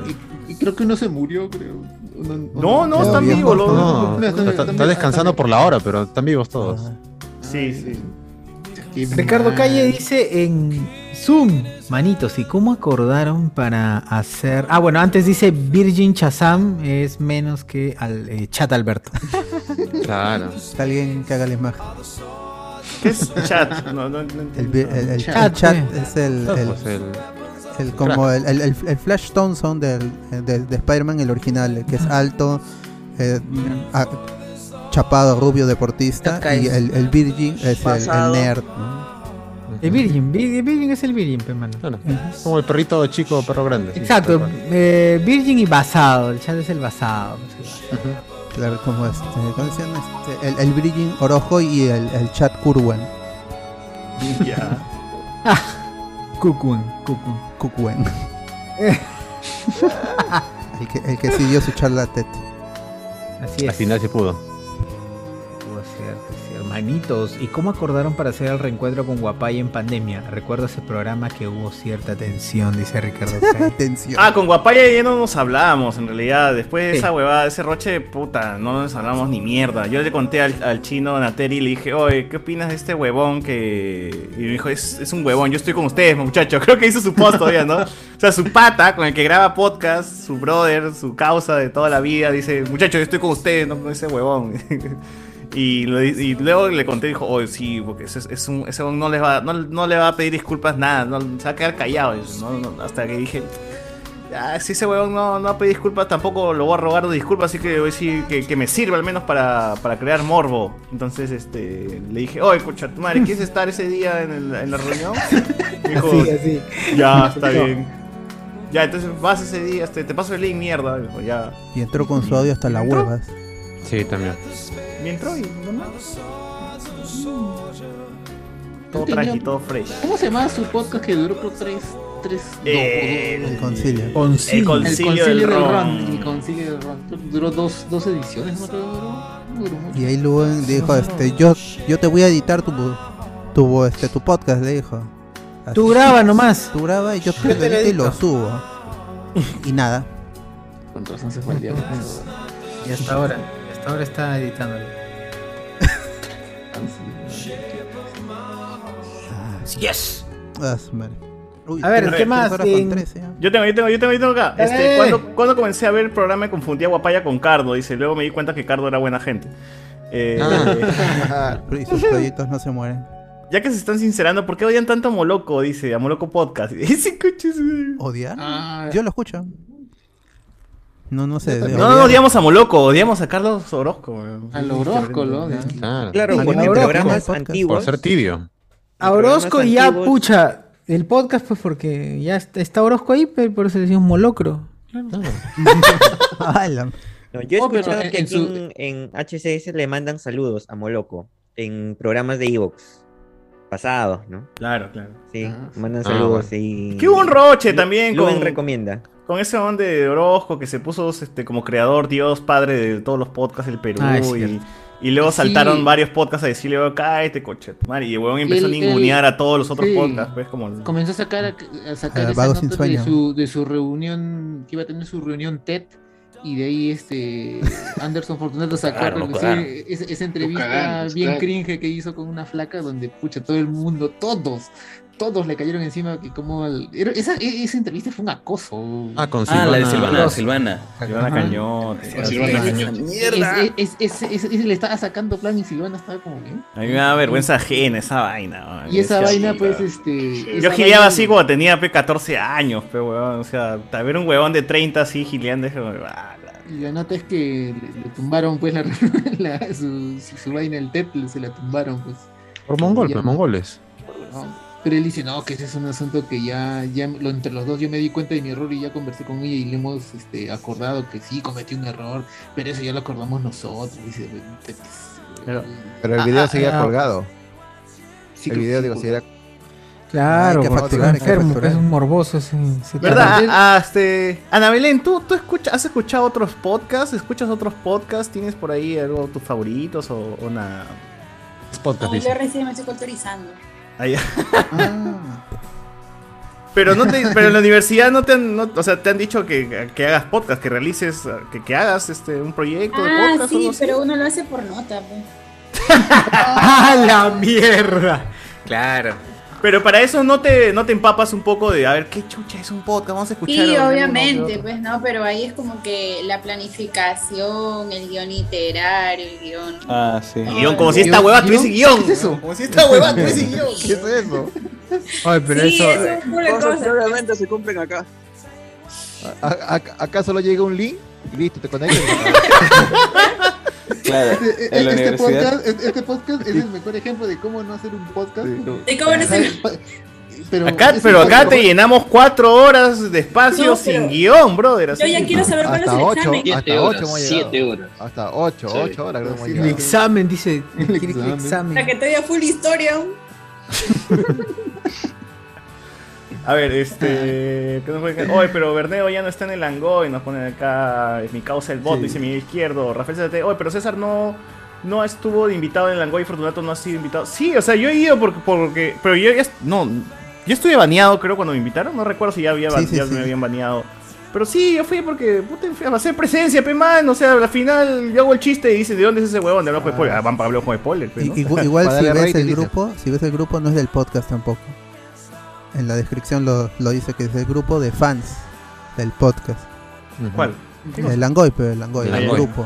Y creo que uno se murió, creo. Uno- No, no, están Bien. vivos, los- No, Están- está, está están- descansando por la hora, pero están vivos todos. Sí, sí. Ricardo Calle dice en Zoom, manitos, ¿y cómo acordaron para hacer? Ah, bueno, antes dice Virgin Chazam es menos que al eh, <laughs> chat Alberto. Claro. Alguien que haga la imagen. ¿Qué es chat? No, no, no El, entiendo. vi- el- el chat, es el, el, Pues el- el como el, el, el- el Flash Thompson del, de, de Spider-Man, el original, el que es alto, eh, a- chapado, rubio, deportista, y el, el Virgin es el- el, Pasado. nerd. El Virgin, Vir- Virgin es el Virgin, hermano. Como el perrito chico, perro grande. sí, tal Exacto, cual. eh, Virgin y basado, el chat es el basado. Claro, como este, ¿cómo se llama? Este, el, el Virgin Orojo y el, el chat Curwen. <laughs> Ya. Cucuen, Cucuen. Cucuen. <laughs> el, que, el que sí dio su charla TED. Así es. Al final se pudo. Oh, Manitos, ¿y cómo acordaron para hacer el reencuentro con Guapay en pandemia? Recuerdo ese programa que hubo cierta tensión, dice <laughs> Ricardo. Calle. Ah, con Guapaya ya no nos hablamos, en realidad. Después de Sí. esa huevada, ese roche, puta, no nos hablamos ni mierda. Yo le conté al, al chino Nateri y le dije, oye, ¿qué opinas de este huevón que...? Y me dijo, es, es un huevón, yo estoy con ustedes, muchachos. <laughs> Creo que hizo su post todavía, ¿no? O sea, su pata con el que graba podcast, su brother, su causa de toda la vida, dice, muchachos, yo estoy con ustedes, no con ese huevón. <laughs> Y, lo- y luego le conté y dijo, oh, sí, porque ese, es un, ese huevón no, les va, no, no le va a pedir disculpas, nada, no, se va a quedar callado. Y yo, "No, no", hasta que dije, Ah, si ese huevón no, no ha pedido disculpas, tampoco lo voy a rogar de disculpas, así que voy a decir que, que me sirva al menos para, para crear morbo. Entonces, este, le dije, oye, escucha, tu madre, ¿quieres estar ese día en, el- en la <laughs> reunión? Dijo, Así, así. ya, está No. bien. Ya, entonces vas ese día, este, te paso el link, mierda. Dijo, ya. Y entró con su audio hasta la huevas. Sí, también. Me entró y nomás. Todo tranqui, todo fresh. Mm. ¿Cómo se llama su podcast que duró creo tres, tres, El, concilio. El concilio, el concilio del del Ron. Ron, El concilio del Ron. Duró dos, dos ediciones, ¿no? Creo que duró. duró mucho. Y ahí Luen dijo, este, yo, yo te voy a editar tu, tu, este, tu podcast, le dijo. Así. Tú graba nomás. Tú graba y yo te Yo te lo lo edito y edito. lo subo. Y nada. Con razón se fue el diablo. Y hasta ahora, hasta ahora está editándolo. Yes. Ah, su madre. Uy, A ver, tres- ¿qué más? Eh. tres ¿eh? horas con En- trece, ya. Yo tengo, yo tengo, yo tengo, yo tengo acá. A Este, ver. cuando, cuando comencé a ver el programa me confundía Guapaya con Cardo, dice. Luego me di cuenta que Cardo era buena gente. Eh, Ah. <laughs> Ah. <laughs> Y sus proyectos no se mueren. ya que se están sincerando, ¿por qué odian tanto a Moloco? Dice, a Moloco Podcast. <laughs> Ese coche es- ¿Odiar? Ah. Yo lo escucho. No, no sé. No, no, odiamos a Moloco, odiamos a Carlos Orozco. weón. Al Orozco, lo odian. Claro, Claro, Por- con por- programas por- Por ser tibio. A Orozco programas y ya, antiguos. pucha, el podcast pues porque ya está, está Orozco ahí, pero por eso le decimos molocro. Ah. <laughs> <laughs> No, yo he Oh, pero escuchado en- que en aquí su- en, en HCS le mandan saludos a Moloco en programas de Evox pasados, ¿no? Claro, claro. Sí, mandan Ah, saludos bueno. y. Que hubo un roche también Luen con- recomienda. Con ese man de Orozco que se puso este, como creador, Dios, padre de todos los podcasts del Perú. Ah, es y, cierto. y luego Sí. saltaron varios podcasts a decirle, "Oh, cállate, coche. tu madre", Y el huevón empezó Él- a ningunear él- a todos los otros sí. podcasts. Pues, como el- Comenzó a sacar, a- a sacar Ah, esa Vagos sin nota de Sueño. su, de su reunión, que iba a tener su reunión TED, y de ahí este Anderson <laughs> Fortunato sacó Ah, Claro, lo recién cagaron. esa, esa Lo entrevista cagaron, bien claro. cringe que hizo con una flaca donde, pucha, todo el mundo, todos, todos le cayeron encima que como... el- era- esa, e- esa entrevista fue un acoso. Ah, con Ah, la de Silvana, Silvana. Silvana. Silvana Ajá. Cañón, tío. Con Silvana Silvana Cañón. Cañón. ¡Mierda! Es, es- es- es- le estaba sacando plan y Silvana estaba como... ¿eh? A mí me da vergüenza ajena esa vaina. man. <laughs> Y esa Yo decía, vaina, pues, "Mira". este... Yo esa gileaba vaina- así cuando tenía pe, 14 años, pe, huevón. O sea, a ver un huevón de 30 así gileando. es como, "Ah, la-". Y la nota es que le, le tumbaron pues la, <laughs> la- su, su, su vaina, el TEP, se la tumbaron pues. Por mongol, Ya. pues, mongoles. ¿no? Pero él dice, no, que ese es un asunto que ya, ya lo, entre los dos yo me di cuenta de mi error y ya conversé con ella y le hemos este, acordado que sí, cometí un error, pero eso ya lo acordamos nosotros. Dice, "Pues, "Te- te- Pero el Ah, video ah, seguía ah. colgado. Sí, el creo- video, sí, digo, pues. seguía Claro, Hay que porque facturar, es hay que enfermo, facturar. es un morboso ese, ese ¿Verdad? tarado. Ah, ah, este, Ana Belén, ¿tú, tú escucha- has escuchado otros podcasts? ¿Escuchas otros podcasts? ¿Tienes por ahí algo tus favoritos o o una... Podcast, Yo recién me estoy culturizando. Ahí. Ah. Pero no te, pero en la universidad no te han, no- o sea, te han dicho que, que hagas podcast, que realices, que, que hagas este un proyecto de Ah, podcast. o sí, algo así. pero uno lo hace por nota. pues. <laughs> ¡A la mierda! Claro. Pero para eso no te, no te empapas un poco de a ver qué chucha es un podcast, vamos a escuchar. Sí, alguno, obviamente, otro. pues no, pero ahí es como que la planificación, el guión literario, el guión. Ah, sí. Guión, como si esta hueva tuviese guión. Como si esta hueva tuviese <laughs> guión. ¿Qué es eso? Ay, pero Sí, eso- eh, es un culo de cosas. que obviamente se cumplen acá. A- a- acá solo llega un link y listo, te conectas. <laughs> Claro, Este, en la este, universidad. podcast, este- este podcast es el mejor ejemplo de cómo no hacer un podcast. Ah, eh, De cómo no hacer- Pero, Acá, es pero un acá podcast. te llenamos cuatro horas de espacio <laughs> No, pero sin guión, brother. así. yo ya quiero saber cuál es el examen. hasta 8 hemos llegado. Siete Hasta 8, Sí. 8 horas creo que hemos El llegado. examen, dice. quiere que El examen. La que todavía full historia. aún. A ver, este. ¿qué nos puede quedar? Oye, pero Berneo ya no está en el Angoy. Nos ponen acá. Es mi causa el bot, Sí. dice Miguel Izquierdo. Rafael Zárate. Oye, pero César no. no estuvo de invitado en Langoy, Fortunato no ha sido invitado. Sí, o sea, yo he ido porque, porque pero yo ya, no, yo estuve baneado creo cuando me invitaron, no recuerdo si ya había ban- sí, ya sí. me habían baneado. Pero sí, yo fui porque, puta, fui a hacer presencia, pe man, o sea, al final yo hago el chiste y dicen, ¿de dónde es ese huevón de Blanco de Spoiler? Ah, van para Blanco de Spoiler, pe, ¿no? <laughs> Igu- Igual Para si darle ves rating, el dicen. grupo, si ves el grupo no es del podcast tampoco. En la descripción lo, lo dice que es el grupo de fans del podcast. ¿Cuál? ¿Qué cosa? El Langoy, pero el Langoy, El el Langoy. grupo.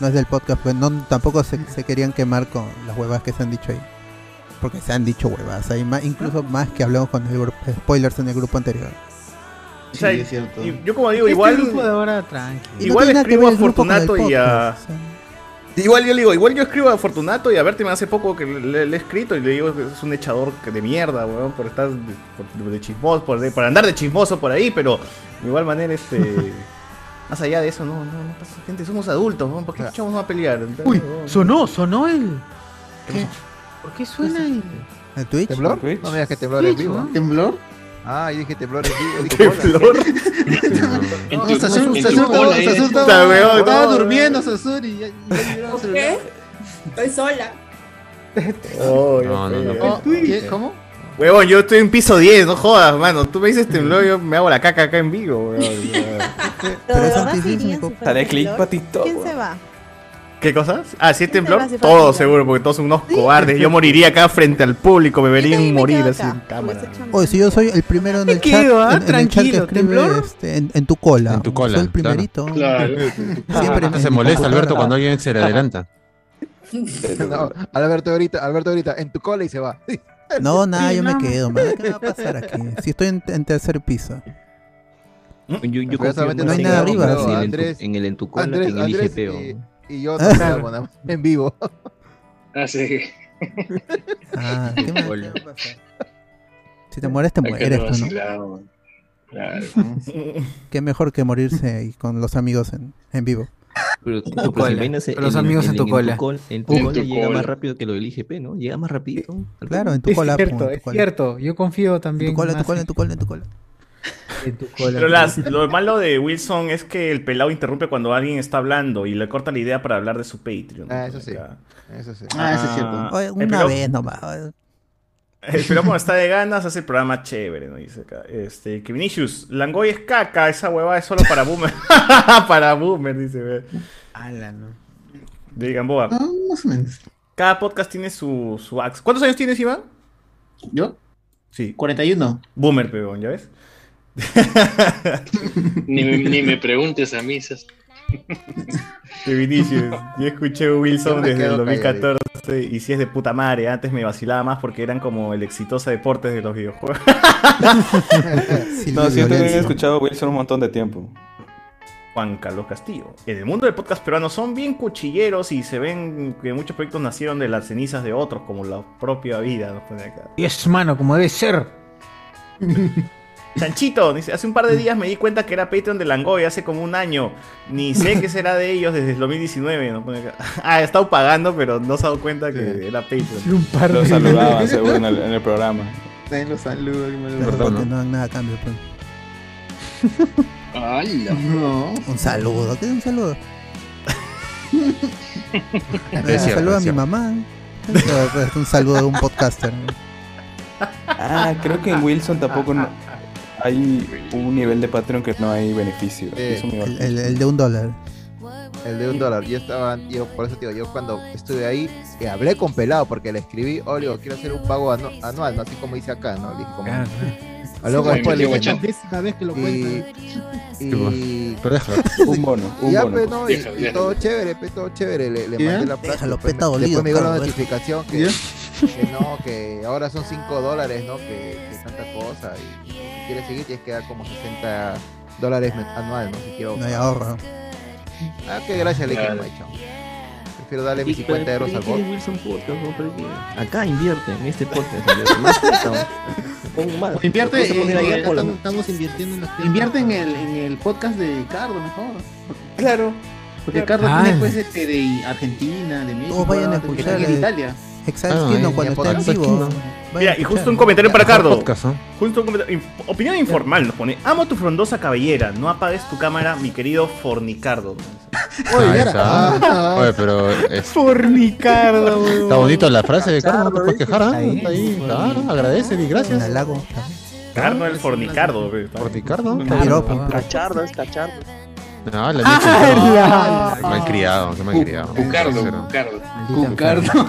No es del podcast, pues no, tampoco se, se querían quemar con las huevas que se han dicho ahí. Porque se han dicho huevas, hay más, incluso más que hablamos con el grupo, spoilers en el grupo anterior. O sea, Sí, es cierto. y- yo como digo, Este igual... grupo de ahora, tranqui. Y no Igual tiene nada que escribo ver a el grupo con el Fortunato y a... Igual yo le digo, igual yo escribo a Fortunato y a Berti me hace poco que le, le he escrito y le digo que es un echador que- de mierda, weón, por estar de, por- de chismoso, por, de- por andar de chismoso por ahí, pero de igual manera <laughs> este... más allá de eso, no, no, no pasa, gente, somos adultos, weón, ¿por qué echamos a pelear? Uy, Weón. sonó, sonó el. ¿Qué? ¿Por qué suena el.? ¿El Twitch? ¿Temblor? Twitch. No me digas que temblor es Twitch, vivo. ¿no? ¿Temblor? Ah, yo dije temblor es vivo. dije, ¿Temblor? <laughs> No, No, se Sasur- asusta, se Sasur asusta, estaba- eh. se Sasur asusta, estaba- Estaba estaba durmiendo. durmiendo, Sasur, y ya, ya miró el ¿Por celular. qué? Estoy sola. no, no, Oh, ¿qué? ¿Cómo? Huevón, yo estoy en piso 10, no jodas, mano. Tú me dices temblor, yo me hago la caca acá en vivo, weón. <laughs> Pero de verdad se irían si fuera Dale click, temblor? patito, ¿Quién se va? ¿Qué cosas? Ah, si es temblor, va si fuera temblor? todos seguro, porque todos son unos cobardes. Yo moriría acá frente al público, me verían morir así en cámara. Oye, si yo soy el primero en el chat, quedo, ah, en, en el chat que tranquilo, escribe, ¿temblor? este, en, en tu cola. En tu cola, Soy el primerito. claro. Siempre Hasta Ah, se molesta Alberto cuando alguien se le adelanta. <laughs> No, Alberto ahorita, Alberto ahorita, en tu cola y se va. <laughs> <laughs> No, nada, yo me no. quedo, man. ¿Qué va a pasar aquí? Si estoy en, en tercer piso. Yo, yo Pero confío solamente más no hay en nada el- arriba, en el- así, en el Andrés- tu- en el en tu cola que Andrés, en el Andrés IGPO. y, y <laughs> yo nos quedamos nada más en vivo. <laughs> Así Ah, ¿qué me- qué me pasa? Si te mueres, te Hay que mueres, pues, ¿no? vacilado, man. Claro. Qué mejor que morirse ahí con los amigos en, en vivo. Pero, pero si vainas en- en- col- En tu En cola tu llega más cola. rápido que lo del IGP, ¿no? Llega más rapidito. Claro, en tu cola. Es cierto, pum, en es tu cola. cierto. Yo confío también. cola, en tu más cola, en tu cola, en tu cola. <laughs> En tu cola. Pero las- lo malo de Wilson es que el pelado interrumpe cuando alguien está hablando y le corta la idea para hablar de su Patreon. Ah, Ah, eso sí. Eso sí. Oye, el una pelado- vez nomás. oye. El pelado cuando está de ganas hace el programa chévere, ¿no? Dice acá. Este, que Vinicius, Langoy es caca, esa huevada es solo para boomer. <laughs> para boomer, dice. Ala, no. De Gamboa. Cada podcast tiene su, su axe. ¿Cuántos años tienes, Iván? ¿Yo? Sí. 41. Boomer, pegón, ¿ya ves? <laughs> Ni, me- ni me preguntes a mí, Sas. De Vinicius. Yo escuché Yo Wilson me desde el quedo 2014 y si es de puta madre. Antes me vacilaba más porque eran como el exitosa deportes de los videojuegos. No, sí, yo también he escuchado a Wilson un montón de tiempo. Juan Carlos Castillo. En el mundo del podcast peruano son bien cuchilleros y se ven que muchos proyectos nacieron de las cenizas de otros, como la propia vida, nos pone acá. Y es mano, como debe <laughs> ser. Chanchito, dice, hace un par de días me di cuenta que era Patreon de Langoy hace como un año. Ni sé qué será de ellos desde el 2019. nos pone acá. <laughs> Ah, he estado pagando, pero no se ha dado cuenta que era Patreon. <laughs> Lo <laughs> saludaban seguro en el, en el programa. También los saludos. que me lo- Claro, Perdón, porque ¿no? no dan nada a cambio. pues. No. Un saludo, ¿qué es <laughs> un saludo? Eh, Es cierto, saludo a es mi cierto. mamá. Pero, pues, un saludo de un podcaster. ¿no? Ah, creo que en Wilson tampoco no- hay un nivel de Patreon que no hay beneficio. Eso me va- Eh, El, el- el de un dólar. El de un dólar. Yo estaba, yo por eso tío, yo cuando estuve ahí, eh, hablé con Pelado porque le escribí, oh, le digo, quiero hacer un pago anu- anual, ¿no? así como dice acá, ¿no? Le dije como. Ah. A luego Sí, después me le metió dije, no. Décima vez que lo Y- cuentan. y- <laughs> Pero déjalo. Un bono, un Y ya, bono, pues, pues. no, y- Déjalo, y déjalo. todo chévere, pues, todo chévere. Le, le ¿Ya? mandé la plata. Déjalo, pues, después pe, está me- dolido, Después me dio la cabrón. notificación que, que no, que ahora son 5 dólares, ¿no? Que, que tanta cosa. Y si quieres seguir, tienes que dar como 60 dólares men- anual, ¿no? Si quiero. No hay ahorro. Ah, qué gracia le dije, Claro. macho. Prefiero darle mis Sí, 50 pero- euros al pero bot. ¿quién es Wilson Podcast, no? Pero ¿quién? Acá invierte en este podcast. invierte. Más presta, pon más. Invierte, Pon eh, una eh, cola, ¿no? estamos, estamos invirtiendo en las Invierte en el, en el podcast de Cardo, mejor. Claro. Porque Cardo Ah. tiene pues este de Argentina, de México. Todos vayan a porque escuchar también el- de Italia. Ah, Exacto, no, cuando esté en vivo. Vayan Mira, a y escuchar. justo un comentario para Mejor Cardo. podcast, ¿no? Justo un comentario- inf- Opinión informal nos pone. Amo tu frondosa cabellera. No apagues tu cámara, mi querido Fornicardo. Ah, Oye, Ahí era- está. Ah. Oye, <laughs> pero eh, es- Fornicardo, weón. está bonito la frase de Carlos, no te puedes quejar, ¿ah? Ahí, Está ahí, claro, agradece y gracias. Carno Ah, el fornicardo. pe. Fornicardo. Cachardo, es cachardo. No, la Ah, ¡Hala! Qué Malcriado, qué malcriado. Cucardo, Cero. Cucardo.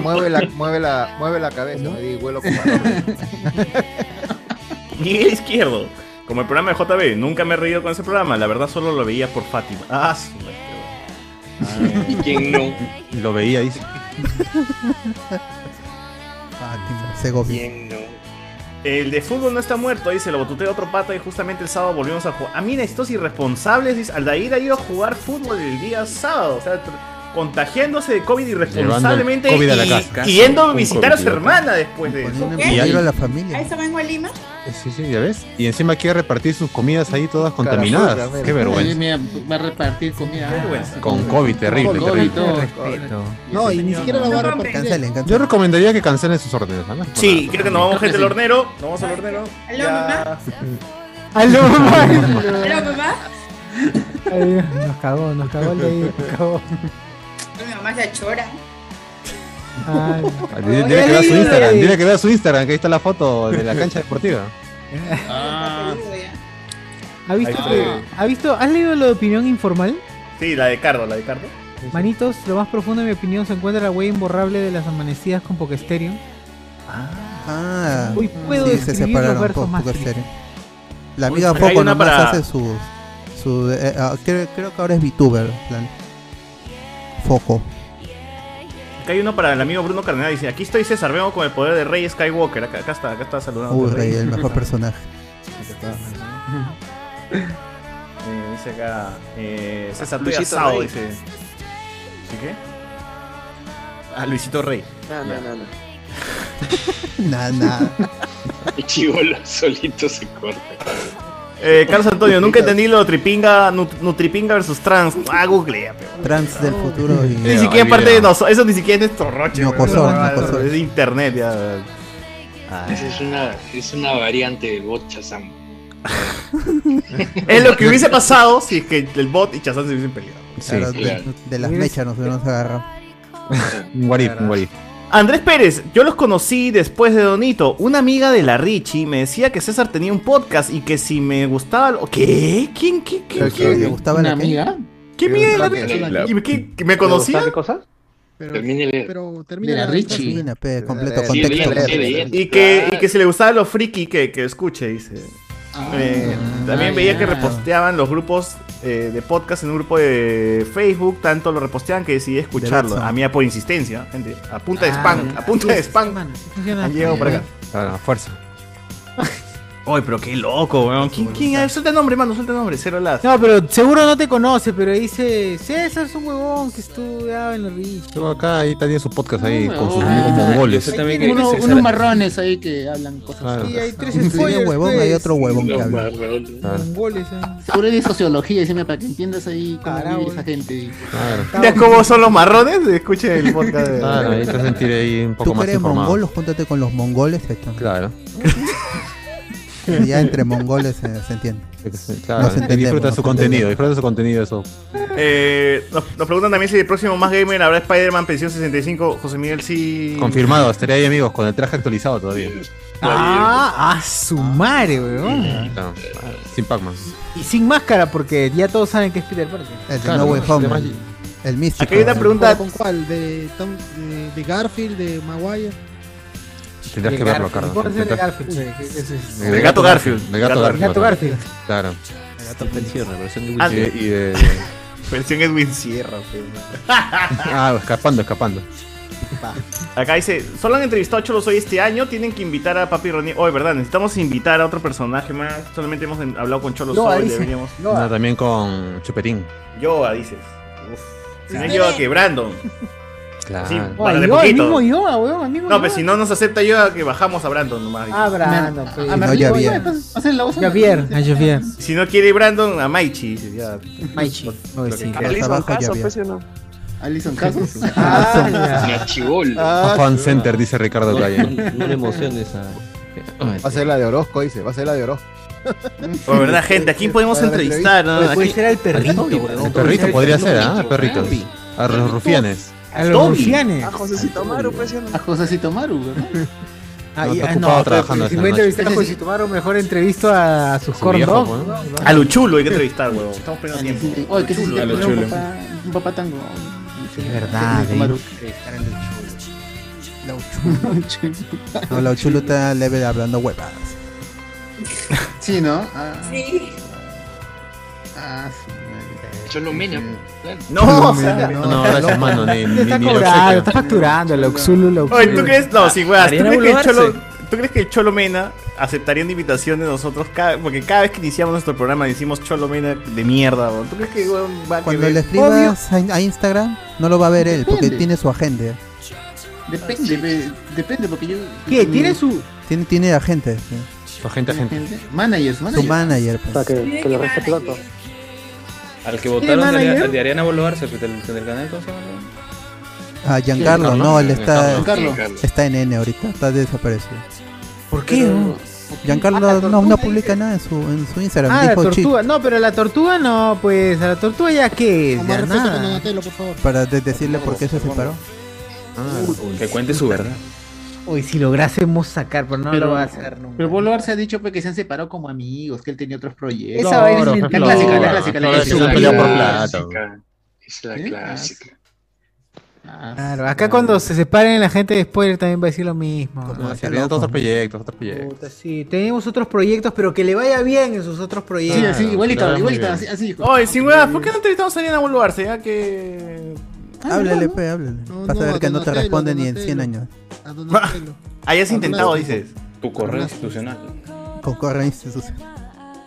mueve la, mueve la, mueve la cabeza, me di vuelo con balón. Miguel Izquierdo. Como el programa de JB, nunca me he reído con ese programa. La verdad, solo lo veía por Fátima. Ah, su madre, weón. ¿Quién no? Lo veía, dice. Fátima, Segovia. El de fútbol no está muerto, dice, lo botuteé a otro pata y justamente el sábado volvimos a jugar. Ah, mira, estos irresponsables, dice, Aldair ha ido a jugar fútbol el día sábado, o sea, tr- contagiándose de COVID irresponsablemente Llevando el COVID a la y, casa. y yendo a Un visitar a su COVID, hermana después de eso. Y ahí- ¿A eso vengo a Lima? Sí, sí, ya ves. Y encima quiere repartir sus comidas ahí todas contaminadas. Carajo, Qué vergüenza. Oye, mira, va a repartir comida. Con COVID, terrible, Con terrible. todo. Respeto. No, y ni siquiera la va a No, repartir. Yo recomendaría que cancelen sus órdenes. ¿no? Sí, creo que nos vamos gente del del hornero, nos vamos al hornero. Aló, mamá. ¡Aló, <laughs> Aló, mamá. Ay, Nos cagó, nos cagó el de ahí, nos cagó. Mi mamá se chora. Ay. Dile, dile que vea su Instagram, dile que vea su Instagram, que ahí está la foto de la cancha deportiva. Ah. ¿Ha visto, Ahí que- está. ¿Ha visto? ¿Has leído la opinión informal? Sí, la de Cardo, la de Cardo. Manitos, lo más profundo de mi opinión se encuentra la huella imborrable de las amanecidas con Pokesterium. Ah, Hoy puedo sí, se escribir los separaron versos poco, más poco tristes. serio. La amiga Acá hay Foco una nomás para- hace su... su eh, ah, creo, creo que ahora es VTuber, en plan. Foco. Acá hay uno para el amigo Bruno Cardenal, dice, aquí estoy César, vengo con el poder de Rey Skywalker, acá, acá está, acá está saludando. Uy, al Rey, <laughs> el mejor personaje. Ah. pues. Eh, dice acá, eh, César, estoy Luisito asado, Rey. dice. ¿Sí qué? Ah, Luisito Rey. No, no, no, no. Nada, nada. El chivolo solito se corta. <laughs> Eh, Carlos Antonio, nunca entendí lo de tripinga, nut- nutripinga versus trans. Ah, googlea, pe. Trans del futuro y... Ni siquiera parte de nosotros, eso ni siquiera es nuestro roche. weón. Nocosor, Ah, nocosor. Es de internet, ya. Esa es una, es una variante de Bocha Sam. Es lo <laughs> que hubiese pasado si es que el bot y Chazán se hubiesen peleado. Claro, de, de las mechas nos hubiéramos agarrado. Un what if, un what if. Andrés Pérez, yo los conocí después de Donito. Una amiga de la Richie me decía que César tenía un podcast y que si me gustaba. lo- ¿Qué? ¿Quién? ¿Qué? ¿Quién? quién? ¿Le gustaba ¿Una la qué? amiga? ¿Qué mierda de la Richie? ¿Y me- qué- que ¿Me conocía? cosas? Termine Pero De la Richie. Termina, pe, completo, Sí, contexto. bien, sí, bien. Y que, y que si le gustaba lo friki, que, que escuche, dice. Eh, también Ah, veía ya. que reposteaban los grupos eh, de podcast en un grupo de Facebook, tanto lo reposteaban que decidí escucharlo. Betson. A mí por insistencia, gente. A punta Ah, de spam, a punta de spam. Han llegado por acá. Claro, Ah, fuerza. Ay, pero qué loco, weón. ¿Quién, quién? A ver, Suelta el nombre, mano, suelta el nombre, cero las. No, pero seguro no te conoce, pero dice, César es un huevón que estudiaba en la Rich. Yo acá ahí también su podcast ahí con sus Ah, mongoles. yo también quería Uno- que se unos salga. marrones ahí que hablan cosas. Claro. así. Sí, hay <laughs> pues. tres Un serio huevón, pues. hay otro huevón que habla. Claro. eh. Seguro es de sociología, decime, para que entiendas ahí cómo vive esa gente. ¿Ya cómo son los marrones? Escuche el podcast <laughs> de. Claro, ahí te sentiré ahí un poco Tú que más eres informado. mongolos, júntate con los mongoles. esto. Claro. <laughs> Ya entre mongoles eh, se entiende. Claro, Nos entendemos, disfruta nos su contenido, entendemos. disfruta su contenido eso. Eh, nos, nos preguntan también si el próximo más gamer habrá Spider-Man Pensión 65. José Miguel, sí. Confirmado, estaré ahí amigos, con el traje actualizado todavía. Ah, a su madre, huevón. Claro, sin Pac-Man. Y sin máscara, porque ya todos saben que es Peter Parker. El de Claro, No Way los Home. demás- El, el místico. Aquí hay una el- pregunta- ¿Con cuál? ¿De, Tom- de, de Garfield? ¿De Maguire? Tendrás que verlo, Carlos. Garfield, Tendrás- Garfield, sí, ese es. Del Del gato Garfield. Del gato Gato- Garfield. gato Garfield. Claro. Ah, Y de- y <laughs> de- Versión Edwin Sierra, pe. <laughs> Ah, escapando, escapando. Acá dice, solo han entrevistado a Cholos hoy este año, tienen que invitar a Papi Ronnie. Hoy, ¿verdad? Necesitamos invitar a otro personaje más. Solamente hemos en- hablado con Cholos Loa, hoy, dice. deberíamos. No, también con Chupetín. Ah, Yoa, dices. Uf. Si no es Sí. Yoa, que Brandon. Claro. Sí, Oh, para de Yoda, el poquito. mismo Yoda, huevón, el mismo No, pero Yoda. si no nos acepta Yoa, que bajamos a Brandon nomás. dice. Ah, Brandon, pues. Ah, No, Merlín, ya oye, bien. entonces, hacen la voz a Javier, Merlín. a Javier. Si no quiere Brandon, a Maichi. dice, ya. Maichi. Lo- lo que quiera. pues, Alison Casos. chivol. A Fan Center, dice Ricardo Calle. Va a ser la de Orozco, dice. Va a ser la de Orozco. Por verdad, gente, ¿a quién podemos Para la entrevistar? entrevista. Puede ser al perrito, Toby, weón. weón. El perrito podría ser, ¿ah? Toby. Perritos. A los rufianes. A los Toby. rufianes. A Josecito Maru, pues, ¿no? A Josecito Maru, <laughs> Ah, No, y- está ah, ocupado no, trabajando si esta voy a noche. entrevistar a José Tomaro, mejor entrevisto a sus Su corn viejo, dogs, weón. ¿no? A lo chulo hay que entrevistar, huevón. Estamos perdiendo tiempo. Oye, ¿qué se Chulo, siente a lo tener un chulo. papá, un papá tango? Es verdad, Josecito Maru. No, la Uchulu está level hablando huevas. <laughs> Sí, ¿no? Ah, Sí. ah, sí. Son los minions. No, o sea, No, no, gracias, mano, ni- Te está ni- ni lo cobrando, checa. está facturando, la Uxulu, la Uxulu. Oye, ¿tú crees? No, sí, weas. ¿Tú Ariana crees, que el Boluarte. Cholo, ¿Tú crees que el Cholo Mena aceptaría una invitación de nosotros? cada- porque cada vez que iniciamos nuestro programa decimos Cholo Mena de mierda, weón. ¿Tú crees que, weón, va a Cuando querer? le escribas a, a Instagram, no lo va a ver él, porque Depende. tiene su agente. Depende, pe- depende, porque yo. ¿Qué? ¿Tiene su Tiene, tiene agente. sí. Su agente, agente. Managers, Su manager. pues. que lo respete Al que votaron de, manager? Ari- de Ariana Boluarte, pues, del, del canal, ¿cómo se llama? A Ah, Giancarlo, Giancarlo. no, él está, Giancarlo. está en N ahorita, está desaparecido. ¿Por qué? no? Giancarlo no, no publica nada en su, en su Instagram. Ah, la dijo chip tortuga. No, pero la tortuga no, pues. ¿A la tortuga ya qué? es? Con más Ya respeto nada. con Donatello, por favor. para de- decirle por qué se separó. que cuente Ah, su verdad. Uy, si lográsemos sacar, pero no Pero- lo va a hacer nunca. Pero Boluarte se ha dicho pues, que se han separado como amigos, que él tenía otros proyectos. Esa vaina es la mentira. clásica, la Flora, clásica, la Flora, clásica. que se han peleado por plata, Es la clásica. Claro, acá cuando se separen la gente de spoiler también va a decir lo mismo. No, Ah, se está olvidan loco. todos otros proyectos, otros proyectos. Puta, Sí, tenemos otros proyectos, pero que le vaya bien en sus otros proyectos. Sí, sí, igualito, Claro, igualito, muy bien. así dijo. Oye, sin Ah, weas, ¿por qué no entrevistamos a Ariana Boluarte? Ya que. Háblale, pe, háblale. Vas a no, ver que no te Donatello, responde ni en 100 años. <laughs> Ah, ya has intentado, dices. Tu correo institucional. Con correo institucional.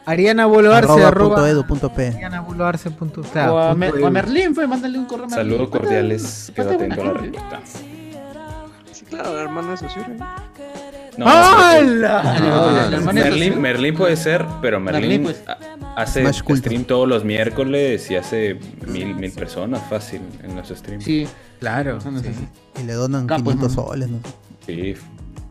Ariana Boluarte Arroba arroba- punto edu punto p. Ariana Boluarte punto- Ah, O a, punto Mer- edu. o a Merlín, fue, mándale un correo a Merlín. Saludos cordiales, quedo Mándale atento a una la gente. respuesta. Sí, claro, la hermana de Sosure. No, ¡Hala! Ah, La hermana de Merlin, Sosur. Merlin puede ser, pero Merlin, Merlin, pues. ha- hace Smash Culto. stream todos los miércoles y hace mil, mil personas fácil en los streams. Sí, claro. Y le donan Capo, 500 soles. <laughs> ¿no? Sí.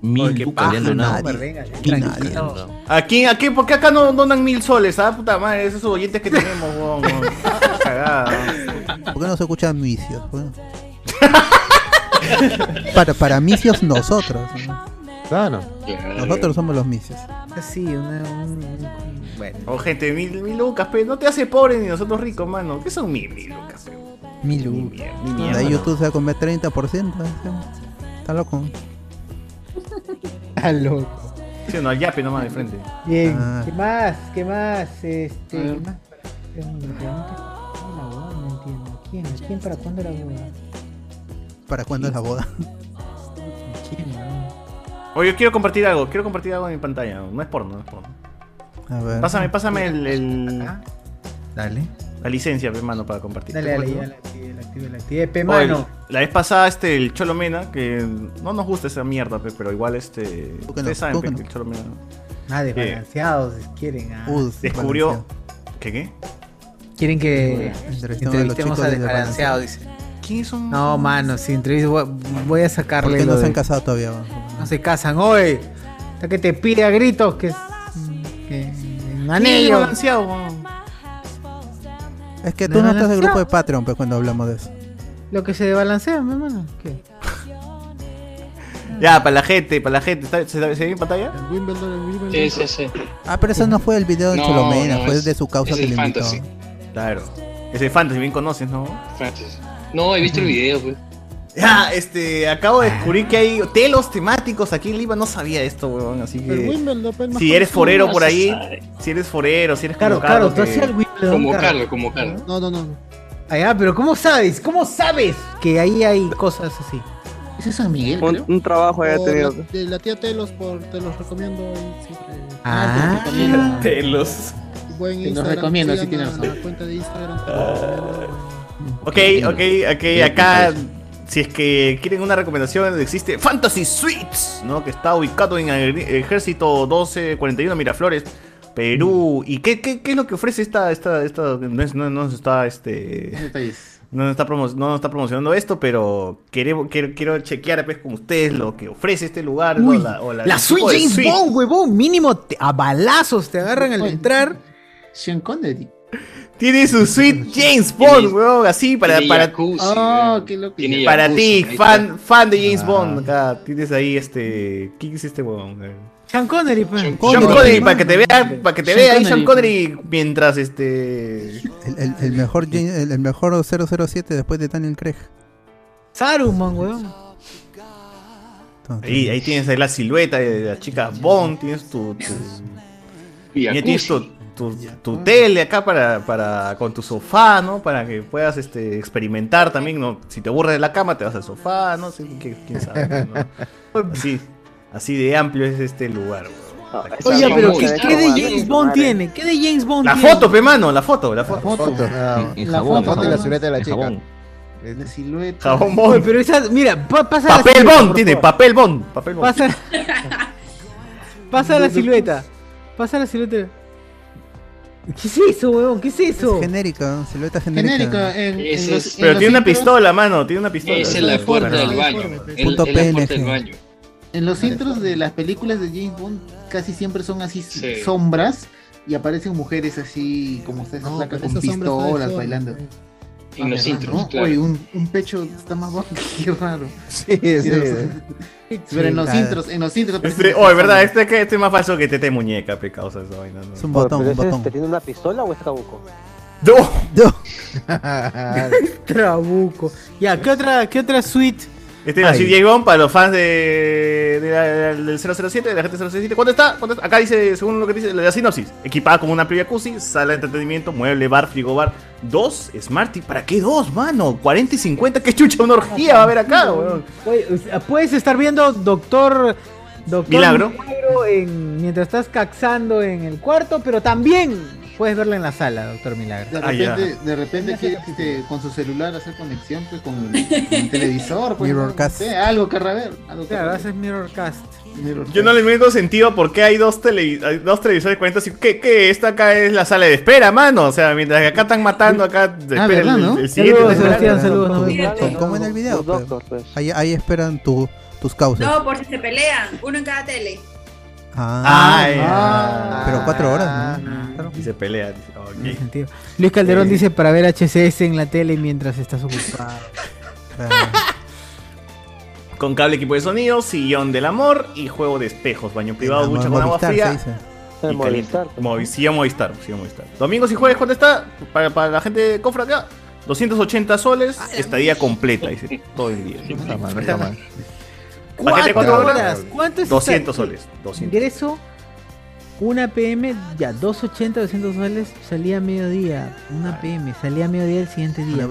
Mil qué lucas, paja, donado. nadie. Venga, Tranquilo. Aquí, aquí, ¿por qué acá no donan mil soles? Ah, puta madre, esos oyentes que tenemos, <laughs> weón. weón. Cagada. ¿Por qué no se escuchan misios? Bueno. para, para misios nosotros. ¿no? Claro. Nosotros somos los misios. Sí, una, un- un- Bueno. Oh, gente, mil, mil lucas, pero no te hace pobre ni nosotros ricos, mano. ¿Qué son mil, mil lucas, pe? Mil mierda, De ahí no. YouTube se va a comer 30%. ¿sí? ¿eh? Está loco. ¿eh? Está Ah, loco. Sí, no, al yape nomás de frente. Bien, Ah. ¿qué más? ¿Qué más? Este, A ver. ¿qué más? Tengo una pregunta. Una huevada, no entiendo. ¿Quién? ¿A quién? ¿Para cuándo la boda? ¿Para cuándo es la boda? Oye, yo quiero compartir algo, quiero compartir algo en mi pantalla. No es porno, no es porno. A ver. Pásame, pásame el, el- Dale. la licencia, hermano, para compartir. Dale, ¿Te dale, acuerdas? ya la activé, la activé, la activé. Pe, Oye, mano. la vez pasada, este, el Cholomena, que no nos gusta esa mierda, pe, pero igual, este. Ustedes saben tú pe, que que no. el Cholomena. Ah, eh, desbalanceados quieren. Ah. Uh, descubrió. ¿Qué qué? Quieren que Entrevistemos a los entrevistemos chicos a de desbalanceados, dice. No, mano, si entrevistas voy, voy a sacarle. ¿Por qué no lo se de- han casado todavía? va? No se casan hoy. Hasta que te pide a gritos que. que un Anillo. anillo. balanceado, weón. Es que tú no estás del grupo de Patreon pues, cuando hablamos de eso. Lo que se desbalancea, mi hermano. ¿Qué? Ya, para la gente, para la gente. ¿Está- ¿Se, se ve en pantalla? Sí, sí, sí. Ah, pero eso no fue el video de No, Cholomena, no, fue es- de su causa es que el le invitó. fantasy. Claro. Ese fantasy bien conoces, ¿no? Fantasy. No, he visto el video, pues. Ya, este, acabo de descubrir que hay telos temáticos aquí en Lima, no sabía esto, weón, así El que... Wimbledon, pues, más Eh, Si eres conocido. forero por ahí, si eres forero, si eres Claro, convocado, claro, tú que- hacías el Wimbledon, Como claro. Carlos, como Carlos. No, no, no. Allá, ah, pero ¿cómo sabes? ¿Cómo sabes que ahí hay cosas así? Ese es San Miguel. Un, un trabajo haya Por la, tenido. de la tía Telos, por, te los recomiendo. ahí siempre. Ah. Te los recomiendo. Telos. Buen Te los Instagram, recomiendo, sigan sí tienes a razón. La cuenta de Instagram. Ah. Ok, ok, ok, acá, si es que quieren una recomendación, existe Fantasy Suites, ¿no? Que está ubicado en Agri- Ejército 1241 Miraflores, Perú. ¿Y qué, qué, qué es lo que ofrece esta, esta, esta, no, es- no, no está, este... Detalles. no nos está, promo- no nos está promocionando esto, pero queremos, quiero, quiero chequear pues, con ustedes lo que ofrece este lugar. ¿no? Uy, La, o la Sweet tipo de James suite. Bond, huevón. Mínimo te- a balazos te agarran al entrar. Sean Connery. Tiene su Sweet James Bond, huevón, así para, tiene para, jacuzzi, Ah, qué loco. Tiene para jacuzzi, ti, ahí está. fan, fan de James Ah. Bond. Acá tienes ahí este. ¿Quién es este huevón? Sean Connery, pues. Sean Sean Connery, para que te vea, para que te Sean vea ahí Sean Connery. Connery mientras este. El, el- el mejor, Jane- el, el mejor 007 después de Daniel Craig. Saruman, huevón. Ahí, ahí tienes ahí la silueta de las chicas Bond, tienes tu. tu Y ya tienes tu, tu- tu tele acá para, para con tu sofá, ¿no? Para que puedas este, experimentar también, ¿no? Si te aburres de la cama, te vas al sofá, ¿no? Sí, ¿Quién, quién sabe? ¿no? Así, así de amplio es este lugar, weón. Oye, pero ¿qué, qué de James Bond tiene? ¿Qué de James Bond La tiene? foto, pe mano, la foto, la foto. En La jabón, foto, foto y la jabón. silueta de la En chica. jabón. La silueta. Jabón Oye, Pero esa, mira, pa- pasa la Papel silueta, bond por tiene, favor. papel bond, papel bond. Pasa, pasa la silueta. Pasa la silueta. ¿Qué es eso, huevón? ¿Qué es eso? genérica, silueta genérica. Genérica, en- en Ese los- es- Pero tiene una pistola, mano, tiene una pistola. Esa es la puerta del baño. El- Punto es la puerta PNG. del baño. En los intros de las películas de James Bond casi siempre son así sombras y aparecen mujeres así como ustedes placas con esas sombras eh. pistolas están de fondo. bailando. En los Ah, intros, ¿no? claro. Oye, un, un pecho está más bajo, <laughs> qué raro. Sí, sí. Pero en los Chingada. intros, en los intros aparecen Este, esas oh, verdad, sombras. este, que- este es más falso que tete muñeca, pe causa esa vaina. ¿no? Pero ese, ¿Te tiene una pistola o es trabuco? <laughs> ¡No! Trabuco. Ya, ¿qué otra, qué otra suite? Este es la Ay. Sweet James Bond para los fans de, de la- de la- del 007, de la gente 007. ¿Cuánto está? ¿Cuánto está? Acá dice, según lo que dice la sinopsis, equipada con un amplio jacuzzi, sala de entretenimiento, mueble, bar, frigobar, dos Smarty. ¿Para qué dos, mano? 40 y 50, qué chucha, una orgía va a haber acá, weón. Oye, o sea, Puedes estar viendo Doctor. Doctor Milagro. Milagro en- mientras estás caxando en el cuarto, pero también puedes verla en la sala, Doctor Milagro. De Ah, repente, de repente que, este, con su celular hacer conexión pues, con, con el televisor, pues, Mirrorcast. no sé, algo que raver, algo que Claro, raver. haces Mirrorcast. Yo no le encuentro sentido por qué hay dos, tele, hay dos televisores 40 y ¿Qué, qué? Esta acá es la sala de espera, mano. O sea, mientras que acá están matando, acá espera Ah, ¿verdad, el, no? el siguiente. Saludos, ¿no? Sebastián, saludos, no Claro, Como- como en el video, Los pe. doctors, pues. ahí, ahí esperan tu- tus causas. No, por si se pelean, uno en cada tele. Ah, Ay, ah, ah. pero cuatro horas, ¿no? Y se pelea. dice, ok. Eh, Luis Calderón dice para ver HCS en la tele mientras estás ocupado. Con cable equipo de sonido, sillón del amor y juego de espejos, baño privado, Mo- ducha con agua Movistar, fría. se dice. Y Movistar. Movi sillón Movistar, sillón Movistar. Domingos y jueves, ¿cuánto está? Para, para la gente de Cofra acá, 280 soles, Ah, estadía completa, dice, todo el <laughs> día. No está mal, no está mal. ¿Cuatro horas? ¿Cuánto es 200 esta- soles. 200. Ingreso, una PM, ya 280, 200 soles, salía a mediodía. Una PM, salía a mediodía el siguiente día.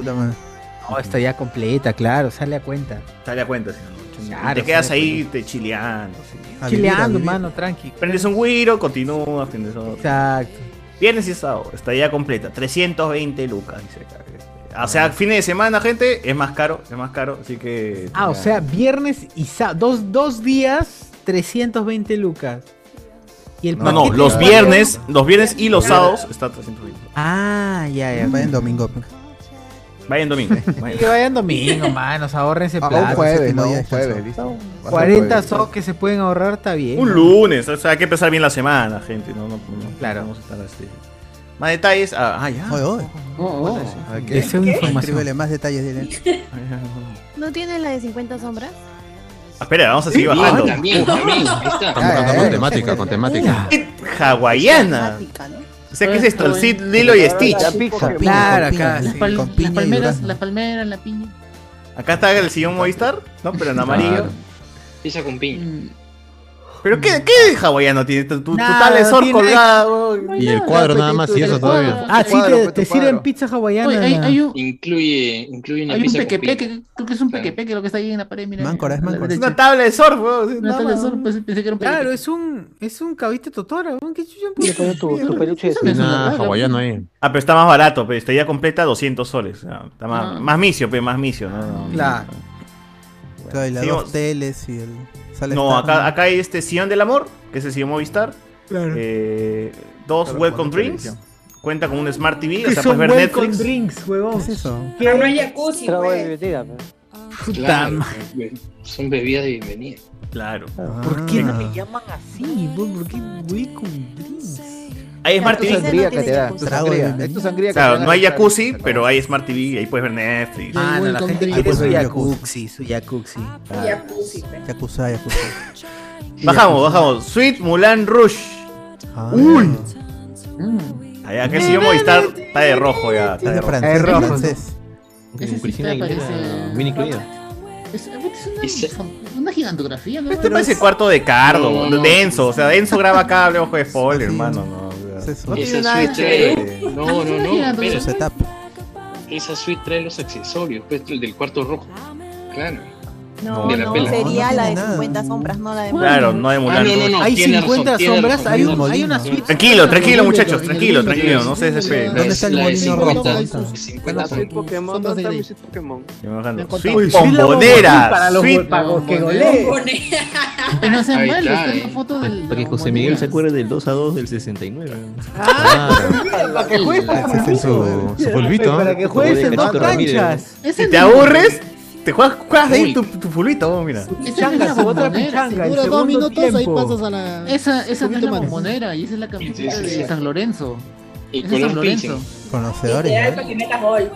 No, está ya completa, claro, sale a cuenta. Sale a cuenta, si no. Claro, te quedas sale a ahí te chileando. sí. A vivir, Chileando, a vivir. mano, tranqui. Prendes un guiro, continúas, prendes otro. Exacto. Viernes y sábado, estadía completa, 320 lucas, dice acá. este. O sea, fines de semana, gente, es más caro, es más caro, así que... Ah, o sea, viernes y sábado, dos, dos días, 320 lucas. Y el No, no, paquete los de- viernes, los viernes y los sábados está 320. Ah, ya, ya. Vayan domingo. pues. Vayan domingo. <laughs> Que vayan domingo, manos, ahorrense Ah, un plata. jueves, ¿no? Ya Un descansó. jueves, listo. Va a ser 40 jueves. so que se pueden ahorrar, está bien. Un lunes, o sea, hay que empezar bien la semana, gente, no, no, Claro. Vamos a estar así. Más detalles, ah, ah, ya. Oh, oh. Ah, Deseo ¿Qué? información. Escríbele más detalles, dile. ¿No tiene la de 50 sombras? Espera, vamos a seguir Ah, bajando. también, también, ahí está. Estamos buscando Ah, con eh. temática, con temática. Hawaiana. O sea, ¿qué es esto? El Sid, Lilo y Stitch. Claro, acá. Las, pal- las palmeras, las palmeras, la piña. Acá está el sillón Movistar, ¿no? Pero Ah. en amarillo. Claro. Pisa con Mm. piña. ¿Pero qué, qué de hawaiano tiene? Tu, tu Nada, tal no es or Ah, tiene- colgada, weón. Y el cuadro nada más, y eso todavía. Ah, sí, Cuadro, te, pues, te tu cuadro. sirven pizza hawaiana. Oye, hay- hay un- Incluye, incluye una Hay un pizza con piña. pequepeque, creo que es un pequepeque lo que está ahí en la pared, <laughs> mira. Máncora, es máncora. Es una tabla de surf, weón. Una tabla de surf, pues, pensé que era un Claro, pequepeque. es un, es un cabito totora, weón, qué chucha. hawaiano ahí. Ah, pero está más barato, pero estaría completa 200 soles. Ah, Está más, Ah. más misio, pero más misio. No, no, no. Claro. Claro, y las Seguimos. dos teles y el. sale No, Star, acá, acá hay este sillón del amor, que es el sillón Movistar. Eh, dos Claro, Welcome cuando Drinks. televisión. Cuenta con un Smart TV, o Que sea, son puedes ver welcome Netflix. drinks, huevón. ¿Qué es eso? Pero no hay jacuzzi, pues. Claro, be- son bebidas de bienvenida. Claro. ¿Por qué no me llaman así? huevón? ¿Por qué welcome drinks? Hay Smart Tu TV. sangría que te da, tu Claro, sangría, es tu sangría que te Claro, da no hay de- jacuzzi, pero hay Smart TV y ahí puedes ver Netflix. Ah, no, la gente quiere su Yakuxi, jacuzzi, su jacuzzi. Jacuzzi, pues. Yakuza, Yakuza. <laughs> Bajamos, bajamos. Sweet Mulan Rush. Ah, Uy. Mm. Allá, que si yo Movistar está de rojo ya. Está de rojo. francés, Está de rojo. francés. Ese sí Cristina te Aguilera, parece- Es, es una, una gigantografía, ¿no? Este parece cuarto de cardo, denso. O sea, denso graba acá, hablemos de spoiler, hermano. No, o sea, Esa no tiene nada de Switch trae. chévere. No, no, no. espera. Su setup. Esa suite trae los accesorios, pues el del cuarto rojo. Claro. No, De la no, pela. sería la de 50 sombras, no la de Claro, no de Mulan Ah, no, no, no, Rush. Hay tiene 50 razón, tiene sombras, razón. hay un- hay una suite. Tranquilo, tranquilo, muchachos, tranquilo, tranquilo. No se desesperen. ¿Dónde está el La de molino 50. rojo? Bueno, soy Pokémon, ¿dónde está mi Sweet Pokémon? Sweet bombonera, bombonera. Sweet No hacen Ahí mal, está, está eh. la foto del. Para que José Miguel se acuerde del 2 a 2 del 69. Ah. Para que juegues la Ese es su, su polvito. ¿eh? Para que juegues en dos Cachito Ramírez. canchas. Si te aburres, te juegas, juegas ahí tu, tu fulito, vos, mira. Pichanga, su otra pichanga. el Dura dos segundo minutos, ahí tiempo. pasas a la. Esa, esa no es Poquito la más. bombonera y esa es la camiseta sí, sí. de San Lorenzo. Y Esa es color San Lorenzo. Conocedores. Literal, ¿eh? patinetas gol.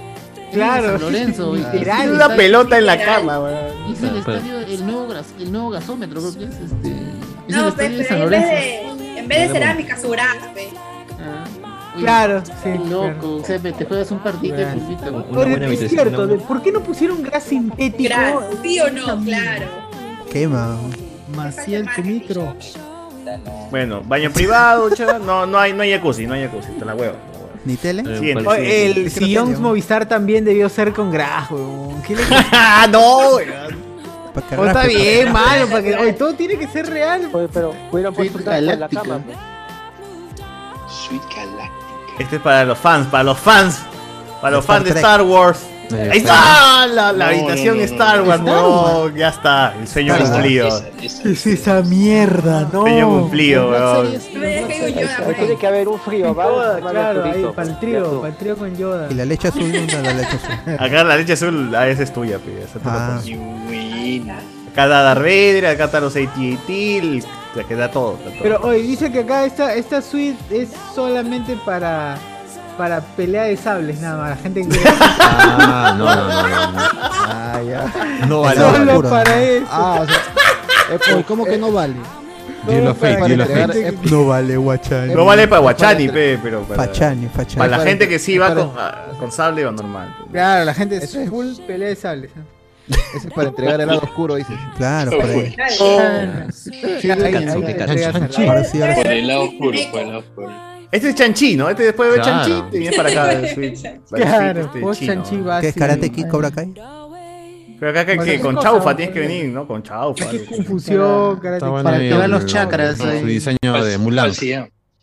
Claro. <laughs> San Lorenzo. y- Literal, y- una y- pelota en la literal. cama, weón. Y es el No, pero- estadio, el nuevo, gas, el nuevo gasómetro, creo que es este. Es el No, pues, estadio de San pero en vez Lorenzo. de, en vez de cerámica, surada, pues. Uy, Claro, sí, Ah, qué Loco, o sea, te juegas un partido de fulbito. Oye, es cierto, de- ¿por qué no pusieron gras sintético? Gras, sí o no, claro. Quema. Maciel, tu micro. Bueno, baño privado, chaval. No, no hay, no hay jacuzzi, no hay jacuzzi, te la huevo. Ni tele. Siguiente. Oye, el sillón Movistar también debió ser con gras, huevón. <laughs> ¿Qué le- ¡Ah, no! weón. Oh, está bien, malo, <laughs> para que oye, todo tiene que ser real. pero hubieran puesto la galáctica. cama. pues. Sweet Galactic. Este es para los fans, para los fans. Para los fans de Trek. Star Wars. Ahí está la, la No, habitación no, no, Star no. Wars, Star no, ya está, el sueño Ahí está, cumplido. esa, ¿Qué es esa mierda? No. Sueño cumplido, weón. Tiene que haber un frío, ¿vale? Claro, ahí, Arturito. para el trío, para el trío con Yoda. Y la leche azul, <laughs> no, la leche azul. Acá la leche azul, ah, esa es tuya, pe, esa te la Ah. pongo. Acá está Darth Vader, acá están los AT-AT, el- la que da todo. da todo. Pero oye, dice que acá esta, esta suite es solamente para para pelea de sables, nada más. La gente que Ah, no, no, no, <laughs> no, no. Ah, ya. No vale. vale. Solo Puro, para no. eso. Ah, o sea, <laughs> es por- eh, pues, ¿Cómo que no vale? Dilo a Fate, dilo a entregar- Fate. es- No vale, guachani. No vale para Guachani, pe, pero para, Pachani, Pachani. para la gente que sí va Para- con, ah, con sable va normal. Claro, la gente es full pelea de sables. <laughs> ¿no? Ese es para entregar el lado oscuro, dices. Claro, por ahí. Sí, ahí- ahí te entregas al- Por el lado oscuro, por el lado oscuro. Este es Chanchi, ¿no? Este después de ver Claro. Chanchi, te vienes para acá. el Switch. Para el Claro, Switch, este vos chino. Chanchi vas ¿Qué es y- Karate Kid Cobra Kai? Pero acá que, que Cualquier con cosa, chaufa ¿no? tienes que venir, ¿no? Con chaufa. Confusión, Karate Está Kid. bueno ahí el- Su diseño de Mulan.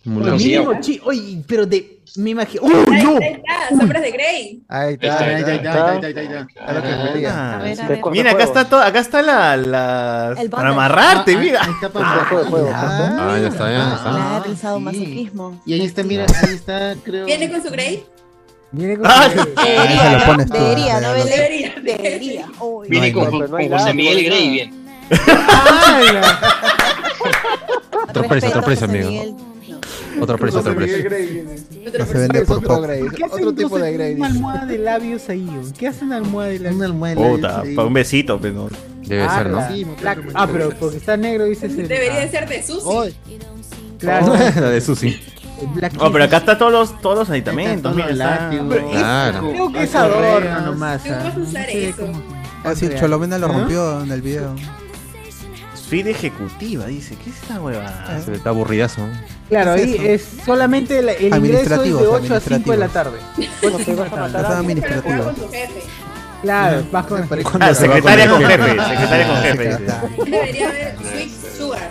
Lo Mulan. mismo, chi- oye, pero de. Me imagino. ¡Uy, no! Ahí está, sombras de Grey. Ahí está, Ahí ahí está, ahí está, ahí está. Claro que Ah, podía. a ver, a Ah, ver. Mira, acá está todo, acá está la, la El para bundle. amarrarte, Ah, mira. ahí está para- juego, juego. Ah, ya está, ya está. Ah, el sadomasoquismo. Y ahí está, mira, ahí está, creo. ¿Viene con su Grey? Viene con. Ah, Debería, se lo ¿no? pones tú, Debería, regalo. ¿no? Debería. Debería. Uy. Viene con Pero no hay con nada, pues. José Miguel no hay Grey, nada. bien. <laughs> Otra presa, otra presa, amigo. Otra presa, otra presa. No se vende por poco. ¿Qué hacen Otro tipo entonces de Grey. Una almohada de labios ahí, güey? ¿qué hacen una almohada de labios? Una almohada Puta, para un besito, pero no. Debe ser, ¿no? Ah, pero porque está negro, Oh. dices. el- Debería ser de Susi. Ah. Oh, Claro. La de Susi. No, pero acá está todos los todos los aditamentos, mira, está. Claro. Creo que es Correa, adorno nomás. ¿Cómo ¿eh? vas a usar eso? Ah, sí, Cholomena lo ¿Ah? rompió en el video. Suite ejecutiva, dice, ¿qué es esta huevada? Ah, Se le está aburridazo. Claro, ¿Qué es ahí eso? es solamente el, el ingreso es de Administrativos, 8 a 5 de la administrativos. tarde. Cosas administrativas. Claro, vas con Ah, secretaria con jefe, secretaria con jefe. dice. Debería haber Sweet Sugar.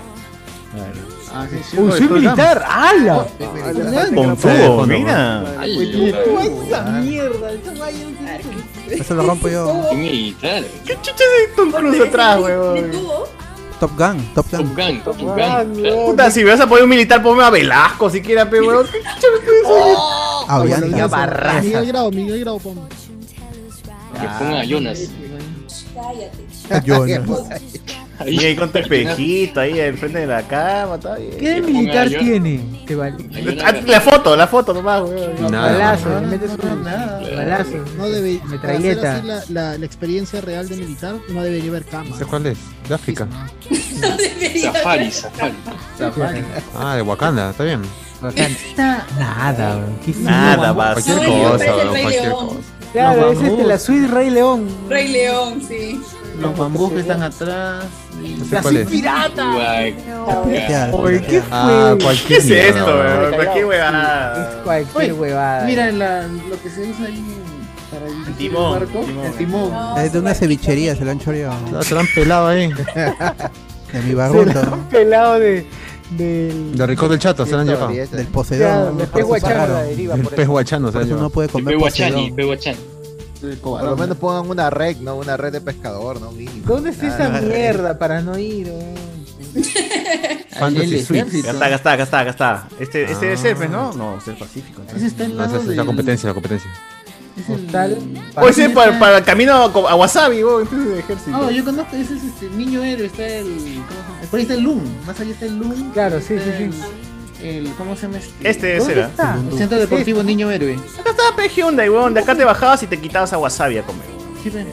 Ah, Un soy militar, ¡ala! Ponzudo, mira. esa mierda! Eso lo rompo yo. Militar. ¿Qué chucha de Tom Cruise atrás, huevón? Top Gun, Top Gun. Ah, Top ah, <laughs> Oh. Puta, si me vas a poner un militar, ponme a Velasco siquiera, pe, huevón. ¿Qué chucha me estoy diciendo? Ah, Avianca. Miguel Barraza. Grau, Miguel Grau, pon. Que pongan a Jonas. Cállate. Ah. <laughs> Jonas. <laughs> Y ahí con tu espejito, ahí enfrente de la cama, está bien. ¿Qué militar tiene? Te vale. Ah, La foto, la foto nomás, weón. Balazo, le metes un balazo. No debe para hacer Metralleta. así la, la, la experiencia real de militar, no debería haber cama. <laughs> ¿Ese cuál es? De África. No debería haber Safari, cama. safari. Safari. Ah, de Wakanda, está bien. Nada, weón. ¿Qué Nada, hicimos? vas. Cualquier Ay, cosa, parece el weón, Rey cualquier León. cosa. Claro, Los es este, bambús. la suite Rey León. Rey León, sí. Los bambús que están atrás. No sé La cuál soy es. pirata. Oye, ¿qué fue? Ah, cualquier ¿Qué es esto, mierda, weón? weón. Cualquier huevada. Es cualquier huevada. Mira la- lo que se usa ahí en- para dirigir el timón, barco. El timón. Es de una cevichería, se lo han choreado. Se lo han pelado ahí. <laughs> De mi barrundo. Un pelado de. del. De Rincón del Chato se lo han llevado. Del Poseidón. Del pez guachano a la este deriva. El por pez eso. guachano se lo han llevado. puede comer Pehuachani, Poseidón. Pehuachani. Por lo menos pongan una red, ¿no? Una red de pescador, ¿no? Mínimo. ¿Dónde está Ah, esa no. mierda para no ir? oh. <laughs> weón? Fantasy Suite. Acá está, acá está, acá está, acá está. Este, este debe ser, pues, Ah. ¿no? No, es el Pacífico. Ese está al No, esa lado es del... la competencia, la competencia. Hostal. O ese es para, para el camino a, a Wasabi, weón, entonces de ejército. No, yo conozco, ese es este niño héroe, está el. ¿cómo se llama? Por ahí está el Loom, más allá está el Loom. Claro, sí, está sí, El, el- ¿Cómo se llama este? Este es ¿Dónde el- está? el El Centro Deportivo Niño Héroe. Acá estaba P. Hyundai, weón. De acá te bajabas y te quitabas a Wasabi a comer. Sí, ve.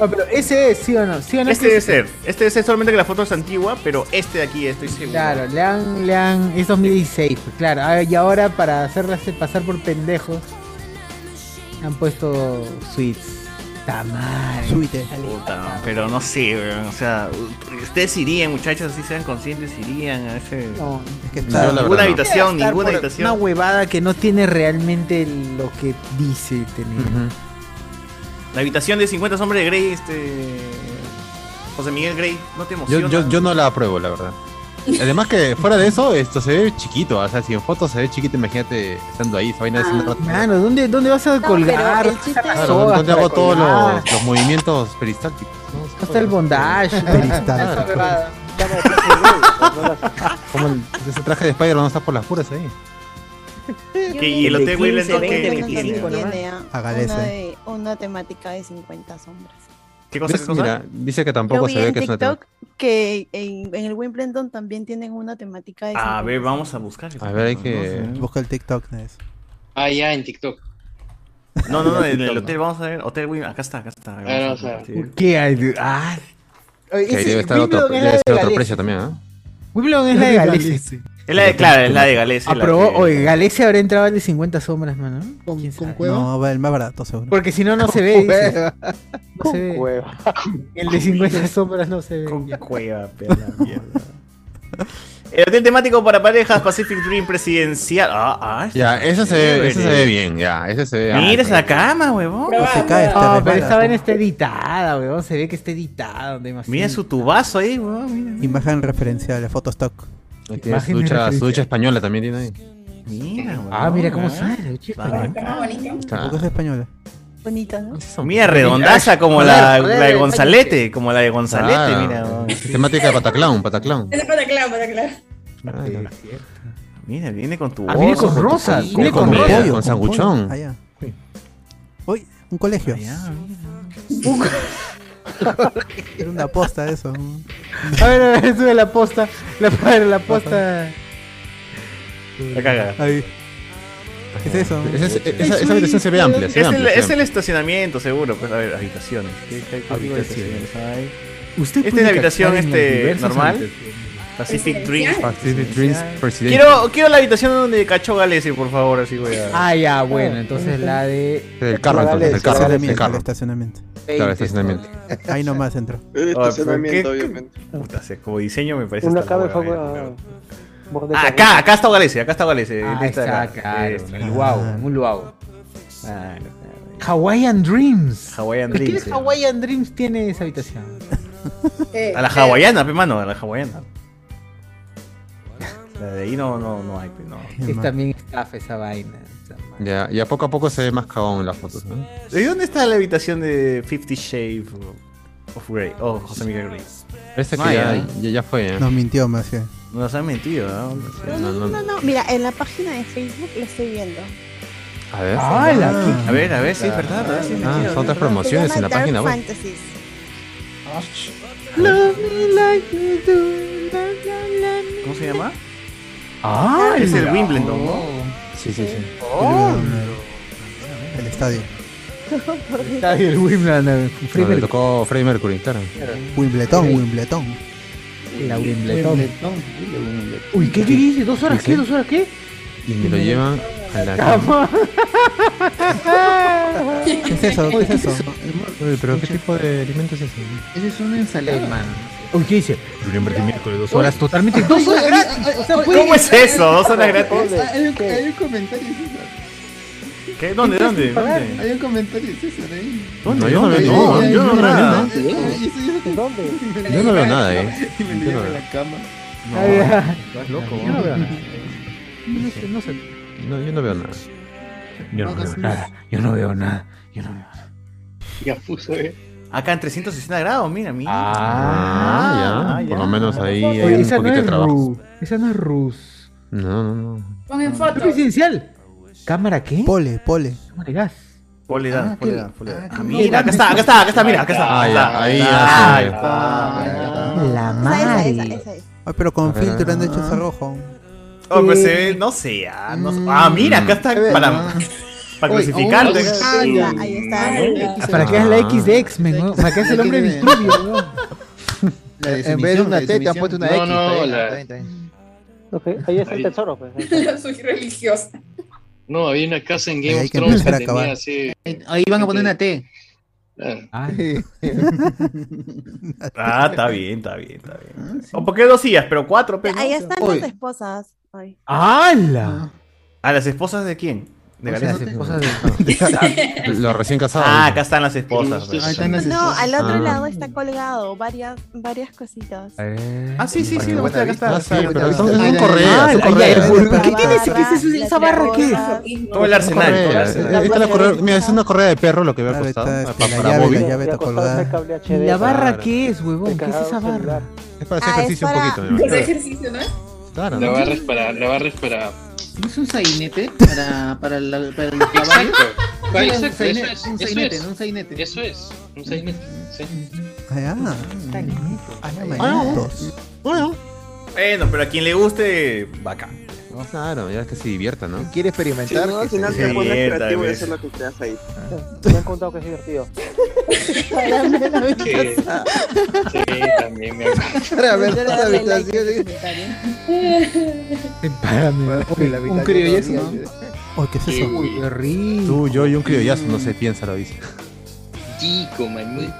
No, pero ese es, sí o no. ¿Sí o no Este que debe es- ser. Este debe ser solamente que la foto es antigua, pero este de aquí estoy seguro. Claro, le han, le han, es 2016, pues, claro. Ah, Y ahora para hacerlas pasar por pendejos, han puesto suites. Tamar. Suite. Puta, pero no sé, weón. O sea, ustedes irían, muchachos, así sean conscientes, irían a ese. No, es que está- ninguna habitación, ninguna habitación. Una huevada que no tiene realmente lo que dice tener. La habitación de 50 sombras de Grey, este. José Miguel Grey, no te Yo, emociona. yo, yo no la apruebo, la verdad. Además que fuera de eso, esto se ve chiquito. O sea, si en fotos se ve chiquito, imagínate estando ahí, esa Ah, vaina es un rato. Mano, ¿dónde, ¿dónde vas a colgar? pero el ¿Dónde vas a Claro, sogas donde para hago todos colgar? los, los movimientos <laughs> peristálticos. ¿no? ¿Dónde está el <laughs> bondage? Peristáltico. <laughs> Como el, ese traje de Spider-Man no está por las puras ahí. Que- y el El de hotel Will 15, entonces, ¿qué- 20, qué tiene? Tiene ah, Agradece. una, de- una temática de 50 sombras. ¿Qué cosa, ¿Ves? qué cosa? Pues Mira, dice que Yo tampoco vi se ve en que es una TikTok que en, en el Wimbledon también tienen una temática de 50 A ver, Ah, vamos a buscar. A ver, hay que. Busca el TikTok, Nes. Ah, ya, en TikTok. No, no, no, en <laughs> el hotel, vamos a ver. Hotel Win, acá está, acá está. Claro, o sea. compartir. ¿Qué hay? de- Ah. Oye, Que ahí ese debe estar Wimbledon otro, es la debe de ser otro Galicia. precio también, ¿ah? Wimbledon es la de Galicia. Es la de, claro, es la de Galicia. la Aprobó, que- oye, Galicia habrá entrado al de 50 sombras, mano. ¿Quién sabe? No, va el más barato, seguro. Porque si no, no se ve. dice. No se ve. El de 50 sombras no se ve. Cueva, <laughs> pela, mierda. El hotel temático para parejas Pacific Dream Presidencial. Ah, ah, está Ya, ese se, ve, ese se ve chévere. bien, ya, ese se ve. Mira ah, esa cama, huevón. No se cae, está No, este pero resbala. esa vaina está editada, weón. Se ve que está editada. Donde hay más Mira su cinta. tubazo ahí, huevón. Mira, Imagen referencial de Photostock. ahí tiene su ducha, su ducha española también tiene ahí. mira, huevón. Ah, mira cómo ah. sale. la ducha Bacán. española. Tampoco Ah. es española. bonita, ¿no? Mira, redondaza como la, la de Gonzalete. Como la de Gonzalete, Claro. mira, huevón. Ah, Temática de Pataclown, Pataclown. Es para claro, para claro. Claro. Mira, viene con tu Ah, viene oso, con tu rosas, comida, viene con comida, rosas. Con sanguchón. Allá. Uy, un colegio. <laughs> Era una posta eso. A ver, a ver, <laughs> sube <laughs> la posta. La, a ver, la posta. La caga. Ahí. ¿Qué es eso? Ese- ese- esa, esa habitación se ve amplia, Es se ve el, amplia. se es ve el estacionamiento, seguro. Pues, a ver, habitaciones. ¿Qué, qué- qué tipo de Habitaciones. habitaciones hay? Usted Esta es puede la habitación cachar en las este, diversas normal. habitaciones. Pacific Dreams. amplia. Pacific Dreams President. Quiero, quiero la habitación donde cachó Galesi, por favor, así voy a... Ah, ya, bueno. Entonces la de. El carro, entonces, el carro, el Estacionamiento, el carro. estacionamiento. Claro, estacionamiento. Ahí nomás entró. El Oye, estacionamiento, pero qué- obviamente. Ah, pues, Puta, se- como diseño me parece... Una hasta cabe la fue hueva, a- eh. Ah, acá, acá está Galesi, acá está Galesi. Ah, esta de acá. está, claro. Esta. El guau, un luau. Claro, claro. Hawaiian Dreams. Hawaiian ¿Por qué Dreams. el eh. Hawaiian Dreams tiene esa habitación? Eh, A la hawaiana, pe mano, a la hawaiana. La de ahí no, no, no hay, pe, no. Es también estafa esa vaina. esa madre. Ya, y a poco a poco se ve más cagón en las fotos, ¿no? ¿De dónde está la habitación de Fifty Shades of Grey? Oh, José Miguel Grey. Parece que No hay, ya, ¿eh? ya, ya fue, ¿eh? Nos mintió más que. Nos han mentido, ¿eh? ¿no? No, no, no, no, mira, en la página de Facebook lo estoy viendo. A ver, Ah, ¡Hala! a ver, a ver, sí, es verdad. a ver, sí, Ah, mentira, son otras ¿verdad? promociones en la página web. Fantasies. Ah, Love me like you do. ¿Cómo se <laughs> llama? Ah, es el Wimbledon, ¿no? Sí, sí, sí. El estadio. Estadio, el Wimbledon. Free No, le Mercury. tocó Freddie Mercury, claro. Wimbledon, Wimbledon. La Wimbledon. Uy, ¿qué, qué, qué dice? ¿Dos horas ¿Y qué? qué? ¿Dos horas qué? Y me lo llevan a la cama. <laughs> Cama. ¿Qué es eso? ¿Qué es eso? Uy, pero ¿qué tipo de alimento es ese? Ese es una ensalada. Uy, ¿qué dice? Julián Berti miércoles, dos horas totalmente. Dos horas Ay, gratis. ay, O sea, ay, puede- ¿cómo es eso? Dos horas gratis. Hay un, hay un comentario. César. ¿Qué? ¿Dónde? ¿Dónde? Pagar. ¿Dónde? Hay un comentario, César, ahí. No, yo no veo no, yo no veo nada. ¿Dónde? Yo no veo nada, eh. Y me lo Yo no llevo veo. a la cama. No, estás loco. Ah, Yo no veo nada. No sé, no sé. No, yo no veo nada. Yo no veo Hagas nada. Yo no veo nada. Ya puso, eh. Acá en 360 grados, mira, mira. Ah, ya. Por lo menos ahí Oye, hay un esa no poquito de es trabajo. Ru- Esa no es Rus. No, no, no. Ponen fotos. presidencial? ¿Cámara qué? Pole, pole. Cámara de gas. Poleda, qué- poleda, poleda. Ah, bien. mira, acá está, acá está, acá está, mira, acá está. Ah, ya, ahí ya. Ay, se ve. La madre. Ay, pero con filtro han hecho ese rojo. Oh, pues se ve, no sé, ah, no sé. Ah, mira, acá está para, para Uy, clasificarte. oh, uy, Ah, Ahí está, Ah, ahí está. Para que hagas la X de X-Men, ¿no? Para que hagas el hombre Victorio, ¿no? En vez de una teta, han puesto una X. no, está la- bien, está bien, Ahí es Ahí. el tesoro, pues. Soy religiosa. No, había una casa en Game Ahí hay of que Thrones que empezar a tenía acabar. así. Ahí van a poner una T. <laughs> <laughs> Ah, está bien, está bien, está Ah, bien. ¿O por qué dos sillas? Pero cuatro, pero. Ahí están Oye. las esposas. Ay. ¡Hala! ¿A las esposas de quién? De Ah. O sea, Galeano. las <laughs> esposas de- Los recién casados. Ah, acá están las esposas. Ahí pues. están las No, al otro Ah. lado está colgado varias, varias cositas. Ah, sí, sí, sí, Buena lo mostré, acá está. vista. Ah, sí, Está bien, pero está son- bien. son correas, son correas. ¿Qué tiene ese- qué es esa- esa barra qué es? Todo el Son arsenal. todo el correas. arsenal. Ahí está la correa. Mira, eh, es una correa de perro lo que veo al Claro, costado. está, pa- este, la para llave, Bobby. la llave está colgada. ¿Y la barra Claro. qué es, huevón? ¿Qué es esa Pecado barra? Es para <laughs> hacer Ah, es ejercicio un para- poquito, me imagino. Claro. ejercicio, ¿no? Claro, La ¿no? barra es para. La barra es para. ¿No es un sainete para, para, la, para los caballos? Ah, Sí, exacto, un eso sainete, es, un eso sainete, es. ¿no? Un sainete. Eso es. Un seis meses. Sí. Ah, Ah, manitos. Bueno. Bueno, pero a quien le guste, bacán. Claro, ya es que se divierta, ¿no? Quiere experimentar. No, al que se- final te pones mierda, creativo y ves. eso es lo que te das ahí. Me han contado que es divertido. Sí. Sí, también me <laughs> Para ver toda la habitación. Un criollazo, ¿no? Oye, ¿qué es eso? Uy, qué rico. Tú, yo y un criollazo, no sé, piensa, lo dice. Chico, manito.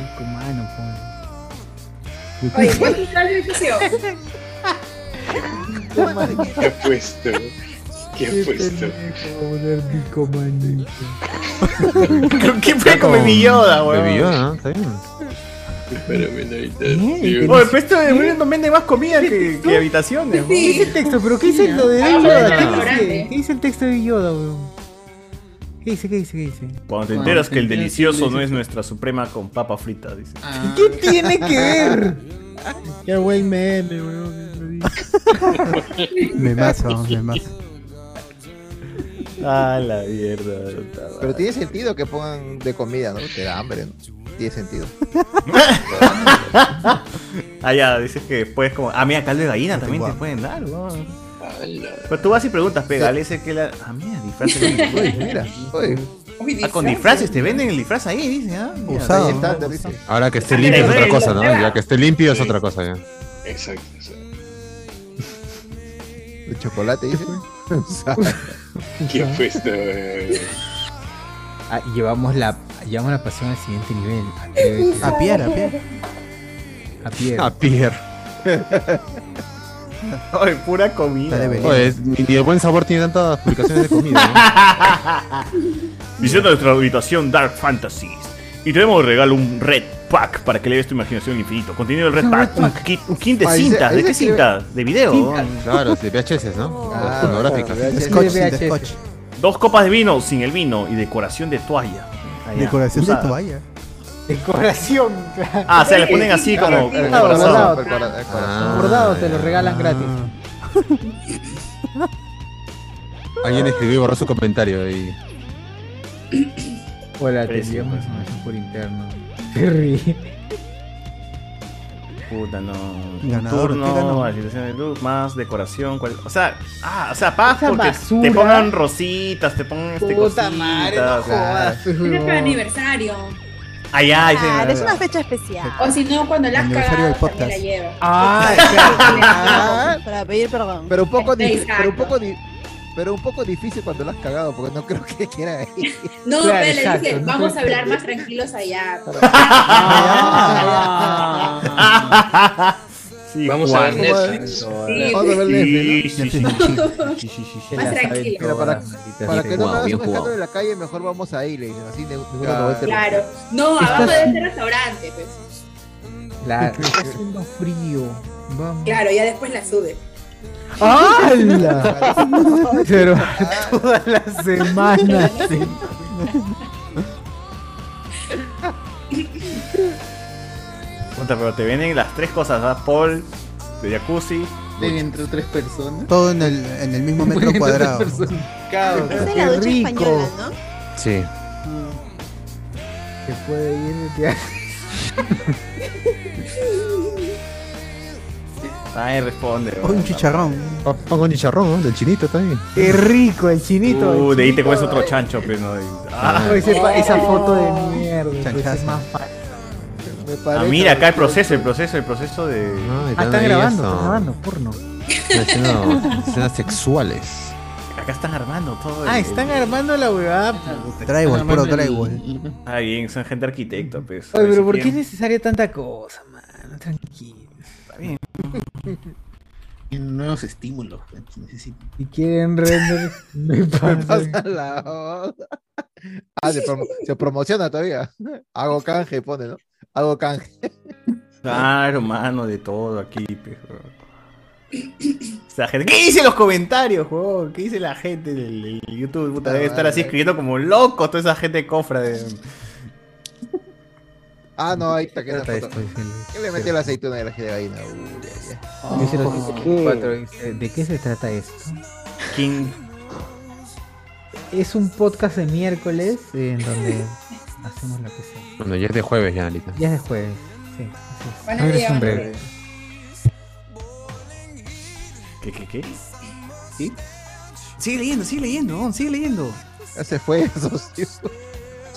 Rico, mano, po. <laughs> Oye, ¿cuánto está el ejercicio? <laughs> ¿Qué ha puesto? ¿Qué ha puesto? Rico, mano. ¿Qué fue con Baby Baby Yoda, weón? Baby Yoda, ¿no? Está bien. Espérame, Navidad. Oye, pero esto de William vende más comida que, que habitaciones. ¿Qué dice el texto? ¿Pero qué dice lo de Ah, bueno. Yoda? ¿Qué dice? ¿Qué dice el texto de Yoda, weón? ¿Qué dice? ¿Qué dice? ¿Qué dice? Cuando te enteras que el delicioso no es nuestra suprema con papa frita, dice. ¿Qué tiene que <laughs> ver? Qué buen meme, weón. <laughs> Me mazo, me mazo. Ah, la mierda. puta madre. Pero tiene sentido que pongan de comida, ¿no? Te da hambre, ¿no? Tiene sentido. <laughs> <laughs> Ah, ya, dices que después como. Ah, mira, caldo de gallina también te pueden dar, weón. Pero tú vas y preguntas, pégale ese que la. Ah, mira, disfraz. Uy, mira. Uy. Ah, con disfraces, te venden el disfraz ahí, dice, ah. mira, Usado. ahí está. Ah, Estándar, dice. Ahora que esté limpio es otra cosa, ¿no? <laughs> Ya que esté limpio es otra cosa, ya. Exacto, exacto. De chocolate, dice. <laughs> ¿Qué ha puesto? eh? Ah, y llevamos la, llevamos la pasión al siguiente nivel. A Pierre, A Pierre, a Pierre. A Pierre. A Pierre. <laughs> Ay, pura comida. weón. Oye, es- ni ni el buen sabor tiene tantas publicaciones de comida, ¿no? Visita nuestra habitación Dark Fantasies. Y tenemos de regalo un Red Pack para que lleves tu imaginación al infinito. Contenido del Red Pack. Un kit, un kit de Ah, ese- cintas. ¿De ese qué sí- cinta? ¿De video? Claro, de VHS, ¿no? Las pornográficas. Scotch, de scotch. Dos copas de vino sin el vino y decoración de toalla. Ah, ya. Decoración de Usada. toalla. Decoración. Ah, se le ponen así como. Bordado, corazón. Ah, Ah. Bordado te lo regalan gratis. Alguien escribió y borró su comentario y. Hola, te Precio, enviamos pues. información por interno. Terry. Puta, no. Ganador, ¿qué ganó? turno, agitación de luz, más decoración. cual- O sea, ah, o sea, pagas Esa porque basura. te pongan rositas, te pongan este Puta madre, no cositas, jodas, claro. Es nuestro aniversario. Allá, Ah, ahí se- Claro, ahí es se- una fecha especial. O si no, cuando la has Aniversario cagado, del también la podcast. lleva. Ah, Para pedir perdón. Pero un poco, di- Exacto. pero un poco, di- pero un poco difícil cuando lo has cagado, porque no creo que quiera ir. No, pero le dije, vamos a hablar más tranquilos allá. Ah. Vamos a ver Netflix. Vamos a ver Netflix. Sí, sí, sí, sí, sí, sí, Más sí. Se la saben tranquilo. todas, Para, maldita para sea. que no Guau, hagas bien un escándalo jugado. en la calle, mejor vamos a ahí, le dicen. Así de, de una Claro. vuelta. Claro. No, abajo Estás- de <laughs> este restaurante, pues. Claro. Está haciendo frío. Vamos. Claro, ya después la sube. ¡Hala! Pero toda la semana. sí. Puta, pero te vienen las tres cosas, ¿verdad? Paul, de jacuzzi. Uh, De entre tres personas. Todo en el, en el mismo metro cuadrado. Esa es la ducha española, Sí. Que puede ir ya. Nadie responde. O un chicharrón. Pongo un chicharrón, ¿no? del chinito también. Qué rico el chinito. el Uh, de ahí te chinito. comes otro chancho, pero no. y- Ah. Ay, ese pa- esa foto de mierda. pues, es más fácil. Me Ah, parece- mira, acá el proceso, el proceso, el proceso de. Ah, están grabando, están grabando porno. <laughs> escenas sexuales. Acá están armando todo. Ah, el- están armando la huevada. Drywall, Están armando puro el- drywall. Ah, bien, son gente arquitecta, pues. Oye, pero ¿por qué es Bien. necesaria tanta cosa, mano? Tranquilo. Está bien. Nuevos estímulos pues, que necesitan. Y quieren render. <laughs> Me pasa. Pasa la onda. Ah, se, promo- se promociona todavía. Hago canje, pone, ¿no? Hago canje. Claro, mano, de todo aquí, pues. O sea, gente- ¿Qué dice los comentarios, huevón? ¿Qué dice la gente del del YouTube? Puta, Ah, debe estar así escribiendo como loco toda esa gente cofra de. Ah, no, ahí está que esa foto. ¿Qué le metió la aceituna de la de gallina? Uh, ya, ya. Dice los 54, dice, Eh, ¿De qué se trata esto? King. Es un podcast de miércoles en donde hacemos lo que sea. Bueno, ya es de jueves ya, Alita. Ya es de jueves. Sí, así es. Buenos días, un buenos breve. ¿Qué, qué, qué? ¿Sí? Sigue leyendo, sigue leyendo, huevón, sigue leyendo. Ya se <laughs> fue, socio.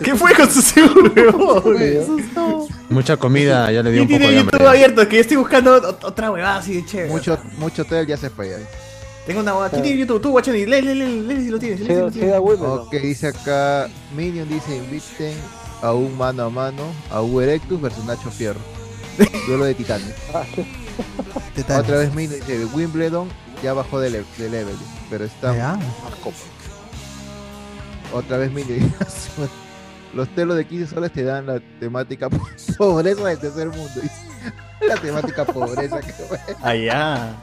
¿Qué fue con su seguro? Mucha comida, ya le dio Y un poco tiene de YouTube hambre. abierto, que estoy buscando ot- otra huevada así de chévere. Mucho, mucho hotel ya se fue. Ya. Tengo una huevada. ¿Quién tiene YouTube? Tú, guachani, lee, lee, lee, lee si lo tienes. lee si lo tienes. Ok, dice acá, Minion dice, inviten a un mano a mano, a U Erectus versus Nacho Fierro. Duelo de titanes. Otra vez Minion dice, Wimbledon ya bajó de, le- de level, pero está Ya. más copa. Otra vez Minion dice, <laughs> los telos de 15 soles te dan la temática <laughs> po- pobreza del tercer mundo. <laughs> dice. la temática pobreza <laughs> que Allá.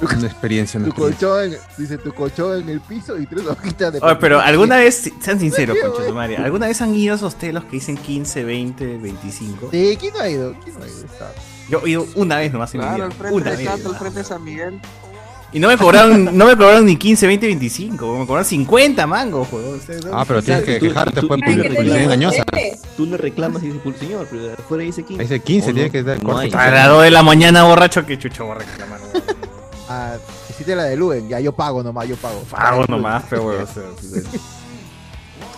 Una experiencia, una Tu experiencia. colchón, en- dice tu colchón en el piso y tres hojitas de Oye, pero papel. alguna vez, si- sean sinceros, Sí, güey. concha de su madre, ¿alguna vez han ido a esos telos que dicen 15, 20, 25? Sí, ¿quién no ha ido? ¿Quién no ha ido? Está- Yo he ido una vez nomás en mi Claro, vida. al Una frente de vez. Chato, al frente de San Miguel. Y no me cobraron, no me cobraron ni 15, 20, 25, me cobraron 50 mangos, joder. Ah, pero tienes que quejarte, pues, fue publicidad engañosa. ¿eh? Tú le reclamas y dices, "Pul- señor, pero afuera dice 15. Ahí dice 15, O no- tiene que dar no corte. hay. A las 2 de la mañana borracho que chucho va a reclamar. güey. Ah, hiciste la de Luen, ya yo pago nomás, yo pago. Ah, Pago nomás, pero güey, o sea, pues,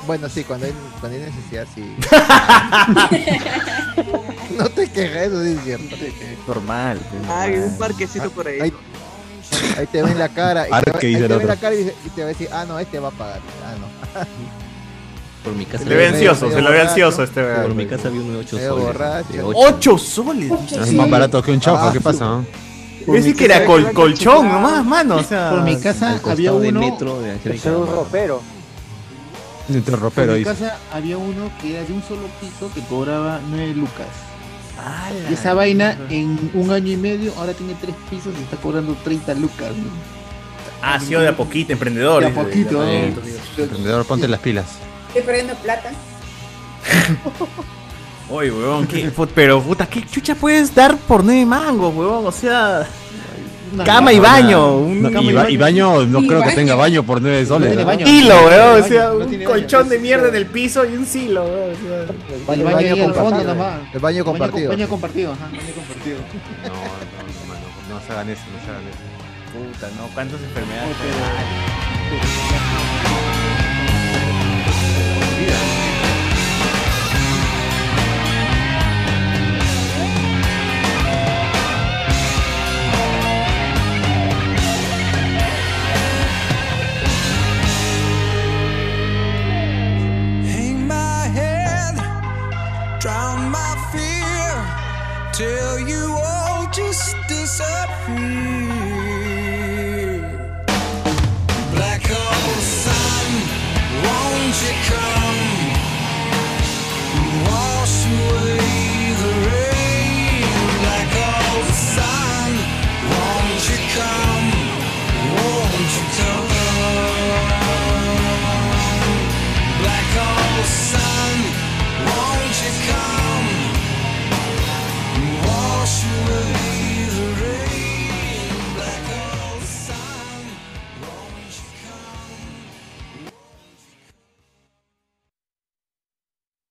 Bueno, sí, cuando hay, cuando hay necesidad, sí. <laughs> no te quejes, eso sí es cierto. es normal. pues, Ay, normal. un parquecito por ahí. Ahí, ahí te ven la cara. Y Ahora te, va- que ahí dice te ven el otro. la cara y, dice- y te va a decir, ah, no, este va a pagar. Ah, no. <laughs> Por mi casa. Se le ve ansioso, se le ve borracho. ansioso este weón. Por mi casa había un 8 Medio soles. borracho. de ocho. ¡Ocho soles! Es más barato que un chaufa, ¿qué pasa? no? Yo sí que era col- colchón nomás, mano. O sea, Por mi casa Al costado había de uno. metro de Angélica Romano. ropero. Entre Por ropero, mi dice. casa había uno que era de un solo piso que cobraba 9 lucas. ¡Hala! Y esa vaina en un año y medio ahora tiene tres pisos y está cobrando 30 lucas. ¿no? Ah, sí, de a poquito, emprendedor. De a dice, poquito, de a ¿no? poquito. Emprendedor, ponte las pilas. Estoy perdiendo plata. Oye, huevón, ¿qué, pu- pero puta, ¿qué chucha puedes dar por nueve mangos, huevón? O sea, Cama y baño. un No, cama y, ba- y baño, no creo que <laughs> tenga baño por 9 soles. tiene ¿no? baño. Hilo, weón. O sea, un colchón de mierda en el piso y un silo, weón. o sea. El baño baño ahí al fondo compartido. nomás. El baño compartido. Baño compartido, ajá, baño compartido. No, no, no, mano, no se hagan eso, no se hagan eso. Puta, no, cuántas enfermedades. Hang my head, drown my fear, till you all just disappear. Black hole sun, won't you come?